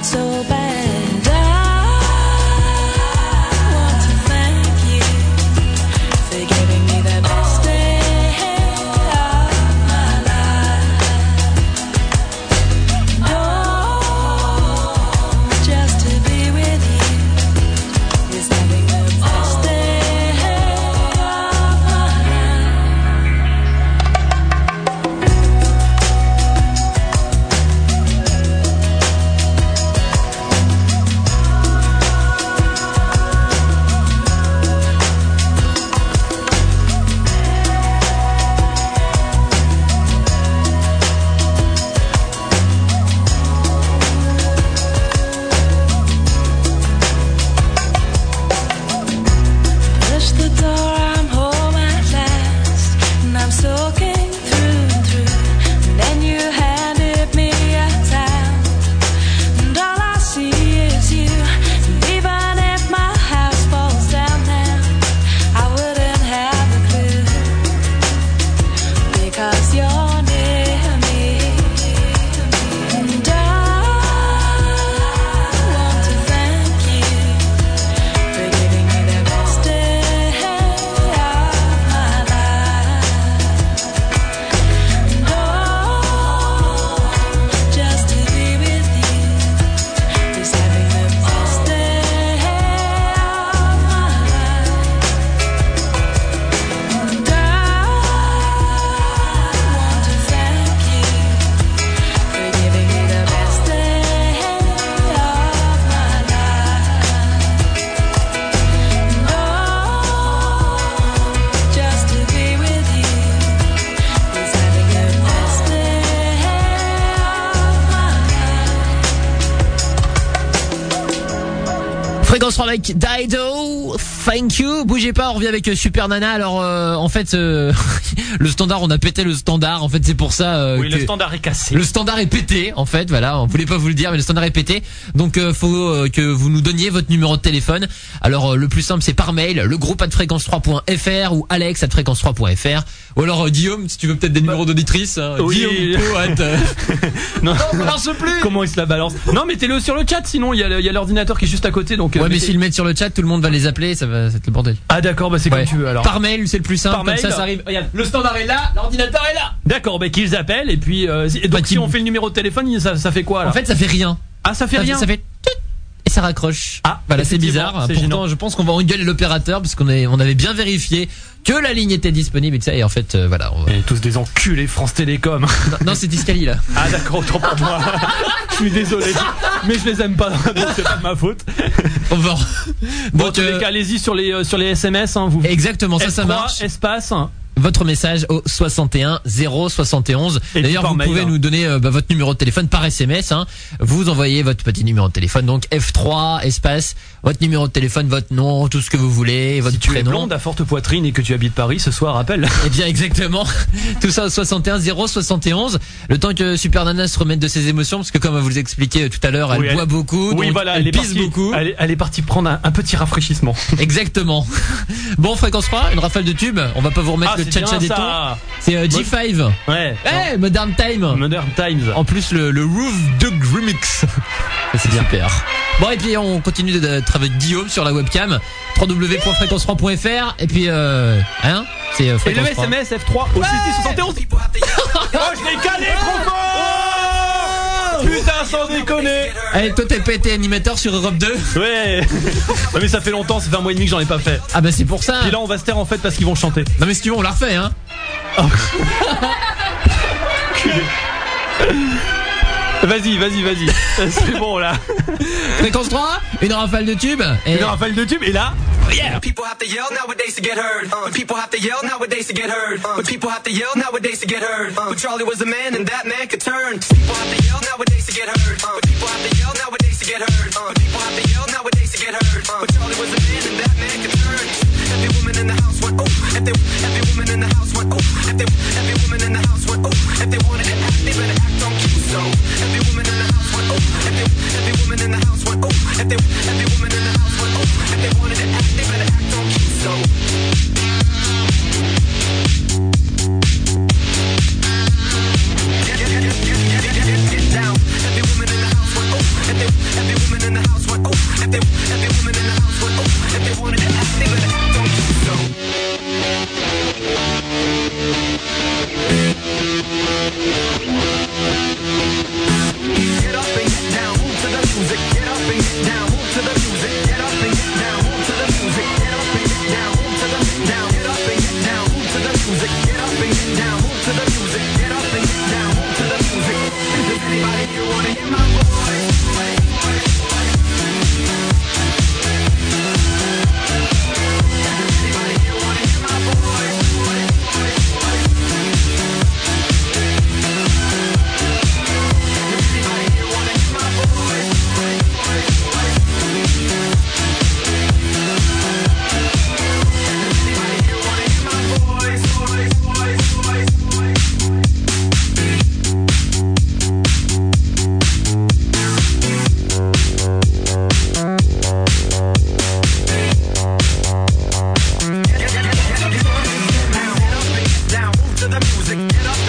Speaker 16: so bad. I want to thank you for giving me the best day of my life. Oh, just to be with you is having the best day of my life. Push the door, I'm home at last, and I'm soaking through and through. And then you handed me a towel, and all I see is you. And even if my house falls down now, I wouldn't have a clue because you're near me. And I want to thank you. For giving me the best day of my life. Oh, just to be with you is having the best day of my life. And I want to thank you for giving me the best day of my life. Just to be with you is having the best day of my life.
Speaker 1: Fréquence 3 avec Dido, thank you. Bougez pas, on revient avec euh, Super Nana. Alors euh, en fait, euh, *laughs* le standard, on a pété le standard. En fait, c'est pour ça. euh,
Speaker 9: Oui, le
Speaker 1: que-
Speaker 9: standard est cassé.
Speaker 1: Le standard est pété, en fait, voilà, on voulait pas vous le dire, mais le standard est pété. Donc euh, faut euh, que vous nous donniez votre numéro de téléphone. Alors euh, le plus simple c'est par mail, le groupe at fréquence 3.fr ou alex at fréquence 3.fr. Ou alors euh, Guillaume, si tu veux peut-être des numéros d'auditrices. hein,
Speaker 9: Oui.
Speaker 1: Guillaume Po at, euh,
Speaker 9: *laughs* Non,
Speaker 1: on balance plus
Speaker 9: Comment il se la balance Non, mettez-le sur le chat, sinon il y a le- il y a l'ordinateur qui est juste à côté. Donc, euh,
Speaker 1: Ouais mais
Speaker 9: mettez-
Speaker 1: s'ils le mettent sur le chat, tout le monde va les appeler, ça va ça va être le bordel.
Speaker 9: Ah d'accord, bah c'est
Speaker 1: Ouais.
Speaker 9: comme tu veux alors.
Speaker 1: Par mail, c'est le plus simple,
Speaker 9: Par
Speaker 1: comme
Speaker 9: mail.
Speaker 1: ça ça arrive. Regarde, le standard est là, l'ordinateur est là.
Speaker 9: D'accord, bah qu'ils appellent et puis euh, si- et donc
Speaker 1: Bah,
Speaker 9: si
Speaker 1: qu'ils-
Speaker 9: on fait le numéro de téléphone, il- ça, ça fait quoi alors
Speaker 1: En fait, ça fait rien.
Speaker 9: ah ça fait
Speaker 1: Ça fait-
Speaker 9: rien.
Speaker 1: Ça fait tut et ça raccroche.
Speaker 9: Ah,
Speaker 1: voilà, bah, c'est
Speaker 9: effectivement,
Speaker 1: bizarre.
Speaker 9: c'est
Speaker 1: Pourtant,
Speaker 9: gênant.
Speaker 1: je pense qu'on va engueuler l'opérateur parce qu'on est- on avait bien vérifié que la ligne était disponible et tout ça. Et en fait, euh, voilà. on va-
Speaker 9: Et tous des enculés France Télécom.
Speaker 1: Non, non, c'est Discali
Speaker 9: *laughs*
Speaker 1: là.
Speaker 9: Ah d'accord, autant pour moi. *laughs* je suis désolé, mais je les aime pas, *laughs* donc c'est pas de ma faute.
Speaker 1: On va.
Speaker 9: Bon, en
Speaker 1: Donc,
Speaker 9: tous
Speaker 1: euh,
Speaker 9: les cas, allez-y sur les euh, sur les SMS, hein, vous.
Speaker 1: exactement, ça, ça
Speaker 9: F3,
Speaker 1: marche.
Speaker 9: Espace.
Speaker 1: Votre message au 61 0 71.
Speaker 9: Et
Speaker 1: D'ailleurs,
Speaker 9: puis par
Speaker 1: vous
Speaker 9: mail,
Speaker 1: pouvez
Speaker 9: hein.
Speaker 1: nous donner euh, bah, votre numéro de téléphone par SMS. Hein. Vous envoyez votre petit numéro de téléphone, donc F3 espace, votre numéro de téléphone, votre nom, tout ce que vous voulez, votre
Speaker 9: Si tu es
Speaker 1: prénom.
Speaker 9: blonde à forte poitrine et que tu habites Paris, ce soir appelle.
Speaker 1: Eh bien exactement, *laughs* tout ça au 61 0 71. Le temps que Super Nana se remette de ses émotions, parce que comme on vous l'expliquait tout à l'heure, elle
Speaker 9: Oui, elle-
Speaker 1: boit beaucoup,
Speaker 9: oui,
Speaker 1: donc
Speaker 9: voilà,
Speaker 1: elle,
Speaker 9: est
Speaker 1: pisse
Speaker 9: partie-
Speaker 1: beaucoup.
Speaker 9: Elle, est- elle est partie prendre un, un petit rafraîchissement.
Speaker 1: *laughs* Exactement. Bon, fréquence 3, une rafale de tube. On va pas vous remettre
Speaker 9: Ah,
Speaker 1: le
Speaker 9: c'est
Speaker 1: tcha-tcha
Speaker 9: bien,
Speaker 1: des
Speaker 9: ça.
Speaker 1: tons. C'est euh,
Speaker 9: Bon.
Speaker 1: G5.
Speaker 9: Ouais.
Speaker 1: Eh, Modern Time.
Speaker 9: Non. Modern Times.
Speaker 1: En plus, le, le Roof de Remix. Ça, C'est super. Bon, et puis on continue d'être avec Guillaume sur la webcam. www.fréquence3.fr. Et puis, euh, hein, c'est euh,
Speaker 9: Et le
Speaker 1: fréquence 3.
Speaker 9: SMS F3 au 671 Oh, je l'ai calé trop fort Putain, sans déconner
Speaker 1: Allez, Eh, toi, t'es pété animateur sur Europe 2.
Speaker 9: Ouais *laughs* Non, mais ça fait longtemps, ça fait un mois et demi que j'en ai pas fait.
Speaker 1: Ah bah c'est pour ça.
Speaker 9: Et là, on va se taire en fait parce qu'ils vont chanter.
Speaker 1: Non mais si tu veux on la refait hein.
Speaker 9: *laughs* Vas-y, vas-y, vas-y. *laughs* C'est bon là.
Speaker 1: Fréquence 3, une rafale de tube. Et
Speaker 9: Une rafale de tube et là.
Speaker 13: People have to yell nowadays to get heard. But people have to yell nowadays to get heard. But people have to yell nowadays to get heard. But Charlie was a man and that man could turn. People have to yell nowadays to get heard. But people have to yell nowadays to get heard. But people have to yell nowadays to get heard. But Charlie was a man and that man could turn. Every woman in the house went oh. If they, every woman in the house went oh. If they, every woman in the house went oh. If they wanted to act, they better act on cue. So every woman in the house went oh. If they, every woman in the house went oh. If they, every woman in the house went oh. If they wanted to act, they better act on cue. So. Get, get, get, get, get, get, get, get down. Every woman in the house went oh. If they, every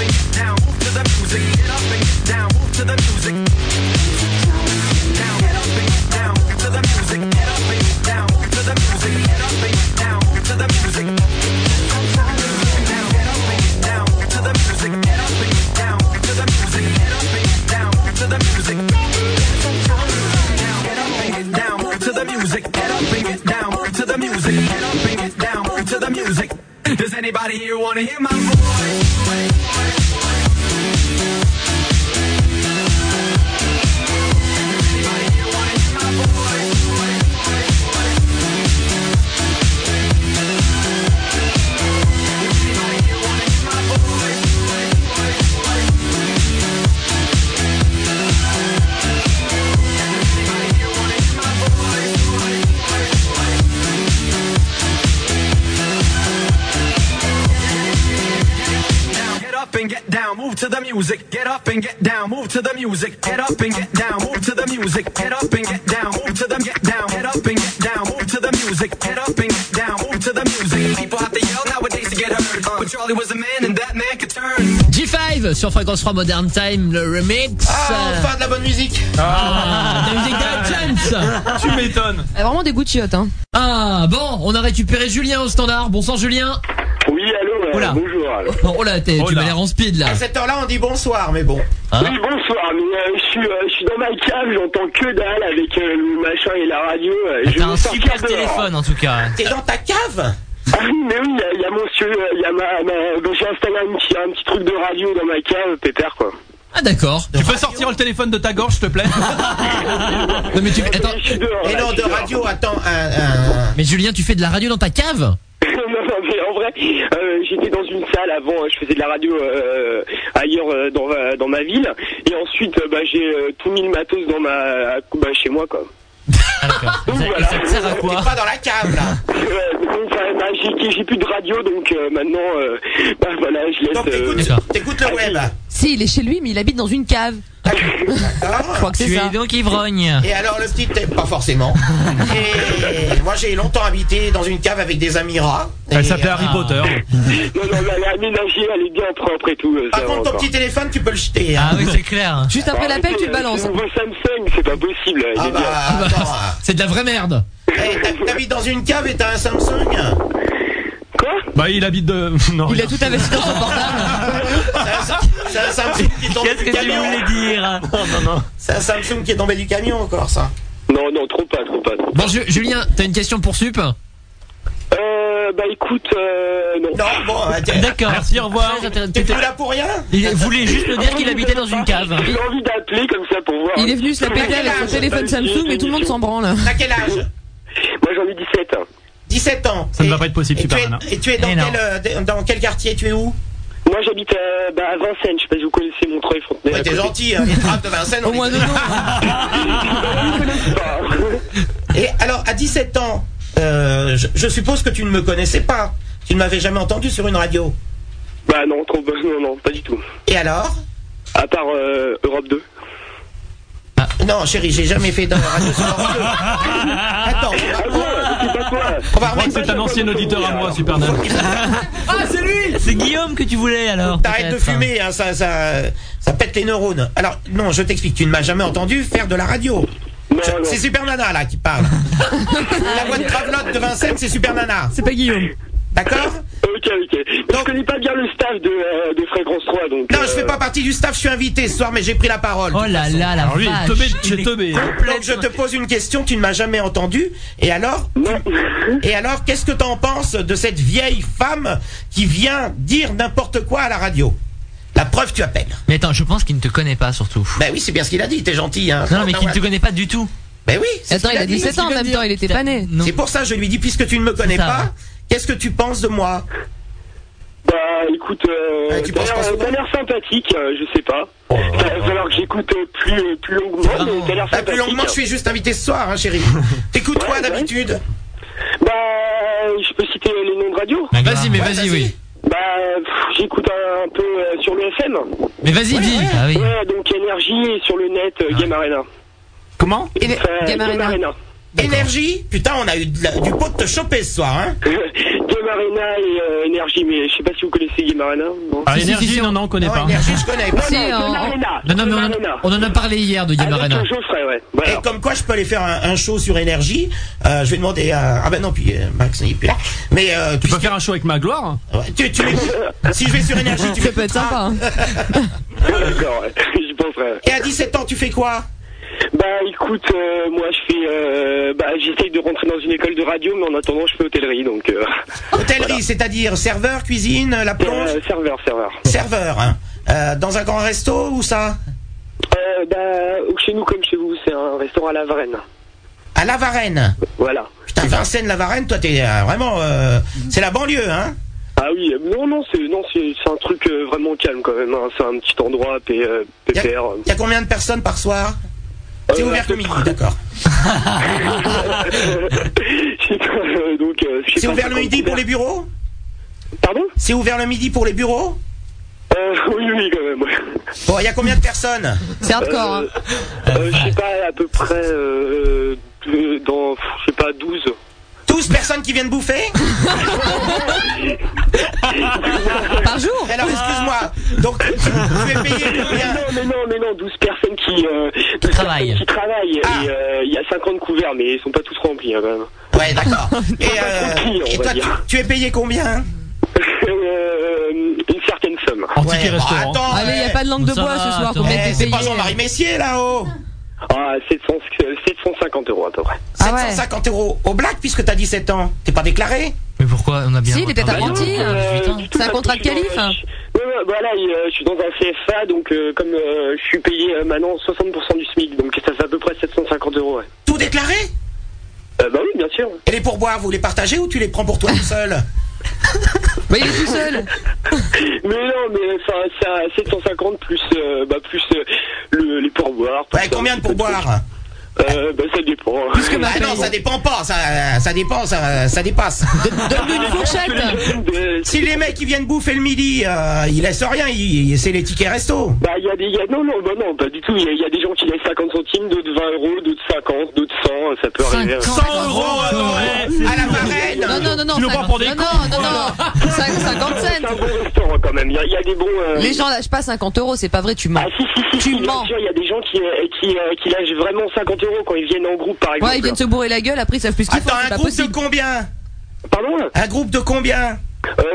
Speaker 3: music. Get up and get down, move to the music. Get down, get up and get down, move to the music. Get up and get down, move to the music. Get up and get down, move to the music. Get down, get up and get down, move to the music. Get up and get down, move to the music. Get up and get down, move to the music. Get up and get down, move to the music. Get up and get down, move to the music. Get up and get down, move to the music. Does anybody here wanna hear my voice? Get up and get down, move to the music. Get up and get down, move to the music. Get up and get down, move to the music. Get up and get down, move to the get down. Get up and get down, move to the music. Get up and get down, move to the music. People have to yell nowadays to get heard. But Charlie was a man and that man could turn.
Speaker 1: G5 sur Fréquence 3 Modern Time, le remix.
Speaker 3: Ah, enfin de la bonne musique.
Speaker 1: Ah, de la musique d'Alchance.
Speaker 9: Tu m'étonnes.
Speaker 8: Elle a Ah, vraiment des goûts de chiottes, hein.
Speaker 1: Ah, bon, on a récupéré Julien au standard. Bonsoir Julien.
Speaker 17: Oui, allô, euh,
Speaker 1: Oula.
Speaker 17: bonjour. alors.
Speaker 1: Oh là, t'es- tu m'as l'air en speed là. Hein
Speaker 4: À cette heure-là, on dit bonsoir, mais bon.
Speaker 17: Oui, bonsoir, mais euh, je, suis, euh, je suis dans ma cave, j'entends que dalle avec euh, le machin et la radio. euh, je vais
Speaker 2: Ah, T'as un
Speaker 17: me sortir
Speaker 2: super
Speaker 17: dehors.
Speaker 2: téléphone en tout cas.
Speaker 4: T'es dans ta cave
Speaker 17: Ah oui, mais oui, il y a- il y, a mon cieux, il y a ma, ma- donc j'ai installé un petit, un petit truc de radio dans ma cave, pépère quoi. *laughs*
Speaker 1: Ah, d'accord.
Speaker 9: Tu peux sortir le téléphone de ta gorge, s'il te
Speaker 4: *laughs*
Speaker 9: plaît
Speaker 1: Non, mais tu fais- attends.
Speaker 4: Et non, de radio, attends, un, un-
Speaker 1: Mais Julien, tu fais de la radio dans ta cave
Speaker 17: non, non, mais en vrai, euh, j'étais dans une salle avant, euh, je faisais de la radio euh, ailleurs euh, dans, ma- dans ma ville, et ensuite euh, bah, j'ai euh, tout mis le matos dans ma, à- bah, chez moi quoi.
Speaker 2: Et ça- et ça te sert à quoi
Speaker 4: t'es pas dans la cave, là.
Speaker 17: Ouais, donc, bah, bah, j'ai j'ai plus de radio, donc euh, maintenant, euh, bah, voilà, je laisse.
Speaker 4: Donc
Speaker 17: euh,
Speaker 4: t'écoutes,
Speaker 2: D'accord.
Speaker 4: t'écoutes le web.
Speaker 8: Si, il est chez lui, mais il habite dans une cave. Je
Speaker 4: D'accord.
Speaker 8: crois que c'est
Speaker 2: Tu
Speaker 8: ça.
Speaker 2: es donc ivrogne.
Speaker 4: Et alors le petit thème- pas forcément. Et moi j'ai longtemps habité dans une cave avec des amis rats. Et, euh,
Speaker 9: Elle s'appelait Harry
Speaker 2: Ah.
Speaker 9: Potter.
Speaker 8: *laughs*
Speaker 17: Non, non, mais elle est aménagée, elle est bien propre et tout. euh,
Speaker 4: Par
Speaker 17: ça va
Speaker 4: contre ton
Speaker 17: encore.
Speaker 4: petit téléphone tu peux le jeter. hein.
Speaker 2: Ah oui, c'est clair.
Speaker 8: *laughs* Juste après
Speaker 17: Ah,
Speaker 8: l'appel,
Speaker 17: écoute,
Speaker 8: tu le balances.
Speaker 17: C'est nouveau Samsung, c'est pas possible. Il
Speaker 4: Ah
Speaker 17: est bien.
Speaker 4: bah attends. hein.
Speaker 1: C'est de la vraie merde.
Speaker 4: Eh, t'hab- T'habites dans une cave et t'as un Samsung
Speaker 17: Quoi
Speaker 9: Bah, il habite de. *laughs* Non.
Speaker 8: Il a
Speaker 9: rien.
Speaker 8: tout investi dans
Speaker 4: *laughs*
Speaker 8: son portable.
Speaker 4: C'est un Samsung qui est tombé
Speaker 2: Qu'est-ce
Speaker 4: du
Speaker 2: que tu
Speaker 4: camion.
Speaker 2: voulais dire
Speaker 4: C'est un Samsung qui est tombé du camion encore ça.
Speaker 17: Non, non, trop pas, trop pas. Trop.
Speaker 1: Bon, Ju- Julien, t'as une question pour Sup
Speaker 17: Euh, bah écoute, euh, non.
Speaker 4: Non bon euh, t'es
Speaker 2: D'accord.
Speaker 9: Merci, au revoir.
Speaker 2: Très intéressant.
Speaker 4: t'es
Speaker 2: Tu t'es-
Speaker 4: plus là pour rien.
Speaker 2: Il voulait juste me dire qu'il habitait dans une cave.
Speaker 17: J'ai envie d'appeler comme ça pour voir.
Speaker 8: Il est venu se la péter avec son téléphone Samsung, mais tout le monde s'en branle.
Speaker 4: T'as quel âge
Speaker 17: Moi j'en ai 17. hein.
Speaker 4: 17 ans.
Speaker 9: Ça ne
Speaker 4: Et-
Speaker 9: va pas être possible,
Speaker 4: Et tu
Speaker 9: Superman, hein.
Speaker 4: es, et tu es dans,
Speaker 2: Eh
Speaker 4: quel,
Speaker 2: non.
Speaker 4: euh, dans quel quartier tu es où
Speaker 17: Moi j'habite à, bah, à Vincennes, je sais pas si vous connaissez Montreuil Fontenay.
Speaker 4: Ouais,
Speaker 17: à
Speaker 4: T'es
Speaker 17: côté.
Speaker 4: gentil, hein, les trappes de Vincennes. on
Speaker 8: Au
Speaker 4: les
Speaker 8: moins de
Speaker 4: connaît.
Speaker 8: nous.
Speaker 4: *laughs*
Speaker 17: Ah.
Speaker 4: Et alors, à 17 ans, euh, je, je suppose que tu ne me connaissais pas. Tu ne m'avais jamais entendu sur une radio.
Speaker 17: bah non, trop *laughs* pas, non, non, pas du tout.
Speaker 4: Et alors
Speaker 17: À part euh, Europe 2.
Speaker 2: Ah.
Speaker 4: Non, chérie, j'ai jamais fait de radio sur Europe 2.
Speaker 2: *laughs*
Speaker 4: euh, Attends,
Speaker 17: Ah
Speaker 4: on va-
Speaker 17: bon, c'est pas toi.
Speaker 4: on va
Speaker 9: Je crois
Speaker 4: remettre.
Speaker 9: que c'est un ancien auditeur à moi, Superman.
Speaker 4: *laughs*
Speaker 2: Ah, C'est Guillaume que tu voulais alors.
Speaker 4: T'arrêtes de
Speaker 2: peut-être.
Speaker 4: fumer, hein, ça, ça, ça pète les neurones. Alors, non, je t'explique, tu ne m'as jamais entendu faire de la radio.
Speaker 17: Non,
Speaker 4: Je-
Speaker 17: non.
Speaker 4: C'est Super Nana, là, qui
Speaker 2: *laughs*
Speaker 4: parle.
Speaker 2: Ah,
Speaker 4: la voix de Travelotte de Vincennes, c'est Super Nana.
Speaker 8: C'est pas Guillaume.
Speaker 4: D'accord
Speaker 17: Ok, ok.
Speaker 4: Donc-
Speaker 17: je connais pas bien le staff de, euh, de Fréquence 3, donc.
Speaker 4: Non,
Speaker 17: euh,
Speaker 4: je fais pas partie du staff, je suis invité ce soir, mais j'ai pris la parole.
Speaker 2: Oh là là, la
Speaker 9: Alors lui, il est
Speaker 2: vache.
Speaker 9: teubé de
Speaker 2: il
Speaker 9: chez
Speaker 2: est
Speaker 9: teubé. hein.
Speaker 4: Donc je te pose une question, tu ne m'as jamais entendu. Et alors
Speaker 17: Non.
Speaker 4: Et alors, qu'est-ce que t'en penses de cette vieille femme qui vient dire n'importe quoi à la radio La preuve, tu appelles.
Speaker 2: Mais attends, je pense qu'il ne te connaît pas surtout.
Speaker 4: Ben oui, c'est bien ce qu'il a dit, t'es gentil, hein.
Speaker 2: Non, non, mais qu'il ne te connaît pas du tout.
Speaker 4: Ben oui, c'est ce
Speaker 8: Attends,
Speaker 4: qu'il
Speaker 8: il a
Speaker 4: dit.
Speaker 8: 17 ans en même temps, il était pas né.
Speaker 2: Non.
Speaker 4: C'est pour ça que je lui dis, puisque tu ne me connais
Speaker 2: Ça va.
Speaker 4: pas, qu'est-ce que tu penses de moi
Speaker 17: Bah écoute, euh,
Speaker 4: Ah, tu
Speaker 17: t'as
Speaker 4: penses pas Oh
Speaker 17: l'air-
Speaker 4: souvent
Speaker 17: t'as l'air sympathique, euh, je sais pas. Ça va falloir que j'écoute euh, plus, euh, plus longuement,
Speaker 2: C'est vraiment-
Speaker 17: mais t'as l'air
Speaker 4: Bah,
Speaker 17: sympathique.
Speaker 4: Plus longuement, je suis juste invité ce soir, hein,
Speaker 2: *laughs*
Speaker 4: chérie. T'écoutes quoi d'habitude
Speaker 17: Bah, je peux citer euh, les noms de radio
Speaker 1: Vas-y, mais
Speaker 4: Ouais, vas-y.
Speaker 1: vas-y, oui.
Speaker 17: Bah, pff, j'écoute un, un peu euh, sur le FM.
Speaker 1: Mais vas-y, dis.
Speaker 2: Ah oui.
Speaker 4: Ah
Speaker 17: Ouais, donc énergie et sur le net, euh, Game Arena.
Speaker 9: Comment
Speaker 8: Il est-
Speaker 17: Euh,
Speaker 8: Game Arena.
Speaker 4: Énergie Putain, on a eu de la- du pot de te choper ce soir,
Speaker 17: *laughs*
Speaker 4: hein
Speaker 17: Game Arena et euh, Energy, mais je sais pas si vous connaissez Game Arena. Non.
Speaker 9: Ah, Energy, non, non, on connaît pas.
Speaker 17: Non, non,
Speaker 4: hein.
Speaker 17: Game
Speaker 8: hein.
Speaker 17: Arena.
Speaker 1: Non, non, mais on, en- on en a parlé hier de
Speaker 17: Ah,
Speaker 1: Game Arena.
Speaker 4: Et comme quoi je peux aller faire un, un show sur énergie, euh, je vais demander à... Ah ben non, puis euh, Max n'est plus là. Mais, euh, tu peux
Speaker 9: faire un show avec ma
Speaker 1: hein.
Speaker 9: gloire
Speaker 4: tu, tu
Speaker 17: *laughs*
Speaker 4: m'écoutes. si je vais sur énergie, tu
Speaker 8: Ça peut être sympa. hein.
Speaker 17: D'accord, *laughs* ouais, j'y penserai.
Speaker 4: Et à 17 ans, tu fais quoi
Speaker 17: Bah écoute, euh, moi je fais, euh, bah j'essaye de rentrer dans une école de radio, mais en attendant je fais hôtellerie, donc. euh, *laughs*
Speaker 4: Hôtellerie, c'est-à-dire serveur, cuisine, la plonge
Speaker 17: Euh, serveur, serveur.
Speaker 4: Serveur, hein. Euh, dans un grand resto ou ça
Speaker 17: Euh, bah chez nous comme chez vous, c'est un restaurant à la Varenne.
Speaker 4: À La Varenne
Speaker 17: Voilà.
Speaker 4: Putain, Vincennes, La Varenne, toi t'es euh, vraiment... euh, c'est la banlieue, hein
Speaker 17: Ah oui, euh, non non c'est non c'est c'est un truc euh, vraiment calme quand même, hein, c'est un petit endroit p euh, pépère.
Speaker 4: Il y a combien de personnes par soir C'est
Speaker 17: Euh,
Speaker 4: ouvert le
Speaker 17: *laughs*
Speaker 4: midi, d'accord.
Speaker 17: C'est, euh, donc, euh, je sais
Speaker 4: C'est
Speaker 17: pas
Speaker 4: ouvert le
Speaker 17: comment
Speaker 4: midi pour
Speaker 17: dire.
Speaker 4: les bureaux
Speaker 17: Pardon
Speaker 4: C'est ouvert le midi pour les bureaux
Speaker 17: euh, Oui, oui, quand même. ouais.
Speaker 4: Bon, il y a combien de personnes
Speaker 8: C'est hardcore, hein.
Speaker 17: Euh, je sais pas à peu près euh, euh, dans pff, je sais pas 12.
Speaker 4: 12 personnes qui viennent bouffer
Speaker 8: Par jour
Speaker 4: Alors excuse-moi, donc tu tu es payé
Speaker 17: Mais
Speaker 4: combien
Speaker 17: non, mais non, mais non, 12 personnes qui, euh, 12
Speaker 2: travaillent.
Speaker 17: personnes qui travaillent. Et euh, il y a 50 couverts, mais ils sont pas tous remplis hein, quand même.
Speaker 4: Ouais,
Speaker 8: *laughs*
Speaker 4: d'accord. Et, euh,
Speaker 17: Qui, on
Speaker 4: et
Speaker 17: va
Speaker 4: toi, tu,
Speaker 17: dire.
Speaker 4: tu es payé combien
Speaker 17: Euh, une certaine somme.
Speaker 9: En ticket
Speaker 4: bon,
Speaker 9: restaurant.
Speaker 4: attends,
Speaker 8: Allez, y a
Speaker 4: eh,
Speaker 8: pas de langue de bois ce soir, faut
Speaker 4: eh,
Speaker 8: mettre des
Speaker 4: c'est pas
Speaker 8: payés.
Speaker 4: Jean-Marie Messier là-haut
Speaker 17: Ah, 700, euh, 750 euros à peu près.
Speaker 8: Ah ouais.
Speaker 4: 750 euros au black puisque t'as 17 ans. T'es pas déclaré
Speaker 2: Mais pourquoi On a bien.
Speaker 8: Si, il était
Speaker 2: Ah,
Speaker 8: apprenti.
Speaker 17: Euh,
Speaker 2: putain.
Speaker 17: du tout,
Speaker 8: C'est un
Speaker 17: parce
Speaker 8: contrat
Speaker 17: que
Speaker 8: de
Speaker 17: je suis
Speaker 8: calife
Speaker 17: dans-
Speaker 8: hein.
Speaker 17: Ouais, ouais, voilà, et, euh, je suis dans un CFA, donc euh, comme euh, je suis payé euh, maintenant 60% du SMIC, donc ça fait à peu près 750 euros. Ouais.
Speaker 4: Tout déclaré
Speaker 17: Euh, bah oui, bien sûr.
Speaker 4: Et les pourboires, vous les partagez ou tu les prends pour toi tout seul
Speaker 8: Bah, il est tout seul.
Speaker 17: *laughs* Mais non, mais enfin, ça, 750 plus, euh, bah, plus euh, le, les pourboires. tout
Speaker 4: Ouais,
Speaker 17: ça,
Speaker 4: combien
Speaker 17: un
Speaker 4: de
Speaker 17: petit peu
Speaker 4: pourboires
Speaker 17: trucs. euh, Bah ça dépend.
Speaker 4: Ah non, ça dépend pas, ça, ça dépend, ça, ça dépasse.
Speaker 8: Donne-lui une fourchette.
Speaker 17: De-
Speaker 4: Si les mecs ils viennent bouffer le midi, euh, ils laissent rien, ils- ils- c'est les tickets resto.
Speaker 17: Bah il y a des, il y a, non non bah non pas du tout. Il y, a- il y a des gens qui laissent 50 centimes, d'autres 20 euros, d'autres 50, d'autres 100, ça peut arriver.
Speaker 4: 100 euros à Noël, à la marraine.
Speaker 8: Non, non, non, non.
Speaker 9: Tu nous prends
Speaker 8: 50
Speaker 9: pour des
Speaker 8: non, non, non,
Speaker 17: Bah,
Speaker 4: *laughs*
Speaker 8: non. Cin- 50
Speaker 17: C'est un
Speaker 8: cents.
Speaker 17: bon restaurant quand même. Il y a, il y a des bons. euh,
Speaker 8: Les gens lâchent pas 50 euros, c'est pas vrai, tu mens.
Speaker 17: Ah si si si,
Speaker 8: Tu
Speaker 17: si, bien
Speaker 8: mens.
Speaker 17: sûr, il y a des gens qui euh, qui euh, qui lâchent vraiment 50 euros quand ils viennent en groupe par exemple.
Speaker 8: Ouais, ils viennent se bourrer la gueule, après ils savent plus ce qu'ils font,
Speaker 4: Attends,
Speaker 8: c'est
Speaker 4: un
Speaker 8: pas
Speaker 4: groupe de
Speaker 8: possible.
Speaker 4: combien
Speaker 17: Pardon euh,
Speaker 4: Un groupe de combien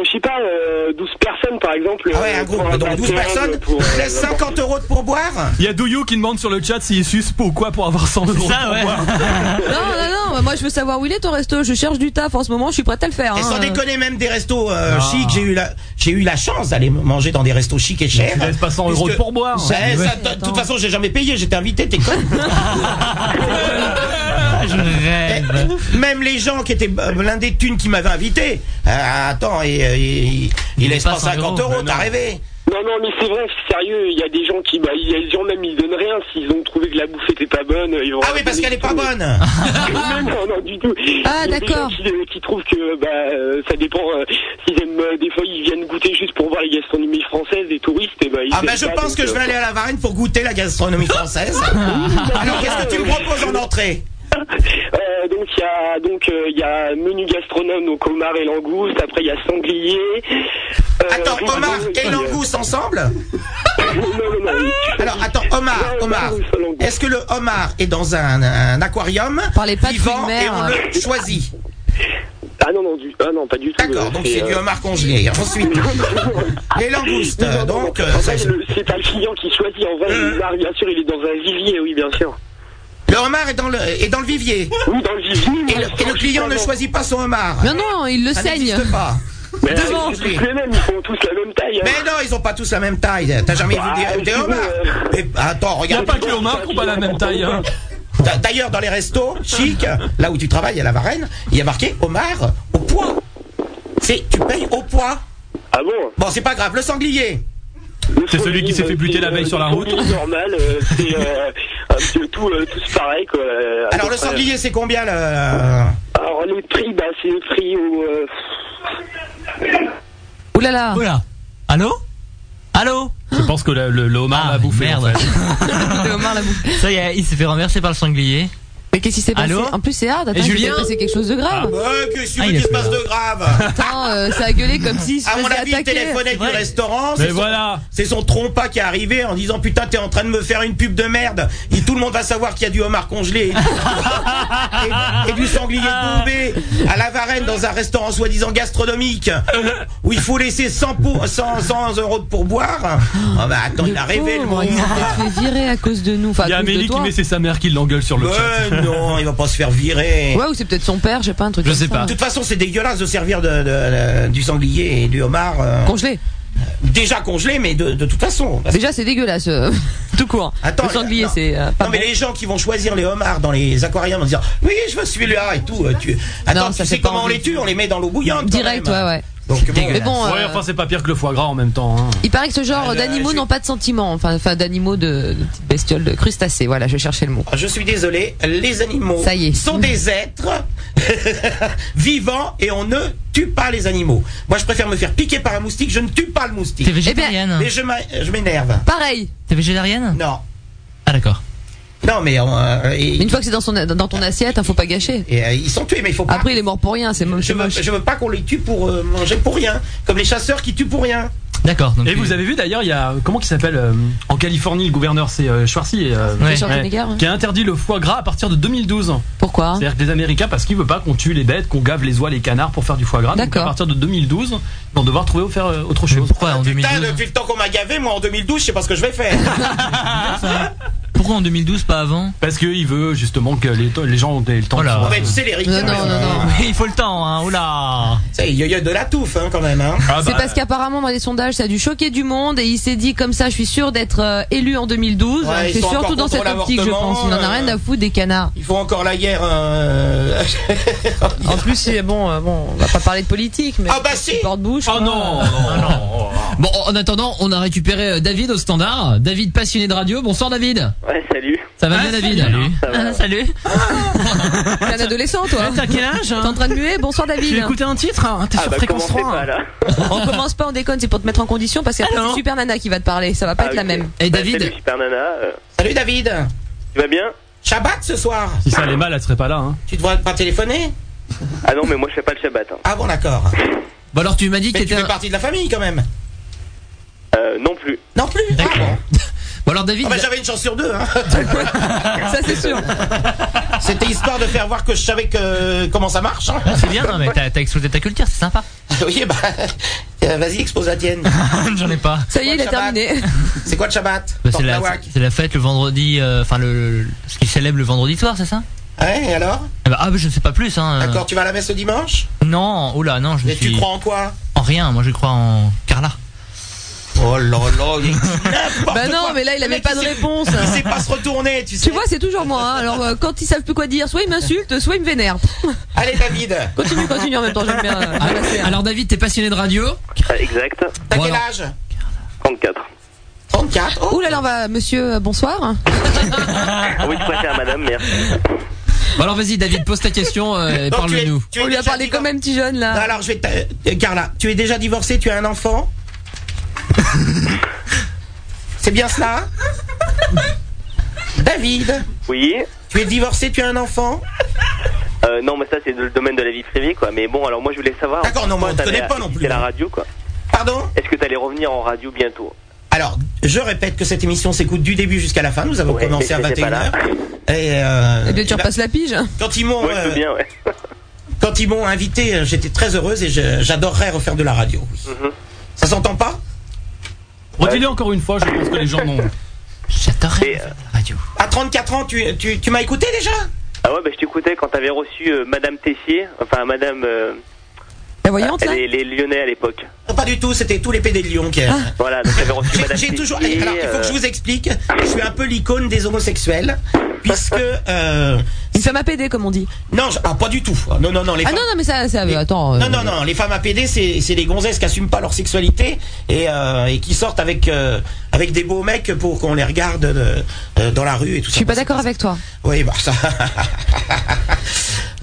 Speaker 17: Je sais pas, euh, 12 personnes par exemple.
Speaker 4: Ah ouais,
Speaker 17: euh,
Speaker 4: un
Speaker 17: pour
Speaker 4: groupe, donc
Speaker 17: bassin,
Speaker 4: 12 personnes,
Speaker 17: pour, euh,
Speaker 4: tu laisses 50 euros de pourboire
Speaker 9: Il y a Douyou qui demande sur le chat s'il suce ou quoi pour avoir 100 euros.
Speaker 2: Ça,
Speaker 9: pour
Speaker 2: ouais.
Speaker 9: boire.
Speaker 8: Non, non, non, bah, moi je veux savoir où il est ton resto, je cherche du taf en ce moment, je suis prête à le faire.
Speaker 4: Et
Speaker 8: hein.
Speaker 4: sans déconner, même des restos euh, chics, j'ai eu la, j'ai eu la chance d'aller manger dans des restos chics et chers.
Speaker 9: Tu laisses pas 100 euros de
Speaker 4: Puisque-
Speaker 9: pourboire.
Speaker 4: Ça, ça, de toute façon, j'ai jamais payé, j'étais invité, t'es con.
Speaker 2: je rêve.
Speaker 4: Eh, Même les gens qui étaient blindés de thunes qui m'avaient invité. euh, attends, et, euh, il, il,
Speaker 2: Il
Speaker 4: laisse
Speaker 2: met pas
Speaker 4: pas 50
Speaker 2: 100 euros,
Speaker 4: euros, t'as rêvé.
Speaker 17: Non, non, mais c'est vrai, c'est sérieux, il y a des gens qui, bah, il y a des gens même, ils donnent rien, s'ils ont trouvé que la bouffe était pas bonne, ils vont...
Speaker 4: Ah oui, parce qu'elle est pas bonne. *laughs*
Speaker 17: Mais *laughs* non, non, du tout.
Speaker 8: Ah,
Speaker 17: Il y a des gens
Speaker 8: d'accord.
Speaker 17: Qui, euh, qui trouvent que, bah, euh, ça dépend, euh, s'ils aiment, euh, des fois, ils viennent goûter juste pour voir les gastronomies françaises, les touristes, et bah, ils
Speaker 4: Ah bah
Speaker 17: aiment
Speaker 4: je
Speaker 17: pas, donc,
Speaker 4: pense que je
Speaker 17: euh,
Speaker 4: vais aller à la Varenne pour goûter la
Speaker 17: *laughs*
Speaker 4: gastronomie française.
Speaker 17: Ah,
Speaker 4: *laughs* Alors qu'est-ce que tu me proposes en entrée
Speaker 17: Euh, donc il y a donc euh, il y a menu gastronome donc homard et langouste après il y a sanglier euh,
Speaker 4: Attends,
Speaker 17: riz-
Speaker 4: Omar et
Speaker 17: euh,
Speaker 4: langouste ensemble
Speaker 17: non non non
Speaker 4: Alors attends, Omar,
Speaker 17: Ouais,
Speaker 4: Omar.
Speaker 17: langouste, langouste.
Speaker 4: Est-ce que le homard est dans un, un aquarium
Speaker 8: Parlez pas de
Speaker 4: vivant
Speaker 8: fruits de mer.
Speaker 4: et on le choisit
Speaker 17: ah non non du ah non pas du tout
Speaker 4: D'accord,
Speaker 17: euh,
Speaker 4: donc c'est
Speaker 17: euh,
Speaker 4: du homard congelé. Ensuite,
Speaker 17: *laughs*
Speaker 4: les langoustes.
Speaker 17: Non, non, non,
Speaker 4: Donc,
Speaker 17: en
Speaker 4: euh,
Speaker 17: fait,
Speaker 4: ça-
Speaker 17: le- c'est pas le client qui choisit. En vrai,
Speaker 4: Euh.
Speaker 17: le bar, bien sûr, il est dans un vivier, oui, bien sûr.
Speaker 4: le homard est dans le, est dans le vivier.
Speaker 17: Oui, dans le vivier.
Speaker 4: Et le, et le client ne choisit pas son homard.
Speaker 8: Non, non, il le
Speaker 4: Ça
Speaker 8: saigne.
Speaker 4: n'existe pas.
Speaker 17: *laughs* Mais, euh,
Speaker 4: devant.
Speaker 17: Ils sont tous les mêmes, ils font tous la même taille. hein.
Speaker 4: Mais non, ils ont pas tous la même taille. T'as jamais
Speaker 17: Bah,
Speaker 4: vu des, des
Speaker 17: si,
Speaker 4: homards
Speaker 17: euh.
Speaker 4: Mais, Attends,
Speaker 9: Il n'y a
Speaker 4: regarde.
Speaker 9: pas que Omar qui ont pas la même taille. hein.
Speaker 4: D'a- D'ailleurs, dans les restos chic, là où tu travailles à la Varenne, il y a marqué homard au poids. C'est tu payes au poids.
Speaker 17: Ah bon
Speaker 4: Bon, c'est pas grave. Le sanglier.
Speaker 17: Le
Speaker 9: C'est celui
Speaker 17: sanglier,
Speaker 9: qui s'est
Speaker 17: euh,
Speaker 9: fait buter
Speaker 17: c'est,
Speaker 9: la veille
Speaker 17: euh,
Speaker 9: sur la
Speaker 17: le
Speaker 9: route.
Speaker 17: sanglier normal, euh, c'est euh, un petit- tout, euh, tous pareil, quoi. euh, à
Speaker 4: Alors
Speaker 17: peu
Speaker 4: le
Speaker 17: près.
Speaker 4: sanglier, c'est combien
Speaker 17: Euh,
Speaker 4: le
Speaker 17: Alors, les prix, bah, c'est le prix au. euh,
Speaker 8: Ouh là là.
Speaker 2: Voilà. Allô Allô
Speaker 9: Je pense que le, le- le homard
Speaker 2: Ah,
Speaker 9: l'a bouffé.
Speaker 2: merde.
Speaker 9: en fait.
Speaker 8: *laughs* Le homard, la bouffe.
Speaker 2: Ça y est, il s'est fait renverser par le sanglier.
Speaker 8: Mais qu'est-ce qui s'est passé
Speaker 4: Allô
Speaker 8: En plus, c'est hard. Attends,
Speaker 4: Et
Speaker 8: il s'est
Speaker 4: Julien
Speaker 8: passé quelque chose de grave.
Speaker 4: Ouais, qu'est-ce que tu
Speaker 8: Ah, il est
Speaker 4: veux qu'il se
Speaker 8: plus
Speaker 4: passe
Speaker 8: là.
Speaker 4: de grave
Speaker 8: Attends, euh, ça a gueulé comme s'il se
Speaker 4: À mon
Speaker 8: faisait
Speaker 4: avis, le
Speaker 8: attaquer.
Speaker 4: téléphonait du restaurant.
Speaker 8: Mais
Speaker 4: c'est son- C'est son trompa qui est arrivé en disant Putain, t'es en train de me faire une pub de merde. Et tout le monde va savoir qu'il y a du homard
Speaker 9: *laughs*
Speaker 4: congelé et, et du sanglier tombé à la Varenne dans un restaurant soi-disant gastronomique où il faut laisser 100, pour- 100, 100 euros de pourboire. Ah bah attends, il a rêvé le
Speaker 8: Pauvre, Oh, Il s'est
Speaker 4: monde.
Speaker 8: peut-être fait virer à cause de nous. Enfin,
Speaker 9: Il y a
Speaker 8: à cause de
Speaker 9: Amélie qui
Speaker 8: toi.
Speaker 9: met c'est sa mère qui l'engueule sur le chat.
Speaker 4: Mais non, il va pas se faire virer.
Speaker 8: Ouais, ou c'est peut-être son père, j'ai pas un truc. comme ça.
Speaker 4: De toute façon, c'est dégueulasse de servir de, de- de- du sanglier et du homard. euh,
Speaker 8: Congelé.
Speaker 4: Déjà congelé, mais de, de toute façon. Parce-
Speaker 8: Déjà, c'est dégueulasse. euh, Tout court.
Speaker 4: Attends,
Speaker 8: le sanglier, c'est. euh, pas
Speaker 4: Non, mais
Speaker 8: bon.
Speaker 4: les gens qui vont choisir les homards dans les aquariums en disant Oui, je veux celui-là et tout. euh, Tu... Attends, tu sais comment on les tue On les met dans l'eau bouillante. quand
Speaker 8: *laughs* Direct,
Speaker 4: même.
Speaker 8: ouais, ouais.
Speaker 4: Donc, bon,
Speaker 8: Mais bon, euh,
Speaker 9: Ouais, enfin, c'est pas pire que le foie gras en même temps. hein.
Speaker 8: Il paraît que ce genre
Speaker 4: Ah, là,
Speaker 8: d'animaux
Speaker 4: je-
Speaker 8: n'ont pas de sentiments. Enfin, enfin d'animaux de, de petites bestioles, de crustacés. Voilà, je cherchais le mot.
Speaker 4: Ah, Je suis désolé, les animaux
Speaker 8: Ça y est.
Speaker 4: sont des êtres *laughs* vivants et on ne tue pas les animaux. Moi, je préfère me faire piquer par un moustique, je ne tue pas le moustique. Eh
Speaker 2: T'es végétarienne
Speaker 4: Mais je m'a- je m'énerve.
Speaker 8: Pareil.
Speaker 2: T'es végétarienne
Speaker 4: Non.
Speaker 2: Ah d'accord.
Speaker 4: Non, mais. euh, et-
Speaker 8: Une fois que c'est dans, son, dans ton assiette, hein, faut pas gâcher.
Speaker 4: et, euh, ils sont tués, mais il faut pas.
Speaker 8: Après, il est mort pour rien, c'est mo-
Speaker 4: je,
Speaker 8: c'est
Speaker 4: veux,
Speaker 8: moche.
Speaker 4: je veux pas qu'on les tue pour euh, manger pour rien. Comme les chasseurs qui tuent pour rien.
Speaker 2: D'accord. donc
Speaker 9: Et
Speaker 2: tu-
Speaker 9: vous avez vu d'ailleurs, il y a comment qui s'appelle euh, en Californie le gouverneur, c'est euh, Schwarzy, euh,
Speaker 2: Ouais.
Speaker 8: Schwarzenegger, ouais.
Speaker 9: qui a interdit le foie gras à partir de 2012.
Speaker 8: Pourquoi
Speaker 9: C'est-à-dire que les Américains, parce qu'ils veulent pas qu'on tue les bêtes, qu'on gave les oies, les canards pour faire du foie gras. Donc
Speaker 8: D'accord.
Speaker 9: à partir de 2012, ils vont devoir trouver ou faire euh, autre chose.
Speaker 2: Pourquoi en
Speaker 4: Putain,
Speaker 2: 2012
Speaker 4: depuis le temps qu'on m'a gavé, moi en 2012, je sais pas ce que je vais faire.
Speaker 2: Pourquoi en 2012 pas avant
Speaker 9: Parce qu'il veut justement que les, les gens ont des- le temps.
Speaker 2: Oh là.
Speaker 9: de se-
Speaker 4: Ouais, tu sais, les ricains.
Speaker 8: Non, non,
Speaker 4: *laughs*
Speaker 8: non, non.
Speaker 2: Il faut le temps, hein. Oula.
Speaker 4: Ça, il y a de la touffe, hein, quand même. Hein.
Speaker 9: Ah,
Speaker 8: C'est
Speaker 9: bah,
Speaker 8: parce qu'apparemment dans les sondages ça a dû choquer du monde et il s'est dit comme ça je suis sûr d'être euh, élu en 2012.
Speaker 4: Ouais, ils
Speaker 8: c'est
Speaker 4: sont
Speaker 8: surtout
Speaker 4: encore
Speaker 8: dans cette
Speaker 4: contre
Speaker 8: optique je pense. Il n'en a
Speaker 4: l'avortement,
Speaker 8: rien
Speaker 4: euh,
Speaker 8: à foutre des canards.
Speaker 4: Ils font encore la guerre.
Speaker 8: *laughs*
Speaker 4: euh,
Speaker 8: En plus c'est bon, euh, bon on va pas parler de politique mais
Speaker 4: Ah, bah, si.
Speaker 8: porte-bouche.
Speaker 9: Oh non, non, non.
Speaker 1: Bon, en attendant, on a récupéré euh, David au standard. David, passionné de radio. Bonsoir, David.
Speaker 17: Ouais, salut.
Speaker 1: Ça
Speaker 8: Ah,
Speaker 1: va bien, David
Speaker 17: Ça va.
Speaker 2: Ah, salut.
Speaker 8: T'es un adolescent toi.
Speaker 2: Ah,
Speaker 8: hein.
Speaker 2: T'as quel âge hein
Speaker 8: T'es en train de muer Bonsoir David.
Speaker 2: un titre hein. T'es
Speaker 17: Ah bah commencez pas là.
Speaker 8: On commence pas on déconne c'est pour te mettre en condition parce qu'après
Speaker 2: Ah, non.
Speaker 8: c'est Super Nana qui va te parler ça va pas
Speaker 17: Ah,
Speaker 8: être la
Speaker 17: ok.
Speaker 8: même.
Speaker 1: Et
Speaker 2: Eh,
Speaker 17: Bah,
Speaker 1: David
Speaker 17: Salut Super Nana, euh,
Speaker 4: Salut David.
Speaker 17: tu vas bien
Speaker 4: Shabbat ce soir.
Speaker 9: Si ça allait mal, elle serait pas là. Hein.
Speaker 4: Tu devrais pas téléphoner
Speaker 17: Ah non mais moi je fais pas le Shabbat. hein.
Speaker 4: Ah bon, d'accord.
Speaker 1: Bon, alors tu m'as dit que
Speaker 4: Mais tu
Speaker 1: t'étais
Speaker 4: fais
Speaker 1: un...
Speaker 4: partie de la famille quand même.
Speaker 17: Euh, non plus.
Speaker 4: Non plus. Ah, bon.
Speaker 1: Bon, alors David,
Speaker 4: Ah bah, j'avais une chance sur
Speaker 1: *laughs*
Speaker 4: deux. Hein.
Speaker 8: ça c'est sûr.
Speaker 4: C'était histoire de faire voir que je savais que comment ça marche. hein.
Speaker 1: Ah,
Speaker 2: C'est bien, non, mais t'as t'as explosé ta culture, c'est sympa.
Speaker 4: Oui, bah, euh, vas-y, expose la
Speaker 1: *laughs*
Speaker 4: tienne.
Speaker 2: J'en ai pas.
Speaker 8: Ça y est il a
Speaker 4: Shabbat.
Speaker 8: terminé.
Speaker 4: C'est quoi le Shabbat
Speaker 2: Bah, c'est la,
Speaker 4: Porte-la-wac.
Speaker 2: c'est la fête le vendredi, euh, enfin le, le- ce qu'ils célèbrent le vendredi soir, c'est ça
Speaker 4: Ouais, et alors
Speaker 1: Eh
Speaker 2: ah,
Speaker 1: ben,
Speaker 2: bah, ah, bah, je sais pas plus. Hein. euh.
Speaker 4: D'accord, tu vas à la messe le dimanche
Speaker 2: Non, oula, non, je
Speaker 4: Mais
Speaker 2: suis
Speaker 4: tu crois en quoi
Speaker 2: en rien. Moi, je crois en Carla.
Speaker 4: Oh là
Speaker 2: *laughs*
Speaker 4: là, il y a n'importe
Speaker 8: Bah non
Speaker 4: quoi.
Speaker 8: mais là il
Speaker 4: Le
Speaker 8: avait
Speaker 4: mec,
Speaker 8: pas
Speaker 4: il
Speaker 8: de
Speaker 4: sait-
Speaker 8: réponse.
Speaker 4: Il sait pas se retourner, tu sais.
Speaker 8: Tu vois c'est toujours moi hein. alors euh, quand ils savent plus quoi dire soit ils m'insultent soit ils me vénèrent.
Speaker 4: Allez, David,
Speaker 8: *laughs* Continue continue en même temps j'aime bien. euh,
Speaker 1: Ah,
Speaker 8: voilà, c'est-
Speaker 1: alors David, t'es passionné de radio.
Speaker 17: Ah, exact.
Speaker 4: Euh, t'as
Speaker 1: Bon,
Speaker 4: quel
Speaker 1: alors.
Speaker 4: âge
Speaker 17: 34.
Speaker 4: 34. Oh.
Speaker 8: Ouh là là, on va, monsieur, euh, bonsoir.
Speaker 17: Ah oui, je préfère madame, merci.
Speaker 1: Bon, alors vas-y, David, pose ta question euh, et
Speaker 4: Donc, tu es-
Speaker 1: parle-nous.
Speaker 4: tu es
Speaker 8: On lui a
Speaker 4: déjà
Speaker 8: parlé
Speaker 4: divor-
Speaker 8: comme un petit jeune
Speaker 4: Non, Bah
Speaker 8: là.
Speaker 4: alors, je vais. t'a- euh, Carla, tu es déjà divorcée, tu as un enfant
Speaker 17: *laughs*
Speaker 4: C'est bien cela David,
Speaker 17: Oui.
Speaker 4: tu es divorcé, tu as un enfant
Speaker 17: Euh, non mais ça c'est le domaine de la vie privée quoi. Mais bon alors moi je voulais savoir.
Speaker 4: D'accord, non, mais on
Speaker 17: pourquoi
Speaker 4: te
Speaker 17: t'avais
Speaker 4: connaît pas non
Speaker 17: quitté
Speaker 4: plus,
Speaker 17: la
Speaker 4: hein.
Speaker 17: radio quoi.
Speaker 4: Pardon
Speaker 17: Est-ce que t'allais revenir en radio bientôt
Speaker 4: Alors, je répète que cette émission s'écoute du début jusqu'à la fin. Nous avons
Speaker 17: Ouais,
Speaker 4: commencé à
Speaker 17: mais j'étais pas là.
Speaker 4: 21h. Et, euh,
Speaker 8: Et Eh bien, tu
Speaker 4: bah,
Speaker 8: repasses la pige.
Speaker 4: quand ils m'ont
Speaker 17: Ouais,
Speaker 4: euh,
Speaker 17: c'est bien ouais.
Speaker 4: *laughs* quand ils m'ont invité, euh, j'étais très heureuse et je- j'adorerais refaire de la radio. oui.
Speaker 17: Mhm.
Speaker 4: Ça s'entend pas
Speaker 9: Redis-le encore une fois, je pense que les gens n'ont.
Speaker 2: J'adorerais
Speaker 17: Et, euh,
Speaker 2: faire de la radio.
Speaker 4: À 34 ans, tu, tu, tu m'as écouté déjà
Speaker 17: Ah ouais bah je t'écoutais quand t'avais reçu euh, Madame Tessier, enfin Madame euh,
Speaker 8: La voyante là
Speaker 17: les, les Lyonnais à l'époque.
Speaker 4: Non, Pas du tout, c'était tous les PD de Lyon qui.
Speaker 8: Ah.
Speaker 17: Voilà donc t'avais reçu
Speaker 4: J'ai-
Speaker 17: Madame
Speaker 4: J'ai toujours.
Speaker 17: Tessier,
Speaker 4: Alors, il faut que je
Speaker 17: euh,
Speaker 4: vous explique. Je suis un peu l'icône des homosexuels, puisque euh,
Speaker 8: Une femme à pédé comme on dit.
Speaker 4: non, je- ah, pas du tout. Ah, Non, non, non. Les
Speaker 8: Ah
Speaker 4: femmes-
Speaker 8: non, non, mais ça, ça
Speaker 4: les-
Speaker 8: attends. euh,
Speaker 4: non, non, non, les femmes à PD, c'est c'est les gonzesses qui assument pas leur sexualité et, euh, et qui sortent avec euh, avec des beaux mecs pour qu'on les regarde euh, euh, dans la rue et tout
Speaker 8: Je
Speaker 4: ça.
Speaker 8: suis pas d'accord avec toi.
Speaker 4: Oui, bah ça.
Speaker 8: Parce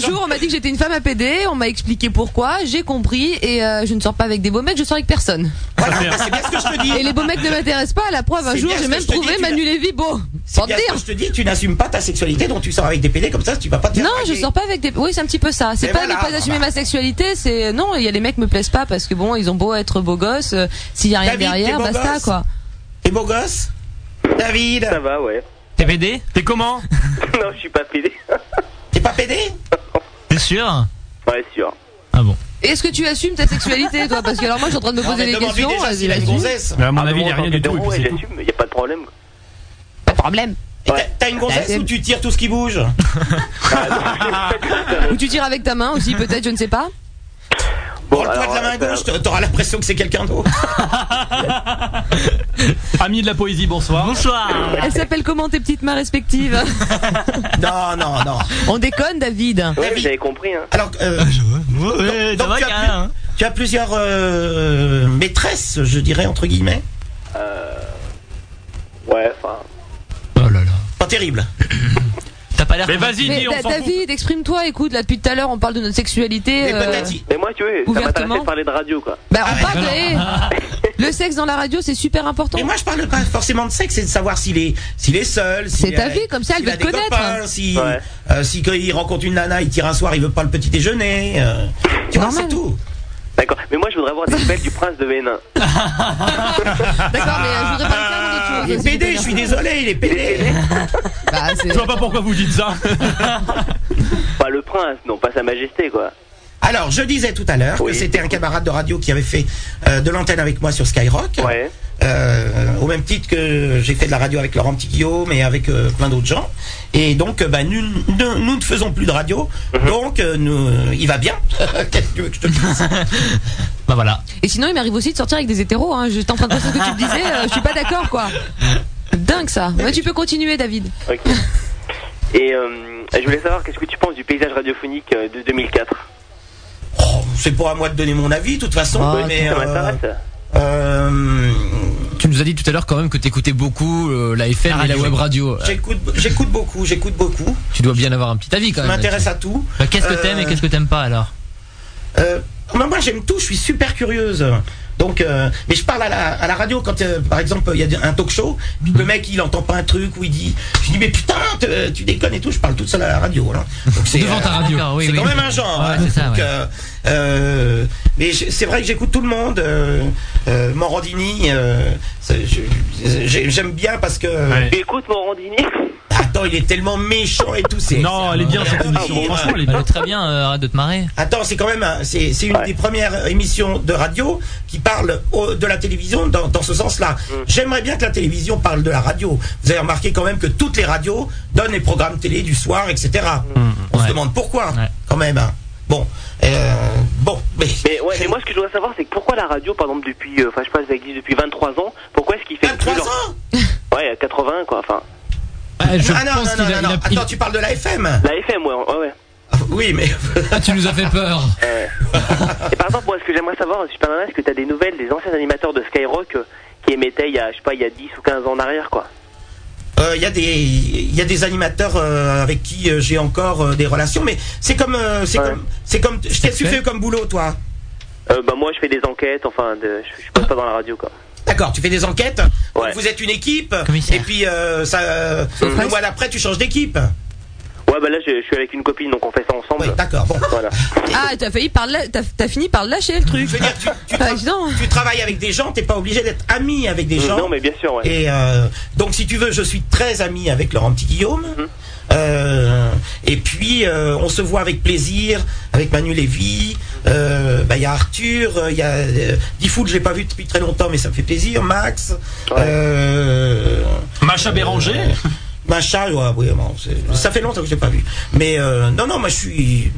Speaker 8: qu'un jour, on m'a dit que j'étais une femme à PD, on m'a expliqué pourquoi, j'ai compris, et euh, je ne sors pas avec des beaux mecs, je sors avec personne.
Speaker 4: Voilà, c'est bien ce que je te dis.
Speaker 8: Et les beaux mecs ne m'intéressent pas, la preuve, un
Speaker 4: C'est
Speaker 8: jour,
Speaker 4: bien ce
Speaker 8: j'ai
Speaker 4: que
Speaker 8: même
Speaker 4: je te dis,
Speaker 8: trouvé
Speaker 4: tu
Speaker 8: Manu
Speaker 4: l'as-
Speaker 8: Lévy beau.
Speaker 4: *laughs* C'est bien ce que je te dis, tu n'assumes pas ta sexualité, donc tu sors avec des PD comme ça, tu vas pas te faire
Speaker 8: Non, je
Speaker 4: draguer.
Speaker 8: sors pas avec des. Oui, c'est un petit peu ça. C'est
Speaker 4: Mais
Speaker 8: pas
Speaker 4: voilà,
Speaker 8: ne pas
Speaker 4: voilà.
Speaker 8: assumer ma sexualité, c'est non. Il y a les mecs me plaisent pas parce que bon, ils ont beau être beaux gosses, euh, s'il y a rien
Speaker 4: David, t'es
Speaker 8: derrière,
Speaker 4: beau
Speaker 8: basta
Speaker 4: gosse
Speaker 8: quoi.
Speaker 4: T'es beau gosse David Ça
Speaker 17: va, ouais.
Speaker 2: T'es PD
Speaker 9: T'es comment
Speaker 17: *laughs* Non, je suis pas pédé.
Speaker 4: T'es pas pédé
Speaker 2: T'es sûr
Speaker 17: Ouais, sûr.
Speaker 8: Et Est-ce que tu assumes ta sexualité, toi Parce que alors moi, je suis en train de me
Speaker 4: Non,
Speaker 8: poser
Speaker 4: mais
Speaker 8: des
Speaker 4: demande-lui
Speaker 8: questions.
Speaker 4: déjà
Speaker 8: vas-y,
Speaker 4: s'il a une
Speaker 8: vas-y.
Speaker 4: gonzesse.
Speaker 9: Mais à mon avis, il n'y a
Speaker 17: Moi,
Speaker 9: rien
Speaker 17: en
Speaker 9: du
Speaker 17: tant
Speaker 9: tout. et
Speaker 17: qu'hétéro,
Speaker 9: puis c'est tout.
Speaker 17: J'assume, y a pas de problème.
Speaker 8: Pas de problème. Bah,
Speaker 4: Et t'as- T'as une gonzesse
Speaker 8: Ouais.
Speaker 4: ou tu tires tout ce qui bouge
Speaker 8: Ou tu tires avec ta main aussi, peut-être, je ne sais pas.
Speaker 4: Bon, euh, le poids de la main gauche, t'auras l'impression que c'est quelqu'un d'autre.
Speaker 9: Amis de la poésie, bonsoir.
Speaker 2: Bonsoir.
Speaker 8: Elle s'appelle comment tes petites mains respectives
Speaker 4: *laughs* Non, non, non.
Speaker 8: On déconne, David.
Speaker 17: Ouais,
Speaker 4: David.
Speaker 17: j'avais compris. Hein.
Speaker 4: Alors, euh,
Speaker 8: Ah,
Speaker 2: Ouais,
Speaker 4: donc, tu, as plus-
Speaker 8: hein.
Speaker 4: tu as plusieurs euh, maîtresses, je dirais, entre guillemets.
Speaker 17: Ouais, enfin.
Speaker 4: Pas terrible.
Speaker 2: T'as pas l'air.
Speaker 9: Mais vas-y,
Speaker 8: Mais
Speaker 9: dis, on
Speaker 8: Da-
Speaker 9: s'en fout.
Speaker 8: David, exprime-toi. Écoute, là depuis tout à l'heure, on parle de notre sexualité.
Speaker 4: Mais
Speaker 8: euh,
Speaker 4: peut-être.
Speaker 17: Mais moi, tu vois, ça m'intéressait
Speaker 8: Ouvertement
Speaker 17: de parler de radio, quoi.
Speaker 8: Bah,
Speaker 9: Ah,
Speaker 8: on parle. Ah. de- Le sexe dans la radio, c'est super important.
Speaker 4: Mais moi, je parle pas forcément de sexe, c'est de savoir s'il est, s'il est seul. s'il
Speaker 8: C'est ta
Speaker 4: a-
Speaker 8: vie, comme ça, elle
Speaker 4: s'il
Speaker 8: veut
Speaker 4: a
Speaker 8: te
Speaker 4: des
Speaker 8: connaître. hein.
Speaker 4: copains, Si,
Speaker 17: Ouais.
Speaker 4: euh, si quand il rencontre une nana, il tire un soir, il veut pas le petit déjeuner. euh, tu vois,
Speaker 8: Normal.
Speaker 4: c'est tout.
Speaker 17: D'accord. Mais moi, je voudrais avoir des nouvelles du prince de Vénin.
Speaker 8: D'accord, mais euh, Bah, je voudrais parler clairement d'autre chose.
Speaker 4: Ah, Il est
Speaker 8: s'il te
Speaker 4: pédé,
Speaker 8: plaît.
Speaker 4: je suis désolé, il est
Speaker 8: *laughs*
Speaker 4: pédé.
Speaker 8: Bah, c'est-
Speaker 9: Je vois pas pourquoi vous dites ça.
Speaker 17: Pas le prince, non, pas sa majesté, quoi.
Speaker 4: Alors, je disais tout à l'heure
Speaker 17: Oui.
Speaker 4: que c'était un camarade de radio qui avait fait euh, de l'antenne avec moi sur Skyrock.
Speaker 17: Ouais.
Speaker 4: Euh, au même titre que j'ai fait de la radio avec Laurent Petit Guillaume et avec euh, plein d'autres gens. Et donc, euh, bah, nous, nous, nous ne faisons plus de radio.
Speaker 17: Mhm.
Speaker 4: Donc, euh, nous- il va bien. *laughs* Qu'est-ce que tu veux que je te dise
Speaker 2: *laughs* Bah voilà.
Speaker 8: Et sinon, il m'arrive aussi de sortir avec des hétéros. Hein. J'étais en train de penser ce que tu me disais. euh, je suis pas d'accord, quoi. Dingue ça. Ouais, tu peux continuer, David.
Speaker 17: Ok. Et euh, je voulais savoir, qu'est-ce que tu penses du paysage radiophonique euh, de 2004
Speaker 4: Oh, C'est pas à moi de donner mon avis, de toute façon. mais,
Speaker 17: Ça
Speaker 4: euh,
Speaker 17: m'intéresse.
Speaker 4: euh,
Speaker 15: Tu nous as dit tout à l'heure quand même que t'écoutais beaucoup euh, la
Speaker 4: Ah,
Speaker 15: FM et la web radio.
Speaker 4: j'écoute, j'écoute beaucoup, j'écoute beaucoup.
Speaker 15: Tu dois bien avoir un petit avis quand
Speaker 4: Je
Speaker 15: même.
Speaker 4: m'intéresse à tout.
Speaker 2: Bah, qu'est-ce que t'aimes et qu'est-ce que t'aimes pas alors
Speaker 4: Euh, mais moi j'aime tout, je suis super curieuse. Donc, euh, mais je parle à la, à la radio quand, euh, par exemple, il y a un talk show, puis le mec il entend pas un truc ou il dit, je dis mais putain, te- tu déconnes et tout, je parle toute seule à la radio. alors. Donc, c'est, euh,
Speaker 15: Devant ta radio.
Speaker 2: D'accord, oui,
Speaker 4: c'est
Speaker 2: oui.
Speaker 4: quand même un genre.
Speaker 2: Ouais,
Speaker 4: hein.
Speaker 2: c'est ça,
Speaker 4: Donc,
Speaker 2: ouais.
Speaker 4: euh, euh, mais je- c'est vrai que j'écoute tout le monde. Euh, euh, Morandini, euh, c'est- je- j'ai- j'aime bien parce que euh,
Speaker 9: Ouais.
Speaker 17: Tu écoutes Morandini
Speaker 4: attends, il est tellement méchant et tout. C'est,
Speaker 9: Non, elle est bien cette
Speaker 4: Ah,
Speaker 9: émission.
Speaker 4: bon,
Speaker 9: Franchement, elle est
Speaker 2: Bah,
Speaker 9: bien.
Speaker 2: elle est Très bien, euh, arrête de te marrer.
Speaker 4: Attends, c'est quand même un- c'est c'est une
Speaker 17: Ouais.
Speaker 4: des premières émissions de radio qui parle au- de la télévision dans, dans ce sens-là.
Speaker 17: Mm.
Speaker 4: J'aimerais bien que la télévision parle de la radio. Vous avez remarqué quand même que toutes les radios donnent les programmes télé du soir, etc.
Speaker 17: Mm.
Speaker 4: On se
Speaker 2: Ouais.
Speaker 4: demande pourquoi,
Speaker 2: Ouais.
Speaker 4: quand même. hein. Bon, euh, bon, mais,
Speaker 17: Mais ouais, mais moi, ce que je voudrais savoir, c'est que pourquoi la radio, par exemple, depuis, euh, enfin, je sais pas, ça existe depuis 23 ans, pourquoi est-ce qu'il fait
Speaker 4: 23
Speaker 17: plus leur-
Speaker 4: ans
Speaker 17: Ouais, à 80, quoi, enfin.
Speaker 15: Ah, je
Speaker 4: Ah non,
Speaker 15: pense qu'il
Speaker 4: non, non,
Speaker 15: a-
Speaker 4: non,
Speaker 15: il
Speaker 4: non.
Speaker 15: a- il-
Speaker 4: Attends, tu parles de la FM
Speaker 17: La FM, ouais, ouais, ouais.
Speaker 4: Ah, Oui, mais
Speaker 15: Ah, tu nous as fait peur.
Speaker 17: *laughs* Ouais. Et par exemple, moi, ce que j'aimerais savoir, Super Nana, est-ce que t'as des nouvelles des anciens animateurs de Skyrock euh, qui émettaient il y a, je sais pas, il y a 10 ou 15 ans en arrière, quoi
Speaker 4: Euh, Il y a des il y a des animateurs euh, avec qui euh, j'ai encore euh, des relations, mais c'est comme euh, c'est
Speaker 17: Ouais.
Speaker 4: comme c'est comme qu'est-ce que tu
Speaker 15: fait.
Speaker 4: fais comme boulot toi
Speaker 17: euh, Bah, moi, je fais des enquêtes, enfin, de... je, je passe pas dans la radio, quoi.
Speaker 4: D'accord, tu fais des enquêtes. donc
Speaker 17: Ouais.
Speaker 4: Vous êtes une équipe.
Speaker 2: Commissaire.
Speaker 4: Et puis euh, ça, euh, le
Speaker 8: presque.
Speaker 4: mois d'après, tu changes d'équipe.
Speaker 17: Ouais, bah là, je, je suis avec une copine, donc on fait ça ensemble.
Speaker 4: Oui, d'accord. Bon, *laughs*
Speaker 17: Voilà.
Speaker 8: Ah, t'as failli par là- t'as, t'as fini par lâcher le truc.
Speaker 4: je veux dire, tu, tu,
Speaker 8: Ah, dis donc.
Speaker 4: tu travailles avec des gens. T'es pas obligé d'être ami avec des gens.
Speaker 17: Mm, Non, mais bien sûr, ouais.
Speaker 4: Et euh, donc, si tu veux, je suis très ami avec Laurent Petit Guillaume.
Speaker 17: Mm-hmm.
Speaker 4: Euh, et puis, euh, on se voit avec plaisir avec Manu Lévy. Euh, bah, Il y a Arthur, euh, il y a euh, Diffoul, je l'ai pas vu depuis très longtemps, mais ça me fait plaisir. Max.
Speaker 17: Ouais.
Speaker 4: Euh,
Speaker 9: Macha Béranger.
Speaker 4: Macha, ouais, oui, bon, c'est- ça fait longtemps que je l'ai pas vu. Mais euh, non, non, moi, je suis.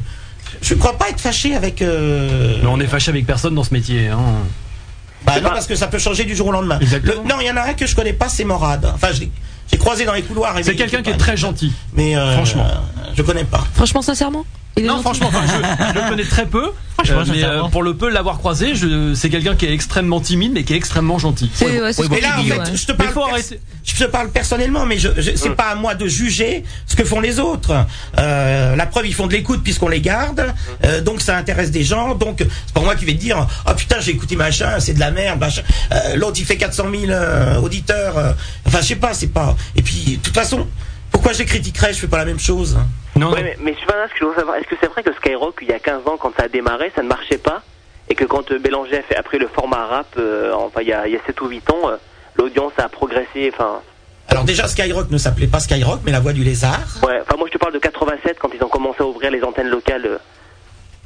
Speaker 4: Je crois pas être fâché avec. euh,
Speaker 9: Mais on est fâché avec personne dans ce métier. Hein.
Speaker 4: bah non, parce que ça peut changer du jour au lendemain.
Speaker 9: Exactement.
Speaker 4: Le- non, il y en a un que je connais pas, c'est Morad. Enfin, je l'ai j'ai croisé dans les couloirs. et
Speaker 9: C'est
Speaker 4: mais-
Speaker 9: quelqu'un qui est très gentil.
Speaker 4: Mais euh,
Speaker 9: Franchement.
Speaker 4: je connais pas.
Speaker 8: Franchement, sincèrement. Il est
Speaker 9: non,
Speaker 8: gentil.
Speaker 9: franchement, enfin, je, je le connais très peu.
Speaker 8: Franchement,
Speaker 9: euh,
Speaker 8: je
Speaker 9: mais
Speaker 8: veux
Speaker 9: euh,
Speaker 8: savoir.
Speaker 9: pour le peu l'avoir croisé, je- c'est quelqu'un qui est extrêmement timide, mais qui est extrêmement gentil.
Speaker 8: C'est- ouais, c'est ce
Speaker 4: Et
Speaker 8: que
Speaker 4: là, en
Speaker 8: tu dis,
Speaker 4: fait,
Speaker 8: ouais.
Speaker 4: je te parle, pers- je te parle personnellement, mais je, je- c'est pas à moi de juger ce que font les autres. Euh, la preuve, ils font de l'écoute puisqu'on les garde, euh, donc ça intéresse des gens. Donc c'est pas moi qui vais te dire, oh putain, j'ai écouté machin, c'est de la merde. machin. Euh, L'autre, il fait 400 000 euh, auditeurs. euh, enfin, je sais pas, c'est pas. Et puis, de toute façon, pourquoi je les critiquerais Je fais pas la même chose.
Speaker 9: Hein Non.
Speaker 12: Ouais, mais, mais je sais pas, ce que je veux savoir, est-ce que c'est vrai que Skyrock, il y a 15 ans, quand ça a démarré, ça ne marchait pas Et que quand euh, Bélanger a fait après le format rap, euh, enfin, il y, a, il y a 7 ou 8 ans, euh, l'audience a progressé, enfin...
Speaker 4: Alors déjà, Skyrock ne s'appelait pas Skyrock, mais la voix du lézard.
Speaker 12: Ouais, enfin, moi, je te parle de 87, quand ils ont commencé à ouvrir les antennes locales euh,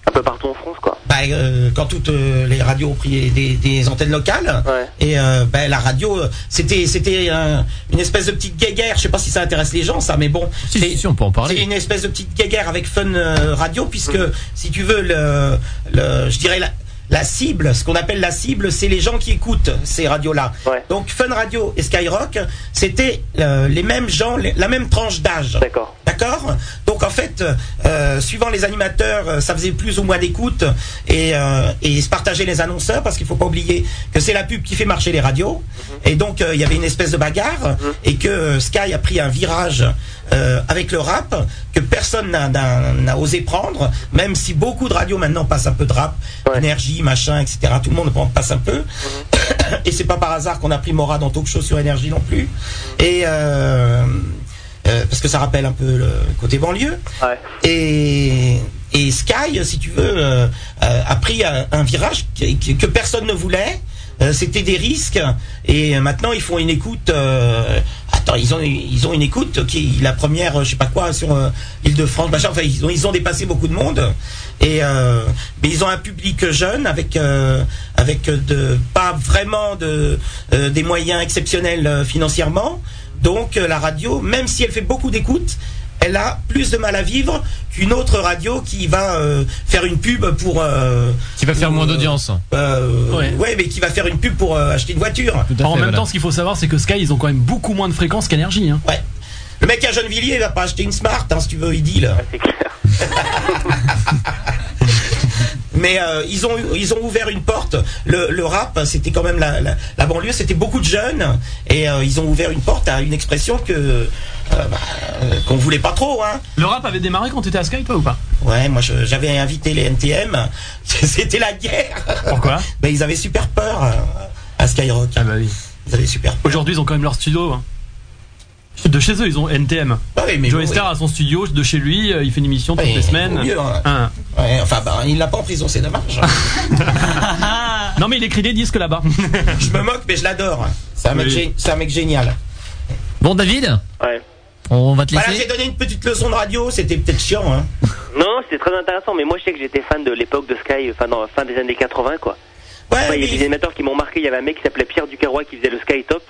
Speaker 12: un peu partout en France, quoi.
Speaker 4: bah, euh, quand toutes euh, les radios ont pris des, des antennes locales et euh, bah, la radio euh, c'était c'était euh, une espèce de petite guéguerre je sais pas si ça intéresse les gens ça mais bon c'est c'est une espèce de petite guéguerre avec Fun euh, Radio puisque si tu veux le, le je dirais la la cible, ce qu'on appelle la cible, c'est les gens qui écoutent ces radios-là. Donc Fun Radio et Skyrock, c'était euh, les mêmes gens, les- la même tranche d'âge.
Speaker 12: D'accord.
Speaker 4: D'accord Donc en fait, euh, suivant les animateurs, euh, ça faisait plus ou moins d'écoute et, euh, et ils se partageaient les annonceurs parce qu'il faut pas oublier que c'est la pub qui fait marcher les radios. Et donc euh, il y avait une espèce de bagarre et que euh, Sky a pris un virage euh, avec le rap que personne n'a- n'a n'a osé prendre, même si beaucoup de radios maintenant passent un peu de rap, énergie, machin, etc. Tout le monde en passe un peu. *coughs* et c'est pas par hasard qu'on a pris Mora dans Talk Show sur énergie non plus. Et euh, euh, parce que ça rappelle un peu le côté banlieue. Et, et Sky, si tu veux, euh, euh, a pris un, un virage qui- qui- que, personne ne voulait. Euh, C'était des risques et maintenant ils font une écoute. euh, attends, ils ont ils ont une écoute qui est la première, euh, je sais pas quoi, sur l'île de France. Machin, enfin, ils ont ils ont dépassé beaucoup de monde et euh, mais ils ont un public jeune avec euh, avec de pas vraiment de euh, des moyens exceptionnels euh, financièrement. Donc euh, la radio, même si elle fait beaucoup d'écoute, elle a plus de mal à vivre qu'une autre radio qui va euh, faire une pub pour. euh,
Speaker 15: Qui va faire moins d'audience.
Speaker 4: ouais. mais qui va faire une pub pour euh, acheter une voiture.
Speaker 9: en même temps, ce qu'il faut savoir, c'est que Sky, ils ont quand même beaucoup moins de fréquences qu'Energie. Hein.
Speaker 4: Ouais. Le mec à Gennevilliers, il va pas acheter une Smart, hein, si tu veux, il dit là. *laughs* Mais euh, ils ont ils ont ouvert une porte. Le, le rap, c'était quand même la, la, la banlieue, c'était beaucoup de jeunes et euh, ils ont ouvert une porte à une expression que euh, bah, euh, qu'on voulait pas trop. Hein.
Speaker 9: Le rap avait démarré quand t'étais à Sky, toi ou pas
Speaker 4: Ouais, moi je- j'avais invité les NTM. *laughs* C'était la guerre.
Speaker 9: Pourquoi
Speaker 4: ben, ils avaient super peur euh, à Skyrock.
Speaker 9: Ah bah oui.
Speaker 4: Ils avaient super peur.
Speaker 9: Aujourd'hui, ils ont quand même leur studio. hein. De chez eux, ils ont NTM.
Speaker 4: Ah oui, mais
Speaker 9: Joey
Speaker 4: bon,
Speaker 9: Star a son studio de chez lui, euh, il fait une émission toutes
Speaker 4: Ouais,
Speaker 9: les semaines.
Speaker 4: vaut mieux, hein.
Speaker 9: Hein. Ah,
Speaker 4: Ouais, enfin, bah, il l'a pas en prison, c'est dommage.
Speaker 9: non, mais il écrit des disques là-bas.
Speaker 4: je me moque, mais je l'adore. C'est un, mec
Speaker 9: Oui.
Speaker 4: gé- c'est un mec génial.
Speaker 1: Bon, David
Speaker 12: Ouais.
Speaker 1: On va te
Speaker 4: Voilà,
Speaker 1: laisser.
Speaker 4: j'ai donné une petite leçon de radio, c'était peut-être chiant. Hein.
Speaker 12: Non, c'était très intéressant, mais moi, je sais que j'étais fan de l'époque de Sky, enfin, non, fin des années 80, quoi. Enfin, il y a des animateurs qui m'ont marqué, il y avait un mec qui s'appelait Pierre Ducaroy qui faisait le Sky Top.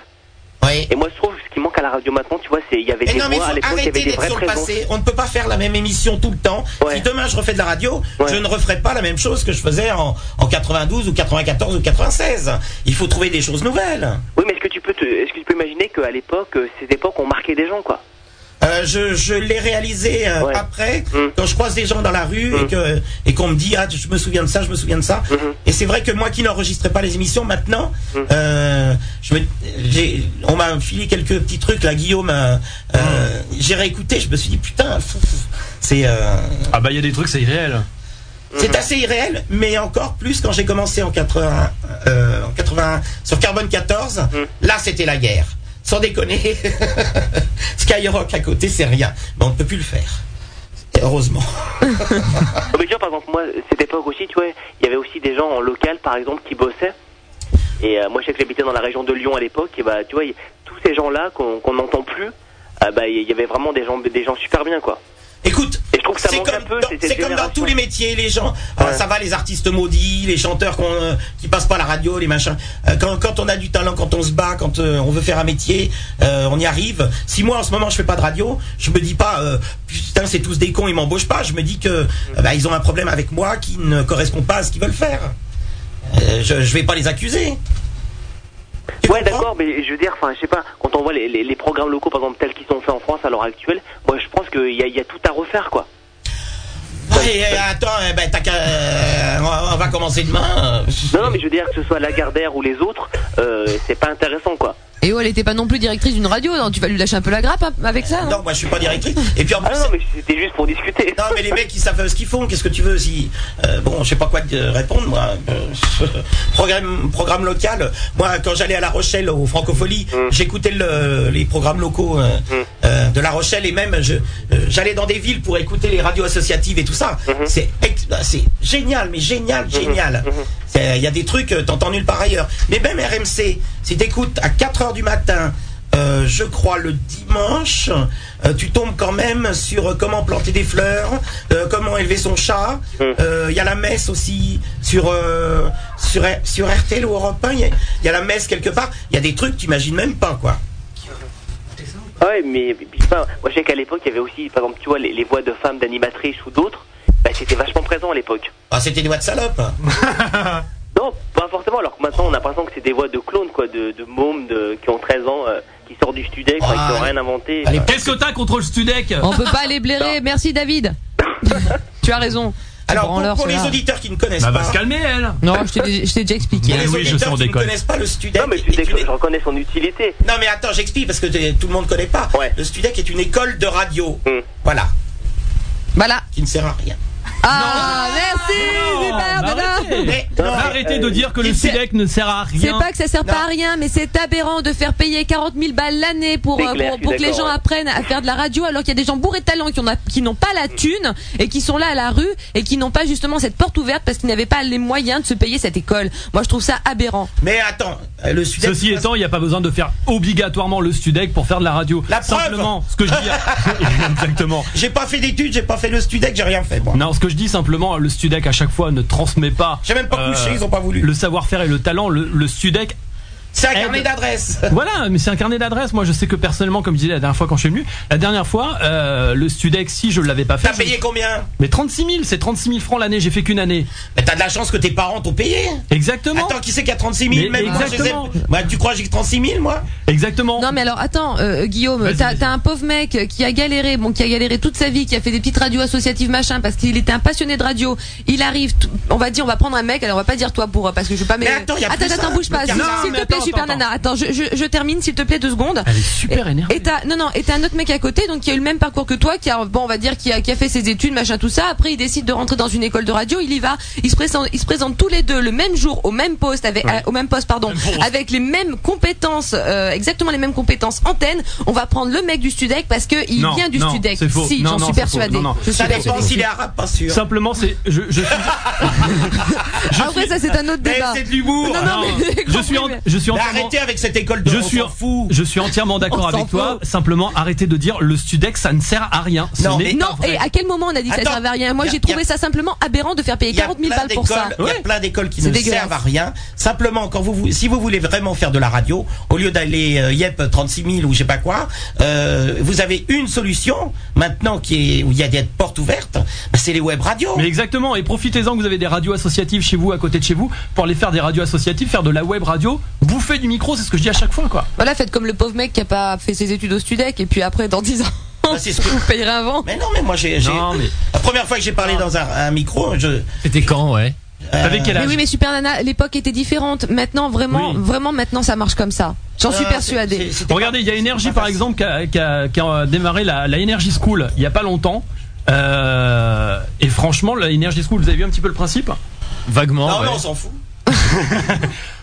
Speaker 12: Et moi, je trouve que ce qui manque à la radio maintenant, tu vois, c'est il y avait
Speaker 4: Mais
Speaker 12: des
Speaker 4: Eh non, mais
Speaker 12: voix à
Speaker 4: faut
Speaker 12: l'époque, il y avait
Speaker 4: arrêter
Speaker 12: des
Speaker 4: d'être
Speaker 12: vraies
Speaker 4: sur le
Speaker 12: présences.
Speaker 4: passé. On ne peut pas faire la même émission tout le temps. Si demain je refais de la radio, je ne referai pas la même chose que je faisais en, en 92 ou 94 ou 96. Il faut trouver des choses nouvelles.
Speaker 12: Oui, mais est-ce que tu peux, te- est-ce que tu peux imaginer qu'à l'époque, euh, ces époques ont marqué des gens, quoi
Speaker 4: Euh, je je l'ai réalisé euh, après, quand je croise des gens dans la rue et que et qu'on me dit ah je me souviens de ça, je me souviens de ça. Et c'est vrai que moi qui n'enregistrais pas les émissions maintenant, euh, je me, j'ai- on m'a filé quelques petits trucs là, Guillaume, euh, euh, j'ai réécouté, je me suis dit putain, fou, fou, c'est euh,
Speaker 9: Ah bah il y a des trucs, c'est irréel.
Speaker 4: c'est assez irréel, mais encore plus quand j'ai commencé en 80, euh, en 81, sur Carbone 14. Là, c'était la guerre. Sans déconner, *laughs* Skyrock à côté, c'est rien. Mais on ne peut plus le faire. Et heureusement.
Speaker 12: Non, Ah, mais tu vois, par exemple, moi, cette époque aussi, tu vois, il y avait aussi des gens en local, par exemple, qui bossaient. Et euh, moi, je sais que j'habitais dans la région de Lyon à l'époque, et bah, tu vois, il- tous ces gens-là qu'on qu'on n'entend plus, ah bah, il y avait vraiment des gens, des gens super bien, quoi.
Speaker 4: Écoute,
Speaker 12: et je trouve que ça
Speaker 4: C'est
Speaker 12: manque
Speaker 4: comme,
Speaker 12: un peu.
Speaker 4: dans-
Speaker 12: cette
Speaker 4: c'est comme dans
Speaker 12: génération.
Speaker 4: tous les métiers, les gens. euh, ça va, les artistes maudits, les chanteurs qu'on, euh, qui passent pas la radio, les machins. Euh, quand, quand on a du talent, quand on se bat, quand euh, on veut faire un métier, euh, on y arrive. Si moi en ce moment je fais pas de radio, je me dis pas euh, putain c'est tous des cons, ils m'embauchent pas. Je me dis que euh, bah, ils ont un problème avec moi qui ne correspond pas à ce qu'ils veulent faire. Euh, je, je vais pas les accuser.
Speaker 12: Ouais, d'accord, mais je veux dire, enfin, je sais pas, quand on voit les, les- les programmes locaux, par exemple, tels qu'ils sont faits en France à l'heure actuelle, moi, je pense qu'il y a, il y a tout à refaire, quoi.
Speaker 4: Ouais, Et, et, attends, eh ben, t'as qu'à- euh, on va- on va commencer demain. euh.
Speaker 12: Non, non, mais je veux dire que ce soit Lagardère ou les autres, euh, c'est pas intéressant quoi.
Speaker 8: Et oh, elle était pas non plus directrice d'une radio, donc tu vas lui lâcher un peu la grappe hein, avec ça. hein.
Speaker 4: Non, moi je suis pas directrice. Et puis en plus. non, mais
Speaker 12: Ah c'était juste pour discuter.
Speaker 4: Non, mais les mecs ils savent euh, ce qu'ils font. Qu'est-ce que tu veux si. euh, bon, je sais pas quoi te répondre, moi. Euh, *laughs* programme, programme local. Moi, quand j'allais à La Rochelle, au Francofolie,
Speaker 12: Mm.
Speaker 4: j'écoutais le- les programmes locaux euh, euh, de La Rochelle et même je- euh, j'allais dans des villes pour écouter les radios associatives et tout ça.
Speaker 12: Mm-hmm.
Speaker 4: C'est ex- bah, C'est génial, mais génial, génial.
Speaker 12: Mm-hmm.
Speaker 4: C'est- Il y a des trucs, euh, t'entends nulle part ailleurs. Mais même RMC, si t'écoutes à 4 heures du matin, euh, je crois le dimanche, euh, tu tombes quand même sur euh, comment planter des fleurs, euh, comment élever son chat.
Speaker 12: Hum.
Speaker 4: Euh, Il y a la messe aussi sur euh, sur R- sur RTL ou Europe 1, il y, a- il y a la messe quelque part. Il y a des trucs que t'imagines même pas quoi.
Speaker 12: Ouais, mais puis, enfin, moi je sais qu'à l'époque il y avait aussi, par exemple, tu vois, les, les voix de femmes d'animatrices ou d'autres, bah, c'était vachement présent à l'époque.
Speaker 4: Ah, c'était des voix de salope.
Speaker 12: non, pas forcément, alors que maintenant on a l'impression que c'est des voix de clones, quoi, de, de mômes de, qui ont 13 ans, euh, qui sortent du studio, quoi, qui n'ont rien inventé. quoi.
Speaker 9: Qu'est-ce que t'as contre le Studec
Speaker 8: On peut
Speaker 4: *laughs*
Speaker 8: pas les blairer, merci David. tu as raison. Tu
Speaker 4: Alors pour,
Speaker 8: branleurs,
Speaker 4: pour les
Speaker 8: ceux-là.
Speaker 4: auditeurs qui ne connaissent
Speaker 9: Bah,
Speaker 4: pas,
Speaker 9: va se calmer elle.
Speaker 8: Non, je t'ai- je t'ai déjà expliqué. hein.
Speaker 4: Pour les auditeurs qui ne connaissent pas le Studec. Non, mais
Speaker 12: je reconnais son utilité.
Speaker 4: Non, mais attends, j'explique parce que t'es- tout le monde ne connaît pas. Le Studec est une école de radio.
Speaker 12: Hum.
Speaker 4: Voilà.
Speaker 8: Voilà.
Speaker 4: Qui ne sert à rien.
Speaker 8: Ah, merci, super,
Speaker 9: Bah
Speaker 8: Dada.
Speaker 9: Arrêtez
Speaker 4: euh,
Speaker 9: de dire que le Studec ne sert à rien.
Speaker 8: C'est pas que ça sert pas à rien, mais c'est aberrant de faire payer 40 000 balles l'année pour,
Speaker 9: C'est
Speaker 8: euh,
Speaker 9: clair,
Speaker 8: pour,
Speaker 9: je suis
Speaker 8: pour que les gens
Speaker 9: d'accord, ouais.
Speaker 8: apprennent à faire de la radio, alors qu'il y a des gens bourrés de talent qui, en a- qui n'ont pas la thune et qui sont là à la rue et qui n'ont pas justement cette porte ouverte parce qu'ils n'avaient pas les moyens de se payer cette école. Moi, je trouve ça aberrant.
Speaker 4: Mais attends, euh, le Studec.
Speaker 9: Ceci étant, il n'y a pas besoin de faire obligatoirement le Studec pour faire de la radio. Simplement, ce que
Speaker 4: *laughs*
Speaker 9: je dis. Exactement.
Speaker 4: J'ai pas fait d'études, j'ai pas fait le Studec, j'ai rien fait moi.
Speaker 9: Non, ce que je dis simplement, le Studec à chaque fois ne transmet pas. euh,
Speaker 4: J'ai même pas couché, ils ont pas voulu.
Speaker 9: Le savoir-faire et le talent, le, le Studec.
Speaker 4: C'est un
Speaker 9: aide-
Speaker 4: carnet d'adresse.
Speaker 9: *laughs* Voilà, mais c'est un carnet d'adresse. Moi, je sais que personnellement, comme je disais la dernière fois quand je suis venu, la dernière fois, euh, le Studec, si je l'avais pas fait.
Speaker 4: T'as
Speaker 9: je-
Speaker 4: payé combien
Speaker 9: Mais 36 000, c'est 36 000 francs l'année, j'ai fait qu'une année.
Speaker 4: Mais t'as de la chance que tes parents t'ont payé.
Speaker 9: Exactement.
Speaker 4: Attends, qui c'est qui a 36 000
Speaker 9: Mais
Speaker 4: Même moi, je les ai-
Speaker 9: exactement.
Speaker 4: Moi, tu crois que j'ai 36 000 moi
Speaker 9: Exactement.
Speaker 8: Non mais alors attends euh, Guillaume, t'as t'as un pauvre mec qui a galéré, bon qui a galéré toute sa vie, qui a fait des petites radios associatives machin parce qu'il était un passionné de radio. Il arrive, t- on va dire, on va prendre un mec, alors on va pas dire toi pour euh, parce que je veux pas mais,
Speaker 4: attends, y a
Speaker 8: attends
Speaker 4: plus
Speaker 8: attends
Speaker 4: ça,
Speaker 8: bouge
Speaker 4: le
Speaker 8: pas, s'il
Speaker 4: carnaval.
Speaker 8: s'il
Speaker 4: Non, mais
Speaker 8: te plaît
Speaker 4: attends,
Speaker 8: super
Speaker 4: attends,
Speaker 8: nana. Attends, je, je, je termine s'il te plaît deux secondes.
Speaker 9: Elle est super énervée.
Speaker 8: Et t'as non non, et t'as un autre mec à côté donc qui a eu le même parcours que toi, qui a bon on va dire qui a, qui a fait ses études machin tout ça. Après il décide de rentrer dans une école de radio, il y va, il se présente, il se présente tous les deux le même jour au même poste avec
Speaker 18: Ouais.
Speaker 8: euh, au même poste pardon, avec les mêmes compétences, euh, exactement les mêmes compétences antenne. On va prendre le mec du Studec parce que il
Speaker 9: Non,
Speaker 8: vient du
Speaker 9: non,
Speaker 8: Studec.
Speaker 9: c'est faux.
Speaker 8: Si
Speaker 9: Non,
Speaker 8: j'en
Speaker 9: non,
Speaker 8: suis
Speaker 9: c'est
Speaker 8: persuadée.
Speaker 9: faux. Non, non.
Speaker 8: Je suis
Speaker 9: Ça dépend
Speaker 8: persuadée.
Speaker 9: s'il
Speaker 4: Il est arabe, pas sûr.
Speaker 9: Simplement, c'est. Je, je
Speaker 8: *laughs*
Speaker 9: suis.
Speaker 8: Après Ah ça c'est un autre débat.
Speaker 4: C'est de l'humour.
Speaker 8: Non non, mais-
Speaker 9: je suis, en- je suis
Speaker 4: Mais
Speaker 9: entièrement.
Speaker 4: arrêtez avec cette école de
Speaker 9: je
Speaker 4: on
Speaker 9: suis
Speaker 4: s'en fout.
Speaker 9: Je suis entièrement d'accord
Speaker 4: On s'en
Speaker 9: avec toi. Simplement, arrêtez de dire le Studec, ça ne sert à rien. Ce
Speaker 4: Non,
Speaker 9: n'est
Speaker 4: mais-
Speaker 9: pas
Speaker 8: Non,
Speaker 9: vrai.
Speaker 8: et à quel moment on a dit que ça
Speaker 4: Attends,
Speaker 8: servait à rien Moi
Speaker 4: y a-
Speaker 8: j'ai
Speaker 4: y
Speaker 8: trouvé
Speaker 4: a-
Speaker 8: ça simplement aberrant de faire payer
Speaker 4: Il y a
Speaker 8: 40 000
Speaker 4: plein
Speaker 8: balles pour ça.
Speaker 4: d'écoles- Il y a plein d'écoles qui
Speaker 8: C'est
Speaker 4: ne
Speaker 8: dégueulasse.
Speaker 4: servent à rien. Simplement, quand vous, vous- si vous voulez vraiment faire de la radio, au lieu d'aller euh, yep 36 000 ou je sais pas quoi, euh, vous avez une solution maintenant qui est où il y a des portes ouvertes, bah, c'est les web radios.
Speaker 9: Mais exactement, et profitez-en que vous avez des radios associatives chez vous, à côté de chez vous, pour aller faire des radios associatives, faire de la web radio, bouffer du micro, c'est ce que je dis à chaque fois, quoi.
Speaker 8: Voilà, faites comme le pauvre mec qui a pas fait ses études au Studec et puis après dans 10 ans,
Speaker 4: Bah, c'est
Speaker 8: *laughs*
Speaker 4: ce que-
Speaker 8: vous payerez avant.
Speaker 4: Mais non, mais moi j'ai j'ai-
Speaker 9: Non, mais-
Speaker 4: la première fois que j'ai parlé dans un, un micro, je Euh,
Speaker 15: C'était quand, ouais
Speaker 9: T'avais quel
Speaker 8: Mais oui, mais Super Nana, l'époque était différente. Maintenant, vraiment,
Speaker 9: Oui.
Speaker 8: vraiment, maintenant, ça marche comme ça. J'en suis
Speaker 4: Euh,
Speaker 8: persuadée.
Speaker 9: Regardez, il y a Énergie par exemple qui a, qui a- qui a démarré la, la Energy School il n'y a pas longtemps. Euh, et franchement, la Energy School, vous avez vu un petit peu le principe
Speaker 15: Vaguement.
Speaker 4: Non, non, on s'en fout.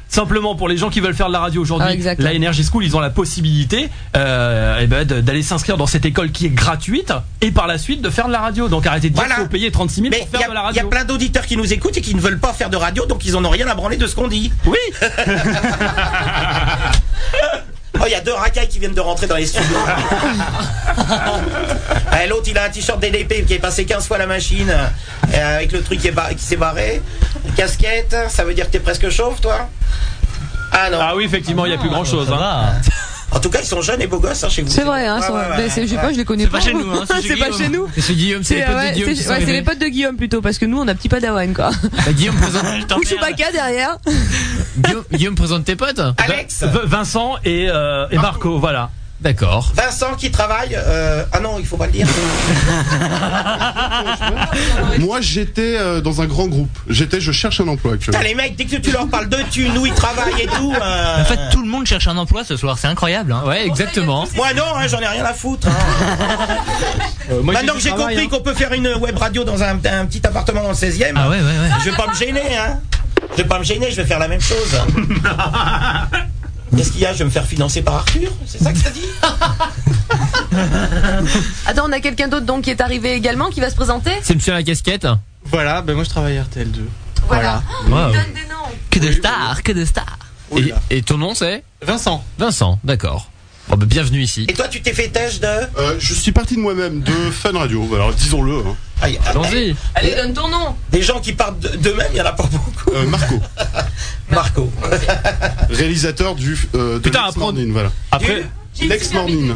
Speaker 9: Simplement pour les gens qui veulent faire de la radio
Speaker 8: Ah,
Speaker 9: aujourd'hui,
Speaker 8: exactement.
Speaker 9: la Energy School, ils ont la possibilité euh, eh ben, de- d'aller s'inscrire dans cette école qui est gratuite et par la suite de faire de la radio. Donc arrêtez de dire
Speaker 4: Voilà.
Speaker 9: qu'il faut payer 36 000
Speaker 4: Mais
Speaker 9: pour
Speaker 4: il y
Speaker 9: faire de la
Speaker 4: a- il y,
Speaker 9: radio.
Speaker 4: a plein d'auditeurs qui nous écoutent et qui ne veulent pas faire de radio, donc ils en ont rien à branler de ce qu'on dit.
Speaker 9: Oui.
Speaker 4: *laughs* oh, il y a deux racailles qui viennent de rentrer dans les studios.
Speaker 8: *laughs*
Speaker 4: Eh, L'autre, il a un t-shirt DDP qui est passé 15 fois la machine euh, avec le truc qui est bar- qui s'est barré. Casquette, ça veut dire que t'es presque chauve, toi Ah non.
Speaker 9: Ah oui, effectivement, il n'y a plus grand chose. Hein.
Speaker 4: En tout cas, ils sont jeunes et beaux gosses hein, chez vous.
Speaker 8: C'est vrai, hein,
Speaker 4: Ouais,
Speaker 8: ça-
Speaker 4: ouais,
Speaker 8: mais
Speaker 4: ouais,
Speaker 8: c'est- je sais
Speaker 4: ouais.
Speaker 8: pas, je les connais pas.
Speaker 15: hein, c'est chez
Speaker 8: *laughs* c'est pas
Speaker 15: Guillaume.
Speaker 8: chez nous.
Speaker 15: C'est chez Guillaume, c'est les potes de
Speaker 8: ouais,
Speaker 15: Guillaume
Speaker 8: c'est-
Speaker 15: qui sont
Speaker 8: ouais, c'est
Speaker 15: arrivés.
Speaker 8: les potes de Guillaume plutôt, parce que nous, on a petit pas d'Awan,
Speaker 4: *laughs*
Speaker 8: quoi.
Speaker 15: Bah, Guillaume, présente...
Speaker 8: Ou Chewbacca derrière.
Speaker 15: Guillaume, Guillaume, présente tes potes. Ah.
Speaker 4: Alex
Speaker 9: V- Vincent et, euh, et Marco, voilà.
Speaker 1: D'accord.
Speaker 4: Vincent qui travaille. euh, ah non, il faut pas
Speaker 2: *laughs*
Speaker 4: le dire.
Speaker 18: Moi, j'étais euh, dans un grand groupe. J'étais, je cherche un emploi
Speaker 4: Putain,
Speaker 18: actuellement.
Speaker 4: les mecs, dès que tu leur parles de thunes, où ils travaillent et tout. euh,
Speaker 2: En fait, tout le monde cherche un emploi ce soir, c'est incroyable. Hein. Ouais, exactement.
Speaker 4: Moi non, hein, j'en ai rien à foutre. hein.
Speaker 2: moi, j'ai
Speaker 4: Maintenant
Speaker 2: du
Speaker 4: que Euh, j'ai
Speaker 2: travail,
Speaker 4: compris
Speaker 2: hein.
Speaker 4: qu'on peut faire une web radio dans un, un petit appartement dans le 16 e
Speaker 2: Ah ouais, ouais, ouais.
Speaker 4: je vais pas me gêner. Hein. Je vais pas me gêner, je vais faire la même
Speaker 2: *laughs*
Speaker 4: chose. Qu'est-ce qu'il y a Je vais me faire financer par Arthur *laughs* C'est ça que ça dit
Speaker 8: *laughs* Attends, on a quelqu'un d'autre donc qui est arrivé également, qui va se présenter.
Speaker 1: C'est monsieur à la casquette
Speaker 19: Voilà, ben moi je travaille à RTL2.
Speaker 8: Voilà. Oh,
Speaker 1: Wow.
Speaker 2: Que de stars, que de stars.
Speaker 1: Et, et ton nom c'est
Speaker 19: Vincent.
Speaker 1: Vincent, d'accord. Bon, bah, bienvenue ici.
Speaker 4: Et toi, tu t'es fait tâche de
Speaker 18: Euh, je suis parti de moi-même, de Fun Radio. Alors, disons-le. hein.
Speaker 1: Allons-y.
Speaker 8: Allez, donne ton nom.
Speaker 4: Des gens qui partent de- d'eux-mêmes, il y en a pas beaucoup.
Speaker 18: Euh, Marco,
Speaker 4: *laughs* Marco.
Speaker 18: *laughs* réalisateur du. euh, de
Speaker 9: Putain,
Speaker 18: Lex
Speaker 9: à prendre.
Speaker 18: Morning, voilà.
Speaker 9: Après-
Speaker 8: J'ai une
Speaker 18: Lex
Speaker 8: super
Speaker 18: Morning.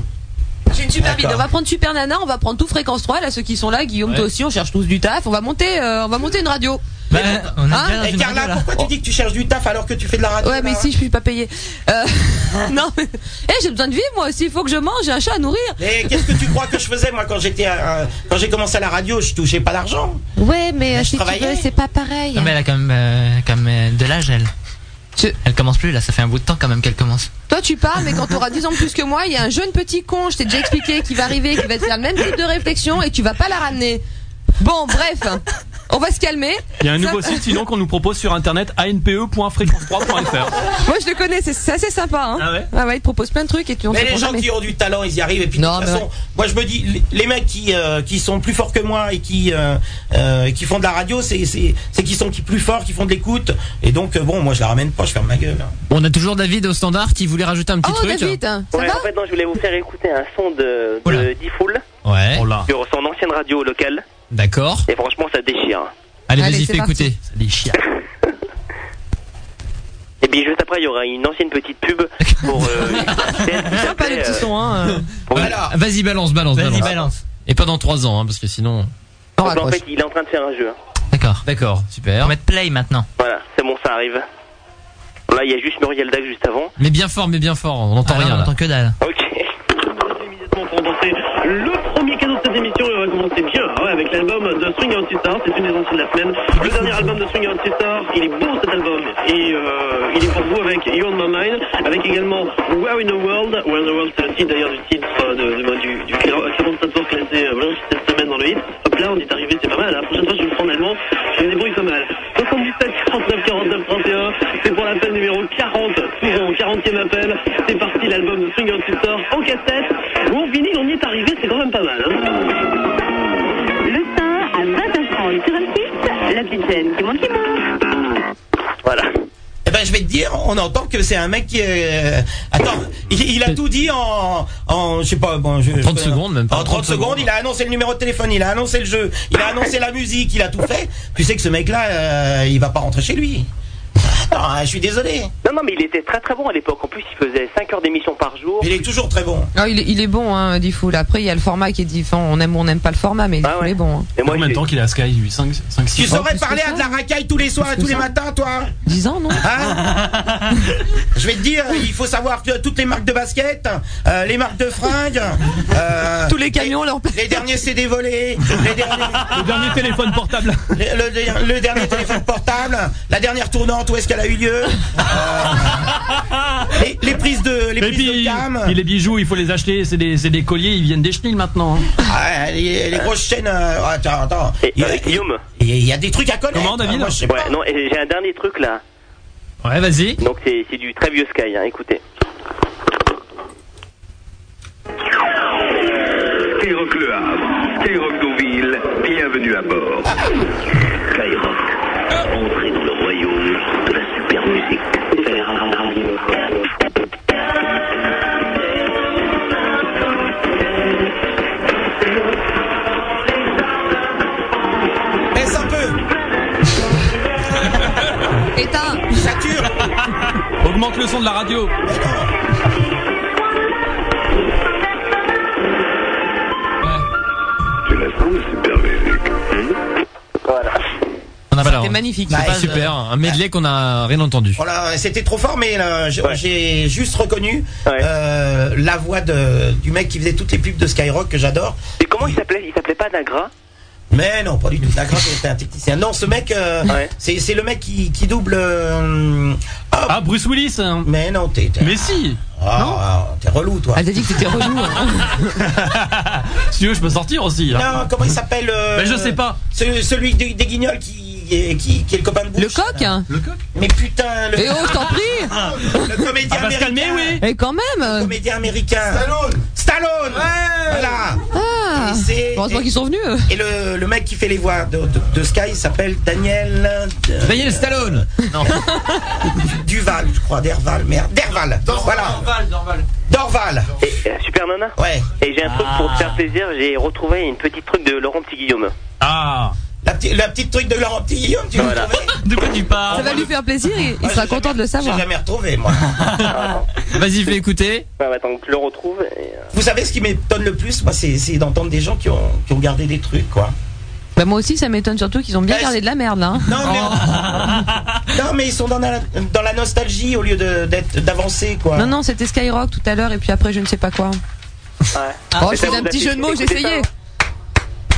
Speaker 8: J'ai une super
Speaker 4: D'accord.
Speaker 8: bide. On va prendre Super Nana, on va prendre tout Fréquence 3. Là, ceux qui sont là, Guillaume, toi aussi, on cherche tous du taf. On va monter, euh, on va monter une radio.
Speaker 2: Bah, on est
Speaker 8: Hein
Speaker 2: bien dans
Speaker 4: Ah, Et
Speaker 2: une
Speaker 4: Carla,
Speaker 2: radio, là.
Speaker 18: Oh.
Speaker 4: pourquoi tu dis que tu cherches du taf alors que tu fais de la radio
Speaker 8: Ouais, mais
Speaker 4: là
Speaker 8: si, je suis pas payé. Euh, *laughs* non, mais Eh, j'ai besoin de vivre moi aussi. Il faut que je mange, j'ai un chat à nourrir.
Speaker 4: Mais qu'est-ce que tu crois que je faisais moi quand j'étais euh, quand j'ai commencé à la radio Je touchais pas d'argent.
Speaker 8: Ouais, mais euh,
Speaker 4: si tu travaillais. veux, c'est
Speaker 8: pas pareil.
Speaker 2: Non, Ah, mais elle a quand même, euh, quand même, euh, de l'âge, elle. Elle commence plus, là, ça fait un bout de temps quand même qu'elle commence.
Speaker 8: Toi, tu parles, mais quand tu auras 10 ans de plus que moi, il y a un jeune petit con, je t'ai déjà expliqué, qui va arriver, qui va te faire le même type de réflexion et tu vas pas la ramener. Bon, bref, on va se calmer.
Speaker 9: Il y a un nouveau
Speaker 8: Ça-
Speaker 9: site sinon qu'on nous propose sur internet E anpe.fréquence3.fr.
Speaker 8: Moi, je le connais, c'est c'est assez sympa. Hein.
Speaker 9: Ah ouais
Speaker 8: il te propose plein de trucs et tu on
Speaker 4: Mais
Speaker 8: sait
Speaker 4: les
Speaker 8: pour
Speaker 4: gens
Speaker 8: jamais.
Speaker 4: qui ont du talent, ils y arrivent. Et puis
Speaker 8: Non,
Speaker 4: de
Speaker 8: mais
Speaker 4: toute façon,
Speaker 8: ouais.
Speaker 4: moi je me dis, les- les mecs qui euh, qui sont plus forts que moi et qui euh, euh, qui font de la radio, c'est c'est c'est qu'ils sont qui plus forts, qui font de l'écoute. Et donc euh, bon, moi je la ramène pas, je ferme ma gueule. hein.
Speaker 1: On a toujours David au standard qui voulait rajouter un petit
Speaker 8: Oh,
Speaker 1: truc.
Speaker 8: David, ça
Speaker 12: Ouais,
Speaker 8: va
Speaker 12: en fait, non, je voulais vous faire écouter un son de, de
Speaker 1: Oula.
Speaker 12: Diffoul
Speaker 1: Ouais.
Speaker 12: sur son ancienne radio locale.
Speaker 1: D'accord.
Speaker 12: Et franchement, ça déchire.
Speaker 1: Allez,
Speaker 8: Allez,
Speaker 1: vas-y,
Speaker 8: c'est
Speaker 1: fais
Speaker 8: parti.
Speaker 1: écouter.
Speaker 2: Les chiens.
Speaker 12: Et puis juste après, il y aura une ancienne petite pub pour.
Speaker 1: *laughs*
Speaker 12: Euh,
Speaker 8: Sympa le petit son, hein. euh.
Speaker 12: pour-
Speaker 4: Voilà.
Speaker 1: Vas-y, balance, balance,
Speaker 2: Vas-y,
Speaker 1: balance.
Speaker 2: balance.
Speaker 1: Et pas dans 3 ans, hein, parce que sinon.
Speaker 8: On
Speaker 12: Parce qu'en
Speaker 8: raccroche.
Speaker 12: fait, il est en train de faire un jeu. hein.
Speaker 2: D'accord.
Speaker 1: D'accord,
Speaker 2: On
Speaker 1: super.
Speaker 2: va mettre play maintenant.
Speaker 12: Voilà, c'est bon, ça arrive. Là, il y a juste Muriel Dac juste avant.
Speaker 1: Mais bien fort, mais bien fort, on n'entend
Speaker 2: Ah,
Speaker 1: rien
Speaker 2: non, on
Speaker 1: là.
Speaker 2: entend que dalle.
Speaker 12: Ok. Immédiatement pour danser le premier cadeau de cette émission, et on va commencer bien ouais, avec l'album de Swing Out Sister, c'est une des anciennes de la semaine. Le dernier album de Swing Out Sister, il est beau cet album, et euh, il est pour vous avec You On My Mind, avec également Where in the World, Where in the World c'est le titre d'ailleurs du titre euh, de, de- du, du clair- clairement de Top 40 classé euh, vraiment cette semaine dans le hit. Hop là, on est arrivé, c'est pas mal, hein. la prochaine fois je vais le prendre allemand, je me débrouille pas mal. 77 49 49 31, c'est pour l'appel numéro 40, c'est mon 40e appel, c'est parti l'album de Swing Out Sister en cassette. Bon, vinyle, on y est arrivé, c'est quand même pas mal. Hein.
Speaker 11: Le sein à 20h30 sur M6, la petite scène qui monte qui monte.
Speaker 12: Voilà.
Speaker 4: Eh ben je vais te dire, on entend que c'est un mec qui. euh, Attends, il, il a tout dit en, en je sais pas, bon, je,
Speaker 1: 30
Speaker 4: je-
Speaker 1: secondes, même pas.
Speaker 4: En 30 secondes, il a annoncé le numéro de téléphone, il a annoncé le jeu, il a annoncé la musique, il a tout fait. Tu sais que ce mec-là, euh, il va pas rentrer chez lui. Attends, hein, je suis désolé.
Speaker 12: Non, non, mais il était très très bon à l'époque. En plus, il faisait 5 heures d'émission par jour.
Speaker 4: Il est toujours très bon.
Speaker 8: Ah, il, est- il est bon, hein, Diffoul. Après, il y a le format qui est différent. On aime ou on n'aime pas le format, mais
Speaker 12: Ah
Speaker 8: Diffoul
Speaker 12: ouais.
Speaker 8: est bon. hein.
Speaker 12: Et moi,
Speaker 9: Combien de
Speaker 12: j'ai-
Speaker 9: temps qu'il est à Sky lui 5, 5 6
Speaker 4: Tu saurais
Speaker 8: plus que
Speaker 4: parler
Speaker 8: ça.
Speaker 4: à de la racaille tous les soirs et tous les matins, toi
Speaker 8: 10 ans, non
Speaker 4: Hein Je vais te dire, il faut savoir que toutes les marques de basket, euh, les marques de fringues, euh,
Speaker 8: Tous les camions, leur place.
Speaker 4: les derniers CD volés, les derniers.
Speaker 9: Le dernier téléphone portable.
Speaker 4: Le, le- le dernier téléphone portable, la dernière tournante, où est-ce qu'elle a eu lieu Euh, les, les prises de les
Speaker 9: Et
Speaker 4: prises
Speaker 9: puis,
Speaker 4: de gamme,
Speaker 9: puis les bijoux, il faut les acheter, c'est des, c'est des colliers, ils viennent des chenilles maintenant. hein.
Speaker 4: Ah, les, les grosses chaînes. euh, attends, attends.
Speaker 12: Et,
Speaker 4: Il y,
Speaker 12: euh,
Speaker 4: a,
Speaker 12: Guillaume
Speaker 4: il y a des trucs à connaître. Euh,
Speaker 9: Comment, David
Speaker 4: Moi, je sais pas.
Speaker 12: Ouais, non, et j'ai un dernier truc là.
Speaker 1: Ouais, vas-y.
Speaker 12: Donc, c'est c'est du très vieux Sky, hein, écoutez.
Speaker 20: Skyrock Le Havre, Skyrock Deauville, bienvenue à bord. Skyrock, entrez dans le royaume de la super musique.
Speaker 4: Baisse un peu,
Speaker 8: Éteins.
Speaker 4: sature.
Speaker 9: Augmente le son de la radio.
Speaker 20: C'est la super musique.
Speaker 12: Voilà.
Speaker 15: On a
Speaker 4: C'était
Speaker 15: valeur.
Speaker 4: magnifique.
Speaker 15: C'est
Speaker 4: Bah,
Speaker 15: pas
Speaker 4: euh,
Speaker 15: super. Un medley qu'on a rien entendu.
Speaker 4: Voilà, c'était trop fort, mais là, j'ai j'ai juste reconnu euh, la voix de, du mec qui faisait toutes les pubs de Skyrock que j'adore. Et comment il s'appelait Il s'appelait pas Nagra mais non, pas du tout. Nagra, c'était un technicien. Non, ce mec, euh, c'est c'est le mec qui, qui double. euh, ah,
Speaker 9: Bruce Willis. hein.
Speaker 4: Mais non, t'es.
Speaker 9: Mais si.
Speaker 4: Ah, t'es relou, toi.
Speaker 8: Elle t'a dit que t'étais relou. hein.
Speaker 9: *laughs* Si tu veux, je peux sortir aussi. hein. là.
Speaker 4: Non, comment il s'appelle euh,
Speaker 9: Mais Ben, je sais pas.
Speaker 4: ce- celui du- des guignols qui, qui, qui est le copain de Bush. Le coq
Speaker 9: Le coq
Speaker 4: Mais putain, le.
Speaker 8: hein. Eh oh, je t'en prie.
Speaker 4: *laughs* Le comédien
Speaker 8: Ah, bah, se
Speaker 4: américain
Speaker 8: calmer, oui. Et quand même. Le
Speaker 4: comédien américain. Stallone Stallone Voilà
Speaker 8: Ah. Heureusement qu'ils sont venus. eux.
Speaker 4: Et le, le mec qui fait les voix de, de- de Sky il s'appelle Daniel.
Speaker 15: Daniel Stallone
Speaker 4: Non. *laughs* Duval, je crois, Derval, merde. Derval Voilà
Speaker 5: Dorval,
Speaker 4: Dorval
Speaker 12: Et, euh, super Nana
Speaker 4: Ouais.
Speaker 12: Et j'ai un truc pour te faire plaisir, j'ai retrouvé une petite truc de Laurent Petit Guillaume.
Speaker 9: Ah
Speaker 4: La, petite- la petite truc de Laurent Petit Guillaume, tu
Speaker 12: voilà.
Speaker 9: De quoi tu
Speaker 8: Ça
Speaker 9: parles
Speaker 8: va lui faire plaisir. Il, il sera content de le savoir.
Speaker 4: J'ai jamais retrouvé,
Speaker 8: *laughs*
Speaker 4: moi.
Speaker 15: Vas-y, fais écouter.
Speaker 12: Ouais, bah, attends que je le retrouve. et, euh,
Speaker 4: Vous savez ce qui m'étonne le plus, moi, c'est c'est d'entendre des gens qui ont, qui ont gardé des trucs, quoi.
Speaker 8: Bah moi aussi, ça m'étonne surtout qu'ils ont bien gardé de la merde là.
Speaker 4: Eh,
Speaker 8: Oh.
Speaker 4: Non mais, non,
Speaker 8: *laughs*
Speaker 4: mais ils sont dans la, dans la nostalgie au lieu de- d'être- d'avancer, quoi.
Speaker 8: Non, non, c'était Skyrock tout à l'heure et puis après je ne sais pas quoi.
Speaker 12: Ah,
Speaker 8: oh, je faisais un petit jeu de mots, j'essayais.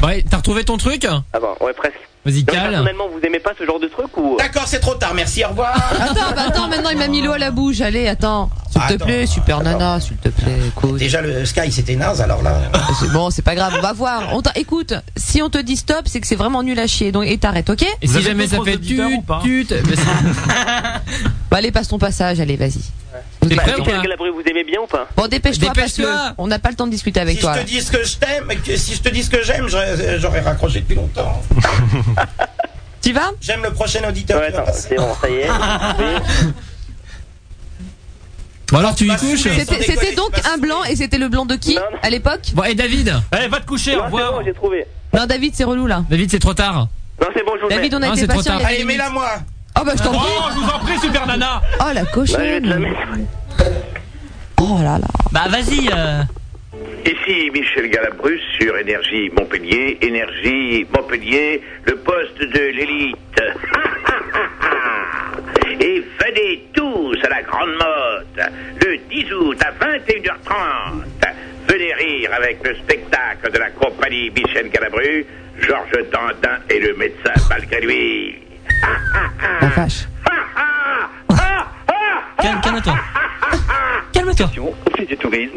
Speaker 15: Ouais, t'as retrouvé ton truc
Speaker 12: hein. Ah bon, ouais, presque.
Speaker 15: Vas-y,
Speaker 12: Donc,
Speaker 15: cale.
Speaker 12: personnellement, vous aimez pas ce genre de truc ou euh
Speaker 4: D'accord, c'est trop tard, merci, au revoir.
Speaker 8: Attends, bah attends, maintenant il m'a mis l'eau à la bouche. Allez, attends. S'il te plaît, super nana, s'il te plaît, écoute.
Speaker 4: Ah,
Speaker 8: Ah,
Speaker 4: Déjà, le Sky, c'était naze, alors là.
Speaker 8: C'est Bon, c'est pas grave, on va voir. On t'a- Écoute, si on te dit stop, c'est que c'est vraiment nul à chier. Donc, et t'arrêtes, ok
Speaker 15: Et si jamais ça fait tut, tut, mais c'est-
Speaker 8: Bah, allez, passe ton passage, allez, vas-y.
Speaker 15: T'es
Speaker 12: Bah,
Speaker 15: prêt ou
Speaker 12: Michel
Speaker 15: pas
Speaker 12: Galabru, vous aimez bien ou pas
Speaker 8: Bon, dépêche-toi, parce que
Speaker 12: Dépêche-toi.
Speaker 8: on n'a pas le temps de discuter avec
Speaker 4: Si
Speaker 8: toi.
Speaker 4: je
Speaker 8: là.
Speaker 4: te dis ce que je t'aime, que- si je te dis ce que j'aime, j'aurais j'aurais raccroché depuis longtemps.
Speaker 8: *laughs* tu vas
Speaker 4: J'aime le prochain auditeur. qui va passer.
Speaker 15: *laughs*
Speaker 4: *laughs*
Speaker 15: Bon alors tu y
Speaker 4: Bah,
Speaker 15: couches
Speaker 4: c'est-
Speaker 8: C'était c'était donc un blanc et c'était le blanc de qui à l'époque
Speaker 15: Bon et David
Speaker 9: Allez, va te coucher,
Speaker 15: au revoir.
Speaker 12: j'ai trouvé.
Speaker 8: Non, David, c'est relou là.
Speaker 15: David, c'est trop tard.
Speaker 12: Non, c'est bon, je vous
Speaker 8: David, on
Speaker 15: Non,
Speaker 8: a été
Speaker 15: Ah, c'est trop
Speaker 8: patient.
Speaker 15: tard.
Speaker 8: il y a des
Speaker 15: Allez,
Speaker 8: limites.
Speaker 15: mets-la
Speaker 4: moi.
Speaker 8: Oh bah je t'en prie.
Speaker 9: Oh, je vous en prie, super nana.
Speaker 8: Oh la cochonne. Oh là là.
Speaker 2: Bah vas-y. euh,
Speaker 20: Ici Michel Galabru sur Énergie Montpellier. Énergie Montpellier, le poste de l'élite. *laughs* Et venez tous à la grande mode, le 10 août à 21h30. Venez rire avec le spectacle de la compagnie Michel Galabru, Georges Dandin et le médecin malgré lui.
Speaker 8: La vache.
Speaker 2: Calme,
Speaker 12: *laughs*
Speaker 2: calme-toi.
Speaker 15: Calme-toi.
Speaker 20: Office du tourisme.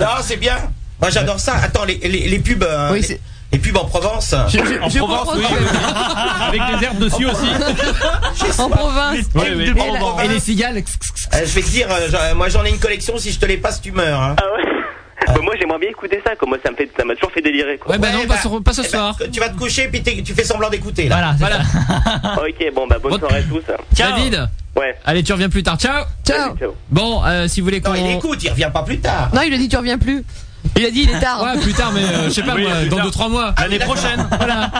Speaker 4: Non, c'est bien. Moi, j'adore ça. Attends, les, les, les pubs. euh, les- les pubs en Provence.
Speaker 9: Je- je- En je Provence, comprends oui. que- *laughs* Avec des herbes dessus
Speaker 13: *laughs*
Speaker 9: aussi.
Speaker 8: En province.
Speaker 4: Les pubs de Provence.
Speaker 15: Et les cigales
Speaker 4: Euh, je vais te dire, euh, j'en- moi j'en ai une collection, si je te l'ai pas, tu meurs. hein.
Speaker 12: Ah ouais Bah, Moi j'aimerais bien écouter ça, quoi. Moi ça me fait, ça m'a toujours fait délirer. Quoi.
Speaker 15: Ouais bah non, pas ce, pas ce soir.
Speaker 4: eh ben, Tu vas te coucher puis t'es- tu fais semblant d'écouter là.
Speaker 15: Voilà, voilà.
Speaker 12: *laughs* ok, bon bah bonne soirée à tous.
Speaker 15: David
Speaker 12: Ouais.
Speaker 15: Allez, tu reviens plus tard. Ciao
Speaker 8: Ciao.
Speaker 15: Bon, euh, si vous voulez qu'on...
Speaker 4: Non, il écoute, il revient pas plus tard.
Speaker 8: Non, il a dit tu reviens plus. Il a dit il est tard.
Speaker 15: Ouais, plus tard, mais euh, je sais pas,
Speaker 9: Oui,
Speaker 15: moi,
Speaker 9: plus
Speaker 15: dans
Speaker 9: tard.
Speaker 15: 2-3 mois.
Speaker 9: L'année prochaine.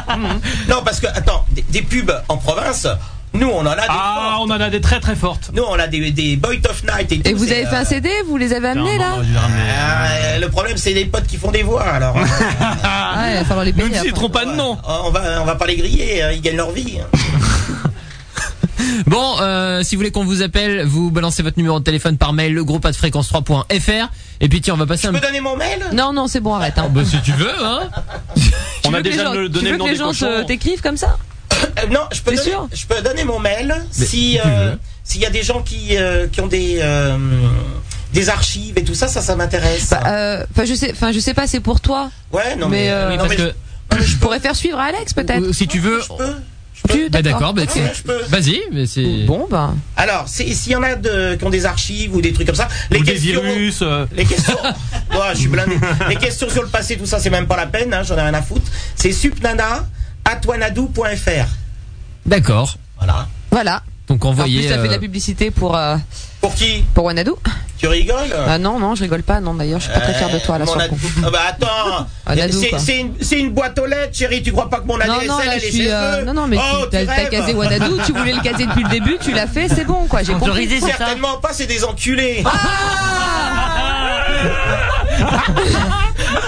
Speaker 4: *laughs* Non, parce que, attends, des, des pubs en province, nous on en a des.
Speaker 9: Ah, on en a des très très fortes.
Speaker 4: Nous on a des, des Boy of Night et tout.
Speaker 8: Et vous
Speaker 4: c'est,
Speaker 8: avez fait un
Speaker 4: euh,
Speaker 8: CD Vous les avez amenés là
Speaker 4: ah, euh, Le problème, c'est les potes qui font des voix alors.
Speaker 8: Ah, il va falloir les
Speaker 9: Nous
Speaker 8: payer.
Speaker 9: ne
Speaker 8: après.
Speaker 9: citerons pas de nom.
Speaker 4: on, va, on va pas les griller, hein, ils gagnent leur vie.
Speaker 15: *laughs* Bon, euh, si vous voulez qu'on vous appelle, vous balancez votre numéro de téléphone par mail, le groupe 3.fr. Et puis tiens, on va passer
Speaker 4: Tu
Speaker 15: un...
Speaker 4: peux donner mon mail
Speaker 8: Non, non, c'est bon, arrête. hein.
Speaker 15: Bah si tu
Speaker 4: *laughs*
Speaker 15: veux, hein
Speaker 8: *laughs* Tu
Speaker 9: On
Speaker 8: veux
Speaker 9: a
Speaker 8: que les
Speaker 9: déjà
Speaker 8: gens-
Speaker 9: le-
Speaker 8: Tu
Speaker 9: donné
Speaker 8: veux
Speaker 9: le
Speaker 8: que
Speaker 9: nom
Speaker 8: les
Speaker 9: des
Speaker 8: gens te-
Speaker 9: cochons.
Speaker 8: t'écrivent comme ça
Speaker 4: Euh, non, je peux,
Speaker 8: T'es
Speaker 4: donner,
Speaker 8: sûr
Speaker 4: je peux donner mon mail si
Speaker 15: tu
Speaker 4: euh,
Speaker 15: veux.
Speaker 4: s'il y a des gens qui, euh, qui ont des euh, des archives et tout ça, ça, ça m'intéresse.
Speaker 8: Euh, Enfin, je sais, enfin, je sais pas, c'est pour toi.
Speaker 4: ouais, non mais,
Speaker 8: mais, euh,
Speaker 15: Oui,
Speaker 4: non,
Speaker 15: parce que
Speaker 4: mais
Speaker 8: Je pourrais faire suivre à Alex peut-être.
Speaker 15: euh, si tu veux...
Speaker 4: je peux.
Speaker 8: Tu-
Speaker 15: Bah d'accord, bah,
Speaker 4: Ouais,
Speaker 15: c'est-
Speaker 4: je peux.
Speaker 15: vas-y, mais c'est...
Speaker 8: Bon bah.
Speaker 4: Alors, c'est- s'il y en a de, qui ont des archives ou des trucs comme ça, les
Speaker 9: Ou des
Speaker 4: questions.
Speaker 9: virus. euh,
Speaker 4: Les questions, *laughs* Ouais, je suis blindé. Les questions sur le passé, tout ça, c'est même pas la peine, hein, j'en ai rien à foutre. C'est supnana@wanadoo.fr.
Speaker 15: D'accord.
Speaker 4: Voilà.
Speaker 8: Voilà.
Speaker 15: Donc
Speaker 8: En plus,
Speaker 15: envoyez...
Speaker 8: ça fait de la
Speaker 15: euh,
Speaker 8: publicité pour euh,
Speaker 4: Pour qui
Speaker 8: pour Wanadu.
Speaker 4: Tu rigoles
Speaker 8: Ah non, non, je rigole pas. Non, d'ailleurs, je suis pas très fier de toi là
Speaker 4: Mon
Speaker 8: sur le
Speaker 4: ad-
Speaker 8: coup.
Speaker 4: Ah bah attends,
Speaker 8: *laughs* Un ado,
Speaker 4: C'est-
Speaker 8: quoi.
Speaker 4: c'est une, c'est une boîte aux lettres, chérie. Tu crois pas que mon
Speaker 8: Non,
Speaker 4: ADSL
Speaker 8: non, là,
Speaker 4: elle
Speaker 8: je
Speaker 4: est
Speaker 8: suis.
Speaker 4: chez
Speaker 8: euh,
Speaker 4: eux
Speaker 8: non, non, mais
Speaker 4: Oh,
Speaker 8: tu- t'as
Speaker 4: tu
Speaker 8: t'as
Speaker 4: rêves.
Speaker 8: casé Wanadu. Tu voulais le caser depuis le
Speaker 4: *laughs*
Speaker 8: début. Tu l'as fait. C'est bon, quoi. J'ai compris.
Speaker 2: Autorisé, c'est ça
Speaker 4: Certainement pas, c'est des enculés.
Speaker 8: Ah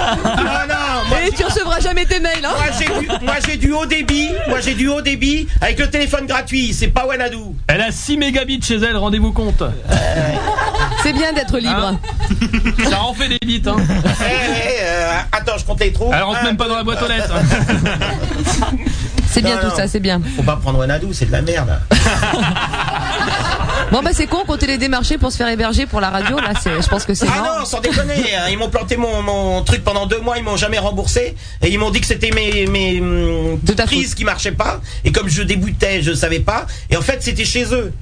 Speaker 4: Ah non, moi,
Speaker 8: Et tu recevras n'auras jamais tes mails. Hein
Speaker 4: Moi j'ai du, moi, j'ai du haut débit, moi j'ai du haut débit avec le téléphone gratuit, c'est pas Wanadoo.
Speaker 9: Elle a 6 mégabits chez elle, rendez-vous compte.
Speaker 4: *laughs*
Speaker 8: C'est bien d'être
Speaker 4: Hein
Speaker 8: libre.
Speaker 9: Ça en fait des bites. Hein.
Speaker 4: Eh, eh, euh, attends, je compte les trous.
Speaker 9: Elle rentre
Speaker 4: Un,
Speaker 9: même pas dans la boîte aux lettres.
Speaker 8: C'est bien
Speaker 4: Non,
Speaker 8: tout
Speaker 4: non.
Speaker 8: ça, c'est bien.
Speaker 4: Faut pas prendre Wanadoo, c'est de la merde.
Speaker 8: Bon bah c'est con quand les démarchés pour se faire héberger pour la radio là, c'est je pense que c'est
Speaker 4: Ah
Speaker 8: mort.
Speaker 4: non, sans déconner, hein, ils m'ont planté mon, mon truc pendant deux mois, ils m'ont jamais remboursé et ils m'ont dit que c'était mes, mes hum, prises qui marchaient pas et comme je débutais, je savais pas et en fait c'était chez eux.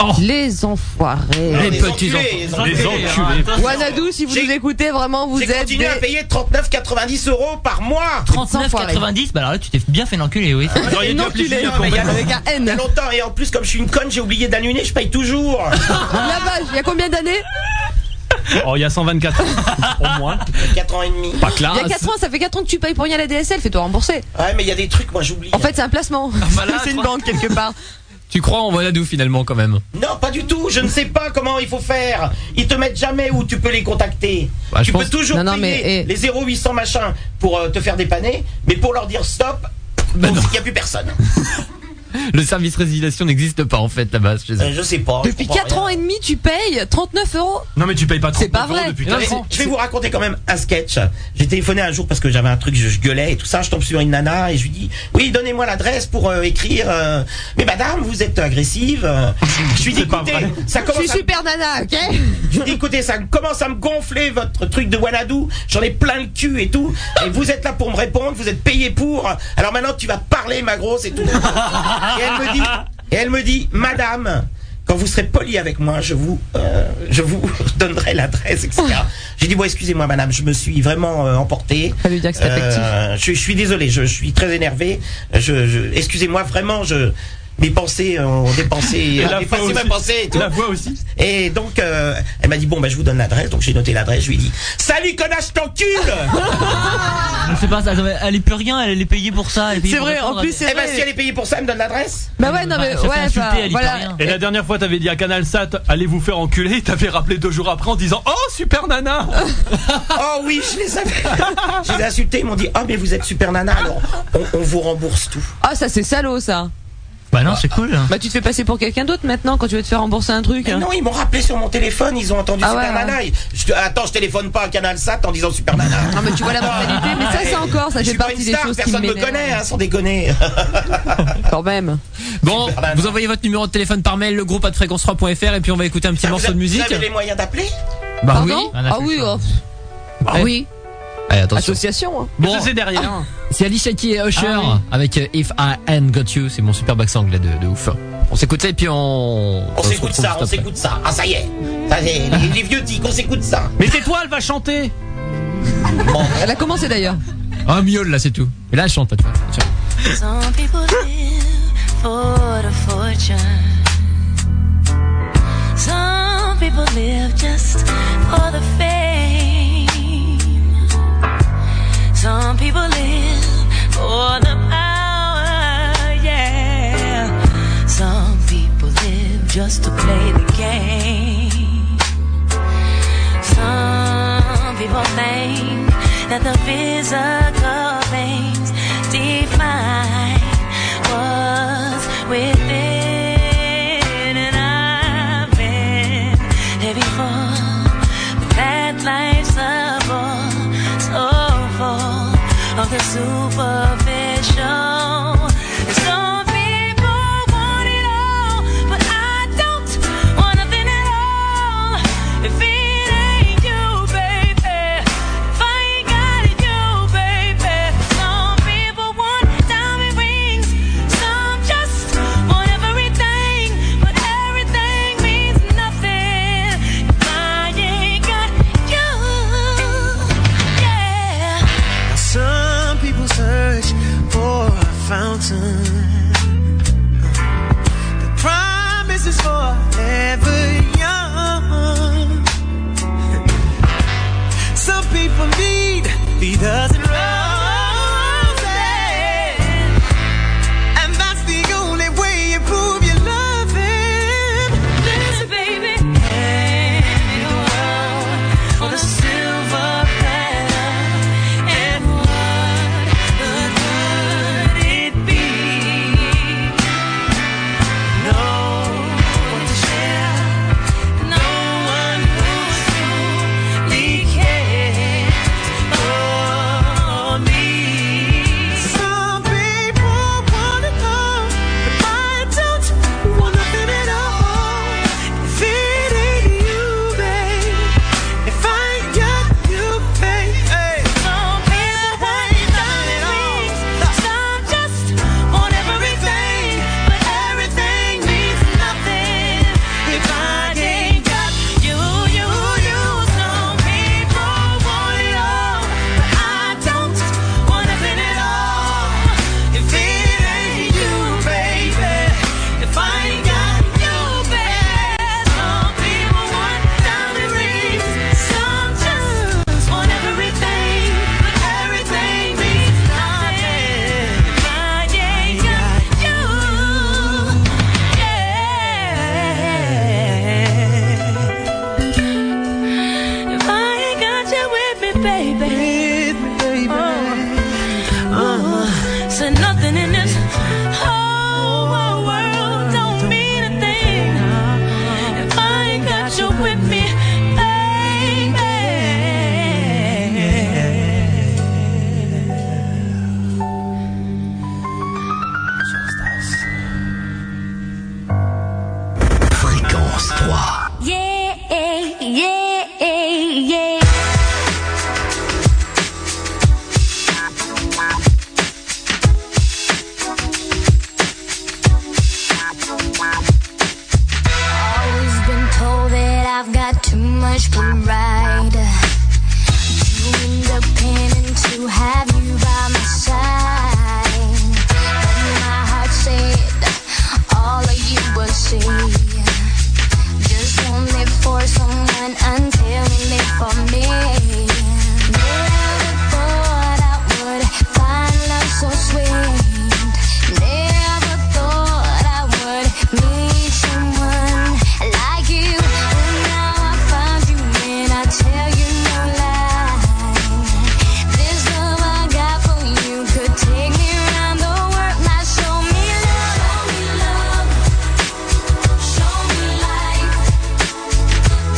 Speaker 8: *laughs* Les enfoirés.
Speaker 4: Les Les petits enculés, enfants. les Les enculés. enculés.
Speaker 8: Wanadoo, si vous nous écoutez vraiment, vous
Speaker 4: J'ai
Speaker 8: êtes
Speaker 4: continué
Speaker 8: des...
Speaker 4: à payer 39,90 euros par mois.
Speaker 2: 39,90, bah alors là tu t'es bien fait l'enculé, oui.
Speaker 4: Non, il y a Il y a longtemps et en plus comme je suis une conne, j'ai oublié d'annuler, je paye
Speaker 15: *laughs*
Speaker 4: toujours.
Speaker 8: La vache, il y a combien d'années
Speaker 4: *laughs*
Speaker 9: Oh, il y a 124 ans, au moins.
Speaker 4: 4 ans et demi.
Speaker 9: Pas
Speaker 8: Il y a
Speaker 9: classe.
Speaker 8: 4 ans, ça fait 4 ans que tu payes pour rien la DSL, fais-toi rembourser.
Speaker 4: Ouais, mais il y a des trucs, moi j'oublie. hein.
Speaker 8: En fait, c'est un placement.
Speaker 4: Ah,
Speaker 15: bah là,
Speaker 8: c'est une banque quelque part.
Speaker 15: *laughs* Tu crois en Wanadoo finalement quand même
Speaker 4: Non, pas du tout. Je ne sais pas comment il faut faire. Ils te mettent jamais où tu peux les contacter.
Speaker 15: Bah, je
Speaker 4: tu peux
Speaker 15: pense-
Speaker 4: toujours
Speaker 15: Non, non,
Speaker 4: payer
Speaker 15: mais, eh.
Speaker 4: les 0800 machin pour euh, te faire dépanner, mais pour leur dire stop,
Speaker 15: Bah,
Speaker 4: il n'y a plus personne.
Speaker 15: Le service résiliation n'existe pas en fait là-bas chez eux.
Speaker 4: Euh, je sais pas.
Speaker 8: Depuis 4 ans et demi, tu payes 39 euros.
Speaker 9: Non mais tu payes pas
Speaker 8: C'est pas vrai.
Speaker 4: Non, mais je vais vous raconter quand même un sketch. J'ai téléphoné un jour parce que j'avais un truc, je, je gueulais et tout ça. Je tombe sur une nana et je lui dis Oui, donnez-moi l'adresse pour euh, écrire. euh, mais madame, vous êtes agressive. euh. je lui dis Écoutez, ça
Speaker 8: Je
Speaker 4: commence
Speaker 8: suis
Speaker 4: à-
Speaker 8: super nana, ok
Speaker 4: Je lui dis écoutez, ça commence à me gonfler votre truc de Wanadoo, j'en ai plein le cul et tout, et vous êtes là pour me répondre, vous êtes payé pour, alors maintenant tu vas parler ma grosse et tout. Et elle me dit, et elle me dit madame, quand vous serez poli avec moi, je vous, euh, je vous *laughs* donnerai l'adresse, etc. J'ai dit bon excusez-moi madame, je me suis vraiment euh, emporté.
Speaker 8: Fallait lui dire que c'était
Speaker 4: Euh, je, je suis désolé, je, je suis très énervé, je, je- excusez-moi vraiment, je... Mes pensées ont dépensé,
Speaker 9: Et la
Speaker 4: ont dépassé
Speaker 9: voix
Speaker 4: ma
Speaker 9: aussi.
Speaker 4: pensée. et tout.
Speaker 9: La voix aussi.
Speaker 4: Et donc, euh, elle m'a dit, bon, bah, je vous donne l'adresse. Donc, j'ai noté l'adresse. Je lui ai dit, salut, connasse, t'encule
Speaker 2: Mais c'est pas ça, attends, mais elle est plus rien, elle est payée pour ça. elle est payée pour répondre à-
Speaker 4: Eh ben, si elle est payée pour ça, elle me donne l'adresse.
Speaker 8: Bah ouais, non mais
Speaker 2: Elle se fait
Speaker 8: ouais,
Speaker 2: insulter,
Speaker 8: bah,
Speaker 2: elle y peut
Speaker 8: voilà.
Speaker 2: rien.
Speaker 9: Et la dernière fois, t'avais dit à Canal Sat, allez vous faire enculer. T'avais rappelé deux jours après en disant, oh super
Speaker 8: *laughs*
Speaker 9: nana.
Speaker 4: *laughs* Oh oui, je les avais. je les ai insultés. Ils m'ont dit, ah, mais vous êtes super nana. Alors, on, on vous rembourse tout.
Speaker 8: Ah ça c'est salaud ça.
Speaker 2: Bah non, c'est cool.
Speaker 8: Bah tu te fais passer pour quelqu'un d'autre maintenant quand tu veux te faire rembourser un truc.
Speaker 4: Mais
Speaker 8: hein.
Speaker 4: non, ils m'ont rappelé sur mon téléphone. Ils ont entendu
Speaker 8: Ah
Speaker 4: super
Speaker 8: ouais,
Speaker 4: nana. Je- attends, je téléphone pas à Canal Sat en disant super nana. Ah. Eh,
Speaker 8: Non mais tu vois la mentalité, mais ça c'est encore, ça
Speaker 4: je
Speaker 8: fait
Speaker 4: suis pas
Speaker 8: partie
Speaker 4: une
Speaker 8: des
Speaker 4: star,
Speaker 8: choses qui
Speaker 4: personne me
Speaker 8: m'énervent.
Speaker 4: connaît, hein, sans déconner.
Speaker 8: *laughs* Quand même.
Speaker 15: Bon, vous envoyez votre numéro de téléphone par mail, le groupe à fréquence 3.fr et puis on va écouter un petit morceau de musique.
Speaker 4: Ah, Vous avez les moyens d'appeler Ah
Speaker 15: Bah oui.
Speaker 8: Pardon Ah oui, oh. Bah
Speaker 15: Ouais.
Speaker 8: oui.
Speaker 15: Allez, attention.
Speaker 8: Association. hein.
Speaker 15: Bon, Ah,
Speaker 9: c'est derrière. Ah
Speaker 15: c'est Alicia qui est Usher avec euh, If I Ain't Got You, c'est mon superbe accent anglais de, de ouf. On s'écoute ça et puis on.
Speaker 4: On s'écoute
Speaker 15: retrouve
Speaker 4: ça, on
Speaker 15: juste après.
Speaker 4: s'écoute ça. Ah, ça y est. Ça y est, les, les vieux disent qu'on s'écoute ça.
Speaker 9: Mais tais-toi, elle va chanter.
Speaker 8: Elle a commencé d'ailleurs.
Speaker 15: Un miaule là, c'est tout. Et là, elle chante, là, tu vois. Tiens.
Speaker 3: Some people live for the fortune. Some people live just for the fame. Some people live for the power, yeah. Some people live just to play the game. Some people think that the physical things define what's within, and I've been there before. But that life's a bore, so full of the superficial. Some people want it all, but I don't want nothing at all. If it ain't you, baby, if I ain't got it, you, baby. Some people want diamond rings, some just want everything, but everything means nothing if I ain't got you. Yeah.
Speaker 11: Some people search for a fountain. The promise is forever young. Some people need the dozen roses. And that's the only way you prove you love him.
Speaker 3: Listen, baby, baby, on a silver platter, and what baby. Uh, uh, so nothing in this whole wide world don't mean a thing if I ain't got you with me, baby.
Speaker 6: Fréquence 3.
Speaker 3: Yeah,
Speaker 13: eh,
Speaker 3: yeah, yeah, yeah.
Speaker 13: Always been told that I've got too much Uh, pride. Too independent to have you by my side. But my heart said all of you will see. Just want it for someone until it for me. Never thought I would find love so sweet. Never thought I would meet someone like you. And now I found you and I tell you no lie. This love I got for you could take me around the world. Now show me love, show me love, show me life.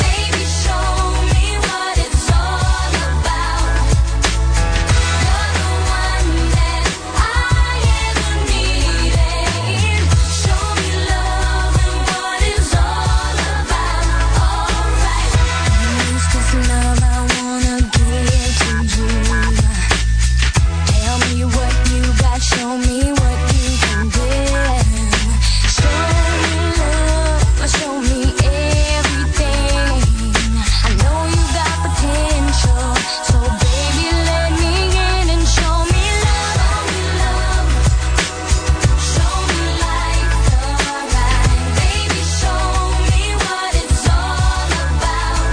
Speaker 13: Baby, show me what it's all about. You're the one that I ever needed. Show me love and what it's all about. Alright. It's just love I wanna give to you. Tell me what you got, show me what you can give. Show me love, show me everything. I know you got potential, so baby, let me in and show me love. Show me love, show me life, alright. Baby, show me what it's all about.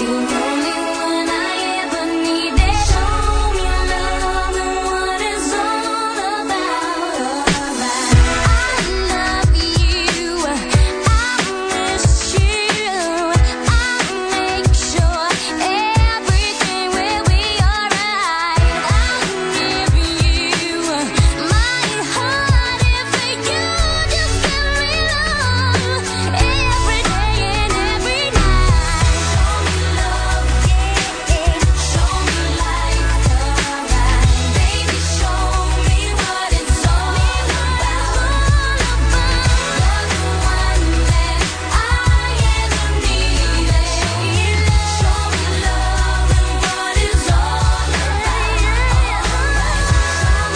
Speaker 13: You're the one that I ever needed. Show me love and what it's all about, alright. Show me love, oh, show me life, show me life, baby, show me what it's all about. You're the one that I ever needed. Show me love and what it's all about, alright. Show me love, baby, show me everything you got, and show me life. Show me love, baby, show me everything and what it's all about. the one, the only one I ever needed. Show me love and what it's all about, alright. I love you. I miss you. I make sure everything will be alright. I give you my heart if you just give me love every day and every night. Show me love, yeah, show me life, alright. Baby, show me what it's all about. You're the one that I ever needed. Show me love and what it's all about. Show me love, show me life, alright. Baby, show me what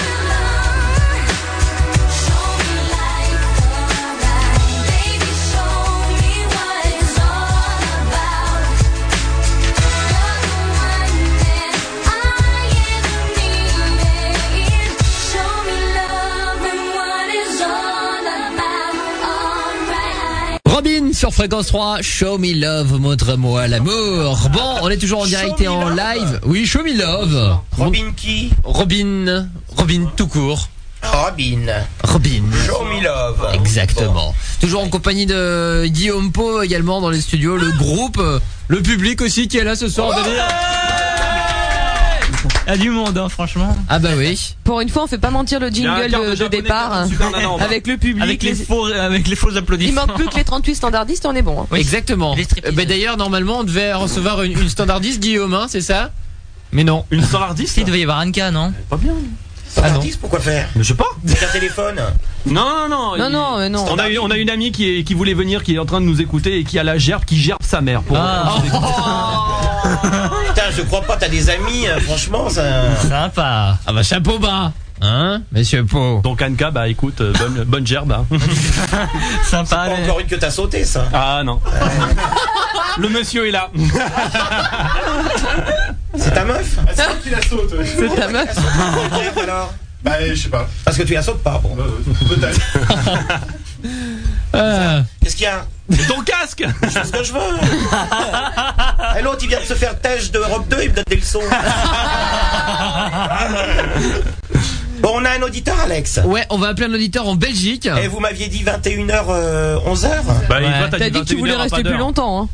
Speaker 13: it's all about. You're the one that I ever needed. Show me love and what it's all about, alright.
Speaker 1: Robin sur fréquence 3, show me love, montre-moi l'amour. Bon, on est toujours en direct et en live. Oui, show me love. Robin qui Robin, Robin tout court.
Speaker 4: Robin.
Speaker 1: Robin.
Speaker 4: Ah. Show me love.
Speaker 1: Exactement. Toujours en compagnie de Guillaume Po également dans les studios, le groupe, euh, le public aussi qui est là ce soir. Daniel.
Speaker 2: Ah, du monde, hein, franchement.
Speaker 1: Ah bah oui.
Speaker 8: Pour une fois, on fait pas mentir le
Speaker 2: Il y a un
Speaker 8: jingle
Speaker 2: quart de
Speaker 8: de, de
Speaker 2: japonais,
Speaker 8: départ.
Speaker 2: un super nana en bas.
Speaker 8: Avec le public.
Speaker 2: Avec les faux, euh, avec les faux
Speaker 8: Il
Speaker 2: applaudissements.
Speaker 8: manque plus que les 38 standardistes, on est bon. hein.
Speaker 1: Exactement. Euh, bah D'ailleurs, normalement, on devait recevoir une, une standardiste, Guillaume, hein, c'est ça Mais non. Ah
Speaker 9: Une standardiste
Speaker 2: Il devait y avoir Anka, non
Speaker 9: Pas bien.
Speaker 4: Standardiste, pourquoi faire
Speaker 9: Je sais pas.
Speaker 4: C'est un téléphone.
Speaker 9: Non, non, non.
Speaker 4: Non,
Speaker 9: il-
Speaker 4: non, euh, non.
Speaker 9: On a, eu- on a une amie qui, est- qui voulait venir, qui est en train de nous écouter et qui a la gerbe, qui gerbe sa mère. Pour,
Speaker 4: Ah.
Speaker 9: pour nous écouter.
Speaker 4: Putain, je crois pas, t'as des amis, euh, franchement, ça.
Speaker 9: *laughs*
Speaker 1: Sympa.
Speaker 9: Ah bah chapeau bas. Hein, monsieur Pau. Donc Anka, bah écoute, euh, bonne, bonne gerbe. hein.
Speaker 4: *laughs* Sympa. C'est pas encore une que t'as sauté, ça.
Speaker 9: Ah
Speaker 4: *laughs*
Speaker 9: non. Le monsieur est là.
Speaker 4: hein, C'est ta
Speaker 8: *laughs*
Speaker 4: meuf
Speaker 21: Ah, c'est toi qui la saute. ouais.
Speaker 4: C'est ta meuf. Ok, alors
Speaker 21: Bah, je sais pas.
Speaker 4: Parce que tu la sautes pas, bon.
Speaker 21: Peut-être.
Speaker 4: *laughs*
Speaker 1: Euh.
Speaker 4: Qu'est-ce qu'il y a
Speaker 9: Ton
Speaker 4: *laughs*
Speaker 9: casque
Speaker 4: C'est ce que je veux Et l'autre, il vient de se faire têche de Europe 2, il me donne des leçons. Bon, on a un auditeur, Alex.
Speaker 1: Ouais, on va appeler un auditeur en Belgique.
Speaker 4: Et euh, vous m'aviez dit 21h, 11h
Speaker 9: Bah, il
Speaker 8: T'as dit que tu voulais rester plus longtemps. Hein.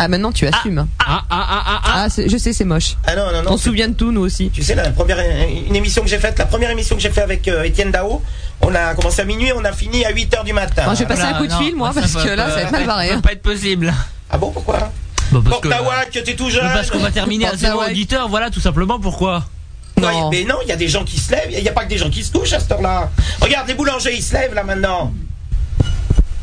Speaker 8: Ah, maintenant tu assumes.
Speaker 1: Ah, ah, ah, ah,
Speaker 8: c'est- je sais, c'est moche.
Speaker 4: Ah non, non, non.
Speaker 8: On se souvient de tout, nous aussi.
Speaker 4: Tu sais, la première, une émission que j'ai faite, la première émission que j'ai faite avec euh, Étienne Dao, on a commencé à minuit, on a fini à 8h du matin.
Speaker 8: Enfin, Ah, je vais passer
Speaker 2: Ah,
Speaker 8: un coup de fil, moi, parce que là, ça va être mal barré. hein.
Speaker 2: Pas être possible.
Speaker 4: Ah bon, pourquoi
Speaker 2: Bah, parce que- euh, bah,
Speaker 4: Portawak, t'es tout jeune.
Speaker 2: Parce qu'on va terminer à zéro
Speaker 4: Portawak.
Speaker 2: auditeur, voilà tout simplement pourquoi.
Speaker 4: Ouais, mais non, il y a des gens qui se lèvent, il n'y a pas que des gens qui se couchent à cette heure-là. Regarde, les boulangers, ils se lèvent là maintenant.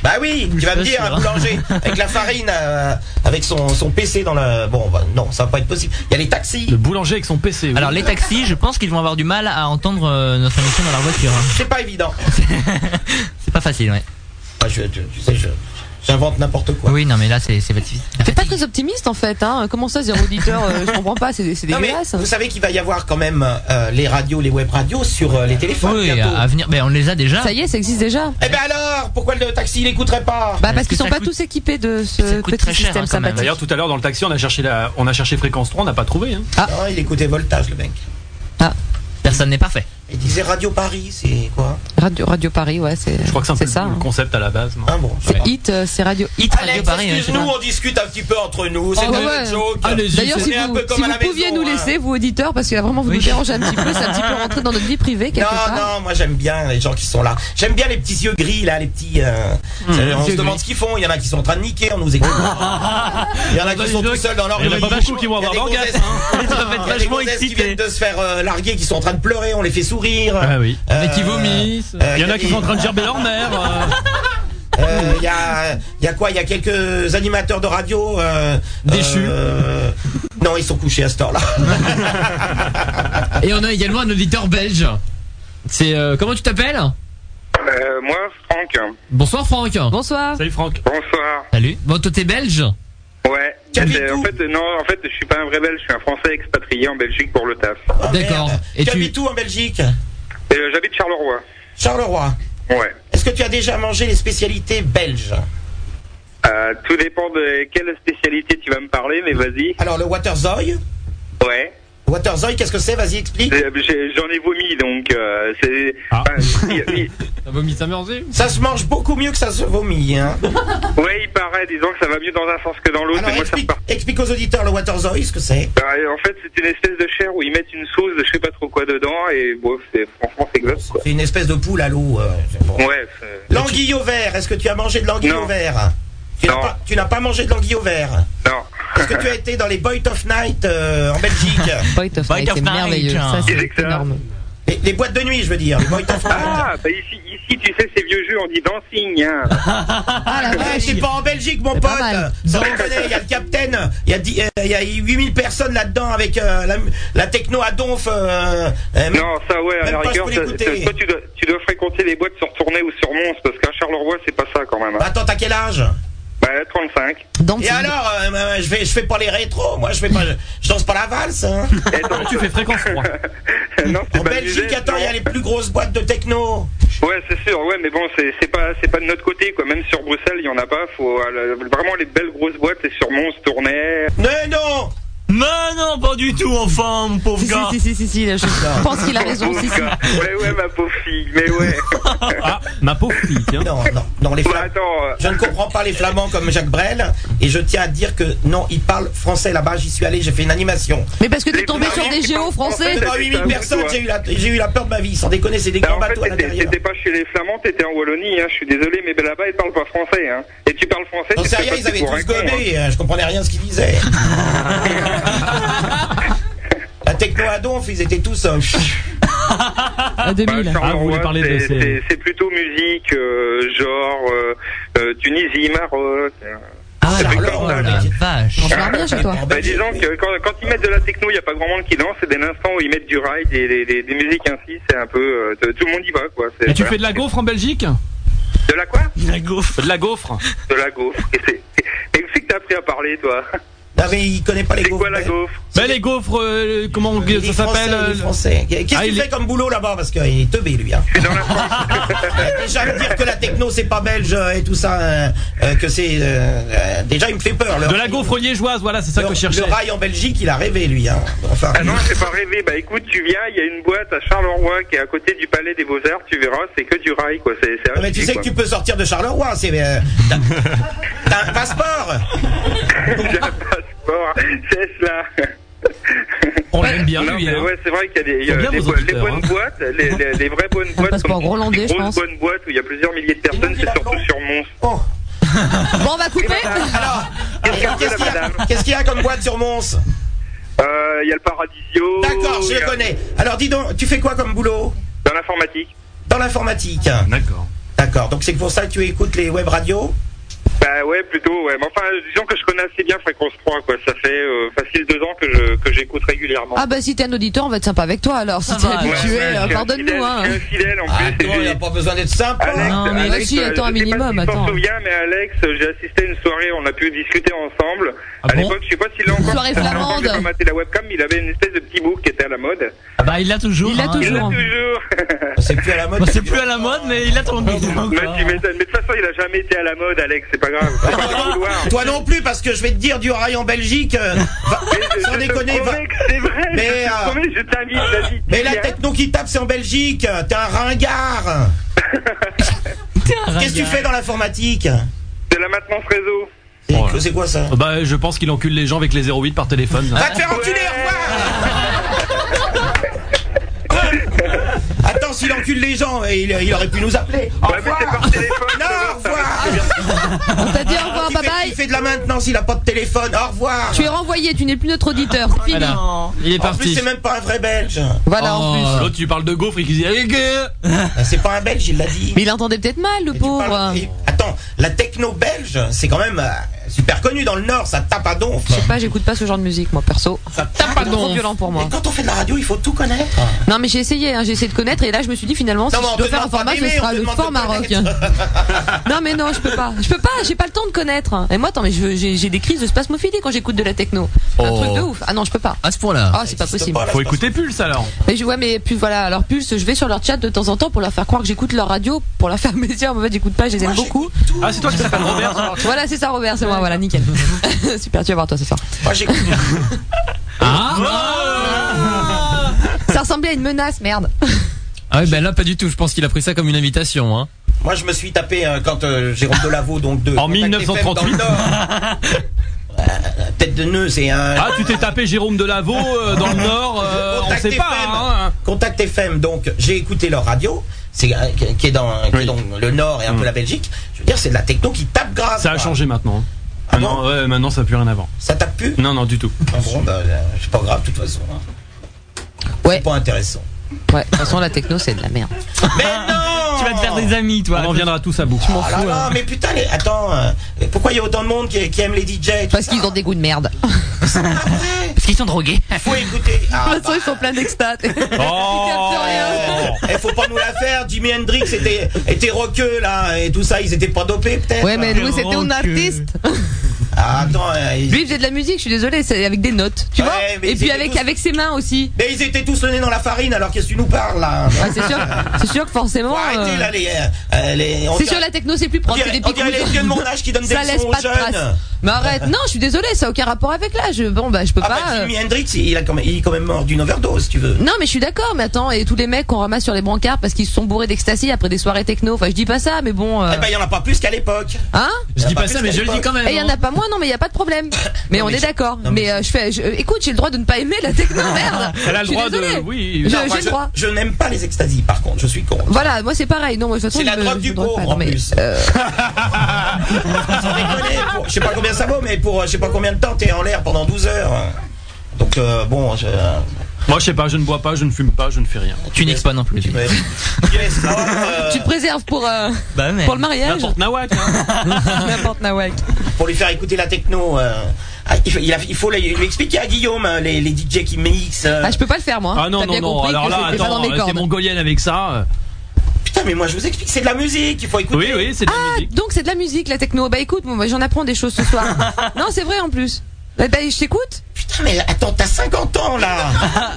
Speaker 4: Bah oui, tu vas me dire, un
Speaker 2: *laughs*
Speaker 4: boulanger, avec la farine, euh, avec son, son PC dans la. Bon, bah, non, ça va pas être possible. Il y a les taxis.
Speaker 9: Le boulanger avec son PC.
Speaker 2: Alors les taxis, je pense qu'ils vont avoir du mal à entendre euh, notre émission dans leur voiture. hein.
Speaker 4: C'est pas évident.
Speaker 2: C'est pas facile, ouais.
Speaker 4: Ah, je- tu- tu sais, je- j'invente n'importe quoi.
Speaker 2: Oui, non mais là c'est c'est pas difficile.
Speaker 8: T'es pas très optimiste en fait, hein. Comment ça, zéro auditeur euh, Je comprends pas, c'est c'est
Speaker 4: Non, mais
Speaker 8: dégueulasse. hein.
Speaker 4: vous savez qu'il va y avoir quand même euh, les radios, les web radios sur euh, les téléphones.
Speaker 2: Oui,
Speaker 4: bientôt.
Speaker 2: à à venir, ben on les a déjà.
Speaker 8: Ça y est, ça existe déjà.
Speaker 4: Eh ben alors, pourquoi le taxi n'écouterait pas
Speaker 8: Bah, parce
Speaker 2: que
Speaker 8: qu'ils
Speaker 2: ça
Speaker 8: sont pas
Speaker 2: coûte-
Speaker 8: tous équipés de ce petit système hein, sympathique.
Speaker 9: D'ailleurs, tout à l'heure dans le taxi, on a cherché la, on a cherché fréquence 3, on n'a pas trouvé. Hein.
Speaker 4: Non, il écoutait Voltage, le mec.
Speaker 2: Personne n'est parfait.
Speaker 4: Il disait Radio Paris, c'est quoi
Speaker 8: Radio, Radio Paris, ouais, c'est
Speaker 9: Je crois que c'est un peu
Speaker 8: c'est
Speaker 9: le,
Speaker 8: ça.
Speaker 9: le
Speaker 8: hein.
Speaker 9: concept à la base. non
Speaker 4: Ah bon.
Speaker 8: C'est Hit, euh, c'est Radio hein, Hit.
Speaker 4: Alex, excuse-nous, on discute un petit peu entre nous. C'est
Speaker 8: Oh,
Speaker 4: un jeu de
Speaker 8: ouais.
Speaker 4: joke.
Speaker 8: D'ailleurs,
Speaker 4: On
Speaker 8: si
Speaker 4: est un
Speaker 8: vous,
Speaker 4: peu comme
Speaker 8: si
Speaker 4: à
Speaker 8: vous
Speaker 4: la maison,
Speaker 8: pouviez nous
Speaker 4: hein.
Speaker 8: laisser, vous auditeurs, parce que là, vraiment vous nous dérangez un petit peu, c'est un petit *laughs* peu rentré dans notre vie privée quelque
Speaker 4: Non,
Speaker 8: part.
Speaker 4: non, moi j'aime bien les gens qui sont là. J'aime bien les petits yeux gris là, les petits. euh,
Speaker 9: Hmm.
Speaker 4: on se
Speaker 8: yeux
Speaker 4: demande ce qu'ils font. Il y en a qui sont en train de niquer, on nous
Speaker 9: *laughs*
Speaker 4: écoute. Il y en a qui sont tout seuls dans leur
Speaker 9: Il y en a
Speaker 4: lit.
Speaker 9: pas beaucoup qui vont
Speaker 4: Il y a
Speaker 9: avoir
Speaker 4: des
Speaker 9: d'orgasme, hein.
Speaker 4: gonzesses-
Speaker 2: Ils
Speaker 4: Il y
Speaker 2: doivent être
Speaker 4: a des
Speaker 2: vachement
Speaker 4: gonzesses qui
Speaker 2: excités.
Speaker 4: viennent de se faire euh, larguer, qui sont en train de pleurer, on les fait sourire.
Speaker 9: Ah oui.
Speaker 4: Euh,
Speaker 1: Et qui vomissent.
Speaker 4: euh,
Speaker 9: Il y en a qui
Speaker 4: des-
Speaker 9: sont en train de gerber leur mère. euh.
Speaker 4: Euh, Il y, a, il y a quoi Il y a quelques animateurs de radio euh,
Speaker 1: Déchus.
Speaker 4: euh, non, ils sont couchés à cette heure-là.
Speaker 1: Et on a également un auditeur belge. C'est euh, comment tu t'appelles
Speaker 20: Euh, moi, Franck.
Speaker 1: Bonsoir Franck.
Speaker 8: Bonsoir.
Speaker 9: Salut Franck.
Speaker 20: Bonsoir.
Speaker 1: Salut. Bon toi t'es belge
Speaker 20: Ouais.
Speaker 4: Calmez-vous.
Speaker 20: Euh, En fait, non, en fait, je suis pas un vrai Belge, je suis un Français expatrié en Belgique pour le taf.
Speaker 4: Ah,
Speaker 1: D'accord. Et
Speaker 4: tu
Speaker 1: tu-
Speaker 4: habites où en Belgique
Speaker 20: Et, euh, J'habite Charleroi.
Speaker 4: Charleroi.
Speaker 20: Ouais.
Speaker 4: Est-ce que tu as déjà mangé les spécialités belges
Speaker 20: Euh, tout dépend de quelle spécialité tu vas me parler, mais vas-y.
Speaker 4: Alors le waterzooi
Speaker 20: Ouais.
Speaker 4: Waterzooi, qu'est-ce que c'est Vas-y, explique.
Speaker 20: Euh, j'ai- J'en ai vomi, donc euh, c'est.
Speaker 1: Ah.
Speaker 20: enfin, il- il-
Speaker 1: T'as vomi ta mère aussi
Speaker 4: Ça se mange beaucoup mieux que ça se vomit.
Speaker 20: *laughs*
Speaker 4: Hein.
Speaker 20: ouais, il paraît, disons que ça va mieux dans un sens que dans l'autre,
Speaker 4: Alors
Speaker 20: mais moi, ça me
Speaker 4: explique,
Speaker 20: part.
Speaker 4: explique aux auditeurs le waterzooi, ce que c'est.
Speaker 20: Euh, en fait, c'est une espèce de chair où ils mettent une sauce, de je sais pas trop quoi dedans, et bon, c'est franchement, c'est gloss, quoi.
Speaker 4: C'est une espèce de poule à l'eau. euh, c'est bon.
Speaker 20: Ouais, c'est-
Speaker 4: L'anguille au vert, est-ce que tu as mangé de l'anguille
Speaker 20: Non.
Speaker 4: au vert Tu n'as
Speaker 20: Non.
Speaker 4: pas, tu n'as pas mangé de l'anguille au vert
Speaker 20: non.
Speaker 4: Est-ce que tu as été dans les Boit of Night euh, en
Speaker 8: *laughs*
Speaker 4: Belgique
Speaker 8: Point of
Speaker 2: Point
Speaker 8: Night,
Speaker 2: of
Speaker 8: c'est
Speaker 2: Night,
Speaker 8: merveilleux.
Speaker 2: hein.
Speaker 8: Ça,
Speaker 20: Qu'est-ce que
Speaker 8: c'est
Speaker 20: ça
Speaker 8: énorme.
Speaker 4: les, les boîtes de nuit, je veux dire. Les Boit of Night.
Speaker 20: Ah, bah ici, ici, tu sais, ces vieux jeux, on dit dancing, hein.
Speaker 4: *laughs*
Speaker 8: Ah la
Speaker 4: Ouais,
Speaker 8: vache.
Speaker 4: c'est pas en Belgique, mon
Speaker 8: C'est
Speaker 4: pote.
Speaker 8: pas mal.
Speaker 4: Ça me connaît, il y a le Captain, il y a, dix- euh, il y a 8000 personnes là-dedans avec euh, la, la techno à donf. euh, euh,
Speaker 20: Non, ça ouais, à
Speaker 4: Même
Speaker 20: la
Speaker 4: pas, je
Speaker 20: rigueur,
Speaker 4: peux
Speaker 20: ça-
Speaker 4: l'écouter.
Speaker 20: ça- toi tu dois, tu dois fréquenter les boîtes sur Tournai ou sur Mons, parce qu'à Charleroi c'est pas ça quand même. hein.
Speaker 4: Attends, t'as quel âge
Speaker 20: Bah 35.
Speaker 4: Et
Speaker 8: Dancing.
Speaker 4: alors, euh, euh, je vais, je fais pas les rétros, moi, je fais pas, je danse pas la valse. hein.
Speaker 20: *laughs* Et donc,
Speaker 9: Tu fais fréquence 3.
Speaker 20: *laughs* non, c'est
Speaker 4: En
Speaker 20: pas
Speaker 4: Belgique,
Speaker 20: Musette,
Speaker 4: attends, il y a
Speaker 20: non.
Speaker 4: les plus grosses boîtes de techno.
Speaker 20: Ouais, c'est sûr, ouais, mais bon, c'est c'est pas, c'est pas de notre côté, quoi. Même sur Bruxelles, il y en a pas. Faut euh, le- vraiment les belles grosses boîtes, c'est sur Mons, Tournai.
Speaker 4: Mais non,
Speaker 2: Mais non, pas du tout, enfin, mon pauvre
Speaker 8: Si,
Speaker 2: gars.
Speaker 8: si, si, si, si, là, je pense qu'il a raison.
Speaker 20: Pauvre
Speaker 8: Si, si.
Speaker 20: gars. Ouais, ouais, ma pauvre fille, mais ouais.
Speaker 9: *laughs* Ah, ma pauvre fille, tiens.
Speaker 4: non, non, non, les
Speaker 20: bah
Speaker 4: Flamands.
Speaker 20: attends. euh,
Speaker 4: Je ne comprends pas les Flamands comme Jacques Brel, et je tiens à dire que non, ils parlent français là-bas. J'y suis allé, j'ai fait une animation.
Speaker 8: Mais parce que t'es tombé
Speaker 20: Les
Speaker 8: sur des
Speaker 20: Flamands,
Speaker 8: géos français.
Speaker 20: c'est
Speaker 4: Devant 8000
Speaker 20: ça,
Speaker 4: personnes,
Speaker 20: toi.
Speaker 4: j'ai eu la, j'ai eu la peur de ma vie. Sans déconner, c'est des
Speaker 20: Bah,
Speaker 4: grands
Speaker 20: en fait,
Speaker 4: bateaux à
Speaker 20: t'étais
Speaker 4: l'intérieur.
Speaker 20: t'étais pas chez les Flamands, t'étais en Wallonie, hein, je suis désolé, mais ben, là-bas, ils parlent pas français, hein. Et tu parles français,
Speaker 4: J'en
Speaker 20: tu
Speaker 4: sais
Speaker 20: te fais
Speaker 4: rien, ils
Speaker 20: passer
Speaker 4: avaient
Speaker 20: pour un
Speaker 4: tous
Speaker 20: con, hein.
Speaker 4: gommé, euh, je comprenais rien de ce qu'ils disaient. La techno à donf, ils étaient tous. euh,
Speaker 2: *laughs*
Speaker 8: À
Speaker 20: Bah,
Speaker 8: 2000.
Speaker 9: Ah, vous voulez
Speaker 20: Charleroi,
Speaker 9: parler de
Speaker 20: c'est-
Speaker 9: ces-
Speaker 20: c'est- c'est plutôt musique, euh, genre euh, euh, Tunisie, Maroc. euh,
Speaker 2: Ah ouais,
Speaker 20: Charlotte,
Speaker 2: d'accord, oh
Speaker 20: dans le
Speaker 2: la
Speaker 20: métier.
Speaker 2: vache.
Speaker 20: Bah, Disons que quand, quand ils mettent de la techno, il n'y a pas grand monde qui danse. Et dès l'instant où ils mettent du ride et des, des- des musiques ainsi, c'est un peu. euh, t- tout le monde y va, quoi. C'est-
Speaker 9: Et tu
Speaker 20: voilà.
Speaker 9: fais de la gaufre en Belgique
Speaker 20: De la quoi
Speaker 9: De la gaufre. De la gaufre.
Speaker 20: De la gaufre. Et c'est- Mais où c'est que t'as appris à parler, toi
Speaker 4: Non, Bah, mais il connaît pas les gaufres. ben.
Speaker 20: C'est quoi la gaufre
Speaker 9: Bah, les gaufres, euh, comment on-
Speaker 4: Il est
Speaker 9: ça
Speaker 4: français,
Speaker 9: s'appelle
Speaker 4: il est
Speaker 9: euh,
Speaker 4: français. Qu'est-ce que
Speaker 9: Ah,
Speaker 4: tu
Speaker 9: il est-
Speaker 4: fais comme boulot là-bas Parce qu'il est teubé, lui. Hein. *laughs* déjà, me dire que la techno, c'est pas belge euh, et tout ça, euh, euh, que c'est. euh, euh, déjà, il me fait peur. le-
Speaker 9: De la gaufre liégeoise, voilà, c'est ça
Speaker 4: le-
Speaker 9: que je cherchais.
Speaker 4: Le rail en Belgique, il a rêvé, lui. Hein. Enfin,
Speaker 20: Ah non, c'est pas rêvé. Bah écoute, tu viens, il y a une boîte à Charleroi qui est à côté du Palais des Beaux-Arts, tu verras, c'est que du rail, quoi. C'est, c'est
Speaker 4: Ah, mais tu
Speaker 20: ridicule,
Speaker 4: sais que
Speaker 20: quoi.
Speaker 4: tu peux sortir de Charleroi, c'est. euh, t'as-
Speaker 9: *laughs*
Speaker 4: T'as un passeport
Speaker 20: *laughs* J'ai un passeport, c'est cela.
Speaker 9: On l'aime bien,
Speaker 20: non,
Speaker 9: lui,
Speaker 20: mais
Speaker 9: hein.
Speaker 20: ouais, c'est vrai qu'il y a des, il y
Speaker 9: Ils
Speaker 20: a
Speaker 9: sont bien,
Speaker 20: des
Speaker 9: vos
Speaker 20: bo- les
Speaker 9: auditeurs,
Speaker 20: bonnes
Speaker 9: hein.
Speaker 20: boîtes, les, les- les vraies bonnes
Speaker 8: *laughs*
Speaker 20: boîtes.
Speaker 8: passeport
Speaker 20: comme-
Speaker 8: hollandais,
Speaker 20: les
Speaker 8: je
Speaker 20: grosses
Speaker 8: pense.
Speaker 20: bonnes boîtes où il y a plusieurs milliers de personnes, c'est surtout sur Mons.
Speaker 4: Oh.
Speaker 8: *laughs* Bon, on va couper
Speaker 4: Eh ben,
Speaker 8: *laughs*
Speaker 4: Qu'est-ce qu'il y a- qu'est-ce qu'il y a comme boîte sur Mons
Speaker 20: Euh, Il y a le Paradisio.
Speaker 4: D'accord, je
Speaker 20: il y
Speaker 4: le
Speaker 20: a-
Speaker 4: connais. Alors, dis donc, tu fais quoi comme boulot
Speaker 20: Dans l'informatique.
Speaker 4: Dans l'informatique.
Speaker 9: D'accord.
Speaker 4: D'accord, donc c'est pour ça que tu écoutes les web radios
Speaker 20: Bah ouais, plutôt, ouais. Mais enfin, disons que je connais assez bien Fréquence 3, quoi. Ça fait euh, facile deux ans que, je, que j'écoute régulièrement.
Speaker 8: Ah bah si t'es un auditeur, on va être sympa avec toi alors. Si
Speaker 20: Ça
Speaker 8: t'es
Speaker 20: va,
Speaker 8: habitué,
Speaker 20: ouais, ouais, je
Speaker 8: euh,
Speaker 20: suis un
Speaker 8: pardonne-nous. Hein.
Speaker 20: fidèle, je suis un fidèle, en plus.
Speaker 4: Attends, Ah, il a pas besoin d'être sympa.
Speaker 20: Alex,
Speaker 8: Non, mais
Speaker 20: Alex,
Speaker 8: vas-y,
Speaker 20: euh,
Speaker 8: attends un
Speaker 20: je sais pas
Speaker 8: minimum,
Speaker 20: si tu t'en
Speaker 8: attends.
Speaker 20: souviens, mais Alex, euh, j'ai assisté à une soirée, on a pu discuter ensemble. à l'époque, je sais pas s'il l'a *laughs* encore.
Speaker 8: Soirée
Speaker 20: parce que
Speaker 8: flamande.
Speaker 20: j'ai pas maté la webcam, mais il avait une espèce de petit book qui était à la mode.
Speaker 2: Ah bah, il l'a toujours.
Speaker 20: Il l'a
Speaker 2: hein. *laughs*
Speaker 20: toujours. *laughs* Il
Speaker 4: C'est plus à la mode.
Speaker 2: Bah, c'est plus à la mode, mais il a tourné.
Speaker 20: Bah, tu m'étonnes. Mais de toute façon, il a jamais été à la mode, Alex, c'est pas
Speaker 4: *laughs*
Speaker 20: grave. Faut pas le vouloir.
Speaker 4: Toi non plus, parce que je vais te dire du rail en Belgique. euh,
Speaker 20: *laughs*
Speaker 4: va- sans déconner. va-
Speaker 20: C'est vrai,
Speaker 4: Mais,
Speaker 20: je te
Speaker 4: euh,
Speaker 20: promets, je t'invite, vas-y.
Speaker 4: Mais la techno qui tape, c'est en Belgique. euh, T'es un
Speaker 20: *laughs*
Speaker 4: ringard. Qu'est-ce que tu fais dans l'informatique
Speaker 20: De la maintenance réseau.
Speaker 9: Oh
Speaker 4: C'est- C'est quoi ça
Speaker 9: Bah, je pense qu'il encule les gens avec les 08 par téléphone.
Speaker 1: Ah,
Speaker 4: Va te faire enculer, au revoir Attends, s'il encule les gens, il, il aurait pu nous appeler. Au revoir Non, au revoir
Speaker 8: On t'a dit au revoir,
Speaker 4: Il
Speaker 8: bye
Speaker 4: fait-
Speaker 8: bye.
Speaker 4: Il fait de la maintenance, il a pas de téléphone. Au revoir
Speaker 8: Tu es renvoyé, tu n'es plus notre auditeur, c'est fini.
Speaker 9: Voilà. Il est
Speaker 4: En plus,
Speaker 9: parti. Oh.
Speaker 4: c'est même pas un vrai Belge.
Speaker 8: Voilà, en plus.
Speaker 9: L'autre, tu parles de gaufre et qui dit Eh, gueux
Speaker 4: Ah, C'est pas un Belge, il l'a dit.
Speaker 8: Mais il entendait peut-être mal, le pauvre.
Speaker 4: Et- Attends, la techno belge, c'est quand même euh, super connu dans le Nord, ça tape à donf.
Speaker 8: Je sais pas, Bah, j'écoute pas ce genre de musique, moi, perso.
Speaker 4: Ça tape à
Speaker 8: C'est trop violent pour moi.
Speaker 4: Et quand on fait de la radio, il faut tout connaître.
Speaker 8: Non, mais j'ai essayé, hein, j'ai essayé de connaître, et là, je me suis dit, finalement, si
Speaker 4: Non, mais on
Speaker 8: je dois
Speaker 4: te
Speaker 8: faire un
Speaker 4: demande pas
Speaker 8: format, ce
Speaker 4: d'aimer, on
Speaker 8: sera
Speaker 4: te
Speaker 8: le
Speaker 4: demande de
Speaker 8: format rock.
Speaker 4: connaître.
Speaker 8: *laughs* Non, mais non, je peux pas. Je peux pas, j'ai pas le temps de connaître. Et moi, attends, mais je veux- j'ai j'ai des crises de spasmophilie quand j'écoute de la techno. Un
Speaker 1: Oh.
Speaker 8: truc de ouf. Ah non, je peux pas.
Speaker 1: À ce point-là.
Speaker 8: Ah, c'est pas possible.
Speaker 9: Faut écouter Pulse alors.
Speaker 8: Mais je vois, mais puis voilà. Alors Pulse, je vais sur leur chat de temps en temps pour leur faire croire que j'écoute leur radio, pour leur faire *laughs* plaisir. En fait, j'écoute pas, je les aime beaucoup.
Speaker 9: Ah, c'est toi qui s'appelle Robert.
Speaker 8: Voilà, c'est ça, Robert, c'est moi. Voilà, nickel. Super, tu vas voir toi ce soir.
Speaker 4: *laughs* Moi, j'écoute.
Speaker 8: Ça ressemblait à une menace, merde.
Speaker 1: Ah ouais, ben là pas du tout. Je pense qu'il a pris ça comme une invitation. Hein.
Speaker 4: Moi, je me suis tapé euh, quand euh, Jérôme Delaveau, donc de.
Speaker 9: En
Speaker 4: Contact FM
Speaker 9: 1938.
Speaker 4: dans le Nord. Euh, Tête de nœud, c'est un.
Speaker 9: Ah, tu t'es tapé Jérôme Delaveau euh, dans le Nord, euh, on sait pas.
Speaker 4: FM.
Speaker 9: hein, hein.
Speaker 4: Contact FM, donc j'ai écouté leur radio, c'est euh, qui qui est dans qui est dans le Nord et un peu la Belgique. Je veux dire, c'est de la techno qui tape grave.
Speaker 9: Mm. Ça a
Speaker 4: quoi.
Speaker 9: changé maintenant. hein. Maintenant, Ah ouais, maintenant ça n'a plus rien avant.
Speaker 4: Ça tape plus
Speaker 9: Non, non, du tout.
Speaker 4: Ah Bon, bah, euh, c'est pas grave de toute façon. hein.
Speaker 8: Ouais.
Speaker 4: C'est pas intéressant.
Speaker 8: Ouais, de toute façon, la techno, c'est de la merde.
Speaker 4: Mais Ah non
Speaker 2: Ah, Tu vas te faire des amis, toi.
Speaker 9: On en viendra tous à bout.
Speaker 4: Ah là là, mais putain, les- attends, euh, pourquoi il y a autant de monde qui, qui aime les DJ et tout
Speaker 8: Parce
Speaker 4: ça
Speaker 8: qu'ils ont des goûts de
Speaker 4: *laughs*
Speaker 8: merde.
Speaker 2: Parce qu'ils sont drogués.
Speaker 4: Faut
Speaker 8: *laughs*
Speaker 4: écouter. Ah,
Speaker 8: De toute façon, ils sont
Speaker 4: *laughs*
Speaker 8: pleins d'extase. captent rien.
Speaker 4: Eh, faut pas nous la faire. Jimi Hendrix était, était rockeux là et tout ça. Ils étaient pas dopés peut-être.
Speaker 8: Ouais, mais nous, c'était un
Speaker 2: que-
Speaker 8: artiste.
Speaker 4: Ah, attends. euh, ils-
Speaker 8: Lui, il faisait de la musique, je suis désolée, c'est avec des notes, tu
Speaker 4: Ouais,
Speaker 8: vois.
Speaker 4: mais
Speaker 8: Et puis
Speaker 4: c'était
Speaker 8: avec,
Speaker 4: tous-
Speaker 8: avec ses mains aussi.
Speaker 4: Mais ils étaient tous le nez dans la farine. Alors qu'est-ce que tu nous parles là
Speaker 8: Ouais, Ah, c'est sûr, c'est sûr que forcément.
Speaker 4: Faut Arrêtez
Speaker 8: euh,
Speaker 4: là les. euh, les- on
Speaker 8: C'est
Speaker 4: dirait-
Speaker 8: sûr, la techno, c'est plus
Speaker 4: On
Speaker 8: propre. C'est
Speaker 4: dirait,
Speaker 8: des
Speaker 4: on dirait les
Speaker 8: picousous.
Speaker 4: vieux de mon âge qui donnent des
Speaker 8: Ça laisse
Speaker 4: leçons aux
Speaker 8: pas de traces.
Speaker 4: jeunes. *laughs*
Speaker 8: Mais arrête, non, je suis désolée, ça a aucun rapport avec l'âge. Bon, bah, je peux
Speaker 4: Ah
Speaker 8: pas.
Speaker 4: bah,
Speaker 8: euh,
Speaker 4: Jimi Hendrix, il, a quand même, il est quand même mort d'une overdose, si tu veux.
Speaker 8: Non, mais je suis d'accord, mais attends, et tous les mecs qu'on ramasse sur les brancards parce qu'ils se sont bourrés d'ecstasy après des soirées techno. Enfin, je dis pas ça, mais bon. euh,
Speaker 4: Eh ben, il y en a pas plus qu'à l'époque.
Speaker 8: Hein
Speaker 4: Je
Speaker 1: dis pas ça, mais je le dis quand même.
Speaker 8: Et
Speaker 9: hein.
Speaker 8: il y en a pas moins, non, mais il y a pas
Speaker 9: *coughs*
Speaker 8: de problème. Mais
Speaker 4: Non,
Speaker 8: on
Speaker 4: mais
Speaker 8: est
Speaker 4: je-
Speaker 8: d'accord.
Speaker 4: non,
Speaker 8: Mais, euh, je fais, je- euh, écoute, j'ai le droit de ne pas aimer la
Speaker 9: *laughs*
Speaker 8: techno, merde.
Speaker 9: Elle a le
Speaker 8: Je suis
Speaker 9: droit de.
Speaker 8: désolée.
Speaker 9: Oui,
Speaker 8: Je-
Speaker 4: Non, moi,
Speaker 8: j'ai le droit.
Speaker 4: Je n'aime pas les extasies, par contre, je suis contre.
Speaker 8: Voilà, moi c'est pareil. Non, moi de toute façon,
Speaker 4: C'est la
Speaker 8: je me-
Speaker 4: drogue
Speaker 8: je
Speaker 4: du
Speaker 8: me drogue
Speaker 4: pauvre,
Speaker 8: pas.
Speaker 4: en
Speaker 8: Non, mais,
Speaker 4: plus. *laughs*
Speaker 8: euh,
Speaker 4: Sans déconner, pour- je sais pas combien ça vaut, mais pour euh, je sais pas combien de temps t'es en l'air pendant 12 heures. Donc euh, bon, je-
Speaker 9: Moi, je sais pas, je ne bois pas, je ne fume pas, Ah, je ne fais rien.
Speaker 2: Tu niques pas non plus.
Speaker 9: *laughs*
Speaker 8: Tu te préserves pour, euh,
Speaker 2: Bah, mais-
Speaker 8: pour le mariage
Speaker 9: N'importe nawak. hein.
Speaker 8: N'importe Nawak.
Speaker 4: Pour lui faire écouter la techno. euh, ah, il, faut- il a- il faut lui lui expliquer à Guillaume hein, les, les DJ qui mixent. euh.
Speaker 8: Ah, je peux pas le faire, moi.
Speaker 9: Ah non,
Speaker 8: T'as
Speaker 9: non,
Speaker 8: bien
Speaker 9: non,
Speaker 8: compris
Speaker 9: alors
Speaker 8: que
Speaker 9: là,
Speaker 8: c'était pas dans
Speaker 9: attends,
Speaker 8: mes
Speaker 9: euh, t'es
Speaker 8: cordes.
Speaker 9: mongolienne avec ça. euh.
Speaker 4: Putain, mais moi je vous explique, c'est de la musique, il faut écouter.
Speaker 9: Oui, oui, c'est de la
Speaker 8: Ah,
Speaker 9: musique.
Speaker 8: donc c'est de la musique, la techno. Bah écoute, moi j'en apprends des choses
Speaker 9: *laughs*
Speaker 8: ce soir. non, c'est vrai en plus. Bah, bah, je t'écoute.
Speaker 4: Putain, mais attends, t'as 50 ans
Speaker 2: *laughs*
Speaker 4: là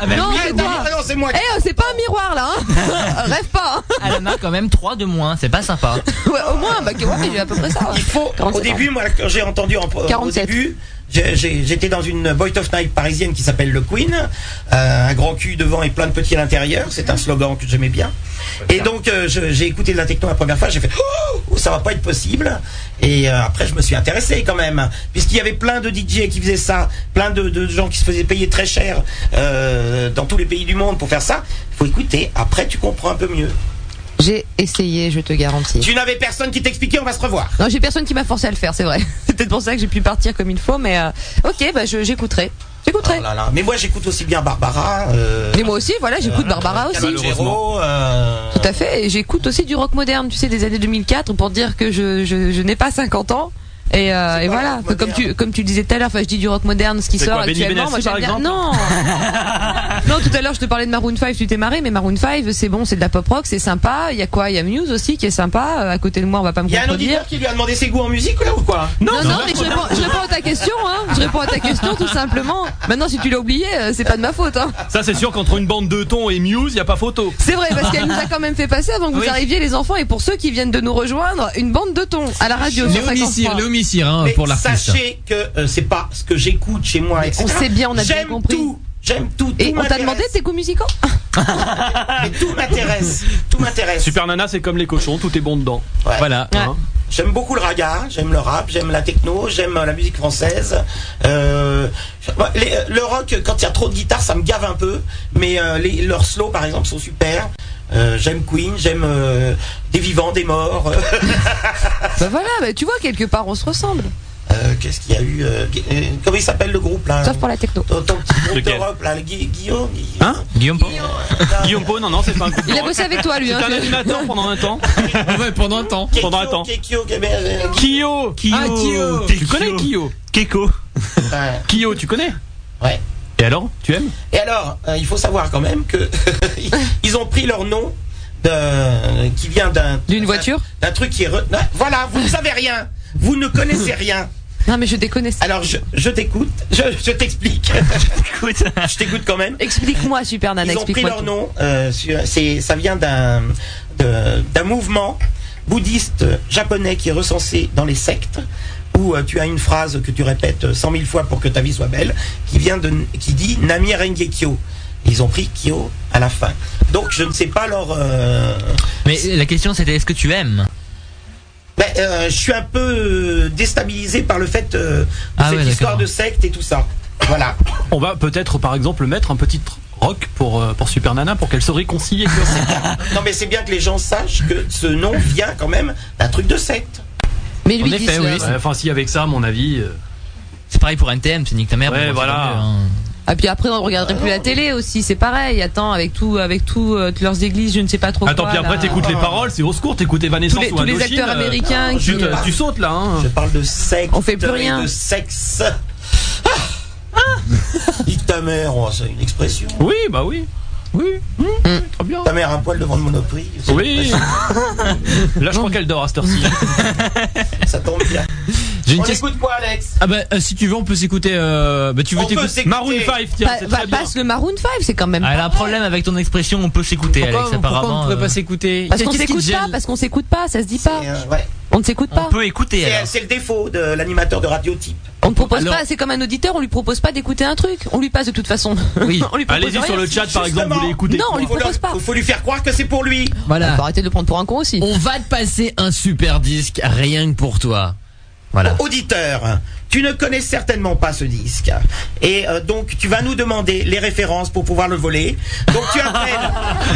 Speaker 2: bah
Speaker 8: Non,
Speaker 2: oui.
Speaker 8: c'est
Speaker 4: Ah, non,
Speaker 8: toi.
Speaker 4: ah, non, c'est moi qui-
Speaker 8: Eh, euh, c'est pas un miroir là,
Speaker 4: *laughs*
Speaker 8: hein. Rêve pas. hein.
Speaker 2: Elle en a quand même 3 de moins, c'est pas sympa.
Speaker 8: Ouais, au moins, bah, que- ouais, j'ai à peu près ça.
Speaker 4: Il faut, au
Speaker 8: 47
Speaker 4: début, moi, quand j'ai entendu en, au
Speaker 8: 47.
Speaker 4: début, j'ai- j'ai- j'étais dans une boîte of night parisienne qui s'appelle le Queen, euh, un grand cul devant et plein de petits à l'intérieur. C'est un slogan que j'aimais bien. Et donc, euh, je- j'ai écouté de la techno la première fois, j'ai fait oh, ça va pas être possible. Et euh, après, je me suis intéressé quand même, puisqu'il y avait plein de DJ qui faisaient ça, plein de, de gens qui se faisaient payer très cher euh, dans tous les pays du monde pour faire ça. Faut écouter. Après, tu comprends un peu mieux.
Speaker 8: J'ai essayé, je te garantis.
Speaker 4: Tu n'avais personne qui t'expliquait. On va se revoir.
Speaker 8: Non, j'ai personne qui m'a forcé à le faire, c'est vrai. *laughs* C'est peut-être pour ça que j'ai pu partir comme il faut, mais euh, ok, bah je- j'écouterai. J'écouterai.
Speaker 4: Oh là là. Mais moi, j'écoute aussi bien Barbara. euh,
Speaker 8: Et moi aussi, voilà, j'écoute Barbara aussi.
Speaker 4: Calogero, euh,
Speaker 8: Tout à fait, et j'écoute aussi du rock moderne, tu sais, des années 2004, pour dire que je, je, je n'ai pas 50 ans. Et, euh, et voilà, comme tu, comme tu disais tout à l'heure, enfin je dis du rock moderne, ce qui
Speaker 9: C'est
Speaker 8: sort
Speaker 9: quoi, Benny
Speaker 8: actuellement, moi
Speaker 9: Benassi,
Speaker 8: j'aime
Speaker 9: par
Speaker 8: bien.
Speaker 9: exemple
Speaker 8: Non Non, tout à l'heure je te parlais de Maroon 5, tu t'es marré, mais Maroon 5 c'est bon, c'est de la pop rock, c'est sympa. Il y a quoi Il y a Muse aussi qui est sympa, euh, à côté de moi on va pas me
Speaker 4: Il y a un
Speaker 8: contredire.
Speaker 4: auditeur qui lui a demandé ses goûts en musique là ou quoi
Speaker 8: Non, non, mais je réponds, je réponds à ta question, hein. Je réponds à
Speaker 15: *laughs*
Speaker 8: ta question, tout simplement. Maintenant, si tu l'as oublié, euh, c'est pas de ma faute, hein.
Speaker 9: Ça, c'est sûr qu'entre une bande de thon et Muse, il a pas photo.
Speaker 8: C'est vrai, parce qu'elle nous a quand même fait passer avant que vous
Speaker 9: Oui.
Speaker 8: arriviez, les enfants, et pour ceux qui viennent de nous rejoindre, une bande de thons à la radio. sur
Speaker 15: Léo Missire,
Speaker 8: 53.
Speaker 15: Léo Missire, hein,
Speaker 4: Mais
Speaker 15: pour l'artiste.
Speaker 4: sachez que euh, c'est pas ce que j'écoute chez moi. etc.
Speaker 8: on sait bien, on a bien
Speaker 4: J'aime
Speaker 8: compris.
Speaker 4: tout, J'aime tout.
Speaker 8: Et
Speaker 4: tout
Speaker 8: on t'a
Speaker 4: m'intéresse,
Speaker 8: demandé tes goûts musicaux
Speaker 4: mais
Speaker 8: *laughs*
Speaker 4: Tout m'intéresse. *laughs* Tout m'intéresse.
Speaker 9: Super Nana, c'est comme les cochons, tout est bon dedans.
Speaker 4: Ouais.
Speaker 15: Voilà.
Speaker 8: Ouais.
Speaker 9: Hein.
Speaker 4: J'aime beaucoup le raga, j'aime le rap, j'aime la techno, j'aime euh, la musique française. Euh, ouais, les- euh, le rock, quand il y a trop de guitare, ça me gave un peu. Mais euh, les, leurs slow, par exemple, sont super. Euh, j'aime Queen, j'aime euh, des vivants, des morts. *laughs*
Speaker 8: Bah voilà, bah tu vois, quelque part, on se ressemble.
Speaker 4: Euh, Qu'est-ce qu'il y a eu euh, Gu- euh, Comment il s'appelle le groupe là
Speaker 8: Sauf pour la techno.
Speaker 4: Ton, ton petit groupe
Speaker 9: Lequel
Speaker 4: d'Europe là, le Gui- Guillaume. Guillaume.
Speaker 9: Hein
Speaker 2: Guillaume Pau
Speaker 4: Là,
Speaker 9: *laughs* Guillaume Pau, non, non, c'est pas un coup de
Speaker 8: Il a
Speaker 9: dent.
Speaker 8: bossé avec toi, lui,
Speaker 9: C'est
Speaker 8: hein.
Speaker 9: un animateur pendant un *laughs* temps.
Speaker 15: Ouais, pendant un temps.
Speaker 4: Kekio,
Speaker 9: Pendant un temps.
Speaker 4: Kekio, Gabriel, euh,
Speaker 9: Kyo
Speaker 15: Ah, Kyo.
Speaker 9: Tu connais Kyo Keko
Speaker 4: ouais.
Speaker 9: Kyo, tu connais
Speaker 4: Ouais.
Speaker 9: Et alors Tu aimes
Speaker 4: Et alors, euh, il faut savoir quand même que *laughs* ils ont pris leur nom de, qui vient d'un
Speaker 8: D'une voiture
Speaker 4: d'un truc qui est re- non, voilà, vous ne savez rien, vous ne connaissez rien.
Speaker 8: Non, mais je déconne.
Speaker 4: Alors je, je t'écoute, je, je t'explique, *laughs*
Speaker 2: Écoute.
Speaker 4: je t'écoute quand même.
Speaker 8: Explique-moi, Super Nana,
Speaker 4: Ils ont pris
Speaker 8: explique-moi.
Speaker 4: leur
Speaker 8: tout.
Speaker 4: nom. euh, sur- c'est, ça vient d'un de- d'un mouvement bouddhiste japonais qui est recensé dans les sectes où euh, tu as une phrase que tu répètes 100 000 fois pour que ta vie soit belle, qui vient de, qui dit Nami Renge Kyo. Ils ont pris Kyo à la fin. Donc je ne sais pas leur. euh,
Speaker 2: Mais la question c'était est-ce que tu aimes
Speaker 4: ben, euh, je suis un peu euh, déstabilisé par le fait euh, de
Speaker 2: Ah
Speaker 4: cette
Speaker 2: ouais,
Speaker 4: histoire
Speaker 2: d'accord.
Speaker 4: de secte et tout ça. Voilà.
Speaker 9: On va peut-être, par exemple, mettre un petit rock pour, euh, pour Super Nana pour qu'elle se réconcilie avec le-
Speaker 4: non mais c'est bien que les gens sachent que ce nom vient quand même d'un truc de secte.
Speaker 8: *laughs* Mais lui,
Speaker 15: En effet,
Speaker 8: dis-le.
Speaker 15: oui.
Speaker 9: Ouais, Enfin, si, avec ça, à mon avis. euh,
Speaker 2: C'est pareil pour NTM, c'est nique ta mère.
Speaker 9: Ouais,
Speaker 2: bon, c'est
Speaker 9: voilà.
Speaker 2: tant mieux, hein.
Speaker 8: Ah, puis après, on regarderait plus la télé aussi, c'est pareil. Attends, avec tout, avec tout, euh, leurs églises, je ne sais pas trop
Speaker 9: Attends,
Speaker 8: quoi,
Speaker 9: puis après,
Speaker 8: là.
Speaker 9: t'écoutes les paroles, c'est au secours, t'écoutes
Speaker 8: tous
Speaker 9: Evanescence
Speaker 8: les,
Speaker 9: ou
Speaker 8: tous les
Speaker 9: Indochine,
Speaker 8: acteurs
Speaker 9: euh,
Speaker 8: américains qui.
Speaker 9: Tu, te- tu sautes là, hein.
Speaker 4: Je parle de sexe.
Speaker 8: On fait plus
Speaker 4: et
Speaker 8: rien.
Speaker 4: De sexe. Ah Nique ta mère, oh, c'est une expression.
Speaker 9: Oui, bah oui. Oui,
Speaker 8: Hmm.
Speaker 9: Mmh, très bien.
Speaker 4: Ta mère a un poil devant le monoprix. c'est une
Speaker 9: Oui.
Speaker 4: expression,
Speaker 9: Là, je crois qu'elle dort à cette heure-ci.
Speaker 4: *laughs* Ça tombe bien.
Speaker 15: J'ai une
Speaker 4: On
Speaker 15: question.
Speaker 4: écoute quoi, Alex
Speaker 15: Ah bah euh, si tu veux on peut s'écouter euh... bah tu veux
Speaker 4: On peut
Speaker 15: t'écouter
Speaker 4: s'écouter.
Speaker 9: Maroon 5, tiens,
Speaker 8: Pa-
Speaker 9: c'est
Speaker 8: pa-
Speaker 9: très bien.
Speaker 8: passe le bah, Maroon 5, c'est quand même.
Speaker 2: Ah, Elle a un problème avec ton expression, on peut s'écouter
Speaker 15: pourquoi,
Speaker 2: Alex
Speaker 15: pourquoi on
Speaker 2: apparemment.
Speaker 15: ne pourrait
Speaker 2: euh,
Speaker 15: pas s'écouter
Speaker 8: Parce qu'on
Speaker 15: Qu'est-ce qui te
Speaker 8: s'écoute
Speaker 15: gêne
Speaker 8: pas, parce qu'on s'écoute pas, ça se dit pas.
Speaker 4: Et, euh, ouais.
Speaker 8: On ne s'écoute
Speaker 2: On
Speaker 8: pas.
Speaker 2: peut écouter
Speaker 4: C'est-
Speaker 2: alors.
Speaker 4: C'est le défaut de l'animateur de radio type.
Speaker 8: On ne propose
Speaker 15: Alors-
Speaker 8: pas, c'est comme un auditeur, on lui propose pas d'écouter un truc, on lui passe de toute façon.
Speaker 15: Oui.
Speaker 8: *laughs* on lui propose
Speaker 9: Allez-y
Speaker 8: rien.
Speaker 9: sur le chat, par exemple, vous
Speaker 4: Justement.
Speaker 9: voulez écouter.
Speaker 8: Non, on lui
Speaker 4: faut,
Speaker 8: propose
Speaker 4: leur-
Speaker 8: pas.
Speaker 4: faut lui faire croire que c'est pour lui.
Speaker 15: Voilà.
Speaker 8: Faut arrêter de le prendre pour un con aussi.
Speaker 15: On va te passer un super disque rien que pour toi. Voilà.
Speaker 4: Auditeur, tu ne connais certainement pas ce disque. Et euh, donc, tu vas nous demander les références pour pouvoir le voler. Donc, tu
Speaker 9: *laughs*
Speaker 4: appelles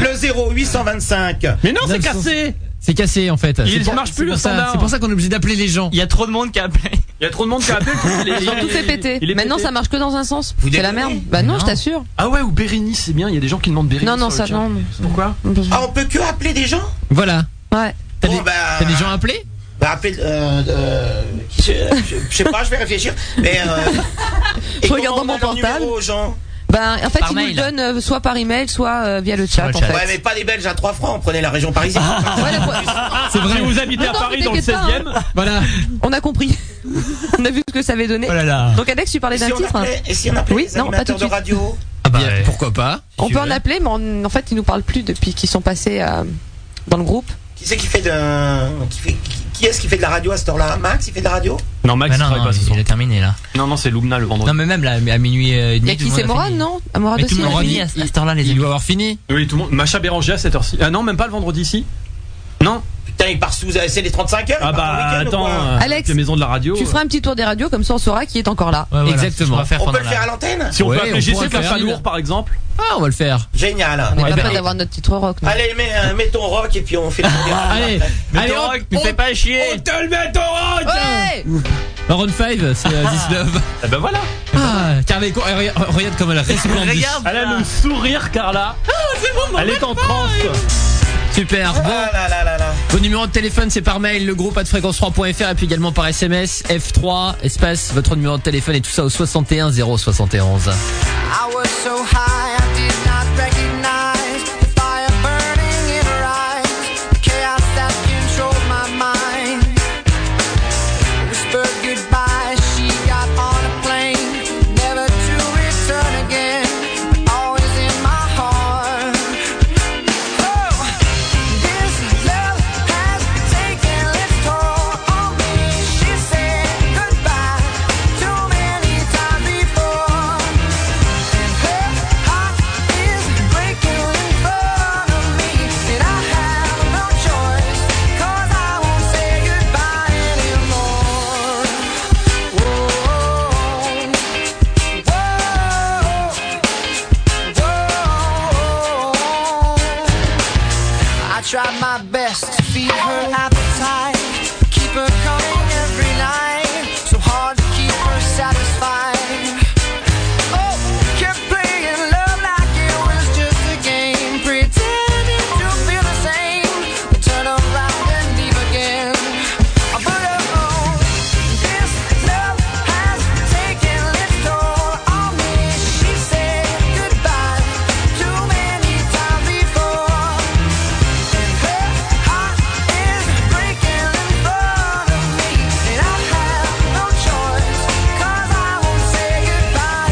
Speaker 4: le 0825.
Speaker 9: Mais non, c'est
Speaker 15: 900.
Speaker 9: cassé
Speaker 15: C'est cassé en fait.
Speaker 9: Il
Speaker 15: C'est pour-
Speaker 9: marche
Speaker 15: c'est
Speaker 9: plus, le
Speaker 15: pour ça-
Speaker 9: standard.
Speaker 15: C'est pour ça qu'on est obligé d'appeler les gens.
Speaker 2: Il y a trop de monde qui a appelé.
Speaker 9: Il y a trop de monde
Speaker 15: *laughs*
Speaker 9: qui appelle.
Speaker 8: Ils ont tout fait péter. Maintenant, ça marche que dans un sens.
Speaker 9: Vous
Speaker 8: C'est la
Speaker 9: déconnez
Speaker 8: merde. Bah non, je t'assure.
Speaker 9: Ah ouais, ou Bérénice, c'est bien, il y a des gens qui demandent Bérénice.
Speaker 8: Non, non,
Speaker 9: sur le
Speaker 8: ça,
Speaker 9: chat.
Speaker 8: non.
Speaker 9: Pourquoi
Speaker 4: Ah, on peut que appeler des gens
Speaker 1: Voilà.
Speaker 8: Ouais.
Speaker 1: T'as
Speaker 9: Oh,
Speaker 4: des,
Speaker 1: gens appelés
Speaker 4: Ah. bah, appelez, euh, euh, qui se- je, je sais pas, je vais réfléchir. Mais
Speaker 9: *laughs*
Speaker 4: euh,
Speaker 9: Ah,
Speaker 4: et
Speaker 8: Je regarde
Speaker 4: comment
Speaker 8: dans
Speaker 4: on
Speaker 8: mon
Speaker 4: donne leur
Speaker 8: portable.
Speaker 4: numéro aux gens
Speaker 8: Ben, en fait,
Speaker 4: Par
Speaker 8: ils nous le
Speaker 4: mail.
Speaker 8: donnent euh, soit par email, soit euh, via le chat, en
Speaker 4: Ouais,
Speaker 8: fait.
Speaker 4: mais pas des Belges à 3 francs, on prenait la région parisienne.
Speaker 9: Ah. C'est vrai. Si vous habitez
Speaker 8: Non,
Speaker 9: à
Speaker 8: non,
Speaker 9: Paris
Speaker 8: vous
Speaker 9: dans le 16
Speaker 8: t'inquiète
Speaker 9: e
Speaker 8: pas, hein. On a compris. *laughs* on a vu ce que ça avait donné.
Speaker 1: Oh là là.
Speaker 8: Donc, Alex, tu parlais
Speaker 4: Et
Speaker 8: d'un
Speaker 4: si on
Speaker 8: titre. hein.
Speaker 4: appelait- et si on appelait
Speaker 8: oui,
Speaker 4: les
Speaker 8: non, pas tout
Speaker 4: animateurs
Speaker 8: de
Speaker 4: de
Speaker 8: suite.
Speaker 4: radio
Speaker 1: Bien, Pourquoi pas
Speaker 8: On peut en appeler, mais en, en fait, ils nous parlent plus depuis qu'ils sont passés euh, dans le groupe.
Speaker 4: Qui c'est qui fait de. Qui, fait- qui- qui est-ce qui fait de la radio à cette heure-là Max, il fait de la radio
Speaker 9: Non, Max,
Speaker 2: Bah non,
Speaker 9: il travaille
Speaker 2: non,
Speaker 9: pas ce
Speaker 2: il,
Speaker 9: soir.
Speaker 2: il a terminé là.
Speaker 9: Non, non, c'est Loubna le vendredi.
Speaker 2: Non, mais même là, à minuit euh, et
Speaker 8: Il y
Speaker 2: demi.
Speaker 8: a
Speaker 2: tout
Speaker 8: qui
Speaker 2: le monde
Speaker 8: C'est
Speaker 2: a fini.
Speaker 8: Morane, non À Morane
Speaker 2: Mais tout
Speaker 8: aussi, hein.
Speaker 2: le
Speaker 8: il a
Speaker 2: monde a
Speaker 8: fini.
Speaker 2: fini à cette heure-là, les
Speaker 1: Il
Speaker 2: amis.
Speaker 1: doit avoir fini.
Speaker 9: Oui, tout le monde. Macha Béranger à cette heure-ci. Ah non, même pas le vendredi, si Non
Speaker 4: Putain, il part sous. euh, C'est les 35 heures
Speaker 9: Ah
Speaker 4: il part
Speaker 9: bah
Speaker 4: en week-end ou
Speaker 9: attends,
Speaker 4: quoi
Speaker 9: euh,
Speaker 8: Alex,
Speaker 9: la maison de la radio.
Speaker 8: Tu feras un petit tour des radios, comme ça on saura qui est encore là.
Speaker 2: Ouais, voilà,
Speaker 1: Exactement.
Speaker 2: c'est ce qu'on va faire
Speaker 4: On peut
Speaker 2: pendant
Speaker 4: le
Speaker 2: la-
Speaker 4: faire à l'antenne
Speaker 9: Si on
Speaker 1: Ouais,
Speaker 9: peut
Speaker 1: on
Speaker 9: appeler Jessé
Speaker 1: pourrait le faire,
Speaker 9: Chalour
Speaker 1: il-
Speaker 9: par exemple.
Speaker 1: Ah, on va le faire.
Speaker 4: Génial.
Speaker 8: On n'est
Speaker 1: Ouais,
Speaker 8: pas
Speaker 1: bah,
Speaker 8: prêt
Speaker 1: et-
Speaker 8: d'avoir notre titre rock. non.
Speaker 4: Allez, mets, euh, mets ton rock et puis on fait le
Speaker 1: Allez, allez, on,
Speaker 2: Mais fais pas chier
Speaker 4: On te le met ton rock
Speaker 8: Ouais
Speaker 1: Maroon 5, c'est euh, This Love.
Speaker 9: *laughs* Eh ben voilà.
Speaker 1: Ah, Carmé, co- regarde- regarde comme elle resplendit.
Speaker 2: Regarde
Speaker 9: Elle a le sourire Carla.
Speaker 4: Ah,
Speaker 9: Elle est en transe.
Speaker 1: Super. Bon,
Speaker 4: Ah là là là là.
Speaker 1: vos numéros de téléphone, c'est par mail, le groupe at fréquence3.fr et puis également par SMS, F3, espace, votre numéro de téléphone et tout ça au 61 071.
Speaker 13: I was so high I did not recognize the fire burning in her eyes, the chaos that controlled my mind. Whispered goodbye, she got on a plane, never to return again, but always in my heart. Oh, this love has taken its toll on me. She said goodbye too many times before. Tried my best to feed her appetite, keep her coming every night. So hard to keep her satisfied. Oh, kept playing love like it was just a game, pretending to feel the same. Turn around and leave again. But oh, this love has taken its toll on me. She said goodbye too many times before. Her heart is breaking in front of me, and I have no choice 'cause I won't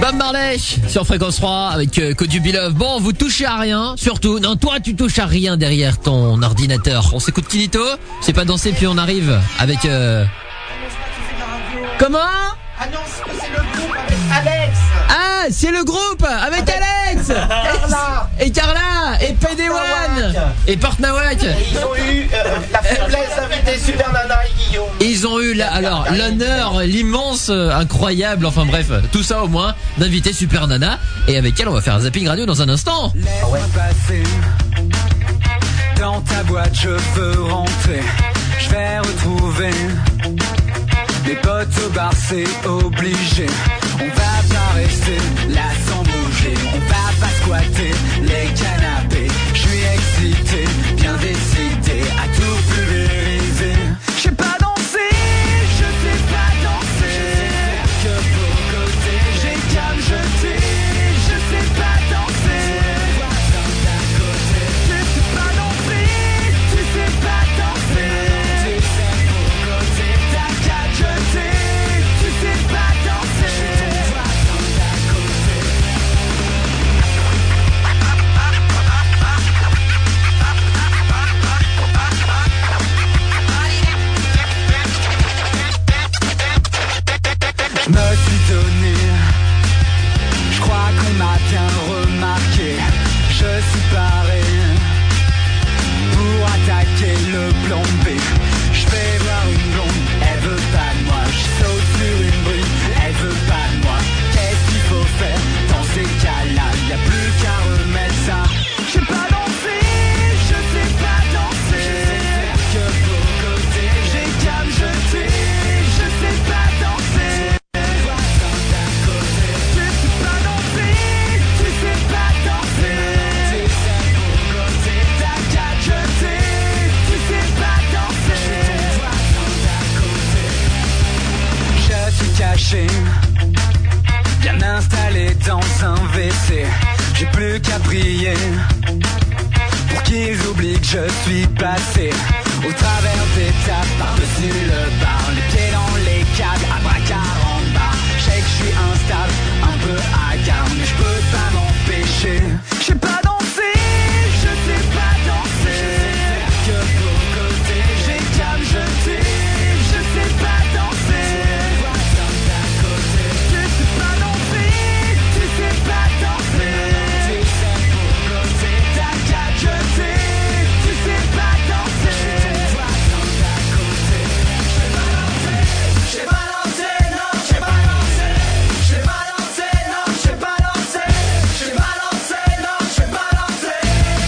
Speaker 1: Bob Marley sur fréquence 3 avec euh, Code du Bilove. Bon, vous touchez à rien, surtout. Non, toi, tu touches à rien derrière ton ordinateur. On s'écoute Kinito, c'est pas danser puis on arrive avec euh, Comment
Speaker 22: Ah non, c'est le groupe avec Alex
Speaker 1: Ah, c'est le groupe avec Alex
Speaker 22: Carla.
Speaker 1: et Carla et PD1 et Portnawak.
Speaker 4: Ils ont eu euh, la faiblesse d'inviter Super Nana et Guillaume.
Speaker 1: Ils ont eu la- alors l'honneur, l'immense, euh, incroyable, enfin bref, tout ça au moins, d'inviter Super Nana. Et avec elle, on va faire un zapping radio dans un instant.
Speaker 22: Laisse-moi passer Dans ta boîte je veux rentrer Je vais retrouver Mes potes au bar c'est obligé On va pas rester là sans bouger On va pas squatter les canapés Je suis excité, bien décidé à tout pulvériser Je sais pas danser, je sais pas danser que pour côté J'ai qu'à me jeter, je sais pas danser tu sais pas danser, tu sais pas danser. Tu sais pour côté, t'as qu'à te jeter. Tu sais pas danser. Je te vois dans ta côté. Me suis donné, je crois qu'on m'a bien remarqué. Je suis paré pour attaquer le plan B. Je vais voir une blonde, elle veut pas de moi. Je saute sur une brune, elle veut pas de moi. Qu'est-ce qu'il faut faire dans ces cas-là Y a plus qu'à remettre ça. Je sais pas danser, je sais pas danser. Je sais faire que pour côté, j'ai qu'à me jeter. Je sais pas danser. Tu sais pas danser, tu sais pas danser. Tu sais pour côté, t'as qu'à te jeter. Tu sais pas danser. Je te vois dans ta côté. Je suis caché, bien installé dans un WC. J'ai plus qu'à prier pour qu'ils oublient que je suis passé. Au travers des tables, par-dessus le bar, les pieds dans les câbles, à braquard en bas. Je sais que je suis instable, un peu hagard, mais je peux pas m'empêcher. Je sais pas danser, je sais pas danser. Je sais faire que pour côté, j'ai qu'à me jeter. Je sais pas danser. Tu sais pas danser, tu sais pas danser. Tu sais pour côté, t'as qu'à te jeter. Tu sais pas danser. Je te vois dans ta côté. Je sais pas danser, non, je sais pas danser. Je sais pas danser, non, je sais pas danser. Je sais pas danser, non, je sais pas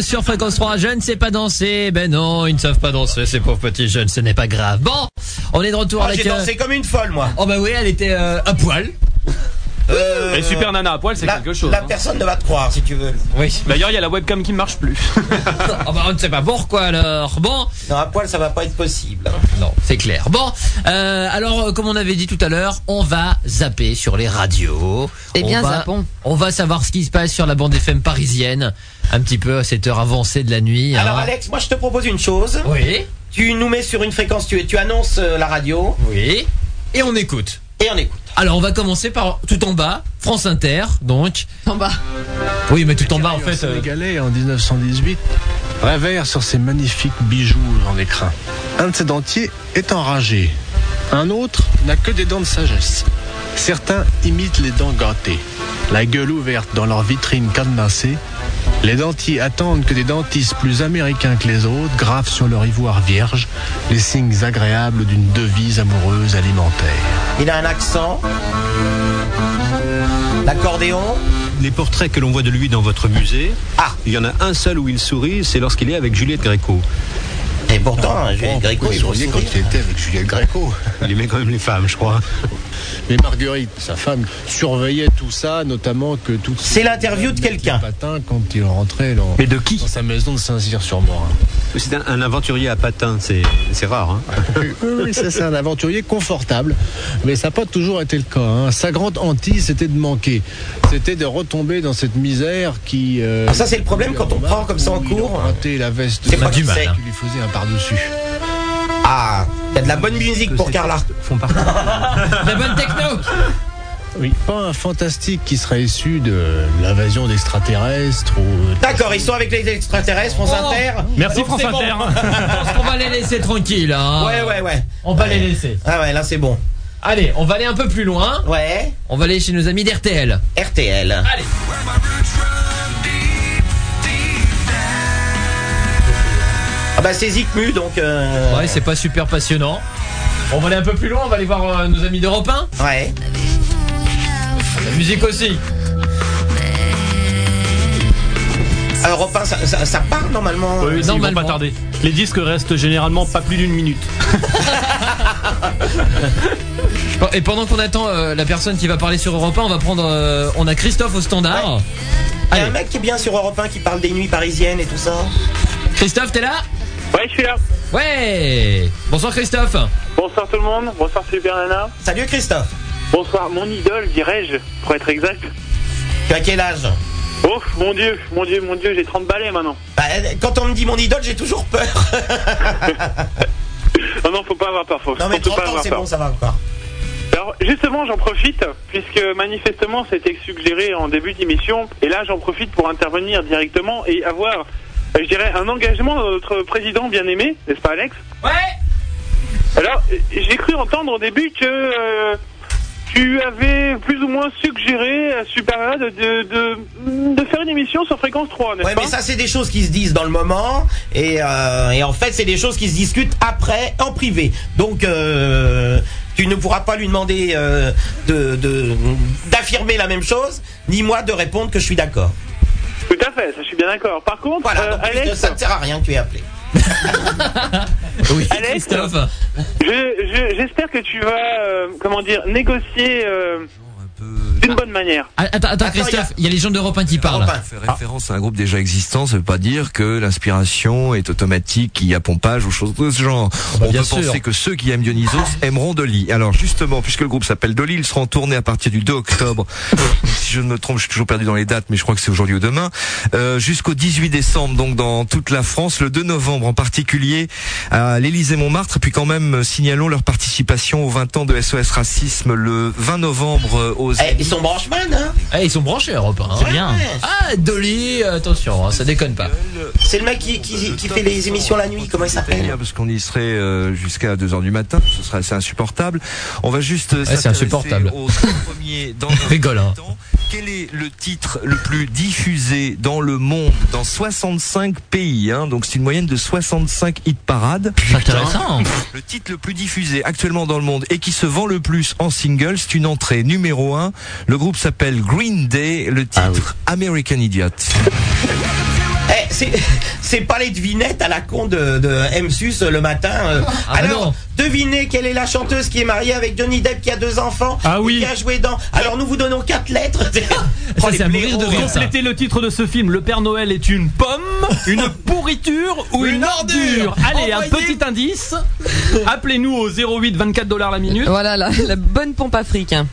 Speaker 1: sur Fréquence 3. Je ne sais pas danser. Ben non, ils ne savent pas danser, ces pauvres petits jeunes. Ce n'est pas grave. Bon, on est de retour
Speaker 4: Oh,
Speaker 1: avec... euh,
Speaker 4: j'ai dansé comme une folle, moi.
Speaker 1: Oh bah oui, elle était euh, à poil.
Speaker 4: Euh,
Speaker 9: Et super nana à poil, c'est
Speaker 4: la-
Speaker 9: quelque chose.
Speaker 4: La
Speaker 9: hein.
Speaker 4: personne ne va te croire, si tu veux.
Speaker 1: Oui.
Speaker 9: D'ailleurs, il y a la webcam qui ne marche
Speaker 2: *laughs*
Speaker 9: plus.
Speaker 1: Ah bah, on ne sait pas pourquoi alors. Bon.
Speaker 4: Non, à poil, ça va pas être possible.
Speaker 1: Non, c'est clair. Bon, euh, alors euh, comme on avait dit tout à l'heure, on va zapper sur les radios.
Speaker 8: Eh
Speaker 1: On
Speaker 8: bien,
Speaker 1: va-
Speaker 8: zappons.
Speaker 1: On va savoir ce qui se passe sur la bande FM parisienne, un petit peu à cette heure avancée de la nuit.
Speaker 4: Alors,
Speaker 1: hein.
Speaker 4: Alex, moi, je te propose une chose.
Speaker 1: Oui.
Speaker 4: Tu nous mets sur une fréquence, tu, tu annonces euh, la radio.
Speaker 1: Oui. Et on écoute.
Speaker 4: Et on écoute.
Speaker 1: Alors on va commencer par tout en bas, France Inter, donc.
Speaker 8: En bas.
Speaker 1: Oui, mais tout en bas en
Speaker 19: Les
Speaker 1: fait. euh,
Speaker 19: Sénégalais en 1918 rêvèrent sur ces magnifiques bijoux en écrin. Un de ces dentiers est enragé. Un autre n'a que des dents de sagesse. Certains imitent les dents gâtées, la gueule ouverte dans leur vitrine cadenassée. Les dentiers attendent que des dentistes plus américains que les autres gravent sur leur ivoire vierge les signes agréables d'une devise amoureuse alimentaire.
Speaker 4: Il a un accent. L'accordéon. Ah.
Speaker 23: Les portraits que l'on voit de lui dans votre musée, il y en a un seul où il sourit, c'est lorsqu'il est avec Juliette Gréco.
Speaker 4: Et pourtant,
Speaker 19: Ah,
Speaker 4: Juliette Gréco, il faut
Speaker 23: quand il était avec Juliette Gréco. il aimait quand même les femmes, je crois.
Speaker 19: Mais Marguerite, sa femme, surveillait tout ça, notamment que tout.
Speaker 4: C'est l'interview de quelqu'un.
Speaker 19: Patin quand il rentrait dans.
Speaker 23: Mais de qui
Speaker 19: Dans sa maison de hein. Saint-Cyr-sur-Morin.
Speaker 23: C'est un, un aventurier à patins, c'est c'est rare. hein.
Speaker 19: *laughs* Oui, oui, ça c'est un aventurier confortable, mais ça n'a pas toujours été le cas. hein. Sa grande hantise, c'était de manquer, c'était de retomber dans cette misère qui. euh,
Speaker 4: Ah, ça, c'est le problème quand on prend comme ça en
Speaker 19: où il
Speaker 4: cours.
Speaker 19: empruntait la veste.
Speaker 4: C'est pas du mal, hein.
Speaker 19: Tu lui faisais un par-dessus.
Speaker 4: Ah, il y a de la bonne musique pour Carla.
Speaker 1: *laughs*
Speaker 23: Font partie.
Speaker 1: La bonne techno
Speaker 19: Oui, pas un fantastique qui serait issu de l'invasion d'extraterrestres ou.
Speaker 4: D'accord, ils sont avec les extraterrestres, France
Speaker 1: Oh.
Speaker 4: Inter.
Speaker 19: Merci,
Speaker 4: Donc,
Speaker 19: France
Speaker 4: c'est bon.
Speaker 19: Inter.
Speaker 1: Je pense qu'on va les laisser tranquilles. hein.
Speaker 4: Ouais, ouais, ouais.
Speaker 1: On va
Speaker 4: Ouais.
Speaker 1: les laisser.
Speaker 4: Ah ouais, là c'est bon.
Speaker 1: Allez, on va aller un peu plus loin.
Speaker 4: Ouais.
Speaker 1: On va aller chez nos amis d'RTL.
Speaker 4: RTL.
Speaker 1: Allez.
Speaker 4: Ah bah c'est Zikmu donc. euh,
Speaker 1: Ouais, c'est pas super passionnant. On va aller un peu plus loin, on va aller voir euh, nos amis d'Europe 1.
Speaker 4: Ouais.
Speaker 1: La musique aussi.
Speaker 4: Europe 1, ça, ça- ça part normalement.
Speaker 9: Oui, oui, si, ils vont pas tarder. Les disques restent généralement pas plus d'une minute.
Speaker 1: Et pendant qu'on attend euh, la personne qui va parler sur Europe 1, on va prendre. euh, on a Christophe au standard.
Speaker 4: Il y a un mec qui est bien sur Europe 1 qui parle des nuits parisiennes et tout ça.
Speaker 1: Christophe, t'es là
Speaker 21: Ouais, je suis là.
Speaker 4: Eh,
Speaker 1: Ouais Bonsoir Christophe
Speaker 21: Bonsoir tout le monde, bonsoir Super Nana.
Speaker 4: Salut Christophe.
Speaker 21: Bonsoir mon idole, dirais-je, pour être exact.
Speaker 4: Tu as quel âge
Speaker 21: Oh mon dieu, mon dieu, mon dieu, j'ai 30 balais maintenant.
Speaker 4: Bah, quand on me dit mon idole, j'ai toujours peur.
Speaker 21: Non, non, faut pas avoir peur, faut,
Speaker 4: Non mais
Speaker 21: faut
Speaker 4: 30
Speaker 21: pas
Speaker 4: ans,
Speaker 21: avoir
Speaker 4: c'est
Speaker 21: peur.
Speaker 4: bon, ça va encore.
Speaker 21: Alors justement, j'en profite, puisque manifestement, c'était suggéré en début d'émission, et là, j'en profite pour intervenir directement et avoir, euh, je dirais, un engagement de notre président bien-aimé, n'est-ce pas Alex
Speaker 1: Ouais
Speaker 21: Alors, euh, j'ai cru entendre au début que euh, tu avais plus ou moins suggéré à Super de, de, de, de faire une émission sur fréquence 3, n'est-ce
Speaker 4: Ouais,
Speaker 21: pas
Speaker 4: mais ça, c'est des choses qui se disent dans le moment. Et, euh, et en fait, c'est des choses qui se discutent après, en privé. Donc, euh, tu ne pourras pas lui demander euh, de- de- d'affirmer la même chose, ni moi de répondre que je suis d'accord.
Speaker 21: Tout à fait, ça, je suis bien d'accord. Par contre,
Speaker 4: Voilà,
Speaker 21: euh,
Speaker 4: donc
Speaker 21: Alex,
Speaker 4: ça ne sert à rien que tu aies appelé.
Speaker 1: Oui,
Speaker 21: Alex
Speaker 1: Christophe
Speaker 21: je- je- j'espère que tu vas, euh, comment dire, négocier euh, d'une bonne manière.
Speaker 1: Ah, Attends, attends Christophe, il y, a les gens d'Europe 1 qui parlent.
Speaker 24: Fait référence à un groupe déjà existant, ça veut pas dire que l'inspiration est automatique, qu'il y a pompage ou choses de ce genre.
Speaker 1: bah,
Speaker 24: On
Speaker 1: bien
Speaker 24: peut
Speaker 1: sûr. Ah.
Speaker 24: penser que ceux qui aiment Dionysos aimeront Dolly. Alors justement, puisque le groupe s'appelle Dolly, ils seront en tournée à partir du 2 octobre. si je ne me trompe, je suis toujours perdu dans les dates, mais je crois que c'est aujourd'hui ou demain. Euh, Jusqu'au 18 décembre, donc dans toute la France, le 2 novembre en particulier à l'Élysée-Montmartre. Et puis quand même, euh, signalons leur participation aux 20 ans de SOS Racisme le 20 novembre euh, aux...
Speaker 4: Eh, ils sont branchemans, hein
Speaker 1: Ah, ils sont branchés Europe 1. hein.
Speaker 4: C'est bien.
Speaker 1: Ah, Dolly, euh, attention, hein, ça déconne pas.
Speaker 4: C'est le mec qui, qui- qui fait les émissions la nuit, comment il s'appelle
Speaker 24: Pénible, parce qu'on y serait euh, jusqu'à 2 heures du matin, ce serait assez insupportable. On va juste euh, s'intéresser
Speaker 1: c'est insupportable.
Speaker 24: aux
Speaker 1: *laughs*
Speaker 24: trois premiers dans un
Speaker 1: Rigole, hein.
Speaker 24: temps. Quel est le titre le plus diffusé dans le monde dans 65 pays hein Donc c'est une moyenne de 65 hit parades.
Speaker 1: Intéressant.
Speaker 24: Le titre le plus diffusé actuellement dans le monde et qui se vend le plus en single, c'est une entrée numéro 1.
Speaker 1: Ah
Speaker 24: Le groupe s'appelle Green Day, le titre American Idiot.
Speaker 4: Eh, c'est- *laughs* c'est pas les devinettes à la con de, de MSUS le matin. euh.
Speaker 3: Ah,
Speaker 4: Alors,
Speaker 3: non.
Speaker 4: devinez quelle est la chanteuse qui est mariée avec Johnny Depp qui a deux enfants ah, oui. qui a joué dans. Alors nous vous donnons quatre lettres. *laughs* Oh, les blaireaux, hein.
Speaker 9: Complétez le titre de ce film. Le Père Noël est une pomme, *laughs* une pourriture ou une,
Speaker 4: Une
Speaker 9: ordure.
Speaker 4: ordure.
Speaker 9: Allez, un
Speaker 4: Envoyez-
Speaker 9: petit indice. Appelez-nous au 08 24 dollars la minute.
Speaker 8: Voilà la, la bonne pompe afrique. hein.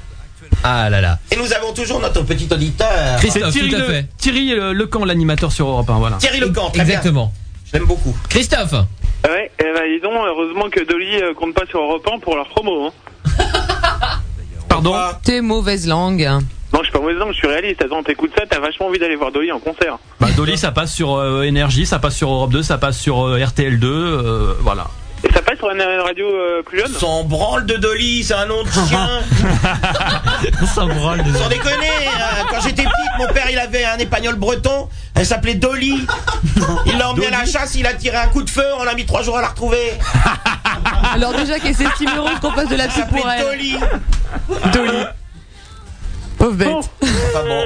Speaker 9: Ah là là.
Speaker 4: Et nous avons toujours notre petit auditeur.
Speaker 9: C'est Thierry, Le- Thierry euh, Lecan, l'animateur sur Europe 1, voilà.
Speaker 4: Thierry Lecan, très
Speaker 1: Exactement.
Speaker 4: Je l'aime beaucoup.
Speaker 1: Christophe
Speaker 21: Ouais, eh ben, dis donc, heureusement que Dolly euh, compte pas sur Europe 1 pour leur promo. Hein.
Speaker 9: Pardon
Speaker 8: T'es mauvaise langue. *laughs* hein.
Speaker 21: Non, je suis pas mauvais exemple, je suis réaliste. Attends, t'écoutes ça, t'as vachement envie d'aller voir Dolly en concert.
Speaker 9: Bah, Dolly, ça passe sur euh, Énergie, ça passe sur Europe 2, ça passe sur euh, RTL2, euh, voilà.
Speaker 21: Et ça passe sur une euh, radio euh, plus jeune
Speaker 4: Sans branle de Dolly, c'est un nom de
Speaker 9: *laughs*
Speaker 4: chien.
Speaker 9: Sans branle de
Speaker 4: Sans déconner, euh, quand j'étais petite, mon père il avait un épagnol breton, elle s'appelait Dolly. Il l'a emmené à la chasse, il a tiré un coup de feu, on a mis trois jours à la retrouver.
Speaker 8: *laughs* Alors déjà qu'est-ce que c'est stimulants qu'on passe de la pub pour elle.
Speaker 4: Dolly.
Speaker 8: Dolly. Pauvre bête.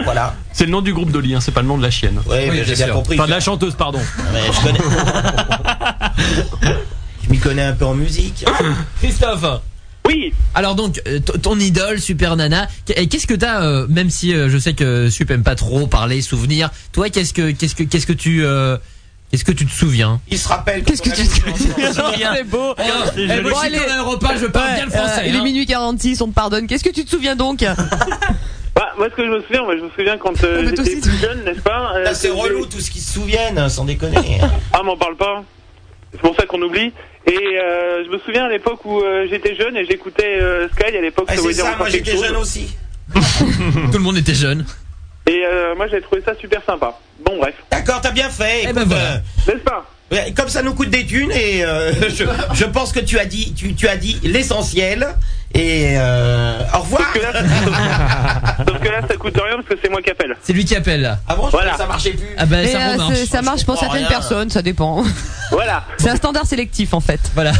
Speaker 4: voilà.
Speaker 9: C'est le nom du groupe Dolly, hein, c'est pas le nom de la chienne.
Speaker 4: Ouais, mais j'ai bien compris.
Speaker 9: Enfin, de la chanteuse, pardon.
Speaker 4: Mais je connais. je m'y connais un peu en musique.
Speaker 1: Christophe
Speaker 21: Oui
Speaker 1: Alors donc, euh, t- ton idole, Super Nana, qu- et qu'est-ce que t'as, euh, même si euh, je sais que Sup aime pas trop parler souvenirs, toi, qu'est-ce que, qu'est-ce que, qu'est-ce que tu, euh, qu'est-ce que tu te souviens
Speaker 4: Il se rappelle. Qu'est-ce que tu
Speaker 8: *laughs*
Speaker 1: C'est
Speaker 4: Oh,
Speaker 8: beau.
Speaker 1: Eh, moi, je suis
Speaker 8: allez.
Speaker 1: quand même repas, je parle bien le français,
Speaker 8: Il est
Speaker 1: hein.
Speaker 8: minuit 46, on te pardonne. Qu'est-ce que tu te souviens donc
Speaker 21: Bah, moi, ce que je me souviens, moi, je me souviens quand euh, j'étais plus jeune, n'est-ce pas Euh,
Speaker 4: Là, c'est
Speaker 21: que-
Speaker 4: relou tout ce qu'ils se souviennent, hein, sans déconner.
Speaker 21: Ah, m'en parle pas. C'est pour ça qu'on oublie. Et euh, je me souviens à l'époque où euh, j'étais jeune et j'écoutais euh, Sky à l'époque.
Speaker 4: Ah,
Speaker 21: ça
Speaker 4: c'est
Speaker 21: voulait dire
Speaker 4: ça,
Speaker 21: encore
Speaker 4: moi,
Speaker 21: quelque
Speaker 4: j'étais
Speaker 21: chose.
Speaker 4: jeune aussi.
Speaker 1: Tout le monde était jeune.
Speaker 21: Et euh, moi, j'ai trouvé ça super sympa. Bon, bref.
Speaker 4: D'accord, t'as bien fait. écoute, euh,
Speaker 21: N'est-ce pas
Speaker 4: Ouais, Comme ça nous coûte des thunes et euh, *laughs* je, je pense que tu as dit tu, tu as dit l'essentiel et euh, au revoir. *laughs*
Speaker 21: Sauf que là, ça coûte rien parce que c'est moi qui appelle.
Speaker 1: C'est lui qui appelle là.
Speaker 4: Ah bon,
Speaker 21: Voilà.
Speaker 4: ça marchait plus.
Speaker 1: Ah ben
Speaker 8: Mais,
Speaker 1: ça
Speaker 8: euh,
Speaker 1: remarche.
Speaker 8: c'est- ça marche pour
Speaker 1: comprends
Speaker 8: certaines
Speaker 1: rien.
Speaker 8: personnes, ça dépend.
Speaker 21: Voilà.
Speaker 8: C'est un standard sélectif en fait.
Speaker 1: Voilà.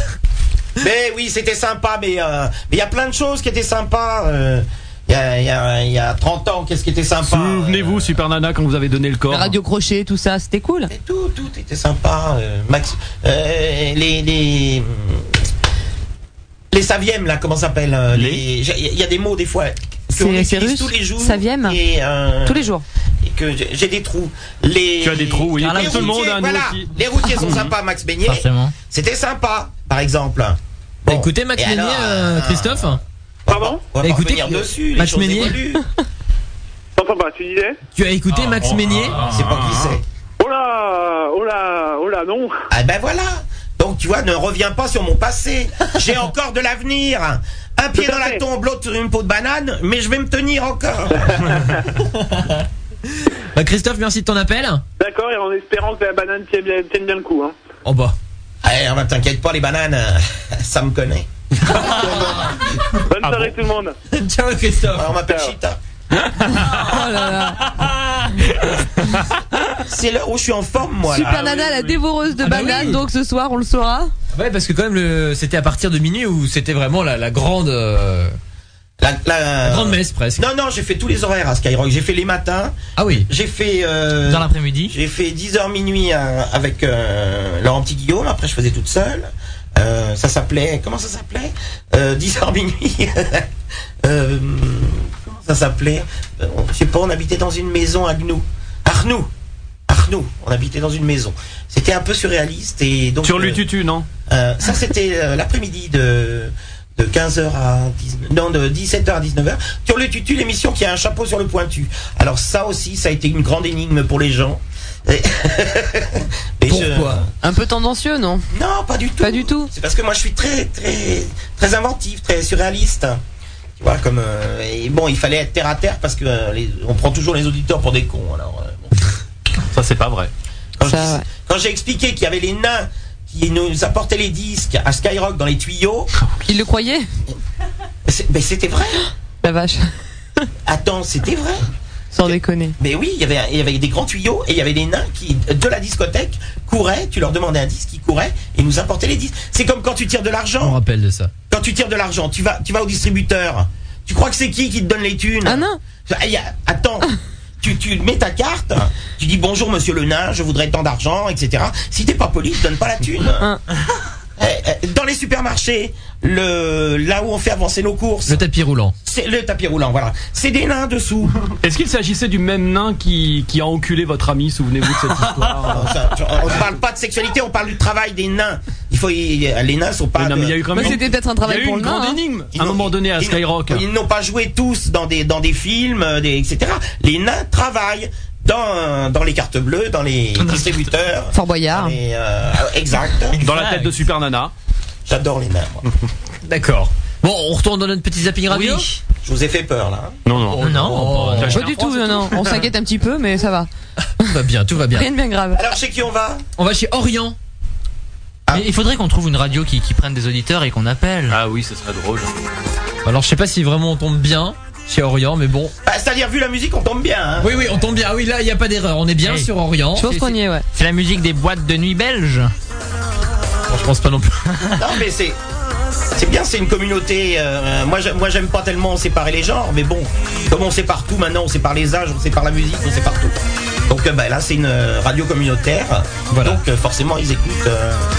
Speaker 4: Mais oui, c'était sympa, mais euh, mais il y a plein de choses qui étaient sympas. euh, Il y, a, il y a- il y a 30 ans, qu'est-ce qui était sympa euh,
Speaker 9: Souvenez-vous, Super Nana, quand vous avez donné le corps.
Speaker 8: Radio crochet, tout ça, c'était cool.
Speaker 4: Tout, tout était sympa. euh, Max, euh, les les les Saviem là, comment ça s'appelle euh, les- j'ai- Il y a des mots des fois.
Speaker 8: C'est-
Speaker 4: qu'on utilise
Speaker 8: c'est russe
Speaker 4: tous les jours.
Speaker 8: Saviem
Speaker 4: et, euh,
Speaker 8: Tous les jours.
Speaker 4: et que j'ai j'ai des trous. Les,
Speaker 9: Tu as des trous, oui.
Speaker 4: Les
Speaker 9: Comme tout le monde,
Speaker 4: routiers,
Speaker 9: hein, nous
Speaker 4: voilà.
Speaker 9: aussi. Ah.
Speaker 4: Les routiers sont sympas, Max Beignet.
Speaker 9: Forcément.
Speaker 4: C'était sympa, par exemple. Bon.
Speaker 1: Bah, Écoutez Max
Speaker 4: Et
Speaker 1: Meunier,
Speaker 4: alors,
Speaker 1: euh,
Speaker 4: euh,
Speaker 1: Christophe.
Speaker 21: Pardon
Speaker 4: On va
Speaker 1: Écoutez,
Speaker 4: écoutez,
Speaker 1: euh,
Speaker 4: dessus, les
Speaker 1: Max
Speaker 4: choses
Speaker 1: Meunier.
Speaker 4: évoluent. Ah,
Speaker 21: T'entends pas, tu disais
Speaker 1: Tu as écouté Max Meunier
Speaker 4: C'est pas qui c'est.
Speaker 21: Oh là Oh là Oh là, non
Speaker 4: Ah ben voilà. Donc tu vois, ne reviens pas sur mon passé. J'ai encore de l'avenir. Un pied
Speaker 21: Tout à
Speaker 4: dans la
Speaker 21: fait.
Speaker 4: tombe, l'autre sur une peau de banane, mais je vais me tenir
Speaker 21: *laughs*
Speaker 4: encore.
Speaker 1: Bah, Christophe, merci de ton appel.
Speaker 21: D'accord, et en espérant que la banane tienne bien, tienne bien le coup. Hein.
Speaker 1: Oh bah.
Speaker 4: Allez, on va t'inquiète pas, les bananes, euh, ça me connaît.
Speaker 21: Bonne soirée tout le monde
Speaker 1: Ciao Christophe.
Speaker 4: Alors, Ah, on m'appelle Chita.
Speaker 8: Oh là là.
Speaker 4: C'est l'heure où je suis en forme, moi. là.
Speaker 8: Super Nana, la dévoreuse de
Speaker 1: Ah bah
Speaker 8: bananes,
Speaker 1: oui.
Speaker 8: donc ce soir on le saura.
Speaker 1: Ouais, parce que quand même, le- c'était à partir de minuit où c'était vraiment la, la grande, euh,
Speaker 4: La, la-
Speaker 1: la grande messe presque.
Speaker 4: Non, non, j'ai fait tous les horaires à Skyrock. J'ai fait les matins.
Speaker 1: Ah oui.
Speaker 4: J'ai fait. euh,
Speaker 2: Dans l'après-midi
Speaker 4: J'ai fait 10h minuit euh, avec euh, Laurent Petit Guillaume. Après, je faisais toute seule. Euh, ça s'appelait. Comment ça s'appelait euh, 10h minuit. *laughs* euh, comment ça s'appelait Euh, on- Je sais pas, on habitait dans une maison à Gnou. Arnoux. Arnoux. On habitait dans une maison. C'était un peu surréaliste. et donc
Speaker 9: Sur
Speaker 4: euh,
Speaker 9: l'Ututu, non
Speaker 4: euh, ça, c'était euh, l'après-midi de de 15h à 19 non de 17h à 19h sur le tutu l'émission qui a un chapeau sur le pointu. Alors ça aussi ça a été une grande énigme pour les gens. *laughs* Et- Mais je-
Speaker 1: Pourquoi
Speaker 8: Un peu tendancieux, non
Speaker 4: Non, pas du tout.
Speaker 8: Pas du tout.
Speaker 4: C'est parce que moi je suis très très très inventif, très surréaliste. Tu vois comme euh, et bon, il fallait être terre à terre parce que euh, les- on prend toujours les auditeurs pour des cons. Alors euh, bon.
Speaker 9: Ça, c'est pas vrai.
Speaker 4: Quand je
Speaker 8: Ça,
Speaker 4: dis-
Speaker 8: ouais.
Speaker 4: quand j'ai expliqué qu'il y avait les nains qui nous apportaient les disques à Skyrock dans les
Speaker 8: *laughs*
Speaker 4: tuyaux,
Speaker 8: Il le croyait
Speaker 4: c'est- mais c'était vrai.
Speaker 8: La vache.
Speaker 4: Attends, c'était vrai
Speaker 8: Sans déconner.
Speaker 4: Mais oui, il y avait il y avait des grands tuyaux et il y avait des nains qui de la discothèque couraient, tu leur demandais un disque, ils couraient et ils nous apportaient les disques. C'est comme quand tu tires de
Speaker 1: On
Speaker 4: l'argent.
Speaker 1: rappelle de ça.
Speaker 4: Quand tu tires de l'argent, tu vas tu vas au distributeur. Tu crois que c'est qui qui te donne les thunes
Speaker 8: Ah non *laughs*
Speaker 4: Ah, il y a- Attends. tu, tu mets ta carte, tu dis bonjour monsieur le nain, je voudrais tant d'argent, etc. Si t'es pas poli, je te donne pas la thune.
Speaker 8: Ah.
Speaker 4: Eh, eh, Dans les supermarchés, le là où on fait avancer nos courses. Le tapis roulant. C'est le tapis roulant, voilà. C'est des nains dessous.
Speaker 9: *laughs* Est-ce qu'il s'agissait du même nain qui, qui a enculé votre ami
Speaker 4: *laughs*
Speaker 9: Souvenez-vous de cette histoire.
Speaker 4: Ah, Ça, tu- on ne parle pas de sexualité, on parle du travail des nains. Il faut y- les nains sont pas.
Speaker 9: Mais non, mais il y a eu quand même- Mais c'était
Speaker 8: peut-être un travail pour le nain, hein.
Speaker 4: À un moment donné, à Skyrock. Ils n'ont pas joué tous dans des dans des films, euh, des, etc. Les nains travaillent. Dans, dans les cartes bleues, dans les distributeurs.
Speaker 8: Fort Boyard.
Speaker 4: euh, exact.
Speaker 9: Dans la tête de Super Nana.
Speaker 4: J'adore les
Speaker 9: *laughs*
Speaker 4: nains. moi.
Speaker 1: D'accord. Bon, on retourne dans notre petit zapping radio.
Speaker 4: Je vous ai fait peur là.
Speaker 9: Non, non.
Speaker 1: Oh, non.
Speaker 8: Pas du tout, non, non. On s'inquiète un petit peu, mais ça va.
Speaker 1: Tout va bien, tout va bien.
Speaker 8: Rien de bien grave.
Speaker 4: Alors, chez qui on va
Speaker 1: On va chez Orient.
Speaker 2: Mais il faudrait qu'on trouve une radio qui, qui prenne des auditeurs et qu'on appelle.
Speaker 9: Ah oui, ce serait drôle.
Speaker 1: Alors, je sais pas si vraiment on tombe bien chez Orient, mais bon.
Speaker 4: Bah, C'est-à-dire, vu la musique, on tombe bien.
Speaker 9: *laughs*
Speaker 4: hein.
Speaker 1: Oui, oui, on tombe bien. Ah Oui, là, il n'y a pas d'erreur. On est bien
Speaker 2: Hey.
Speaker 1: sur Orient.
Speaker 2: Je pense qu'on y
Speaker 8: ouais.
Speaker 2: C'est la musique des boîtes de nuit belges.
Speaker 1: Oh, je pense
Speaker 2: *laughs*
Speaker 1: pas non plus.
Speaker 4: Non, mais c'est. C'est bien, c'est une communauté. euh, moi, j'aime- moi, j'aime pas tellement séparer les genres, mais bon, comme on sépare tout maintenant, on sépare les âges, on sépare la musique, on sépare tout. Donc euh, bah, là, c'est une euh, radio communautaire. Donc euh, forcément, ils écoutent.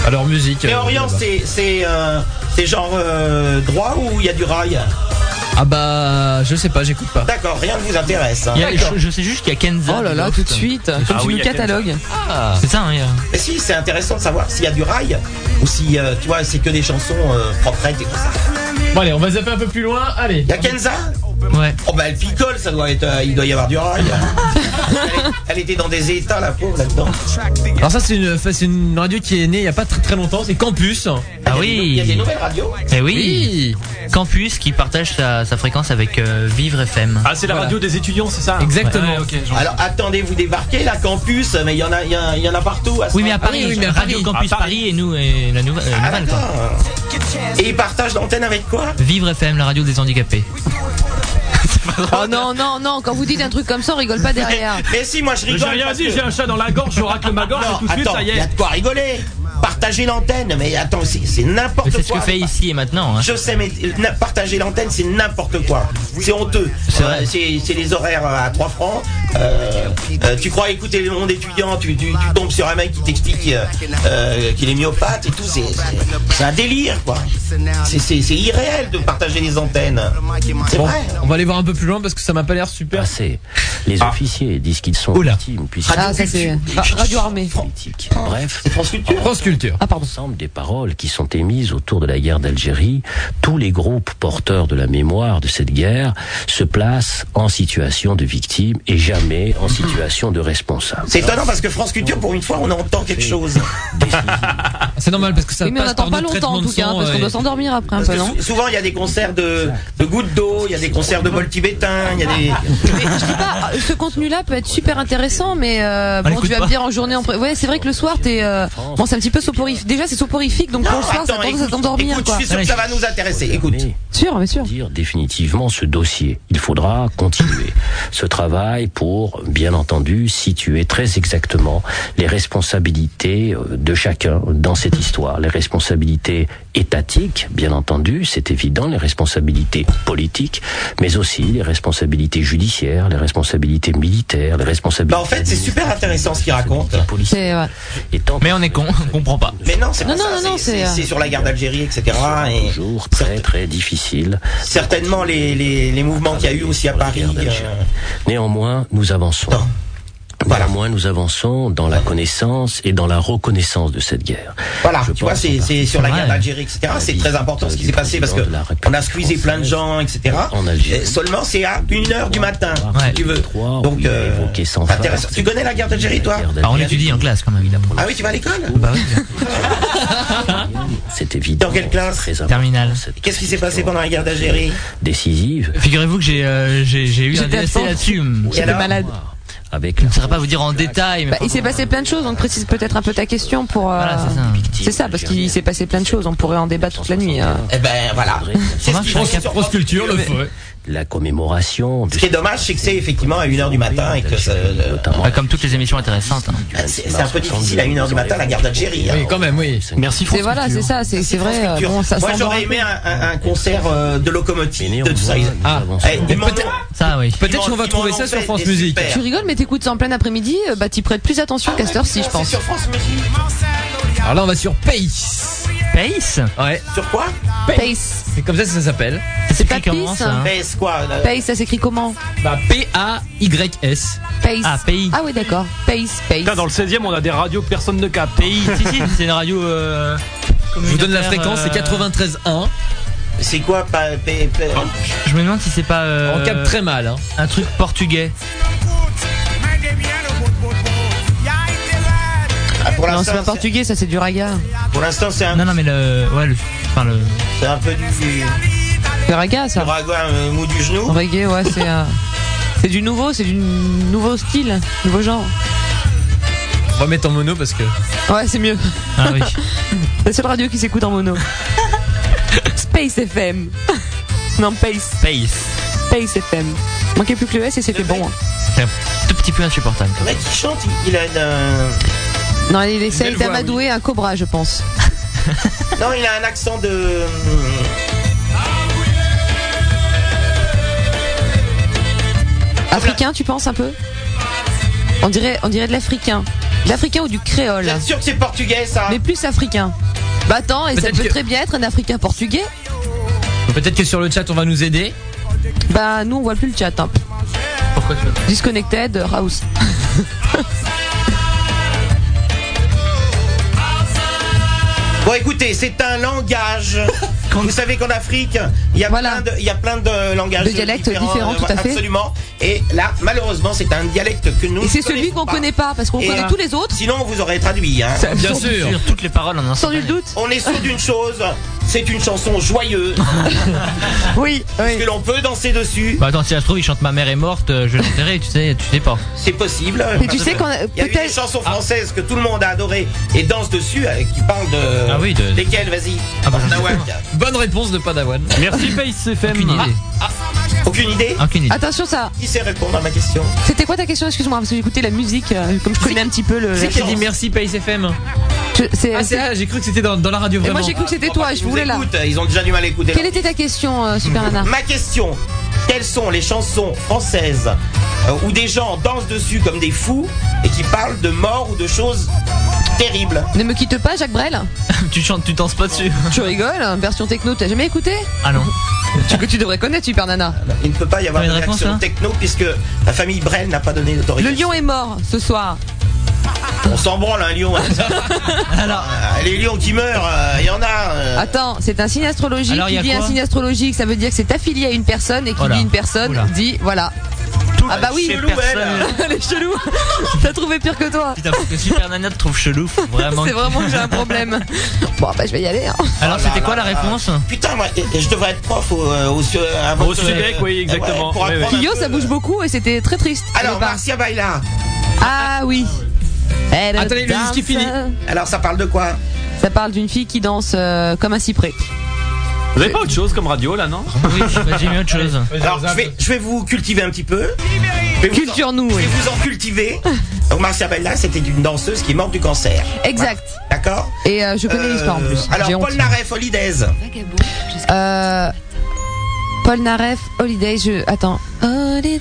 Speaker 1: Alors musique.
Speaker 4: Mais
Speaker 1: euh,
Speaker 4: Orient,
Speaker 1: là-bas.
Speaker 4: c'est c'est euh, c'est genre euh, droit ou il y a du rail
Speaker 1: Ah bah, je sais pas, j'écoute pas.
Speaker 4: D'accord, rien ne vous intéresse. hein.
Speaker 2: Il y a-
Speaker 4: D'accord.
Speaker 2: je, je sais juste qu'il y a Kenza.
Speaker 4: Oh là là,
Speaker 2: Loft.
Speaker 4: tout de suite.
Speaker 2: Ah
Speaker 4: Comme tu
Speaker 2: oui,
Speaker 4: nous
Speaker 2: il y a Kenza.
Speaker 4: catalogues.
Speaker 2: Ah, c'est ça, hein, il y a-
Speaker 4: Mais si, c'est intéressant de savoir s'il y a du rail ou si euh, tu vois, c'est que des chansons euh, proprettes et tout ça.
Speaker 1: Bon, allez, on va zapper un peu plus loin. Allez.
Speaker 4: Y a Kenza
Speaker 2: Ouais.
Speaker 4: Oh bah elle picole, ça doit être, euh, il doit y avoir du
Speaker 2: *laughs*
Speaker 4: rail. elle, elle était dans des états la pauvre là-dedans.
Speaker 1: Alors ça c'est une, enfin, c'est une radio qui est née il y a pas très très longtemps, c'est Campus.
Speaker 2: Ah oui.
Speaker 4: Il y a des nouvelles radios.
Speaker 2: Eh oui. Campus qui partage sa, sa fréquence avec euh, Vivre FM.
Speaker 9: Ah, c'est la radio des étudiants, c'est
Speaker 2: hein
Speaker 9: ça
Speaker 2: Exactement.
Speaker 9: Ouais, ok, j'en-
Speaker 4: Alors attendez, vous débarquez là, campus, mais il y en a, il y, en a- il y en a partout.
Speaker 2: Ah Oui, mais à Paris,
Speaker 4: Ah
Speaker 2: Radio Campus Paris. et nous et la nouvelle. euh, nouvelle, quoi.
Speaker 4: Et ils partagent l'antenne avec quoi
Speaker 2: Vivre FM, la radio des handicapés.
Speaker 8: Oh non, non, non, quand vous dites un truc comme ça, on rigole pas derrière.
Speaker 4: Mais si, moi je
Speaker 9: J'ai
Speaker 4: rigole.
Speaker 9: rien
Speaker 4: parce
Speaker 9: dit,
Speaker 4: que-
Speaker 9: j'ai un chat dans la gorge, je racle ma gorge
Speaker 4: Non,
Speaker 9: et tout de suite,
Speaker 4: attends,
Speaker 9: ça y
Speaker 4: il y a
Speaker 9: est.
Speaker 4: de quoi rigoler. Partager l'antenne, mais attends, c'est c'est n'importe
Speaker 2: Mais
Speaker 4: quoi.
Speaker 2: c'est ce que fait ici et maintenant. hein.
Speaker 4: Je sais, mais euh, na- partager l'antenne, c'est n'importe quoi. C'est honteux. Euh, C'est c'est les horaires à 3 francs. Euh, euh, tu crois écouter le monde étudiant, tu, tu- tu tombes sur un mec qui t'explique euh, euh, qu'il est myopathe et tout. C'est- c'est- C'est un délire, quoi. C'est c'est- c'est irréel de partager les antennes. C'est
Speaker 1: Bon,
Speaker 4: vrai.
Speaker 1: on va aller voir un peu plus loin parce que ça m'a pas l'air super.
Speaker 2: Ah,
Speaker 25: c'est les
Speaker 4: Ah.
Speaker 25: officiers disent qu'ils
Speaker 4: Oh
Speaker 25: sont
Speaker 1: Oula.
Speaker 25: victimes puisque
Speaker 8: Ah, ça c'est Ra- Radio Ah, Armée.
Speaker 25: Bref,
Speaker 4: France Culture.
Speaker 25: Ensemble des paroles qui sont émises autour de la guerre d'Algérie, tous les groupes porteurs de la mémoire de cette guerre se placent en situation de victime et jamais en situation de responsable.
Speaker 4: C'est étonnant parce que France Culture, pour une fois, on entend quelque chose.
Speaker 1: *laughs* C'est normal parce que ça
Speaker 8: Oui, mais on
Speaker 1: passe par
Speaker 8: n'attend pas
Speaker 1: notre
Speaker 8: longtemps
Speaker 1: traitement
Speaker 8: en
Speaker 1: de
Speaker 8: tout cas, hein,
Speaker 1: son,
Speaker 8: parce qu'on
Speaker 1: ouais.
Speaker 8: doit s'endormir après un
Speaker 4: Parce
Speaker 8: peu,
Speaker 4: que
Speaker 8: non
Speaker 4: sou- souvent, il y a des concerts de, de gouttes d'eau, il y a des concerts de bol tibétain, il y a des.
Speaker 1: *laughs*
Speaker 8: Je dis pas, euh, ce contenu-là peut être super intéressant, mais euh, bon, tu vas me dire en journée. En pré- ouais, c'est vrai que le soir, t'es. euh, bon, c'est un petit peu soporifique. Déjà, c'est soporifique, donc pour le soir, ça
Speaker 4: attends,
Speaker 8: tendance à
Speaker 4: écoute,
Speaker 8: t'endormir,
Speaker 4: écoute,
Speaker 8: quoi.
Speaker 4: je suis sûr que ça va nous intéresser. Écoute.
Speaker 8: Sûr, bien sûr.
Speaker 25: Dire définitivement ce dossier. Il faudra continuer ce travail pour, bien entendu, situer très exactement les responsabilités euh, de chacun dans cette histoire. Les responsabilités étatiques, bien entendu, c'est évident, les responsabilités politiques, mais aussi les responsabilités judiciaires, les responsabilités militaires, les responsabilités...
Speaker 4: Bah, en fait, c'est super intéressant ce qu'il raconte.
Speaker 8: C'est, ouais.
Speaker 2: Mais on est con, on comprend pas.
Speaker 4: Mais non, c'est pas
Speaker 8: Non,
Speaker 4: ça.
Speaker 8: non, non, non,
Speaker 4: c'est-
Speaker 8: c'est,
Speaker 4: c'est-
Speaker 8: euh,
Speaker 4: c'est sur la guerre d'Algérie, etc. Et
Speaker 25: Toujours très très difficile.
Speaker 4: certainement les, les, les mouvements qu'il y a eu aussi à Paris. euh,
Speaker 25: Néanmoins, nous avançons. Néanmoins, nous avançons dans la connaissance et dans la reconnaissance de cette guerre.
Speaker 4: Voilà,
Speaker 25: Je
Speaker 4: tu vois,
Speaker 25: pense
Speaker 4: c'est
Speaker 25: en
Speaker 4: c'est sur la
Speaker 25: particulier
Speaker 4: guerre d'Algérie, etc.
Speaker 25: la
Speaker 4: C'est
Speaker 25: visite,
Speaker 4: très important ce qui
Speaker 25: euh,
Speaker 4: s'est
Speaker 25: du
Speaker 4: passé parce que
Speaker 25: président de la République
Speaker 4: on a squeezé plein de gens, etc.
Speaker 25: en Algérie. Ah,
Speaker 4: Et Seulement, c'est à 1h du matin, si tu veux. Donc, euh,
Speaker 25: sans
Speaker 4: intéressant. Tu connais la guerre d'Algérie, toi
Speaker 2: Ah, on l'étudie en classe quand même. Bah
Speaker 4: Ah oui, tu vas à l'école
Speaker 25: C'est
Speaker 4: *laughs*
Speaker 25: évident.
Speaker 4: Dans quelle classe
Speaker 2: Terminal.
Speaker 4: Qu'est-ce qui s'est passé pendant la guerre d'Algérie
Speaker 25: Décisive.
Speaker 2: Figurez-vous que j'ai euh, j'ai j'ai eu un
Speaker 25: J'étais
Speaker 2: DSC
Speaker 25: absente.
Speaker 2: là-dessus.
Speaker 25: Et alors
Speaker 8: malade.
Speaker 25: Avec
Speaker 2: Je ne saurais pas vous dire en détail, mais
Speaker 8: Bah, il s'est passé plein de choses, donc précise peut-être un peu ta question pour. euh, c'est, ça. parce qu'il s'est passé plein de choses, on pourrait en débattre toute la nuit. euh.
Speaker 4: Eh ben voilà.
Speaker 25: C'est
Speaker 4: ce qui-
Speaker 1: France- France Culture, le feu.
Speaker 25: la commémoration.
Speaker 4: Ce qui est dommage, c'est que c'est effectivement à 1h du matin et que ça- euh,
Speaker 2: Bah, comme toutes les émissions intéressantes.
Speaker 4: c'est un peu difficile à 1h du matin la guerre d'Algérie. hein.
Speaker 2: quand même, oui. Merci
Speaker 8: C'est voilà, c'est ça, c'est c'est vrai. euh, bon, ça
Speaker 4: Moi
Speaker 8: s'endort un
Speaker 4: j'aurais aimé
Speaker 8: peu.
Speaker 4: un, un- un concert euh, de locomotive de tout ça.
Speaker 1: Ah,
Speaker 4: Eh, ils m'en ont-
Speaker 2: ça oui.
Speaker 4: Ils
Speaker 1: Peut-être
Speaker 4: m'en-
Speaker 1: qu'on va
Speaker 4: ils m'en
Speaker 1: trouver
Speaker 4: ont
Speaker 1: ça sur
Speaker 4: fait
Speaker 1: France
Speaker 4: des
Speaker 1: Musique.
Speaker 4: super.
Speaker 8: Tu rigoles, mais t'écoutes ça en plein après-midi, euh, bah t'y prêtes plus attention qu'à cette heure-ci, je pense.
Speaker 1: Alors là, on va sur Pace.
Speaker 2: Pace
Speaker 1: Ouais.
Speaker 4: Sur quoi
Speaker 8: Pace.
Speaker 1: C'est comme ça que ça s'appelle.
Speaker 8: C'est pas Peace. hein.
Speaker 4: Pace
Speaker 1: euh,
Speaker 4: quoi là
Speaker 8: Pace, ça s'écrit comment
Speaker 1: Bah, P-A-Y-S.
Speaker 8: Pace.
Speaker 1: Ah, Pace.
Speaker 8: Ah ouais, d'accord. Pace, Pace.
Speaker 9: Putain, dans le 16 e on a des radios que personne ne capte.
Speaker 2: si, si, c'est une radio. euh,
Speaker 1: Je vous donne la
Speaker 2: communautaire,
Speaker 1: fréquence, c'est
Speaker 2: euh,
Speaker 1: 93.1.
Speaker 4: C'est quoi pa- pa- pa-
Speaker 2: Je me demande si c'est pas. euh,
Speaker 1: On capte très mal, hein.
Speaker 2: Un truc portugais.
Speaker 4: Ah, Pour
Speaker 8: Non, c'est
Speaker 4: l'instant,
Speaker 8: pas
Speaker 4: c'est-
Speaker 8: portugais, ça c'est du raga.
Speaker 4: pour l'instant, c'est un,
Speaker 2: Non, non, mais le. Ouais, le. Enfin, le.
Speaker 4: c'est un peu du, du,
Speaker 8: Du raga,
Speaker 4: du
Speaker 8: ça.
Speaker 4: ragoin, euh, mou du genou.
Speaker 8: Reggae, ouais, c'est euh, c'est du nouveau, c'est du nouveau style, nouveau genre.
Speaker 1: Remets ton mono parce que.
Speaker 8: Ouais, c'est mieux.
Speaker 2: Ah oui.
Speaker 8: *laughs* La seule radio qui s'écoute en mono. Space FM. *laughs* Non, Pace.
Speaker 2: Pace.
Speaker 8: Pace FM. Manquait plus que le S et c'était bon. hein.
Speaker 2: C'est un tout petit peu insupportable.
Speaker 4: Le mec qui chante, il, il a un,
Speaker 8: Non, il essaye
Speaker 4: belle voix,
Speaker 8: d'amadouer un cobra, je pense.
Speaker 4: non, il a un accent de. Ah,
Speaker 8: Africain, tu penses un peu on dirait, on dirait de l'africain. De l'africain ou du créole.
Speaker 4: Vous êtes sûr que c'est portugais ça
Speaker 8: Mais plus africain. Bah attends, et ça
Speaker 1: Peut-être
Speaker 8: peut
Speaker 1: que-
Speaker 8: très bien être un africain portugais.
Speaker 1: Peut-être que sur le chat, on va nous aider.
Speaker 8: Bah nous on voit plus le chat. hein.
Speaker 2: Pourquoi tu veux
Speaker 8: Disconnected, euh,
Speaker 4: *laughs*
Speaker 8: House.
Speaker 4: Bon, écoutez, c'est un
Speaker 8: *laughs*
Speaker 4: langage. Vous savez qu'en Afrique, il y a plein
Speaker 8: Voilà.
Speaker 4: de, il y a plein de langages euh,
Speaker 8: De dialectes différents, tout à fait.
Speaker 4: Absolument. Et là, malheureusement, c'est un dialecte que nous.
Speaker 8: Et c'est
Speaker 4: ne
Speaker 8: celui qu'on
Speaker 4: pas.
Speaker 8: connaît pas parce qu'on
Speaker 4: Et,
Speaker 8: connaît
Speaker 4: euh,
Speaker 8: tous les autres.
Speaker 4: Sinon, on vous aurait traduit. hein.
Speaker 1: Bien
Speaker 2: Sans
Speaker 1: sûr.
Speaker 2: dire toutes les paroles en un
Speaker 8: Sans
Speaker 2: seul
Speaker 8: nul doute.
Speaker 4: On est sûr d'une chose, c'est une chanson joyeuse
Speaker 8: *laughs* Oui,
Speaker 4: que l'on peut danser dessus.
Speaker 2: Bah attends, si ça se trouve, il chante Ma mère est morte, euh, je vais l'enterrer, tu sais, tu sais pas.
Speaker 4: C'est possible.
Speaker 8: Mais tu sais qu'on a-
Speaker 4: Il y a eu des
Speaker 8: peut-être.
Speaker 2: Ah.
Speaker 4: chansons françaises que tout le monde a adorées et danse dessus, euh, qui parlent de.
Speaker 2: Ah oui, de-
Speaker 4: Lesquelles Vas-y.
Speaker 2: Ah bah,
Speaker 4: Nawak.
Speaker 1: Bonne réponse de Padawan.
Speaker 9: Merci Pace FM.
Speaker 2: Aucune idée.
Speaker 4: Aucune idée
Speaker 2: Aucune idée.
Speaker 8: Attention ça.
Speaker 4: Qui sait répondre à ma question
Speaker 10: Euh,
Speaker 8: C'était quoi ta question Excuse-moi parce que j'écoutais la musique. euh, Comme je connais un petit peu le.
Speaker 1: C'est qui a dit merci Pace FM
Speaker 8: Je- c'est-
Speaker 1: Ah,
Speaker 8: c'est-
Speaker 1: c'est ah, j'ai cru que c'était dans, dans la radio
Speaker 8: Et moi
Speaker 1: vraiment.
Speaker 8: j'ai cru que c'était toi. Je
Speaker 4: Ils nous
Speaker 8: voulais là.
Speaker 4: écoutent, Ils ont déjà du mal à écouter.
Speaker 8: Quelle était ta question, euh, Super Nana
Speaker 4: Ma question quelles sont les chansons françaises euh, où des gens dansent dessus comme des fous et qui parlent de mort ou de choses terribles
Speaker 8: Ne me quitte pas, Jacques Brel.
Speaker 2: tu chantes, tu danses pas dessus.
Speaker 8: Tu rigoles, hein, version techno, t'as jamais écouté
Speaker 2: Ah non.
Speaker 8: Tu que tu devrais connaître, Super Nana.
Speaker 4: Il ne peut pas y avoir
Speaker 2: T'as
Speaker 4: de
Speaker 2: une réponse, hein
Speaker 4: réaction
Speaker 2: là
Speaker 4: techno puisque la famille Brel n'a pas donné
Speaker 8: Le
Speaker 4: d'autorisation.
Speaker 8: lion est mort ce soir.
Speaker 4: On s'en branle un lion.
Speaker 2: *laughs* Alors,
Speaker 4: Ah, Les lions qui meurent, euh, il y en a. euh,
Speaker 8: Attends, c'est un signe astrologique.
Speaker 2: Alors, y
Speaker 8: qui
Speaker 2: a
Speaker 8: dit un
Speaker 2: quoi
Speaker 8: signe astrologique, ça veut dire que c'est affilié à une personne et qui
Speaker 2: Voilà.
Speaker 8: dit une personne
Speaker 2: Oula.
Speaker 8: dit voilà. ah bah oui,
Speaker 4: chez
Speaker 2: personne.
Speaker 4: Louvel.
Speaker 8: *laughs* les chelous. T'as trouvé pire que toi.
Speaker 2: putain, faut que Super Nana te trouve chelou, *laughs* faut vraiment.
Speaker 8: C'est vraiment que
Speaker 2: *laughs*
Speaker 8: j'ai un problème. Bon bah je vais y aller. hein.
Speaker 2: Alors,
Speaker 4: Oh là
Speaker 2: c'était quoi
Speaker 4: là
Speaker 2: la
Speaker 4: là.
Speaker 2: réponse
Speaker 4: Putain, moi, et- et je devrais être prof au, euh, au, su- euh, avant
Speaker 9: Au
Speaker 4: que-
Speaker 9: Sudec, oui, exactement.
Speaker 4: Ouais, pour
Speaker 9: Oui,
Speaker 4: apprendre
Speaker 9: oui.
Speaker 4: un
Speaker 8: Yo,
Speaker 4: peu,
Speaker 8: ça bouge
Speaker 4: euh,
Speaker 8: beaucoup et c'était très triste. au
Speaker 4: Alors,
Speaker 8: départ.
Speaker 4: Marcia Baila.
Speaker 8: Ah oui. Elle
Speaker 1: Attendez, le
Speaker 8: danse,
Speaker 1: disque est fini.
Speaker 4: Alors, ça parle de quoi
Speaker 8: Ça parle d'une fille qui danse euh, comme un cyprès.
Speaker 9: Vous avez pas autre chose comme radio là, non
Speaker 2: Oui, bah, j'ai mis autre chose.
Speaker 4: Euh, Alors, je vais, je vais vous cultiver un petit peu. Je vais vous en-
Speaker 8: Culture-nous,
Speaker 4: Je vais
Speaker 8: oui.
Speaker 4: vous en
Speaker 8: *laughs*
Speaker 4: cultiver. Donc, Marcia Bella, c'était une danseuse qui est morte du cancer.
Speaker 8: Exact.
Speaker 4: D'accord
Speaker 8: Et euh, je connais
Speaker 4: Euh,
Speaker 8: l'histoire en plus. J'ai
Speaker 4: Alors,
Speaker 8: honte.
Speaker 4: Paul Naref, Holidays.
Speaker 8: Euh, Paul Naref, Holiday, je. Attends. Holiday,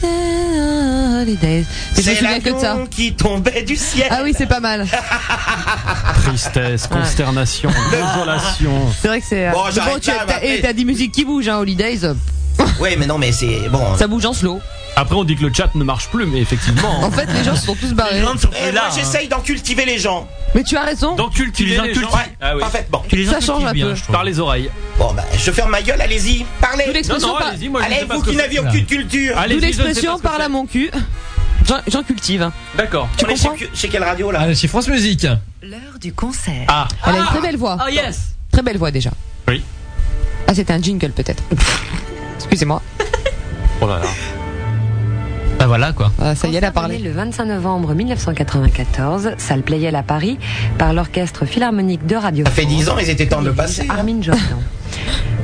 Speaker 8: Holidays. Mais Je me
Speaker 4: C'est
Speaker 8: souviens que de ça.
Speaker 4: l'avion qui tombait du ciel.
Speaker 8: Ah oui, c'est pas mal.
Speaker 9: *laughs* Tristesse, consternation, désolation.
Speaker 8: C'est vrai que c'est. euh,
Speaker 4: Bon,
Speaker 8: mais
Speaker 4: j'arrête
Speaker 8: tu
Speaker 4: là,
Speaker 8: as-
Speaker 4: mais
Speaker 8: t'as-
Speaker 4: après-
Speaker 8: et t'as dit musique qui bouge, hein, Holidays. euh,
Speaker 4: Oui, mais non, mais c'est bon.
Speaker 8: Ça bouge en slow.
Speaker 9: Après, on dit que le chat ne marche plus, mais effectivement.
Speaker 8: En fait, les gens se sont tous barrés.
Speaker 4: Eh, moi, j'essaye d'en cultiver les gens.
Speaker 8: Mais tu as raison.
Speaker 9: Dans cultiver
Speaker 2: Tu les
Speaker 9: les gens.
Speaker 2: incultes.
Speaker 4: Ouais,
Speaker 9: Ah oui.
Speaker 4: parfaitement.
Speaker 2: Tu les
Speaker 8: Ça
Speaker 2: incultes
Speaker 8: change un
Speaker 2: bien,
Speaker 8: peu.
Speaker 2: je trouve.
Speaker 9: Par les oreilles.
Speaker 4: Bon, bah, je ferme ma gueule, allez-y,
Speaker 8: D'où
Speaker 4: parlez.
Speaker 9: Non,
Speaker 8: l'expression
Speaker 9: non,
Speaker 8: par-
Speaker 9: allez-y, moi je
Speaker 4: Allez,
Speaker 9: sais pas
Speaker 4: vous
Speaker 9: ce que
Speaker 4: qui n'aviez
Speaker 9: c'est.
Speaker 4: aucune culture.
Speaker 9: Allez,
Speaker 8: d'où
Speaker 9: je ne sais pas ce
Speaker 8: l'expression
Speaker 9: que
Speaker 8: parle à
Speaker 9: c'est.
Speaker 8: mon cul. J'en- J'en cultive.
Speaker 9: D'accord.
Speaker 8: Tu
Speaker 4: On est chez,
Speaker 8: comprends
Speaker 4: chez quelle radio là
Speaker 1: Ah, c'est France Musique.
Speaker 7: L'heure du concert.
Speaker 9: Ah,
Speaker 8: Elle a une très belle voix.
Speaker 2: Oh yes
Speaker 8: Très belle voix déjà.
Speaker 9: Oui.
Speaker 8: Ah, c'était un jingle peut-être. *laughs* Excusez-moi.
Speaker 9: oh là là.
Speaker 2: Bah voilà quoi.
Speaker 8: Ah, ça y est, elle a
Speaker 7: Concert
Speaker 8: parlé.
Speaker 7: donné Le 25 novembre 1994, salle Playel à Paris, par l'orchestre philharmonique de Radio.
Speaker 4: Ça fait 10 ans, ils étaient temps de le
Speaker 7: Armin
Speaker 4: passer. hein.
Speaker 7: Armin Jordan.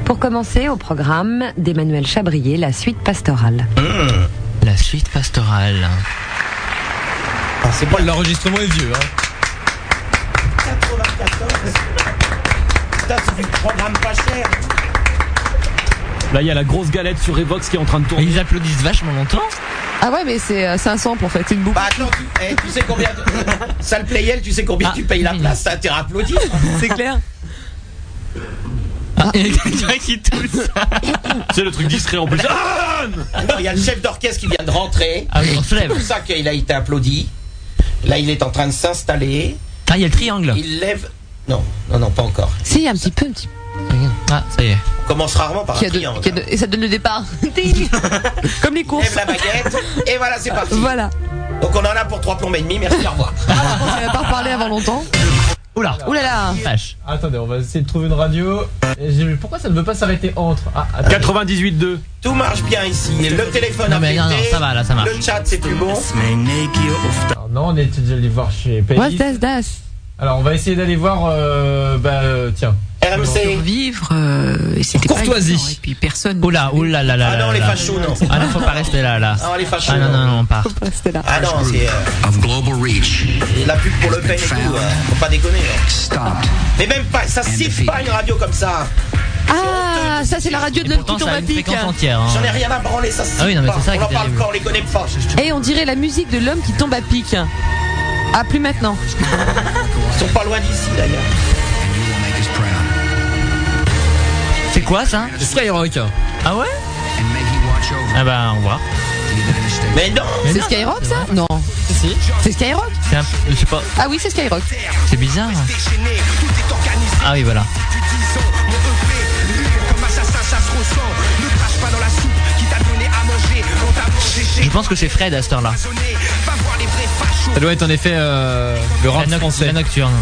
Speaker 7: Pour commencer, au programme d'Emmanuel Chabrier, la suite pastorale.
Speaker 2: La suite pastorale.
Speaker 15: c'est pas l'enregistrement est vieux.
Speaker 1: hein.
Speaker 4: Putain, c'est du programme pas cher.
Speaker 9: Là, il y a la grosse galette sur Evox qui est en train de tourner.
Speaker 2: Ils applaudissent vachement longtemps.
Speaker 8: Ah ouais, mais c'est euh, c'est un sample en fait, c'est une boucle.
Speaker 4: Eh, tu sais combien
Speaker 8: *laughs*
Speaker 4: Salle Playel, tu sais combien tu payes la place Ça, t'es applaudi.
Speaker 8: Ah. C'est clair. Ah.
Speaker 9: C'est le truc discret en plus.
Speaker 4: Ah, Non, il y a le chef d'orchestre qui vient de rentrer.
Speaker 2: Ah oui, on se
Speaker 4: C'est
Speaker 2: lève.
Speaker 4: pour ça qu'il a été applaudi. Là, il est en train de s'installer.
Speaker 2: Ah, il y a le triangle.
Speaker 4: Il lève. Non, non, non, pas encore.
Speaker 8: Si, un petit peu, un petit peu.
Speaker 2: Ah, ça y est.
Speaker 4: On commence rarement Oh, par
Speaker 8: Qui
Speaker 4: un
Speaker 8: a de-
Speaker 4: triangle.
Speaker 8: qui a de- et ça donne le départ. *laughs* Ding. Comme les courses.
Speaker 4: Lève la baguette. Et voilà, c'est parti.
Speaker 8: Voilà.
Speaker 4: Donc, on en a pour trois plombes et demi. Merci, au revoir.
Speaker 8: Je pense qu'on va pas reparler avant longtemps.
Speaker 2: Oula.
Speaker 8: Oulala. Là là.
Speaker 15: Attendez, on va essayer de trouver une radio. Et Eh, j'ai vu- Pourquoi ça ne veut pas s'arrêter entre Ah, attends.
Speaker 9: 98.2.
Speaker 4: Tout marche bien ici. Le téléphone
Speaker 15: Non,
Speaker 4: a
Speaker 15: mais non,
Speaker 4: pété.
Speaker 15: non, ça va, là, ça marche.
Speaker 4: Le chat, c'est plus bon.
Speaker 15: Ah, Non, on était déjà allé voir chez Pays.
Speaker 8: What's das das
Speaker 15: Alors, on va essayer d'aller voir. euh, bah, euh, tiens.
Speaker 4: RMC.
Speaker 10: Survivre, euh, et c'était
Speaker 2: Courtoisie.
Speaker 10: Pas évident, et puis
Speaker 1: Oh
Speaker 10: personne.
Speaker 2: Oula, oula, là, là.
Speaker 4: Ah non, les fachos, non.
Speaker 2: Ah non, faut pas rester là, là.
Speaker 4: Ah, les fachos.
Speaker 2: Ah non, non, non, on part.
Speaker 4: Ah non, c'est. euh, La pub pour Le Pen et tout. euh, Faut pas déconner. hein. Mais même pas, ça siffle pas une radio comme ça.
Speaker 8: Ah, ça c'est la radio de notre
Speaker 2: Pourtant,
Speaker 8: petit
Speaker 2: ça a une
Speaker 8: Olympique.
Speaker 2: fréquence entière. hein.
Speaker 4: J'en ai rien à branler, ça siffle
Speaker 2: Ah oui, non, mais
Speaker 4: pas.
Speaker 2: c'est ça
Speaker 4: On
Speaker 2: qui
Speaker 4: en
Speaker 2: est
Speaker 4: parle
Speaker 2: terrible.
Speaker 4: quand on les connaît pas.
Speaker 8: Et on dirait la musique de l'homme qui tombe à pic. Ah, plus maintenant.
Speaker 4: Ils sont pas loin d'ici d'ailleurs.
Speaker 2: C'est quoi ça
Speaker 15: Skyrock.
Speaker 2: Ah ouais Ah bah, on voit.
Speaker 4: Mais non
Speaker 2: Mais
Speaker 8: C'est
Speaker 2: non,
Speaker 8: Skyrock
Speaker 2: c'est
Speaker 8: ça Non.
Speaker 2: Si.
Speaker 8: C'est Skyrock
Speaker 2: C'est un- Je sais pas.
Speaker 8: Ah oui, c'est Skyrock.
Speaker 2: C'est bizarre. hein. Ah oui, voilà. Je pense que c'est Fred à cette heure-là.
Speaker 15: Ça doit être en effet euh, le
Speaker 2: La,
Speaker 15: rap
Speaker 2: noc-
Speaker 15: français.
Speaker 2: la nocturne.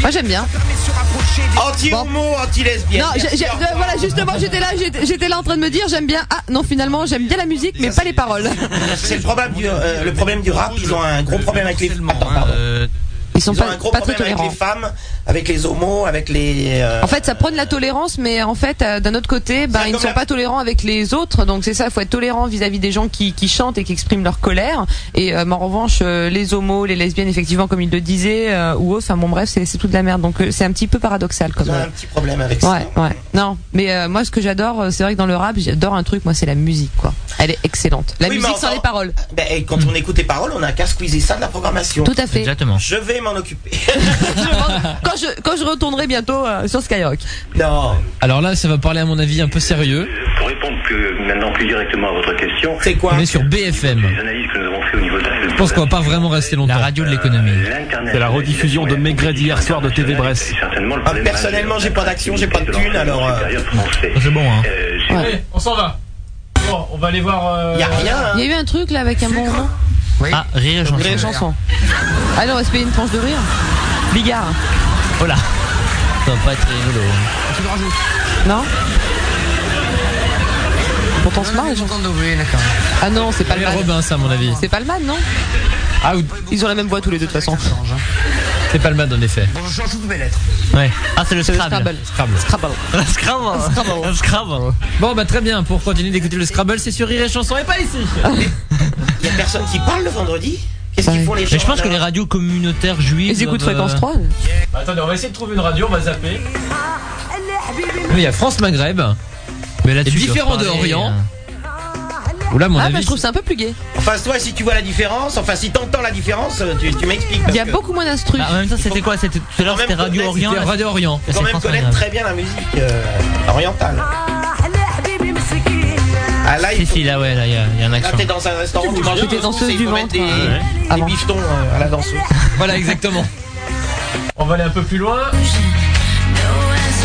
Speaker 8: Moi j'aime bien.
Speaker 4: Ah. Anti-homo, anti-lesbienne.
Speaker 8: Non, j'ai- j'ai- euh, voilà, justement, j'étais là, j'étais j'étais là en train de me dire, j'aime bien. Ah non, finalement, j'aime bien la musique, mais pas les paroles.
Speaker 4: C'est le problème du euh, le problème du rap. Ils ont un gros problème avec les. Attends, pardon.
Speaker 8: Ils sont
Speaker 4: Ils ont
Speaker 8: pas,
Speaker 4: un gros
Speaker 8: pas très
Speaker 4: problème avec les
Speaker 8: tolérants.
Speaker 4: femmes, avec les homos, avec les. euh,
Speaker 8: En fait, ça prône la tolérance, mais en fait, euh, d'un autre côté, ben,
Speaker 4: C'est
Speaker 8: ils ne
Speaker 4: comme
Speaker 8: sont
Speaker 4: la-
Speaker 8: pas tolérants avec les autres. Donc c'est ça, il faut être tolérant vis-à-vis des gens qui, qui chantent et qui expriment leur colère. Et euh, mais en revanche, euh, les homos, les lesbiennes, effectivement, comme il le disait, euh, ou autres, enfin bon, bref, c'est c'est toute la merde. Donc euh, c'est un petit peu paradoxal comme. euh,
Speaker 4: Ils ont un petit problème avec ça.
Speaker 8: Ouais, ouais. Non, mais euh, moi, ce que j'adore, euh, c'est vrai que dans le rap, j'adore un truc. Moi, c'est la musique, quoi. Elle est excellente. La
Speaker 4: Oui, mais
Speaker 8: musique sans
Speaker 4: enfin-
Speaker 8: les paroles.
Speaker 4: Ben, et quand on écoute les paroles, on a qu'à squeezer ça de la programmation.
Speaker 8: Tout à fait.
Speaker 2: Exactement.
Speaker 4: Je vais m'en occuper.
Speaker 8: quand je quand je retournerai bientôt euh, sur Skyrock.
Speaker 4: non.
Speaker 15: Alors là, ça va parler à mon avis un peu sérieux.
Speaker 5: Pour répondre plus, maintenant plus directement à votre question,
Speaker 4: C'est quoi
Speaker 15: On est sur BFM.
Speaker 5: les analyses que nous avons fait au niveau de la Euh,
Speaker 15: Je pense qu'on va pas vraiment rester longtemps.
Speaker 2: La radio de l'économie.
Speaker 9: C'est la rediffusion de Maigret d'hier soir de TV Brest.
Speaker 5: certainement le
Speaker 4: Ah,
Speaker 5: problème
Speaker 4: personnellement, j'ai pas d'action, j'ai pas de thune, alors. euh,
Speaker 5: supérieur
Speaker 15: Ah,
Speaker 5: français.
Speaker 2: C'est bon, hein.
Speaker 5: Euh, c'est-
Speaker 15: Allez, on s'en va. Bon, on va aller voir. euh,
Speaker 4: Y a rien.
Speaker 8: Il y a
Speaker 4: hein.
Speaker 8: eu un truc là avec un bon Ah moment.
Speaker 2: Ah, rire, j'en
Speaker 8: Une chanson. Allez, on va se payer une tranche de rire. Bigard.
Speaker 2: Oh là. Ça va pas être rigolo.
Speaker 8: Non Pourtant, c'est marre, les gens. Ah non, c'est pas le
Speaker 15: Allez,
Speaker 8: man.
Speaker 15: Robin, ça, à mon avis.
Speaker 8: C'est pas le man, non
Speaker 15: Ah, ou-
Speaker 8: Ils ont la même voix tous les deux, de toute façon.
Speaker 15: c'est pas le mal en effet.
Speaker 2: Ouais. Ah, c'est le
Speaker 8: C'est le
Speaker 2: Scrabble.
Speaker 8: Scrabble.
Speaker 15: Scrabble.
Speaker 8: Scrabble.
Speaker 2: Le Scrabble. Le Scrabble.
Speaker 15: Bon, bah très bien. Pour continuer d'écouter le Scrabble, c'est sur Rire et Chanson et pas ici.
Speaker 4: Y a personne qui parle le vendredi Qu'est-ce qu'ils font les gens
Speaker 2: Mais je pense que les
Speaker 4: là
Speaker 2: radios communautaires juives.
Speaker 8: Ils écoutent
Speaker 2: doivent, euh,
Speaker 8: Fréquence 3.
Speaker 15: Bah, Attendez, on va essayer de trouver une radio, on va zapper. Il y a France Maghreb.
Speaker 2: Mais là,
Speaker 15: Et différent de Orient. Oula, mon
Speaker 8: Ah, bah,
Speaker 15: avis.
Speaker 8: je trouve ça un peu plus gay.
Speaker 4: Enfin, toi, si tu vois la différence, enfin, si t'entends la différence, euh, tu, tu m'expliques.
Speaker 8: Il
Speaker 4: parce
Speaker 8: y a
Speaker 4: que
Speaker 8: beaucoup moins d'instru.
Speaker 2: en même temps, c'était quoi C'était tout à l'heure,
Speaker 4: Quand même
Speaker 2: c'était Radio
Speaker 4: connaître-
Speaker 2: Orient.
Speaker 15: c'est
Speaker 2: là,
Speaker 15: Radio Orient.
Speaker 2: c'est
Speaker 4: Quand même
Speaker 2: France
Speaker 4: connaître
Speaker 2: Maghreb.
Speaker 4: très bien la musique euh, orientale. Ah là,
Speaker 2: Si,
Speaker 4: il faut-
Speaker 2: si, là, ouais, là, il y, a- il y a un
Speaker 4: là,
Speaker 2: action.
Speaker 4: t'es dans un restaurant, tu manges
Speaker 8: J'étais
Speaker 4: une
Speaker 8: danseuse
Speaker 4: couscous et
Speaker 8: du
Speaker 4: il faut
Speaker 8: ventre,
Speaker 4: mettre des,
Speaker 8: euh,
Speaker 4: des
Speaker 8: avant.
Speaker 4: bifetons euh, à la danseuse.
Speaker 1: hein.
Speaker 15: Voilà, exactement. On va aller un peu plus loin.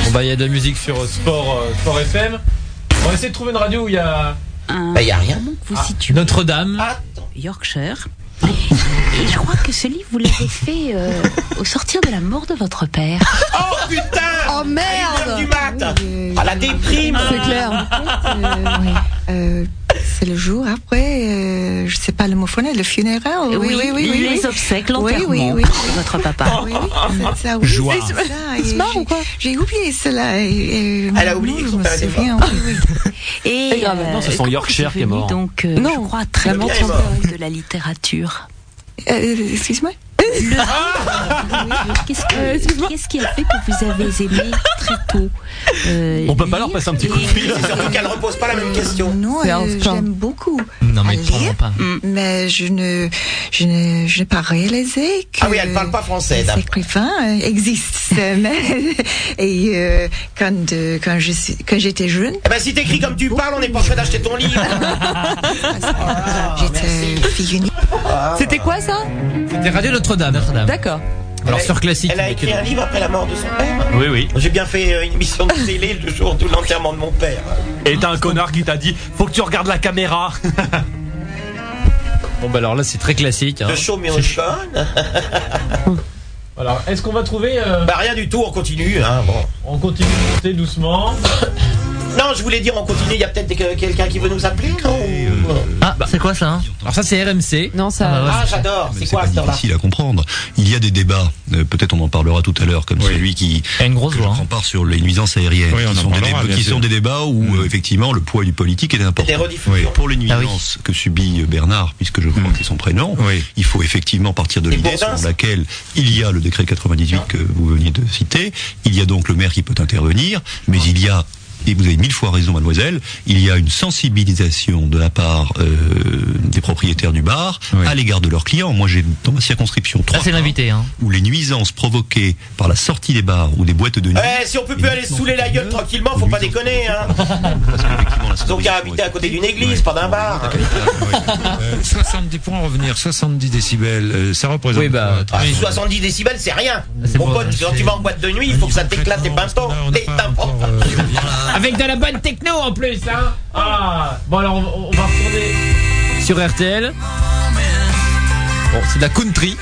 Speaker 15: Bon, bah, il y a de la musique sur euh, Sport, euh, Sport FM. On va essayer de trouver une radio où il y a
Speaker 4: Bah, y a rien.
Speaker 10: Vous situez
Speaker 15: Notre-Dame.
Speaker 4: Attends.
Speaker 10: Yorkshire. Et je crois que ce livre, vous l'avez fait euh,
Speaker 8: *laughs*
Speaker 10: au sortir de la mort de votre père.
Speaker 4: Oh putain
Speaker 8: Oh merde
Speaker 4: du mat Ah, la déprime
Speaker 8: C'est clair.
Speaker 10: En fait, euh, ouais, euh,
Speaker 12: c'est le jour après, euh, je sais pas le mot phoné, le funéraire. Oui, oui, oui. oui, oui.
Speaker 13: les obsèques,
Speaker 12: Oui,
Speaker 13: l'enterrement
Speaker 12: oui, oui.
Speaker 13: de votre papa.
Speaker 12: Oui, oui,
Speaker 4: Ah,
Speaker 12: c'est ça, oui,
Speaker 13: Joie.
Speaker 12: c'est ça,
Speaker 13: Ah,
Speaker 12: et j'ai- J'ai oublié cela. Elle a oublié son
Speaker 8: *laughs*
Speaker 13: Et
Speaker 12: C'est grave,
Speaker 13: euh,
Speaker 12: non, c'est son
Speaker 13: comment
Speaker 12: Yorkshire
Speaker 13: c'est
Speaker 12: qui est
Speaker 13: venu,
Speaker 12: mort.
Speaker 13: Donc, euh,
Speaker 12: Non,
Speaker 13: je crois très
Speaker 12: le
Speaker 13: bien
Speaker 12: mien est mort.
Speaker 13: symbole de la littérature.
Speaker 8: Euh,
Speaker 12: Excuse-moi.
Speaker 4: Ah.
Speaker 13: Qu'est-ce
Speaker 8: Euh,
Speaker 13: que- qu'est-ce qui a fait que vous avez aimé très tôt euh,
Speaker 9: On peut pas leur passer un petit coup de fil.
Speaker 4: Surtout qu'elle repose pas la même question.
Speaker 12: Non,
Speaker 4: C'est
Speaker 12: euh,
Speaker 4: un scandale.
Speaker 12: j'aime beaucoup.
Speaker 9: Non, mais
Speaker 12: à
Speaker 9: prends-en
Speaker 12: lire,
Speaker 9: pas.
Speaker 12: Mais je ne, je ne, je n'ai
Speaker 4: *laughs*
Speaker 12: pas réalisé que.
Speaker 4: Ah oui, elle parle pas français,
Speaker 12: Les
Speaker 4: dame.
Speaker 12: écrivains euh, existent. *laughs* mais, et euh, quand, euh, quand je suis, quand j'étais jeune,
Speaker 4: Eh ben, si t'écris comme tu parles, on n'est pas prêt d'acheter ton
Speaker 12: *laughs*
Speaker 4: livre.
Speaker 12: Ah, j'étais fille unique.
Speaker 4: Ah.
Speaker 8: C'était quoi ça
Speaker 1: C'était Radio Notre-Dame.
Speaker 8: D'accord.
Speaker 1: Alors sur classique.
Speaker 4: Elle a écrit un livre après la mort de son père.
Speaker 9: Oui, oui.
Speaker 4: J'ai bien fait euh, une émission de télé le jour de l'enterrement de mon père.
Speaker 9: Et t'as un connard qui t'a dit Faut que tu regardes la caméra.
Speaker 1: Bon bah alors là c'est très classique.
Speaker 4: Le show mais on
Speaker 26: Alors, est-ce qu'on va trouver. euh,
Speaker 4: Bah rien du tout, on continue. Hein, bon.
Speaker 26: On continue de monter doucement.
Speaker 4: Non, je voulais dire on continue, il y a peut-être que- quelqu'un qui veut nous appeler. non
Speaker 2: Ah, c'est quoi ça
Speaker 1: Alors ça c'est RMC.
Speaker 8: Non ça.
Speaker 4: hein Ah, j'adore, c'est quoi cette heure-là
Speaker 27: difficile à comprendre. Il y a des débats, euh, peut-être on en parlera tout à l'heure, comme celui qui
Speaker 2: une grosse
Speaker 27: que je prends part sur les nuisances aériennes,
Speaker 24: Oui, on
Speaker 27: qui,
Speaker 24: en
Speaker 27: sont des,
Speaker 24: parlera,
Speaker 27: débats,
Speaker 24: bien
Speaker 27: qui
Speaker 24: sûr.
Speaker 27: sont des débats où euh, effectivement le poids du politique est important. Oui. Pour les nuisances que subit euh, Bernard, puisque je crois que c'est son prénom, il faut effectivement partir de l'idée
Speaker 4: Bourdin,
Speaker 27: selon laquelle il y a le décret 98 que vous veniez de citer, il y a donc le maire qui peut intervenir, mais il y a et vous avez mille fois raison, mademoiselle, il y a une sensibilisation de la part euh, des propriétaires du bar à l'égard de leurs clients. Moi, j'ai dans ma circonscription
Speaker 4: Ah,
Speaker 27: trois
Speaker 2: C'est l'invité, hein.
Speaker 27: où les nuisances provoquées par la sortie des bars ou des boîtes de nuit.
Speaker 4: Eh, si on peut plus aller se saouler la gueule tranquillement, faut pas déconner. Hein. Donc à habiter à côté d'une église, pas d'un bar.
Speaker 24: 70 Euh, points, revenir, 70 décibels, euh, ça représente. Oui, bah,
Speaker 4: Ah, 70 décibels, c'est rien.
Speaker 1: Ah,
Speaker 4: Mon pote, quand tu vas en boîte de nuit, il faut que ça t'éclate les pinceaux. Des tympans.
Speaker 1: euh,
Speaker 26: Avec de la bonne techno en plus, hein Ah Bon, alors, on, on va retourner.
Speaker 1: Sur RTL. Bon c'est de la country.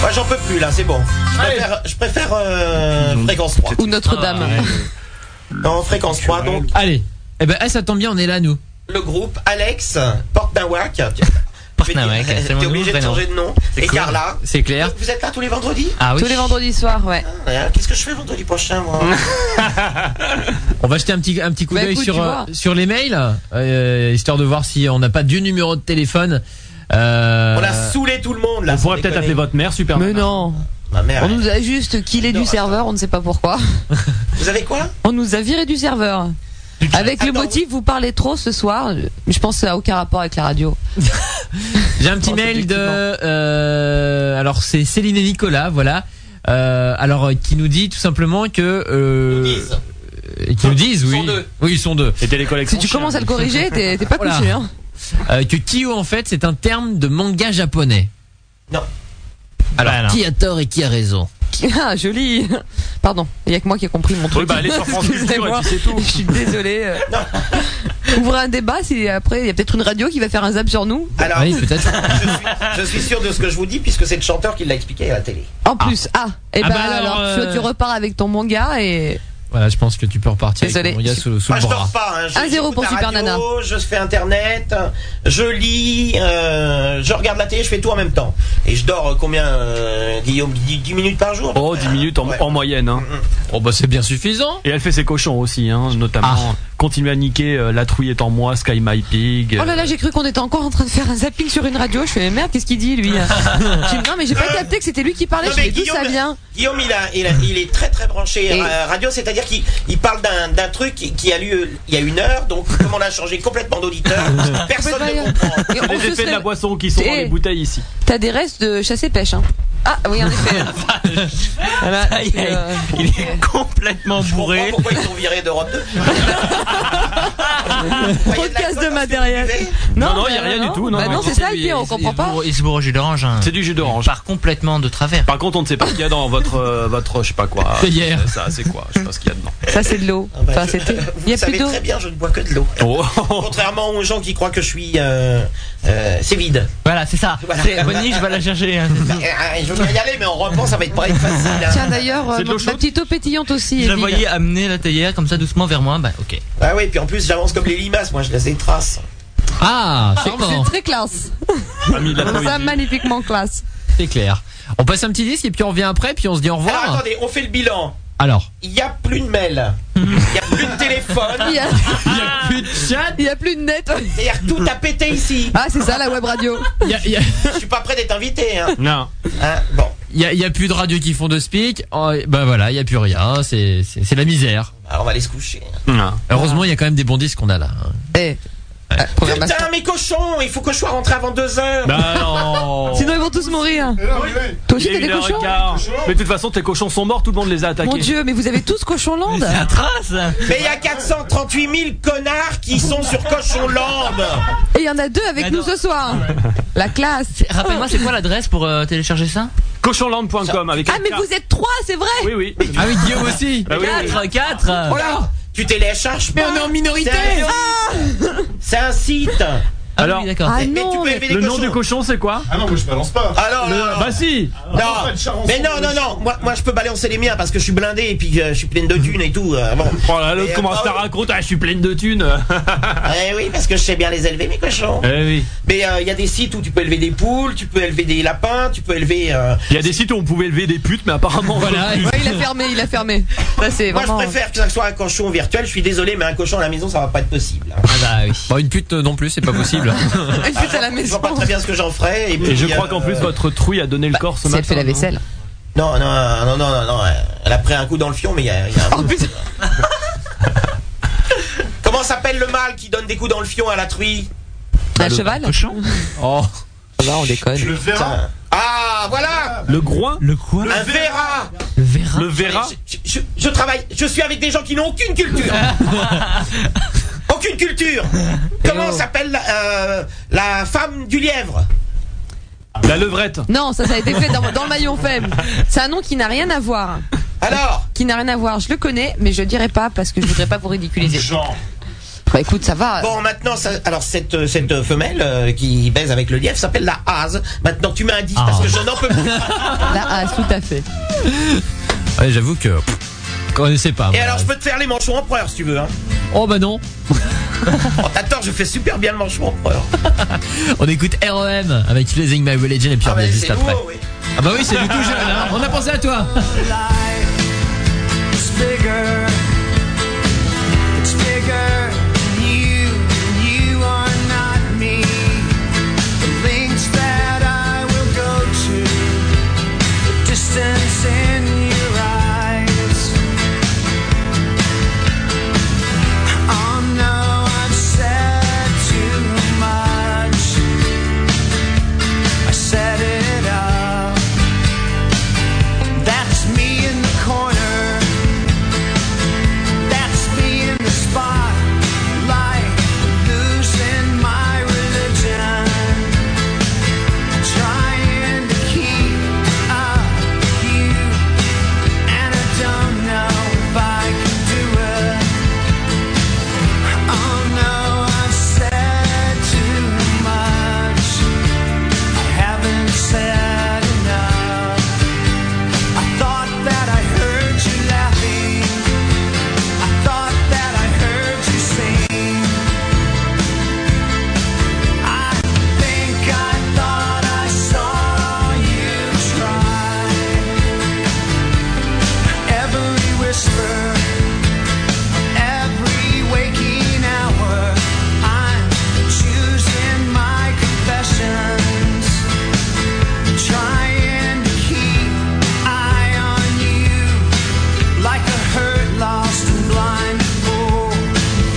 Speaker 4: Moi, j'en peux plus là, c'est bon. Je préfère, je préfère, euh, fréquence 3.
Speaker 8: Ou Notre-Dame.
Speaker 1: Ah,
Speaker 4: Non, fréquence 3, donc
Speaker 1: Allez. Eh ben eh, ça tombe bien on est là nous.
Speaker 4: le groupe Alex Portnawak.
Speaker 1: Portnawak, c'est
Speaker 4: T'es
Speaker 1: mon
Speaker 4: obligé de
Speaker 1: nouveau
Speaker 4: changer de nom.
Speaker 1: C'est
Speaker 4: Et
Speaker 1: clair.
Speaker 4: Carla.
Speaker 1: C'est clair.
Speaker 4: Vous êtes là tous les vendredis
Speaker 1: Ah oui.
Speaker 8: Tous les vendredis soirs, ouais.
Speaker 4: Ouais, Qu'est-ce que je fais vendredi prochain, moi
Speaker 1: On va jeter un petit un petit coup
Speaker 8: Bah,
Speaker 1: d'œil
Speaker 8: écoute,
Speaker 1: sur
Speaker 8: tu
Speaker 1: euh,
Speaker 8: vois.
Speaker 1: sur les mails euh, histoire de voir si on n'a pas du numéro de téléphone. Euh,
Speaker 4: On a saoulé tout le monde là.
Speaker 1: on pourrait
Speaker 4: sans
Speaker 1: peut-être
Speaker 4: déconner.
Speaker 1: appeler
Speaker 9: votre mère, super.
Speaker 8: Mais non.
Speaker 4: Ma mère.
Speaker 8: On
Speaker 4: elle-
Speaker 8: nous a juste killé du serveur, on ne sait pas pourquoi.
Speaker 4: Vous avez quoi
Speaker 8: On nous a viré du serveur. Avec le motif, vous parlez trop ce soir. Je pense que ça n'a aucun rapport avec la radio.
Speaker 1: J'ai un petit mail de euh, alors c'est Céline et Nicolas voilà euh, alors euh, qui nous dit tout simplement que euh, euh, qui nous disent oui oui ils sont deux
Speaker 9: et télécollections
Speaker 8: Si tu commences
Speaker 1: hein.
Speaker 8: à le corriger, t'es t'es pas couché. Hein.
Speaker 1: Euh, que Kyo en fait c'est un terme de manga japonais
Speaker 4: non
Speaker 1: alors
Speaker 2: Voilà.
Speaker 1: qui a tort et qui a raison
Speaker 8: *laughs* Ah, joli. Pardon, il y a que moi qui ai compris mon truc.
Speaker 1: bah, allez sur France Culture,
Speaker 8: Excusez-moi.
Speaker 1: et puis c'est tout.
Speaker 8: Je suis désolé. euh. Ouvrez un débat si après il y a peut-être une radio qui va faire un zap sur nous.
Speaker 4: Alors,
Speaker 1: Oui, peut-être.
Speaker 4: je suis sûr de ce que je vous dis puisque c'est le chanteur qui l'a expliqué à la télé.
Speaker 8: En plus, ah, et
Speaker 4: Ah
Speaker 8: ben
Speaker 4: bah alors,
Speaker 8: alors, tu-
Speaker 4: euh,
Speaker 8: tu, repars avec ton manga et
Speaker 1: voilà je pense que tu peux repartir avec
Speaker 8: Désolé.
Speaker 1: ton manga sous, sous
Speaker 4: Moi,
Speaker 1: le
Speaker 4: je
Speaker 1: bras
Speaker 4: dors pas. Hein. Je-
Speaker 8: 1-0
Speaker 4: j'écoute
Speaker 8: pour
Speaker 4: la
Speaker 8: Super
Speaker 4: radio,
Speaker 8: Nana.
Speaker 4: Je fais internet, je lis, euh, je regarde la télé, je fais tout en même temps. Et je dors euh, combien, euh, Guillaume 10 minutes par jour
Speaker 9: Oh, 10 minutes en, en moyenne.
Speaker 4: Mm,
Speaker 9: Hein.
Speaker 1: Oh, bah c'est bien suffisant.
Speaker 9: Et elle fait ses cochons aussi, hein, notamment. Continue à niquer euh, La Trouille est en moi, Sky My Pig. euh,
Speaker 8: Oh là là, j'ai cru qu'on était encore en train de faire un zapping sur une radio. Je fais merde, qu'est-ce qu'il dit
Speaker 2: *laughs*
Speaker 8: lui J'ai dit, Non, mais j'ai pas
Speaker 2: Euh,
Speaker 8: capté que c'était lui qui parlait.
Speaker 4: Non,
Speaker 8: Je
Speaker 4: mais
Speaker 8: fais d'où ça
Speaker 4: Guillaume-
Speaker 8: vient
Speaker 4: Guillaume, il, a- il a- il est très très branché euh, radio, c'est-à-dire qu'il il parle d'un d'un truc qui, qui a lieu il y a une heure, donc *laughs* comme on a changé complètement
Speaker 8: *laughs*
Speaker 4: d'auditeur, personne ne comprend.
Speaker 9: C'est les effets de la boisson qui sont dans
Speaker 8: Et-
Speaker 9: les bouteilles ici.
Speaker 8: T'as des restes de chasse et pêche. Hein. Ah oui,
Speaker 2: *laughs*
Speaker 8: en effet.
Speaker 9: Euh,
Speaker 8: Voilà,
Speaker 2: Ça y est,
Speaker 8: euh,
Speaker 2: il est complètement bourré.
Speaker 4: Pourquoi ils sont virés d'Europe 2
Speaker 8: Podcast de matériel.
Speaker 2: Non, non,
Speaker 8: mais
Speaker 2: il y a rien
Speaker 8: non.
Speaker 2: du tout, non.
Speaker 8: Bah non, c'est ça le pire, on comprend pas.
Speaker 2: Il se bourre au jus d'orange. hein.
Speaker 9: C'est du jus d'orange.
Speaker 2: Par complètement de travers.
Speaker 9: Par contre, on ne sait pas ce qu'il y a dans votre, euh, votre, je sais pas quoi.
Speaker 1: Hier.
Speaker 9: Ça, c'est quoi Je sais pas ce qu'il y a dedans.
Speaker 8: Ça, c'est de l'eau.
Speaker 2: Ah,
Speaker 4: bah,
Speaker 8: Enfin,
Speaker 4: je-
Speaker 2: *laughs*
Speaker 8: c'était.
Speaker 4: Vous
Speaker 8: Il y a
Speaker 4: savez
Speaker 8: plus d'eau.
Speaker 4: très bien, je ne bois que de l'eau. Contrairement aux gens qui croient que je suis. euh, euh, c'est vide.
Speaker 2: Voilà, c'est ça.
Speaker 4: Voilà.
Speaker 2: C'est-
Speaker 4: *laughs*
Speaker 2: Bonnie, je vais la chercher. hein.
Speaker 4: Bah, euh, je veux bien y aller, mais en reprend, ça va être pas être facile. hein.
Speaker 8: Tiens, d'ailleurs, euh,
Speaker 2: C'est de
Speaker 8: ma,
Speaker 2: l'eau
Speaker 8: ma petite eau pétillante aussi.
Speaker 2: Je la
Speaker 8: est vide.
Speaker 2: voyais amener la théière comme ça doucement vers moi. Bah, ok.
Speaker 4: Ah oui, puis en plus, j'avance comme les limaces, moi, je laisse des traces.
Speaker 1: Ah,
Speaker 8: C'est très classe. Ça magnifiquement classe.
Speaker 1: C'est clair. On passe un petit disque et puis on revient après, puis on se dit au revoir.
Speaker 4: Alors, attendez, on fait le bilan.
Speaker 1: Alors.
Speaker 4: Il n'y a plus de mail. Il n'y a plus de téléphone.
Speaker 8: Il y a-
Speaker 4: plus de
Speaker 1: chat.
Speaker 8: Il n'y a plus de net.
Speaker 4: C'est-à-dire tout a pété ici.
Speaker 8: Ah, c'est ça la web radio.
Speaker 4: Je suis pas prêt d'être invité. Hein.
Speaker 9: Non.
Speaker 4: bon.
Speaker 1: Il y a, il y a plus de radios qui font de speak. Oh, bah voilà, il y a plus rien. C'est c'est- c'est la misère.
Speaker 4: Alors Ah, on va aller se coucher.
Speaker 1: Heureusement, il y a quand même des bons disques qu'on a là. hein.
Speaker 8: Eh, euh,
Speaker 4: Putain, mes cochons, il faut que je sois rentré avant 2 heures.
Speaker 9: Bah non.
Speaker 8: Sinon, ils vont tous mourir. Toi aussi,
Speaker 9: Il est
Speaker 8: t'as des
Speaker 9: une heure et
Speaker 8: cochons
Speaker 9: quart. Mais de toute façon, tes cochons sont morts, tout le monde les a attaqués.
Speaker 8: Mon dieu, mais vous avez tous cochonlande
Speaker 2: Ah,
Speaker 4: Mais il y a 438 000 connards qui sont sur Cochonland.
Speaker 8: Et il y en a deux avec nous ce soir. La classe.
Speaker 2: Rappelle-moi, c'est quoi l'adresse pour euh, télécharger ça
Speaker 9: Cochonland.com avec
Speaker 8: Ah, mais vous êtes trois, c'est vrai
Speaker 9: Oui, oui.
Speaker 1: Ah oui, Guillaume aussi.
Speaker 9: Ah oui, oui.
Speaker 2: 4, 4
Speaker 4: Voilà. Oh Tu télécharges
Speaker 1: Mais
Speaker 4: pas.
Speaker 1: on est en minorité.
Speaker 4: C'est un- C'est un site. Eh,
Speaker 9: Alors,
Speaker 8: Ah
Speaker 4: Mais
Speaker 8: non,
Speaker 4: tu peux
Speaker 8: mais-
Speaker 4: élever des
Speaker 9: le nom
Speaker 4: cochons.
Speaker 9: du cochon, c'est quoi
Speaker 28: Ah non, moi je balance pas. Ah,
Speaker 4: Alors,
Speaker 9: Le- Bah si.
Speaker 4: Non, mais non, non, non, moi, moi je peux balancer les miens parce que je suis blindé et puis euh, je suis pleine de thunes et tout. euh, bon.
Speaker 9: Oh là, l'autre
Speaker 4: Mais,
Speaker 9: commence
Speaker 4: euh,
Speaker 9: à raconter, ah, je suis pleine de thunes.
Speaker 4: *laughs* Eh oui, parce que je sais bien les élever, mes cochons.
Speaker 9: eh oui.
Speaker 4: Mais euh, il y a des sites où tu peux élever des poules, tu peux élever des lapins, tu peux élever. euh,
Speaker 9: Il y a des sites où on pouvait élever des putes, mais apparemment, *laughs* voilà.
Speaker 8: Ouais, il a fermé, il a fermé. Ça, c'est
Speaker 4: Moi,
Speaker 8: vraiment.
Speaker 4: je préfère que ça soit un cochon virtuel. Je suis désolé, mais un cochon à la maison, ça va pas être possible. hein.
Speaker 1: Ah bah
Speaker 4: *laughs*
Speaker 1: oui. Bon, une pute euh, non plus, c'est pas possible.
Speaker 8: *laughs* Une pute à la
Speaker 4: Je
Speaker 8: maison.
Speaker 4: vois pas très bien ce que j'en ferais. Et,
Speaker 9: Et
Speaker 4: puis,
Speaker 9: je crois
Speaker 4: euh,
Speaker 9: qu'en plus, votre trouille a donné le corps ce
Speaker 8: Si elle
Speaker 9: matin.
Speaker 8: Bah, fait la vaisselle.
Speaker 4: Non, non, non, non, non, non. Elle a pris un coup dans le fion, mais il y a, il y a un-
Speaker 8: Oh putain.
Speaker 4: *laughs* Comment s'appelle le mâle qui donne des coups dans le fion à la truie
Speaker 9: Ah,
Speaker 8: Un cheval
Speaker 9: Oh.
Speaker 1: Là, on déconne.
Speaker 28: Le verra.
Speaker 4: Tiens. Ah, voilà
Speaker 9: Le groin
Speaker 28: Le quoi
Speaker 4: Un verra
Speaker 1: Le verra.
Speaker 9: Le verra
Speaker 4: Hein, je, je- je travaille, je suis avec des gens qui n'ont aucune culture Aucune culture Comment s'appelle euh, la femme du lièvre
Speaker 9: La levrette
Speaker 8: Non, ça, ça a été fait dans, dans le maillon faible. C'est un nom qui n'a rien à voir.
Speaker 4: Alors
Speaker 8: Qui n'a rien à voir. Je le connais, mais je le dirai pas parce que je voudrais pas vous ridiculiser.
Speaker 28: Genre.
Speaker 8: Bah écoute, ça va.
Speaker 4: *laughs* Bon, maintenant, ça, alors cette, cette femelle euh, qui baise avec le lièvre s'appelle la hase. Maintenant, tu mets un 10 parce que je n'en peux plus.
Speaker 8: Là, ah, tout à fait.
Speaker 1: Ouais, j'avoue que. pff, Qu'on ne sait pas.
Speaker 4: Et alors, je peux te faire les manchons empereurs si tu veux. Hein.
Speaker 1: Ah, bah. Oh bah non.
Speaker 4: *laughs* Oh, t'as tort, je fais super bien le manchon empereur.
Speaker 1: On écoute REM avec Losing My Religion et puis on
Speaker 4: bah,
Speaker 1: revient juste après. Ah bah oui, c'est du tout jeune. hein. On a pensé à toi.
Speaker 6: It's bigger. It's bigger than you, and you are not me. The links that I will go to, the distance in your eyes. Oh no, I've said too much. I set it up. That's me in the corner. That's me in the spot. Oh,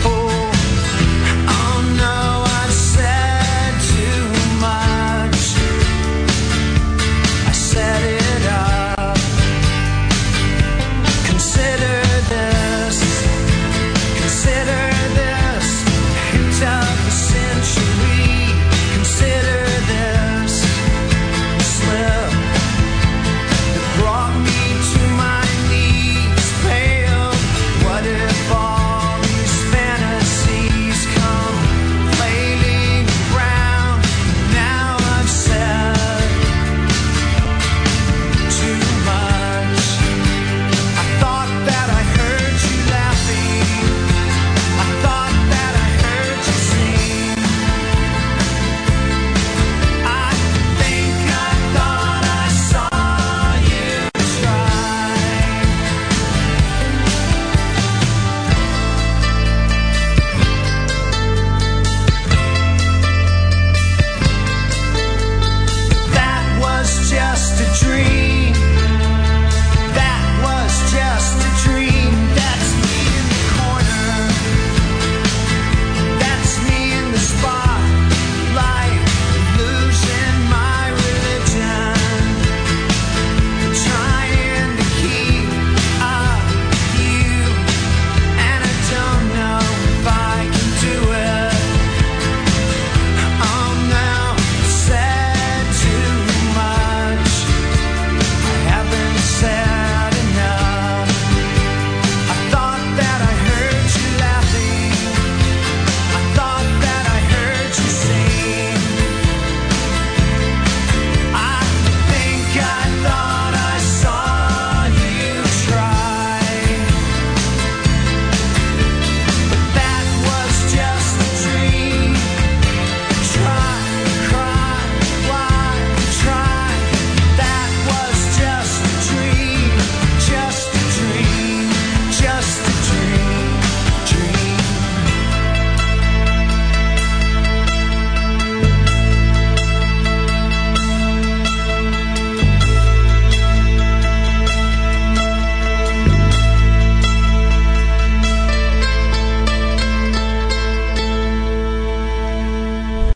Speaker 6: Oh,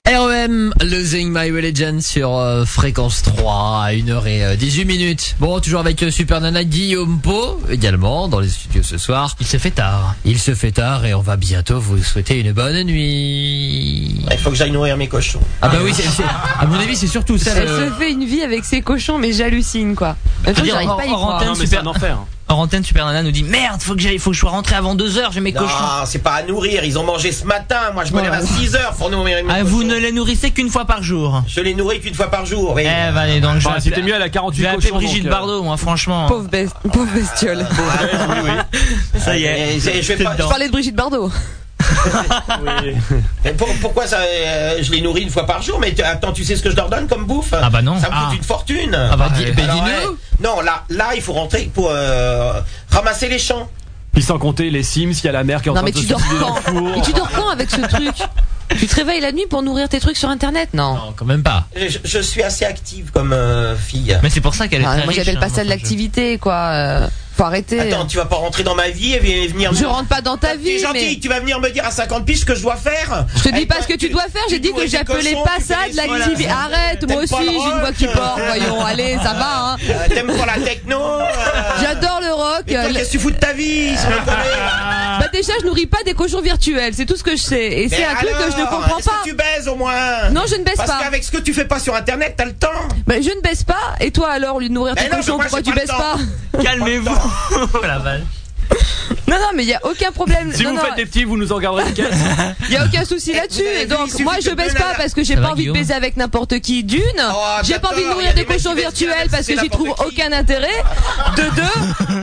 Speaker 1: E Losing My Religion sur euh, fréquence 3 à 1h18 euh, minutes. Bon, toujours avec euh, Super Nana Guillaume Po également dans les studios ce soir. Il se fait tard. Il se fait tard et on va bientôt vous souhaiter une bonne nuit.
Speaker 4: Il faut que j'aille nourrir mes cochons.
Speaker 1: Ah bah oui, c'est- c'est- à mon avis, c'est surtout ça.
Speaker 8: Elle
Speaker 1: le-
Speaker 8: se fait une vie avec ses cochons, mais j'hallucine quoi. En même temps,
Speaker 2: Dire,
Speaker 8: j'arrive
Speaker 2: hors-
Speaker 8: pas à y
Speaker 2: hors
Speaker 8: croire.
Speaker 2: antenne, super,
Speaker 4: hein.
Speaker 2: *laughs* hors antenne, Super Nana nous dit Merde, faut que j'aille, faut que je sois rentré avant 2h, j'ai mes
Speaker 4: Non,
Speaker 2: cochons.
Speaker 4: c'est pas à nourrir, ils ont mangé ce matin. Moi, je me
Speaker 2: Voilà.
Speaker 4: lève à 6 heures pour nourrir mes
Speaker 2: Ah,
Speaker 4: cochons.
Speaker 2: vous ne les nourrissez qu'une fois par jour.
Speaker 4: Je les nourris qu'une fois par jour, oui.
Speaker 2: Eh, bah, allez, donc je
Speaker 4: Bah,
Speaker 2: vais
Speaker 4: c'était
Speaker 2: appeler-
Speaker 4: mieux, elle a 48
Speaker 2: Je vais appeler
Speaker 4: cochons,
Speaker 2: Brigitte
Speaker 4: donc, euh,
Speaker 2: Bardot, moi, franchement.
Speaker 8: Pauvre, bes- *laughs* pauvre
Speaker 4: Eh
Speaker 8: bestiole.
Speaker 2: *laughs* Ça y est.
Speaker 4: Et je vais pas-
Speaker 8: Je parlais de Brigitte Bardot.
Speaker 4: Mais pour- pourquoi ça, euh, je les nourris une fois par jour Mais tu- attends, tu sais ce que je leur donne comme bouffe Ah
Speaker 2: bah non.
Speaker 4: Ça me coûte
Speaker 2: Ah.
Speaker 4: une fortune.
Speaker 2: Ah bah, dis- bah,
Speaker 4: Alors,
Speaker 2: dis-nous.
Speaker 4: eh, Non, là, là, il faut rentrer pour euh, ramasser les champs.
Speaker 9: Puis sans compter les Sims, il y a la mère qui est en
Speaker 8: Non
Speaker 9: train
Speaker 8: mais
Speaker 9: de
Speaker 8: tu
Speaker 9: se
Speaker 8: dors
Speaker 9: suicider dans le
Speaker 8: quand
Speaker 9: four.
Speaker 8: Et tu dors quand avec ce truc Tu te réveilles la nuit pour nourrir tes trucs sur internet Non.
Speaker 2: quand même pas.
Speaker 4: Je, je suis assez active comme euh, fille.
Speaker 2: Mais c'est pour ça qu'elle
Speaker 8: Ah, moi
Speaker 2: hein.
Speaker 8: j'appelle pas ça de l'activité quoi. Euh, Faut arrêter.
Speaker 4: Attends, tu vas pas rentrer dans ma vie et vi- venir.
Speaker 8: Je rentre pas dans ta
Speaker 4: T'es
Speaker 8: vie.
Speaker 4: gentil,
Speaker 8: mais
Speaker 4: tu vas venir me dire à 50 piges ce que je dois faire. Eh,
Speaker 8: Je te dis pas ce que tu dois faire, j'ai dit que j'appelais pas ça de l'activité. Arrête, moi aussi j'ai une voix qui porte,
Speaker 4: *laughs*
Speaker 8: voyons, allez, ça va hein.
Speaker 4: Euh, T'aimes pas la techno
Speaker 8: *laughs* J'adore le rock.
Speaker 4: Mais toi,
Speaker 8: euh,
Speaker 4: qu'est-ce que tu fous de ta vie sans déconner
Speaker 8: Bah déjà je nourris pas des cochons virtuels, c'est tout ce que je sais. Et
Speaker 4: Mais
Speaker 8: c'est un truc que je ne
Speaker 4: alors,
Speaker 8: comprends
Speaker 4: est-ce
Speaker 8: pas.
Speaker 4: que tu baises au moins
Speaker 8: Non, je ne baisse
Speaker 4: Parce
Speaker 8: pas.
Speaker 4: qu'avec ce que tu fais pas sur internet, t'as le temps.
Speaker 8: Bah, je ne baisse pas, et toi alors, lui nourrir
Speaker 4: Mais
Speaker 8: tes
Speaker 4: non, mais
Speaker 8: cochons,
Speaker 4: moi,
Speaker 8: pourquoi
Speaker 4: j'ai
Speaker 8: tu
Speaker 4: pas le temps.
Speaker 2: *laughs*
Speaker 8: baisses pas
Speaker 2: Calmez-vous. Oh, la vache.
Speaker 8: Non, non, mais il y a aucun problème.
Speaker 9: Si
Speaker 8: non,
Speaker 9: vous
Speaker 8: non,
Speaker 9: faites des petits, vous nous en garderez des caisses.
Speaker 8: Il y a aucun souci là-dessus.
Speaker 4: Eh, vous avez
Speaker 8: Et
Speaker 4: vu,
Speaker 8: donc
Speaker 4: il suffit
Speaker 8: moi je
Speaker 4: que
Speaker 8: baisse
Speaker 4: deux
Speaker 8: pas
Speaker 4: nanas-
Speaker 8: parce que j'ai
Speaker 4: Ça
Speaker 8: pas
Speaker 4: va,
Speaker 8: envie de
Speaker 4: Guillaume
Speaker 8: baiser avec n'importe qui d'une. j'ai pas envie de
Speaker 4: d'accord,
Speaker 8: nourrir
Speaker 4: Oh, il y a
Speaker 8: des
Speaker 4: des mecs qui baissent bien,
Speaker 8: cochons virtuels parce
Speaker 4: c'est
Speaker 8: que j'y trouve
Speaker 4: n'importe
Speaker 8: aucun intérêt. De deux,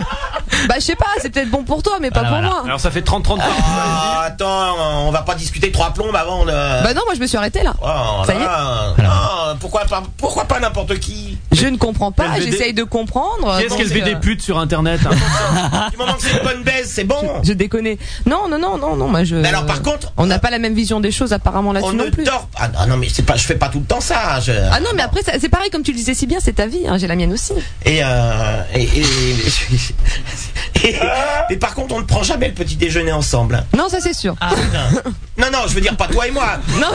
Speaker 8: bah je sais pas, c'est peut-être bon pour toi mais pas pour moi.
Speaker 9: Alors ça fait 30-30 par
Speaker 4: Ah, attends, on va pas discuter trois plombes avant le.
Speaker 8: Bah non, moi je me suis arrêtée là.
Speaker 4: Oh,
Speaker 8: Ça y est.
Speaker 4: là, non, pourquoi pas, pourquoi pas n'importe qui
Speaker 8: Je ne comprends pas,
Speaker 9: LVD.
Speaker 8: j'essaye de comprendre.
Speaker 9: Qui est-ce
Speaker 8: donc,
Speaker 9: qu'elle fait
Speaker 8: euh,
Speaker 9: des putes sur internet hein
Speaker 4: Du moment que c'est une bonne baise, c'est bon.
Speaker 8: Je déconne. Non, non, non, non, non, moi je.
Speaker 4: Mais alors, par contre,
Speaker 8: on n'a pas la même vision des choses apparemment
Speaker 4: On
Speaker 8: là-dessus
Speaker 4: ne
Speaker 8: non plus.
Speaker 4: dort. Ah non, non, mais c'est pas, je fais pas tout le temps ça. je-
Speaker 8: Ah non, mais après ça- c'est pareil comme tu le disais si bien, c'est ta vie, hein, j'ai la mienne aussi.
Speaker 4: Et, euh, et, *laughs* et- et- mais par contre, on ne prend jamais le petit déjeuner ensemble. hein.
Speaker 8: Non, ça c'est
Speaker 2: Ah,
Speaker 8: sûr.
Speaker 4: Ah, Non, non, je veux dire pas toi et moi. *laughs*
Speaker 8: Non,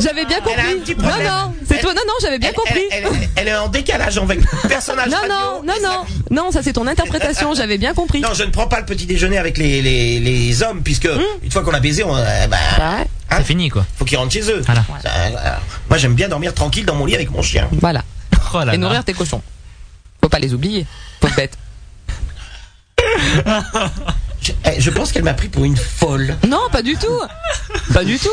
Speaker 8: j'avais bien
Speaker 4: Elle a un
Speaker 8: compris.
Speaker 4: petit
Speaker 8: Non,
Speaker 4: problème.
Speaker 8: non, c'est toi. Non, non, j'avais bien
Speaker 4: Elle-
Speaker 8: compris.
Speaker 4: Elle, elle- elle est en décalage avec le personnage.
Speaker 8: Non,
Speaker 4: radio.
Speaker 8: non, non, non, non, ça c'est ton interprétation, j'avais bien compris.
Speaker 4: Non, je ne prends pas le petit déjeuner avec les, les, les hommes, puisque
Speaker 8: Hmm.
Speaker 4: une fois qu'on a baisé, on, euh, bah, hein,
Speaker 2: C'est fini, quoi.
Speaker 4: faut qu'ils rentrent chez eux. Ça, euh, moi, j'aime bien dormir tranquille dans mon lit avec mon chien.
Speaker 8: Voilà.
Speaker 2: Oh là
Speaker 8: Et
Speaker 2: là.
Speaker 8: nourrir tes cochons. Faut pas les oublier, pauvre bête.
Speaker 4: Je, *laughs* eh, je pense qu'elle m'a pris pour une folle.
Speaker 8: Non, pas du tout. Pas du tout.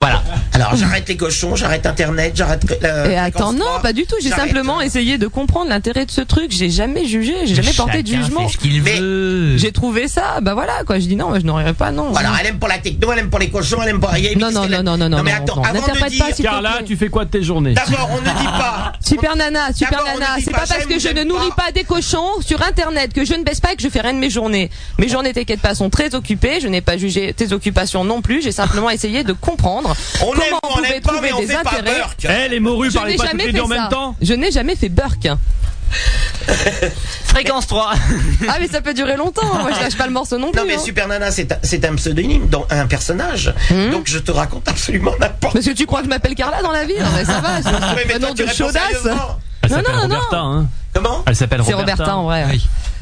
Speaker 2: Voilà.
Speaker 4: Alors, j'arrête les cochons, j'arrête Internet, j'arrête. euh,
Speaker 8: Et attends,
Speaker 4: fréquence
Speaker 8: non,
Speaker 4: trois.
Speaker 8: pas du tout. J'ai
Speaker 4: J'arrête.
Speaker 8: simplement essayé de comprendre l'intérêt de ce truc. J'ai jamais jugé, j'ai jamais porté de
Speaker 2: Chacun
Speaker 8: jugement.
Speaker 2: fait ce qu'il veut.
Speaker 8: J'ai trouvé ça, bah voilà quoi. Je dis non, moi, je n'aurais pas, non.
Speaker 4: Alors, elle aime pour la techno, elle aime pour les cochons, elle aime pour. il y a-
Speaker 8: Non, non, non, non, non, non.
Speaker 4: Non, mais
Speaker 8: non,
Speaker 4: attends,
Speaker 8: non.
Speaker 4: avant de
Speaker 8: N'interprète
Speaker 4: dire-
Speaker 8: pas, s'il te
Speaker 9: Carla,
Speaker 8: plaît.
Speaker 9: tu fais quoi de tes journées
Speaker 4: D'abord, on ne dit pas.
Speaker 8: Super nana, super
Speaker 4: D'abord, on
Speaker 8: nana.
Speaker 4: ne dit
Speaker 8: C'est
Speaker 4: pas
Speaker 8: pas parce
Speaker 4: j'aime
Speaker 8: que
Speaker 4: ou
Speaker 8: je ne
Speaker 4: j'aime
Speaker 8: nourris pas des cochons sur internet que je ne baisse pas et que je fais rien de mes journées. Mes journées, t'inquiète pas, sont très occupées. Je n'ai pas jugé tes occupations non plus.
Speaker 4: *laughs*
Speaker 8: J'ai simplement essayé de comprendre
Speaker 4: On
Speaker 8: comment
Speaker 4: aime,
Speaker 8: on
Speaker 4: on
Speaker 8: pouvait
Speaker 4: n'aime pas,
Speaker 8: trouver
Speaker 4: mais on
Speaker 8: des
Speaker 4: fait pas
Speaker 8: intérêts.
Speaker 4: Burke.
Speaker 9: Eh, les morues,
Speaker 8: Je
Speaker 9: parlez
Speaker 8: n'ai
Speaker 9: pas toutes
Speaker 8: jamais
Speaker 9: les deux
Speaker 8: fait
Speaker 9: en même
Speaker 8: ça.
Speaker 9: temps
Speaker 8: Je n'ai jamais fait Burke.
Speaker 2: Fréquence 3.
Speaker 8: *laughs* Ah mais ça peut durer longtemps. Moi, je lâche pas le morceau non plus.
Speaker 4: Non, mais
Speaker 8: hein.
Speaker 4: Super Nana, c'est un- c'est un pseudonyme, donc un personnage. Donc, je te raconte absolument n'importe
Speaker 8: Hmm. Parce que tu crois que je m'appelle Carla dans la vie Non, mais ça
Speaker 4: *laughs*
Speaker 8: va, c'est
Speaker 4: quoi.
Speaker 8: un nom de chaudasse.
Speaker 9: Elle
Speaker 8: Non,
Speaker 9: Ah, s'appelle
Speaker 8: non, non.
Speaker 9: Roberta, hein.
Speaker 4: Comment
Speaker 9: Elle s'appelle
Speaker 8: C'est
Speaker 9: Roberta.
Speaker 8: Robertin en vrai.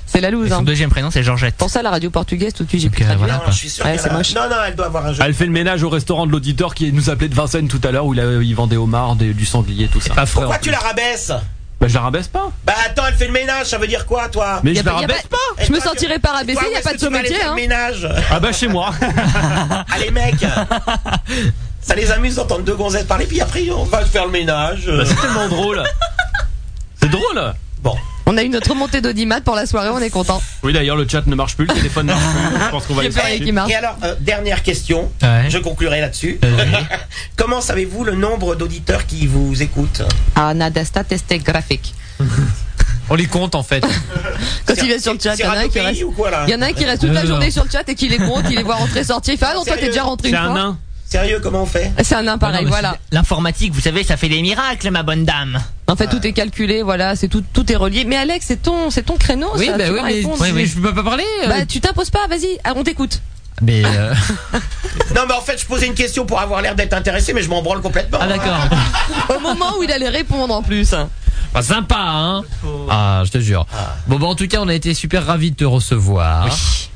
Speaker 8: C'est la loose.
Speaker 2: Son
Speaker 8: Hein.
Speaker 2: deuxième prénom, c'est Georgette.
Speaker 8: Pour ça, la radio portugaise, tout de suite, j'ai pu
Speaker 2: euh,
Speaker 8: traduire.
Speaker 2: voilà, quoi.
Speaker 4: Je suis sûr
Speaker 8: Ouais,
Speaker 4: qu'elle
Speaker 8: c'est
Speaker 4: a-
Speaker 8: moche.
Speaker 4: Non, non, elle doit avoir un jeu.
Speaker 9: Elle fait le ménage au restaurant de l'auditeur qui nous appelait de Vincennes tout à l'heure où il avait- il vendait au homard, des- du sanglier, tout ça. Pas
Speaker 4: Pourquoi tu la rabaisses
Speaker 9: Bah je la rabaisse pas.
Speaker 4: Bah attends, elle fait le ménage, ça veut dire quoi, toi
Speaker 9: Mais
Speaker 8: Y a
Speaker 9: je la
Speaker 8: pas- y a
Speaker 9: rabaisse
Speaker 8: pas-
Speaker 9: pas.
Speaker 8: Je me sentirais pas rabaissée, il
Speaker 4: n'y
Speaker 8: n'y a pas de
Speaker 4: Tu vas aller
Speaker 8: sommelier.
Speaker 4: faire
Speaker 8: Hein.
Speaker 4: le ménage.
Speaker 9: Ah bah chez moi.
Speaker 4: *laughs* Allez, mec Ça les amuse d'entendre deux gonzesses parler, puis après, on va faire le ménage.
Speaker 9: Bah, c'est tellement drôle. C'est drôle.
Speaker 4: Bon.
Speaker 8: On a une autre montée d'audimat pour la soirée, on est content.
Speaker 9: Oui d'ailleurs le chat ne marche plus, le
Speaker 8: *laughs*
Speaker 9: téléphone ne marche plus. Je pense qu'on va
Speaker 8: Il y a
Speaker 9: laisser
Speaker 8: plus
Speaker 9: là-dessus.
Speaker 8: rien qui marche.
Speaker 4: Et alors, euh, dernière question,
Speaker 2: Ouais.
Speaker 4: je conclurai là-dessus. *laughs* Comment savez-vous le nombre d'auditeurs qui vous écoutent
Speaker 8: Ah, nada stat est graphique.
Speaker 15: On les compte en
Speaker 4: *laughs*
Speaker 15: fait.
Speaker 8: Quand il vient sur le chat, il
Speaker 4: C'est
Speaker 8: y en a un
Speaker 4: Radio
Speaker 8: qui
Speaker 4: Pays
Speaker 8: reste.
Speaker 4: ou quoi là
Speaker 8: Il y en a un qui reste toute
Speaker 15: Non,
Speaker 8: la
Speaker 15: non,
Speaker 8: journée
Speaker 15: non.
Speaker 8: sur le chat et qui les compte, il les voit rentrer sortir. Il fait Ah non, toi t'es
Speaker 4: Sérieux
Speaker 8: déjà rentré
Speaker 9: C'est
Speaker 8: une
Speaker 9: un
Speaker 8: fois.
Speaker 9: nain.
Speaker 4: Sérieux, comment on fait
Speaker 8: C'est un nain pareil,
Speaker 2: Ah Non, mais
Speaker 8: voilà.
Speaker 2: c'est- L'informatique, vous savez, ça fait des miracles, ma bonne dame.
Speaker 8: En fait, tout est calculé, voilà, c'est tout, tout est relié. Mais Alex, c'est ton, c'est ton créneau,
Speaker 1: Oui,
Speaker 8: ça,
Speaker 1: bah
Speaker 8: tu
Speaker 1: oui,
Speaker 8: vas
Speaker 1: mais
Speaker 8: répondre.
Speaker 1: tu- je peux pas parler.
Speaker 4: *laughs*
Speaker 1: euh,
Speaker 8: Bah, tu t'imposes pas, vas-y, ah, on t'écoute.
Speaker 1: Mais euh,
Speaker 4: Non, mais en fait, je posais une question pour avoir l'air d'être intéressé, mais je m'en branle complètement. Ah,
Speaker 1: d'accord.
Speaker 8: Au moment où il allait répondre en plus.
Speaker 1: pas sympa, hein Ah, je te jure. Bon, bah en tout cas, on a été super ravis de te recevoir. Oui.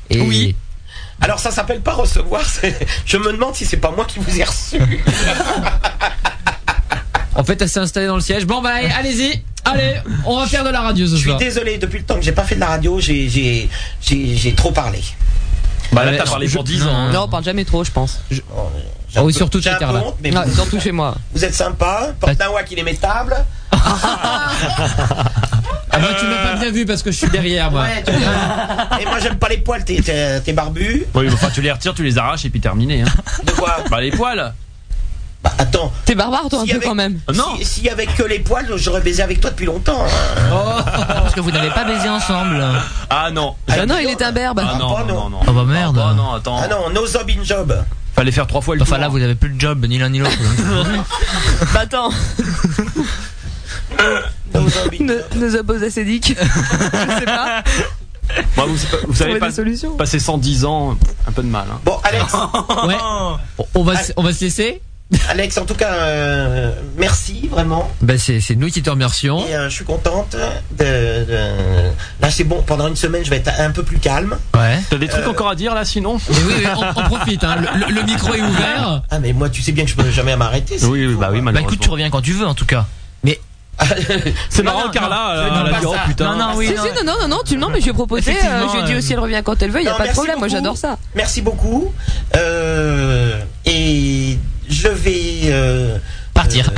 Speaker 1: Et oui.
Speaker 4: Alors, ça s'appelle pas recevoir. c'est- Je me demande si c'est pas moi qui vous ai
Speaker 1: *laughs*
Speaker 4: reçu.
Speaker 1: En fait, elle s'est installée dans le siège. Bon, bah allez-y. Allez, on va faire de la radio ce
Speaker 4: Je suis
Speaker 1: soir.
Speaker 4: désolé, depuis le temps que j'ai pas fait de la radio, j'ai- j'ai j'ai- j'ai trop parlé.
Speaker 1: Bah, là, t'as parlé pour 10 ans, hein.
Speaker 8: Non, on parle jamais trop, je pense.
Speaker 1: Oh,
Speaker 4: J'ai un peu- j'ai un peu honte, mais
Speaker 8: Ouais,
Speaker 4: vous-
Speaker 8: surtout chez moi.
Speaker 4: Vous êtes sympa, Portnaouac il est
Speaker 1: *laughs*
Speaker 4: métable.
Speaker 1: Ah bah tu m'as pas bien vu parce que je suis derrière moi.
Speaker 4: Ouais, tu vois. Et moi j'aime pas les poils, t'es- t'es t'es barbu.
Speaker 9: *laughs* Oui, mais enfin, tu les retires, tu les arraches et puis terminé. Hein.
Speaker 4: De quoi
Speaker 9: Bah, les
Speaker 4: *laughs*
Speaker 9: poils.
Speaker 4: Bah, attends.
Speaker 8: T'es barbare toi
Speaker 4: S'il y avait- si- S'il y avait que les poils, j'aurais baisé avec toi depuis longtemps. hein.
Speaker 1: Oh,
Speaker 2: Parce que vous n'avez pas baisé ensemble.
Speaker 9: Ah non.
Speaker 8: Ah non, il est un berbe.
Speaker 9: Ah non, non, non, non.
Speaker 2: Oh bah merde.
Speaker 9: Ah non, attends.
Speaker 4: Ah non, no job in job.
Speaker 9: Fallait faire trois fois le
Speaker 2: Enfin là, vous n'avez plus de job, ni l'un
Speaker 9: *laughs*
Speaker 2: ni l'autre.
Speaker 8: Bah attends. Nos, nos opposés *laughs* acédiques. je sais pas.
Speaker 9: Bah, vous, vous savez
Speaker 8: Trouver
Speaker 9: pas.
Speaker 8: des solutions.
Speaker 9: Passer 110 ans, un peu de mal. Hein.
Speaker 4: Bon, Alex. *laughs*
Speaker 1: ouais. On va, se- on va se laisser
Speaker 4: Alex, en tout cas, euh, merci vraiment.
Speaker 1: Bah c'est c'est nous qui te remercions.
Speaker 4: Et, euh, je suis contente. De, de- Là, c'est bon. Pendant une semaine, je vais être un peu plus calme. Euh,
Speaker 1: Ouais.
Speaker 9: T'as des trucs encore à dire là sinon
Speaker 1: Euh, oui, oui, on, on profite. hein. Le, le- le micro est ouvert.
Speaker 4: Ah mais moi, tu sais bien que je peux jamais m'arrêter. c'est-
Speaker 9: Oui, oui, bah oui,
Speaker 2: Bah
Speaker 9: malheureusement.
Speaker 2: écoute, tu reviens quand tu veux en tout cas.
Speaker 1: Mais
Speaker 9: C'est
Speaker 2: Non,
Speaker 9: marrant,
Speaker 2: non,
Speaker 9: Carla,
Speaker 2: non,
Speaker 9: euh,
Speaker 2: non,
Speaker 9: elle a
Speaker 2: pas
Speaker 9: dit, oh
Speaker 2: ça.
Speaker 9: putain.
Speaker 2: Non, non, oui,
Speaker 4: Ah,
Speaker 8: si,
Speaker 2: non.
Speaker 8: si, non, non, non, non, tu me non, mais je lui ai proposé. euh,
Speaker 2: Effectivement,
Speaker 8: je lui ai dit
Speaker 2: euh,
Speaker 8: aussi, elle revient quand elle veut, il n'y a
Speaker 4: Non,
Speaker 8: pas de
Speaker 4: merci
Speaker 8: problème, moi
Speaker 4: beaucoup.
Speaker 8: j'adore ça.
Speaker 4: Merci beaucoup. Euh, et je vais partir.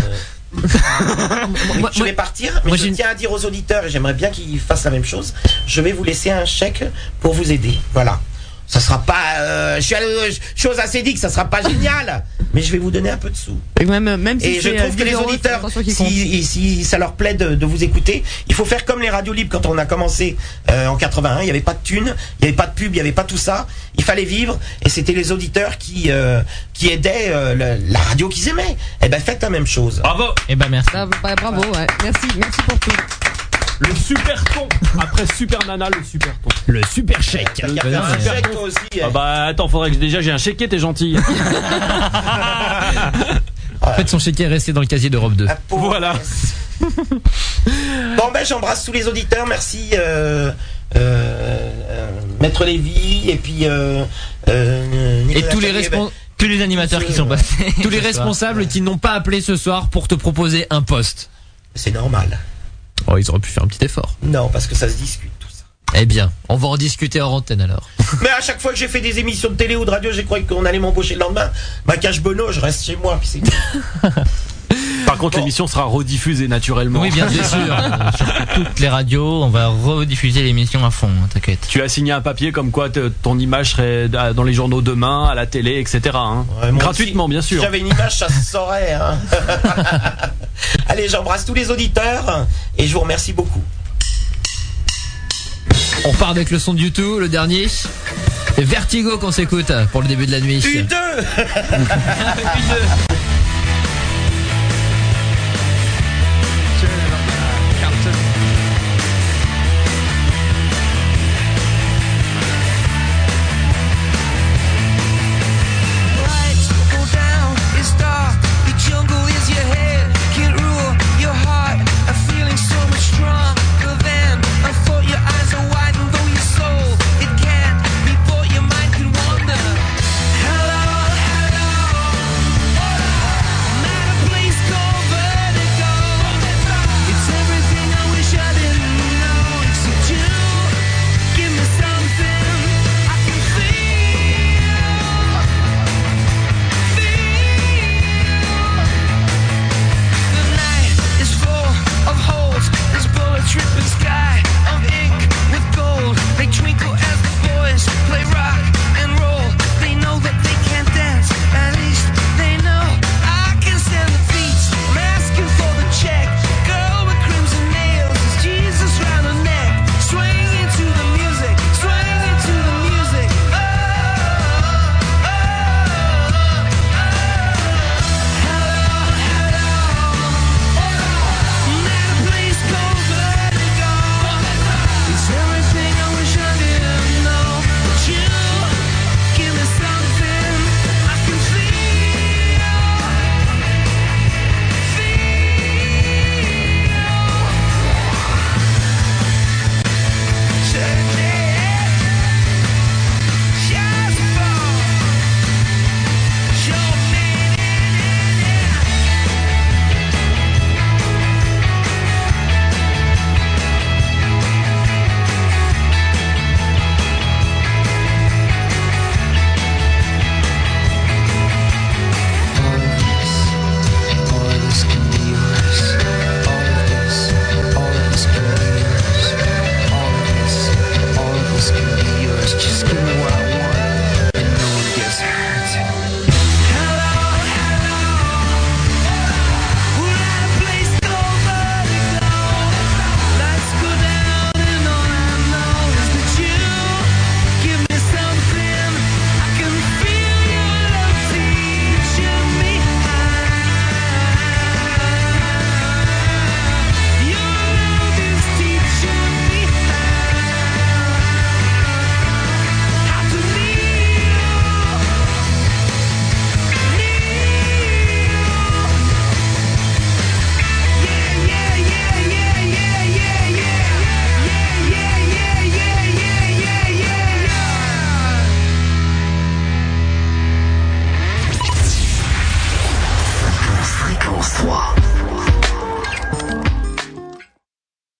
Speaker 4: je vais partir, mais
Speaker 1: *laughs* moi,
Speaker 4: je
Speaker 1: j'ai une-
Speaker 4: tiens à dire aux auditeurs, et j'aimerais bien qu'ils fassent la même chose, je vais vous laisser un chèque pour vous aider. Voilà. Ça sera pas euh, je suis allé- euh, chose assez dit que ça sera pas génial, mais je vais vous donner un peu de sous.
Speaker 8: Et même, même si
Speaker 4: Et je
Speaker 8: c'est, euh,
Speaker 4: trouve que les
Speaker 8: zéro,
Speaker 4: auditeurs,
Speaker 8: attention qu'ils comptent.
Speaker 4: si, et si ça leur plaît de, de vous écouter, il faut faire comme les radios libres quand on a commencé euh, en 81. Il n'y avait pas de thunes, il n'y avait pas de pub, il n'y avait pas tout ça. Il fallait vivre et c'était les auditeurs qui euh, qui aidaient euh, le- la radio qu'ils aimaient. Eh ben faites la même chose.
Speaker 9: Bravo
Speaker 1: Et ben merci.
Speaker 8: Ah, bah, bravo, ouais. Merci, merci pour tout.
Speaker 9: Le super ton Après *laughs* Super Nana, le super ton.
Speaker 1: Le super chèque.
Speaker 4: Il y a
Speaker 1: Ben non,
Speaker 4: un
Speaker 1: mais-
Speaker 4: chèque, toi aussi. eh.
Speaker 9: Ah bah attends, faudrait que déjà j'ai un chéquier,
Speaker 1: *laughs*
Speaker 9: t'es gentil.
Speaker 4: Ah.
Speaker 1: En fait, son chéquier est resté dans le casier d'Europe 2.
Speaker 4: La pauvre
Speaker 9: Voilà.
Speaker 4: Agnès. *laughs* bon ben j'embrasse tous les auditeurs, merci euh, euh, euh, Maître Lévy et puis euh, euh,
Speaker 1: Et
Speaker 4: Nicolas
Speaker 1: tous les,
Speaker 4: Chapet, ben, euh,
Speaker 1: respons-
Speaker 2: Tous les animateurs qui sont passés.
Speaker 1: tous les
Speaker 2: ce soir.
Speaker 1: responsables qui n'ont pas appelé ce soir pour te proposer un poste.
Speaker 4: C'est normal.
Speaker 1: Oh, ils auraient pu faire un petit effort.
Speaker 4: Non, parce que ça se discute tout ça.
Speaker 1: Eh bien, on va en discuter hors antenne alors.
Speaker 4: Mais à chaque fois que j'ai fait des émissions de télé ou de radio, j'ai cru qu'on allait m'embaucher le lendemain. Ma cache Bono, je reste chez moi. Puis c'est...
Speaker 9: Par contre,
Speaker 1: Oh.
Speaker 9: l'émission sera rediffusée naturellement.
Speaker 2: Oui, bien sûr. Euh, Sur toutes les radios, on va rediffuser l'émission à fond, hein, t'inquiète.
Speaker 9: *laughs* Tu as signé un papier comme quoi te- ton image serait à- dans les journaux demain, à la télé, etc. hein.
Speaker 4: Ouais, moi
Speaker 9: Gratuitement,
Speaker 4: aussi,
Speaker 9: bien sûr.
Speaker 4: Si j'avais une image, ça se saurait.
Speaker 9: *laughs*
Speaker 4: hein. Allez, j'embrasse tous les auditeurs et je vous remercie beaucoup.
Speaker 1: On part avec le son de YouTube, le dernier. C'est Vertigo qu'on s'écoute pour le début de la nuit.
Speaker 4: U2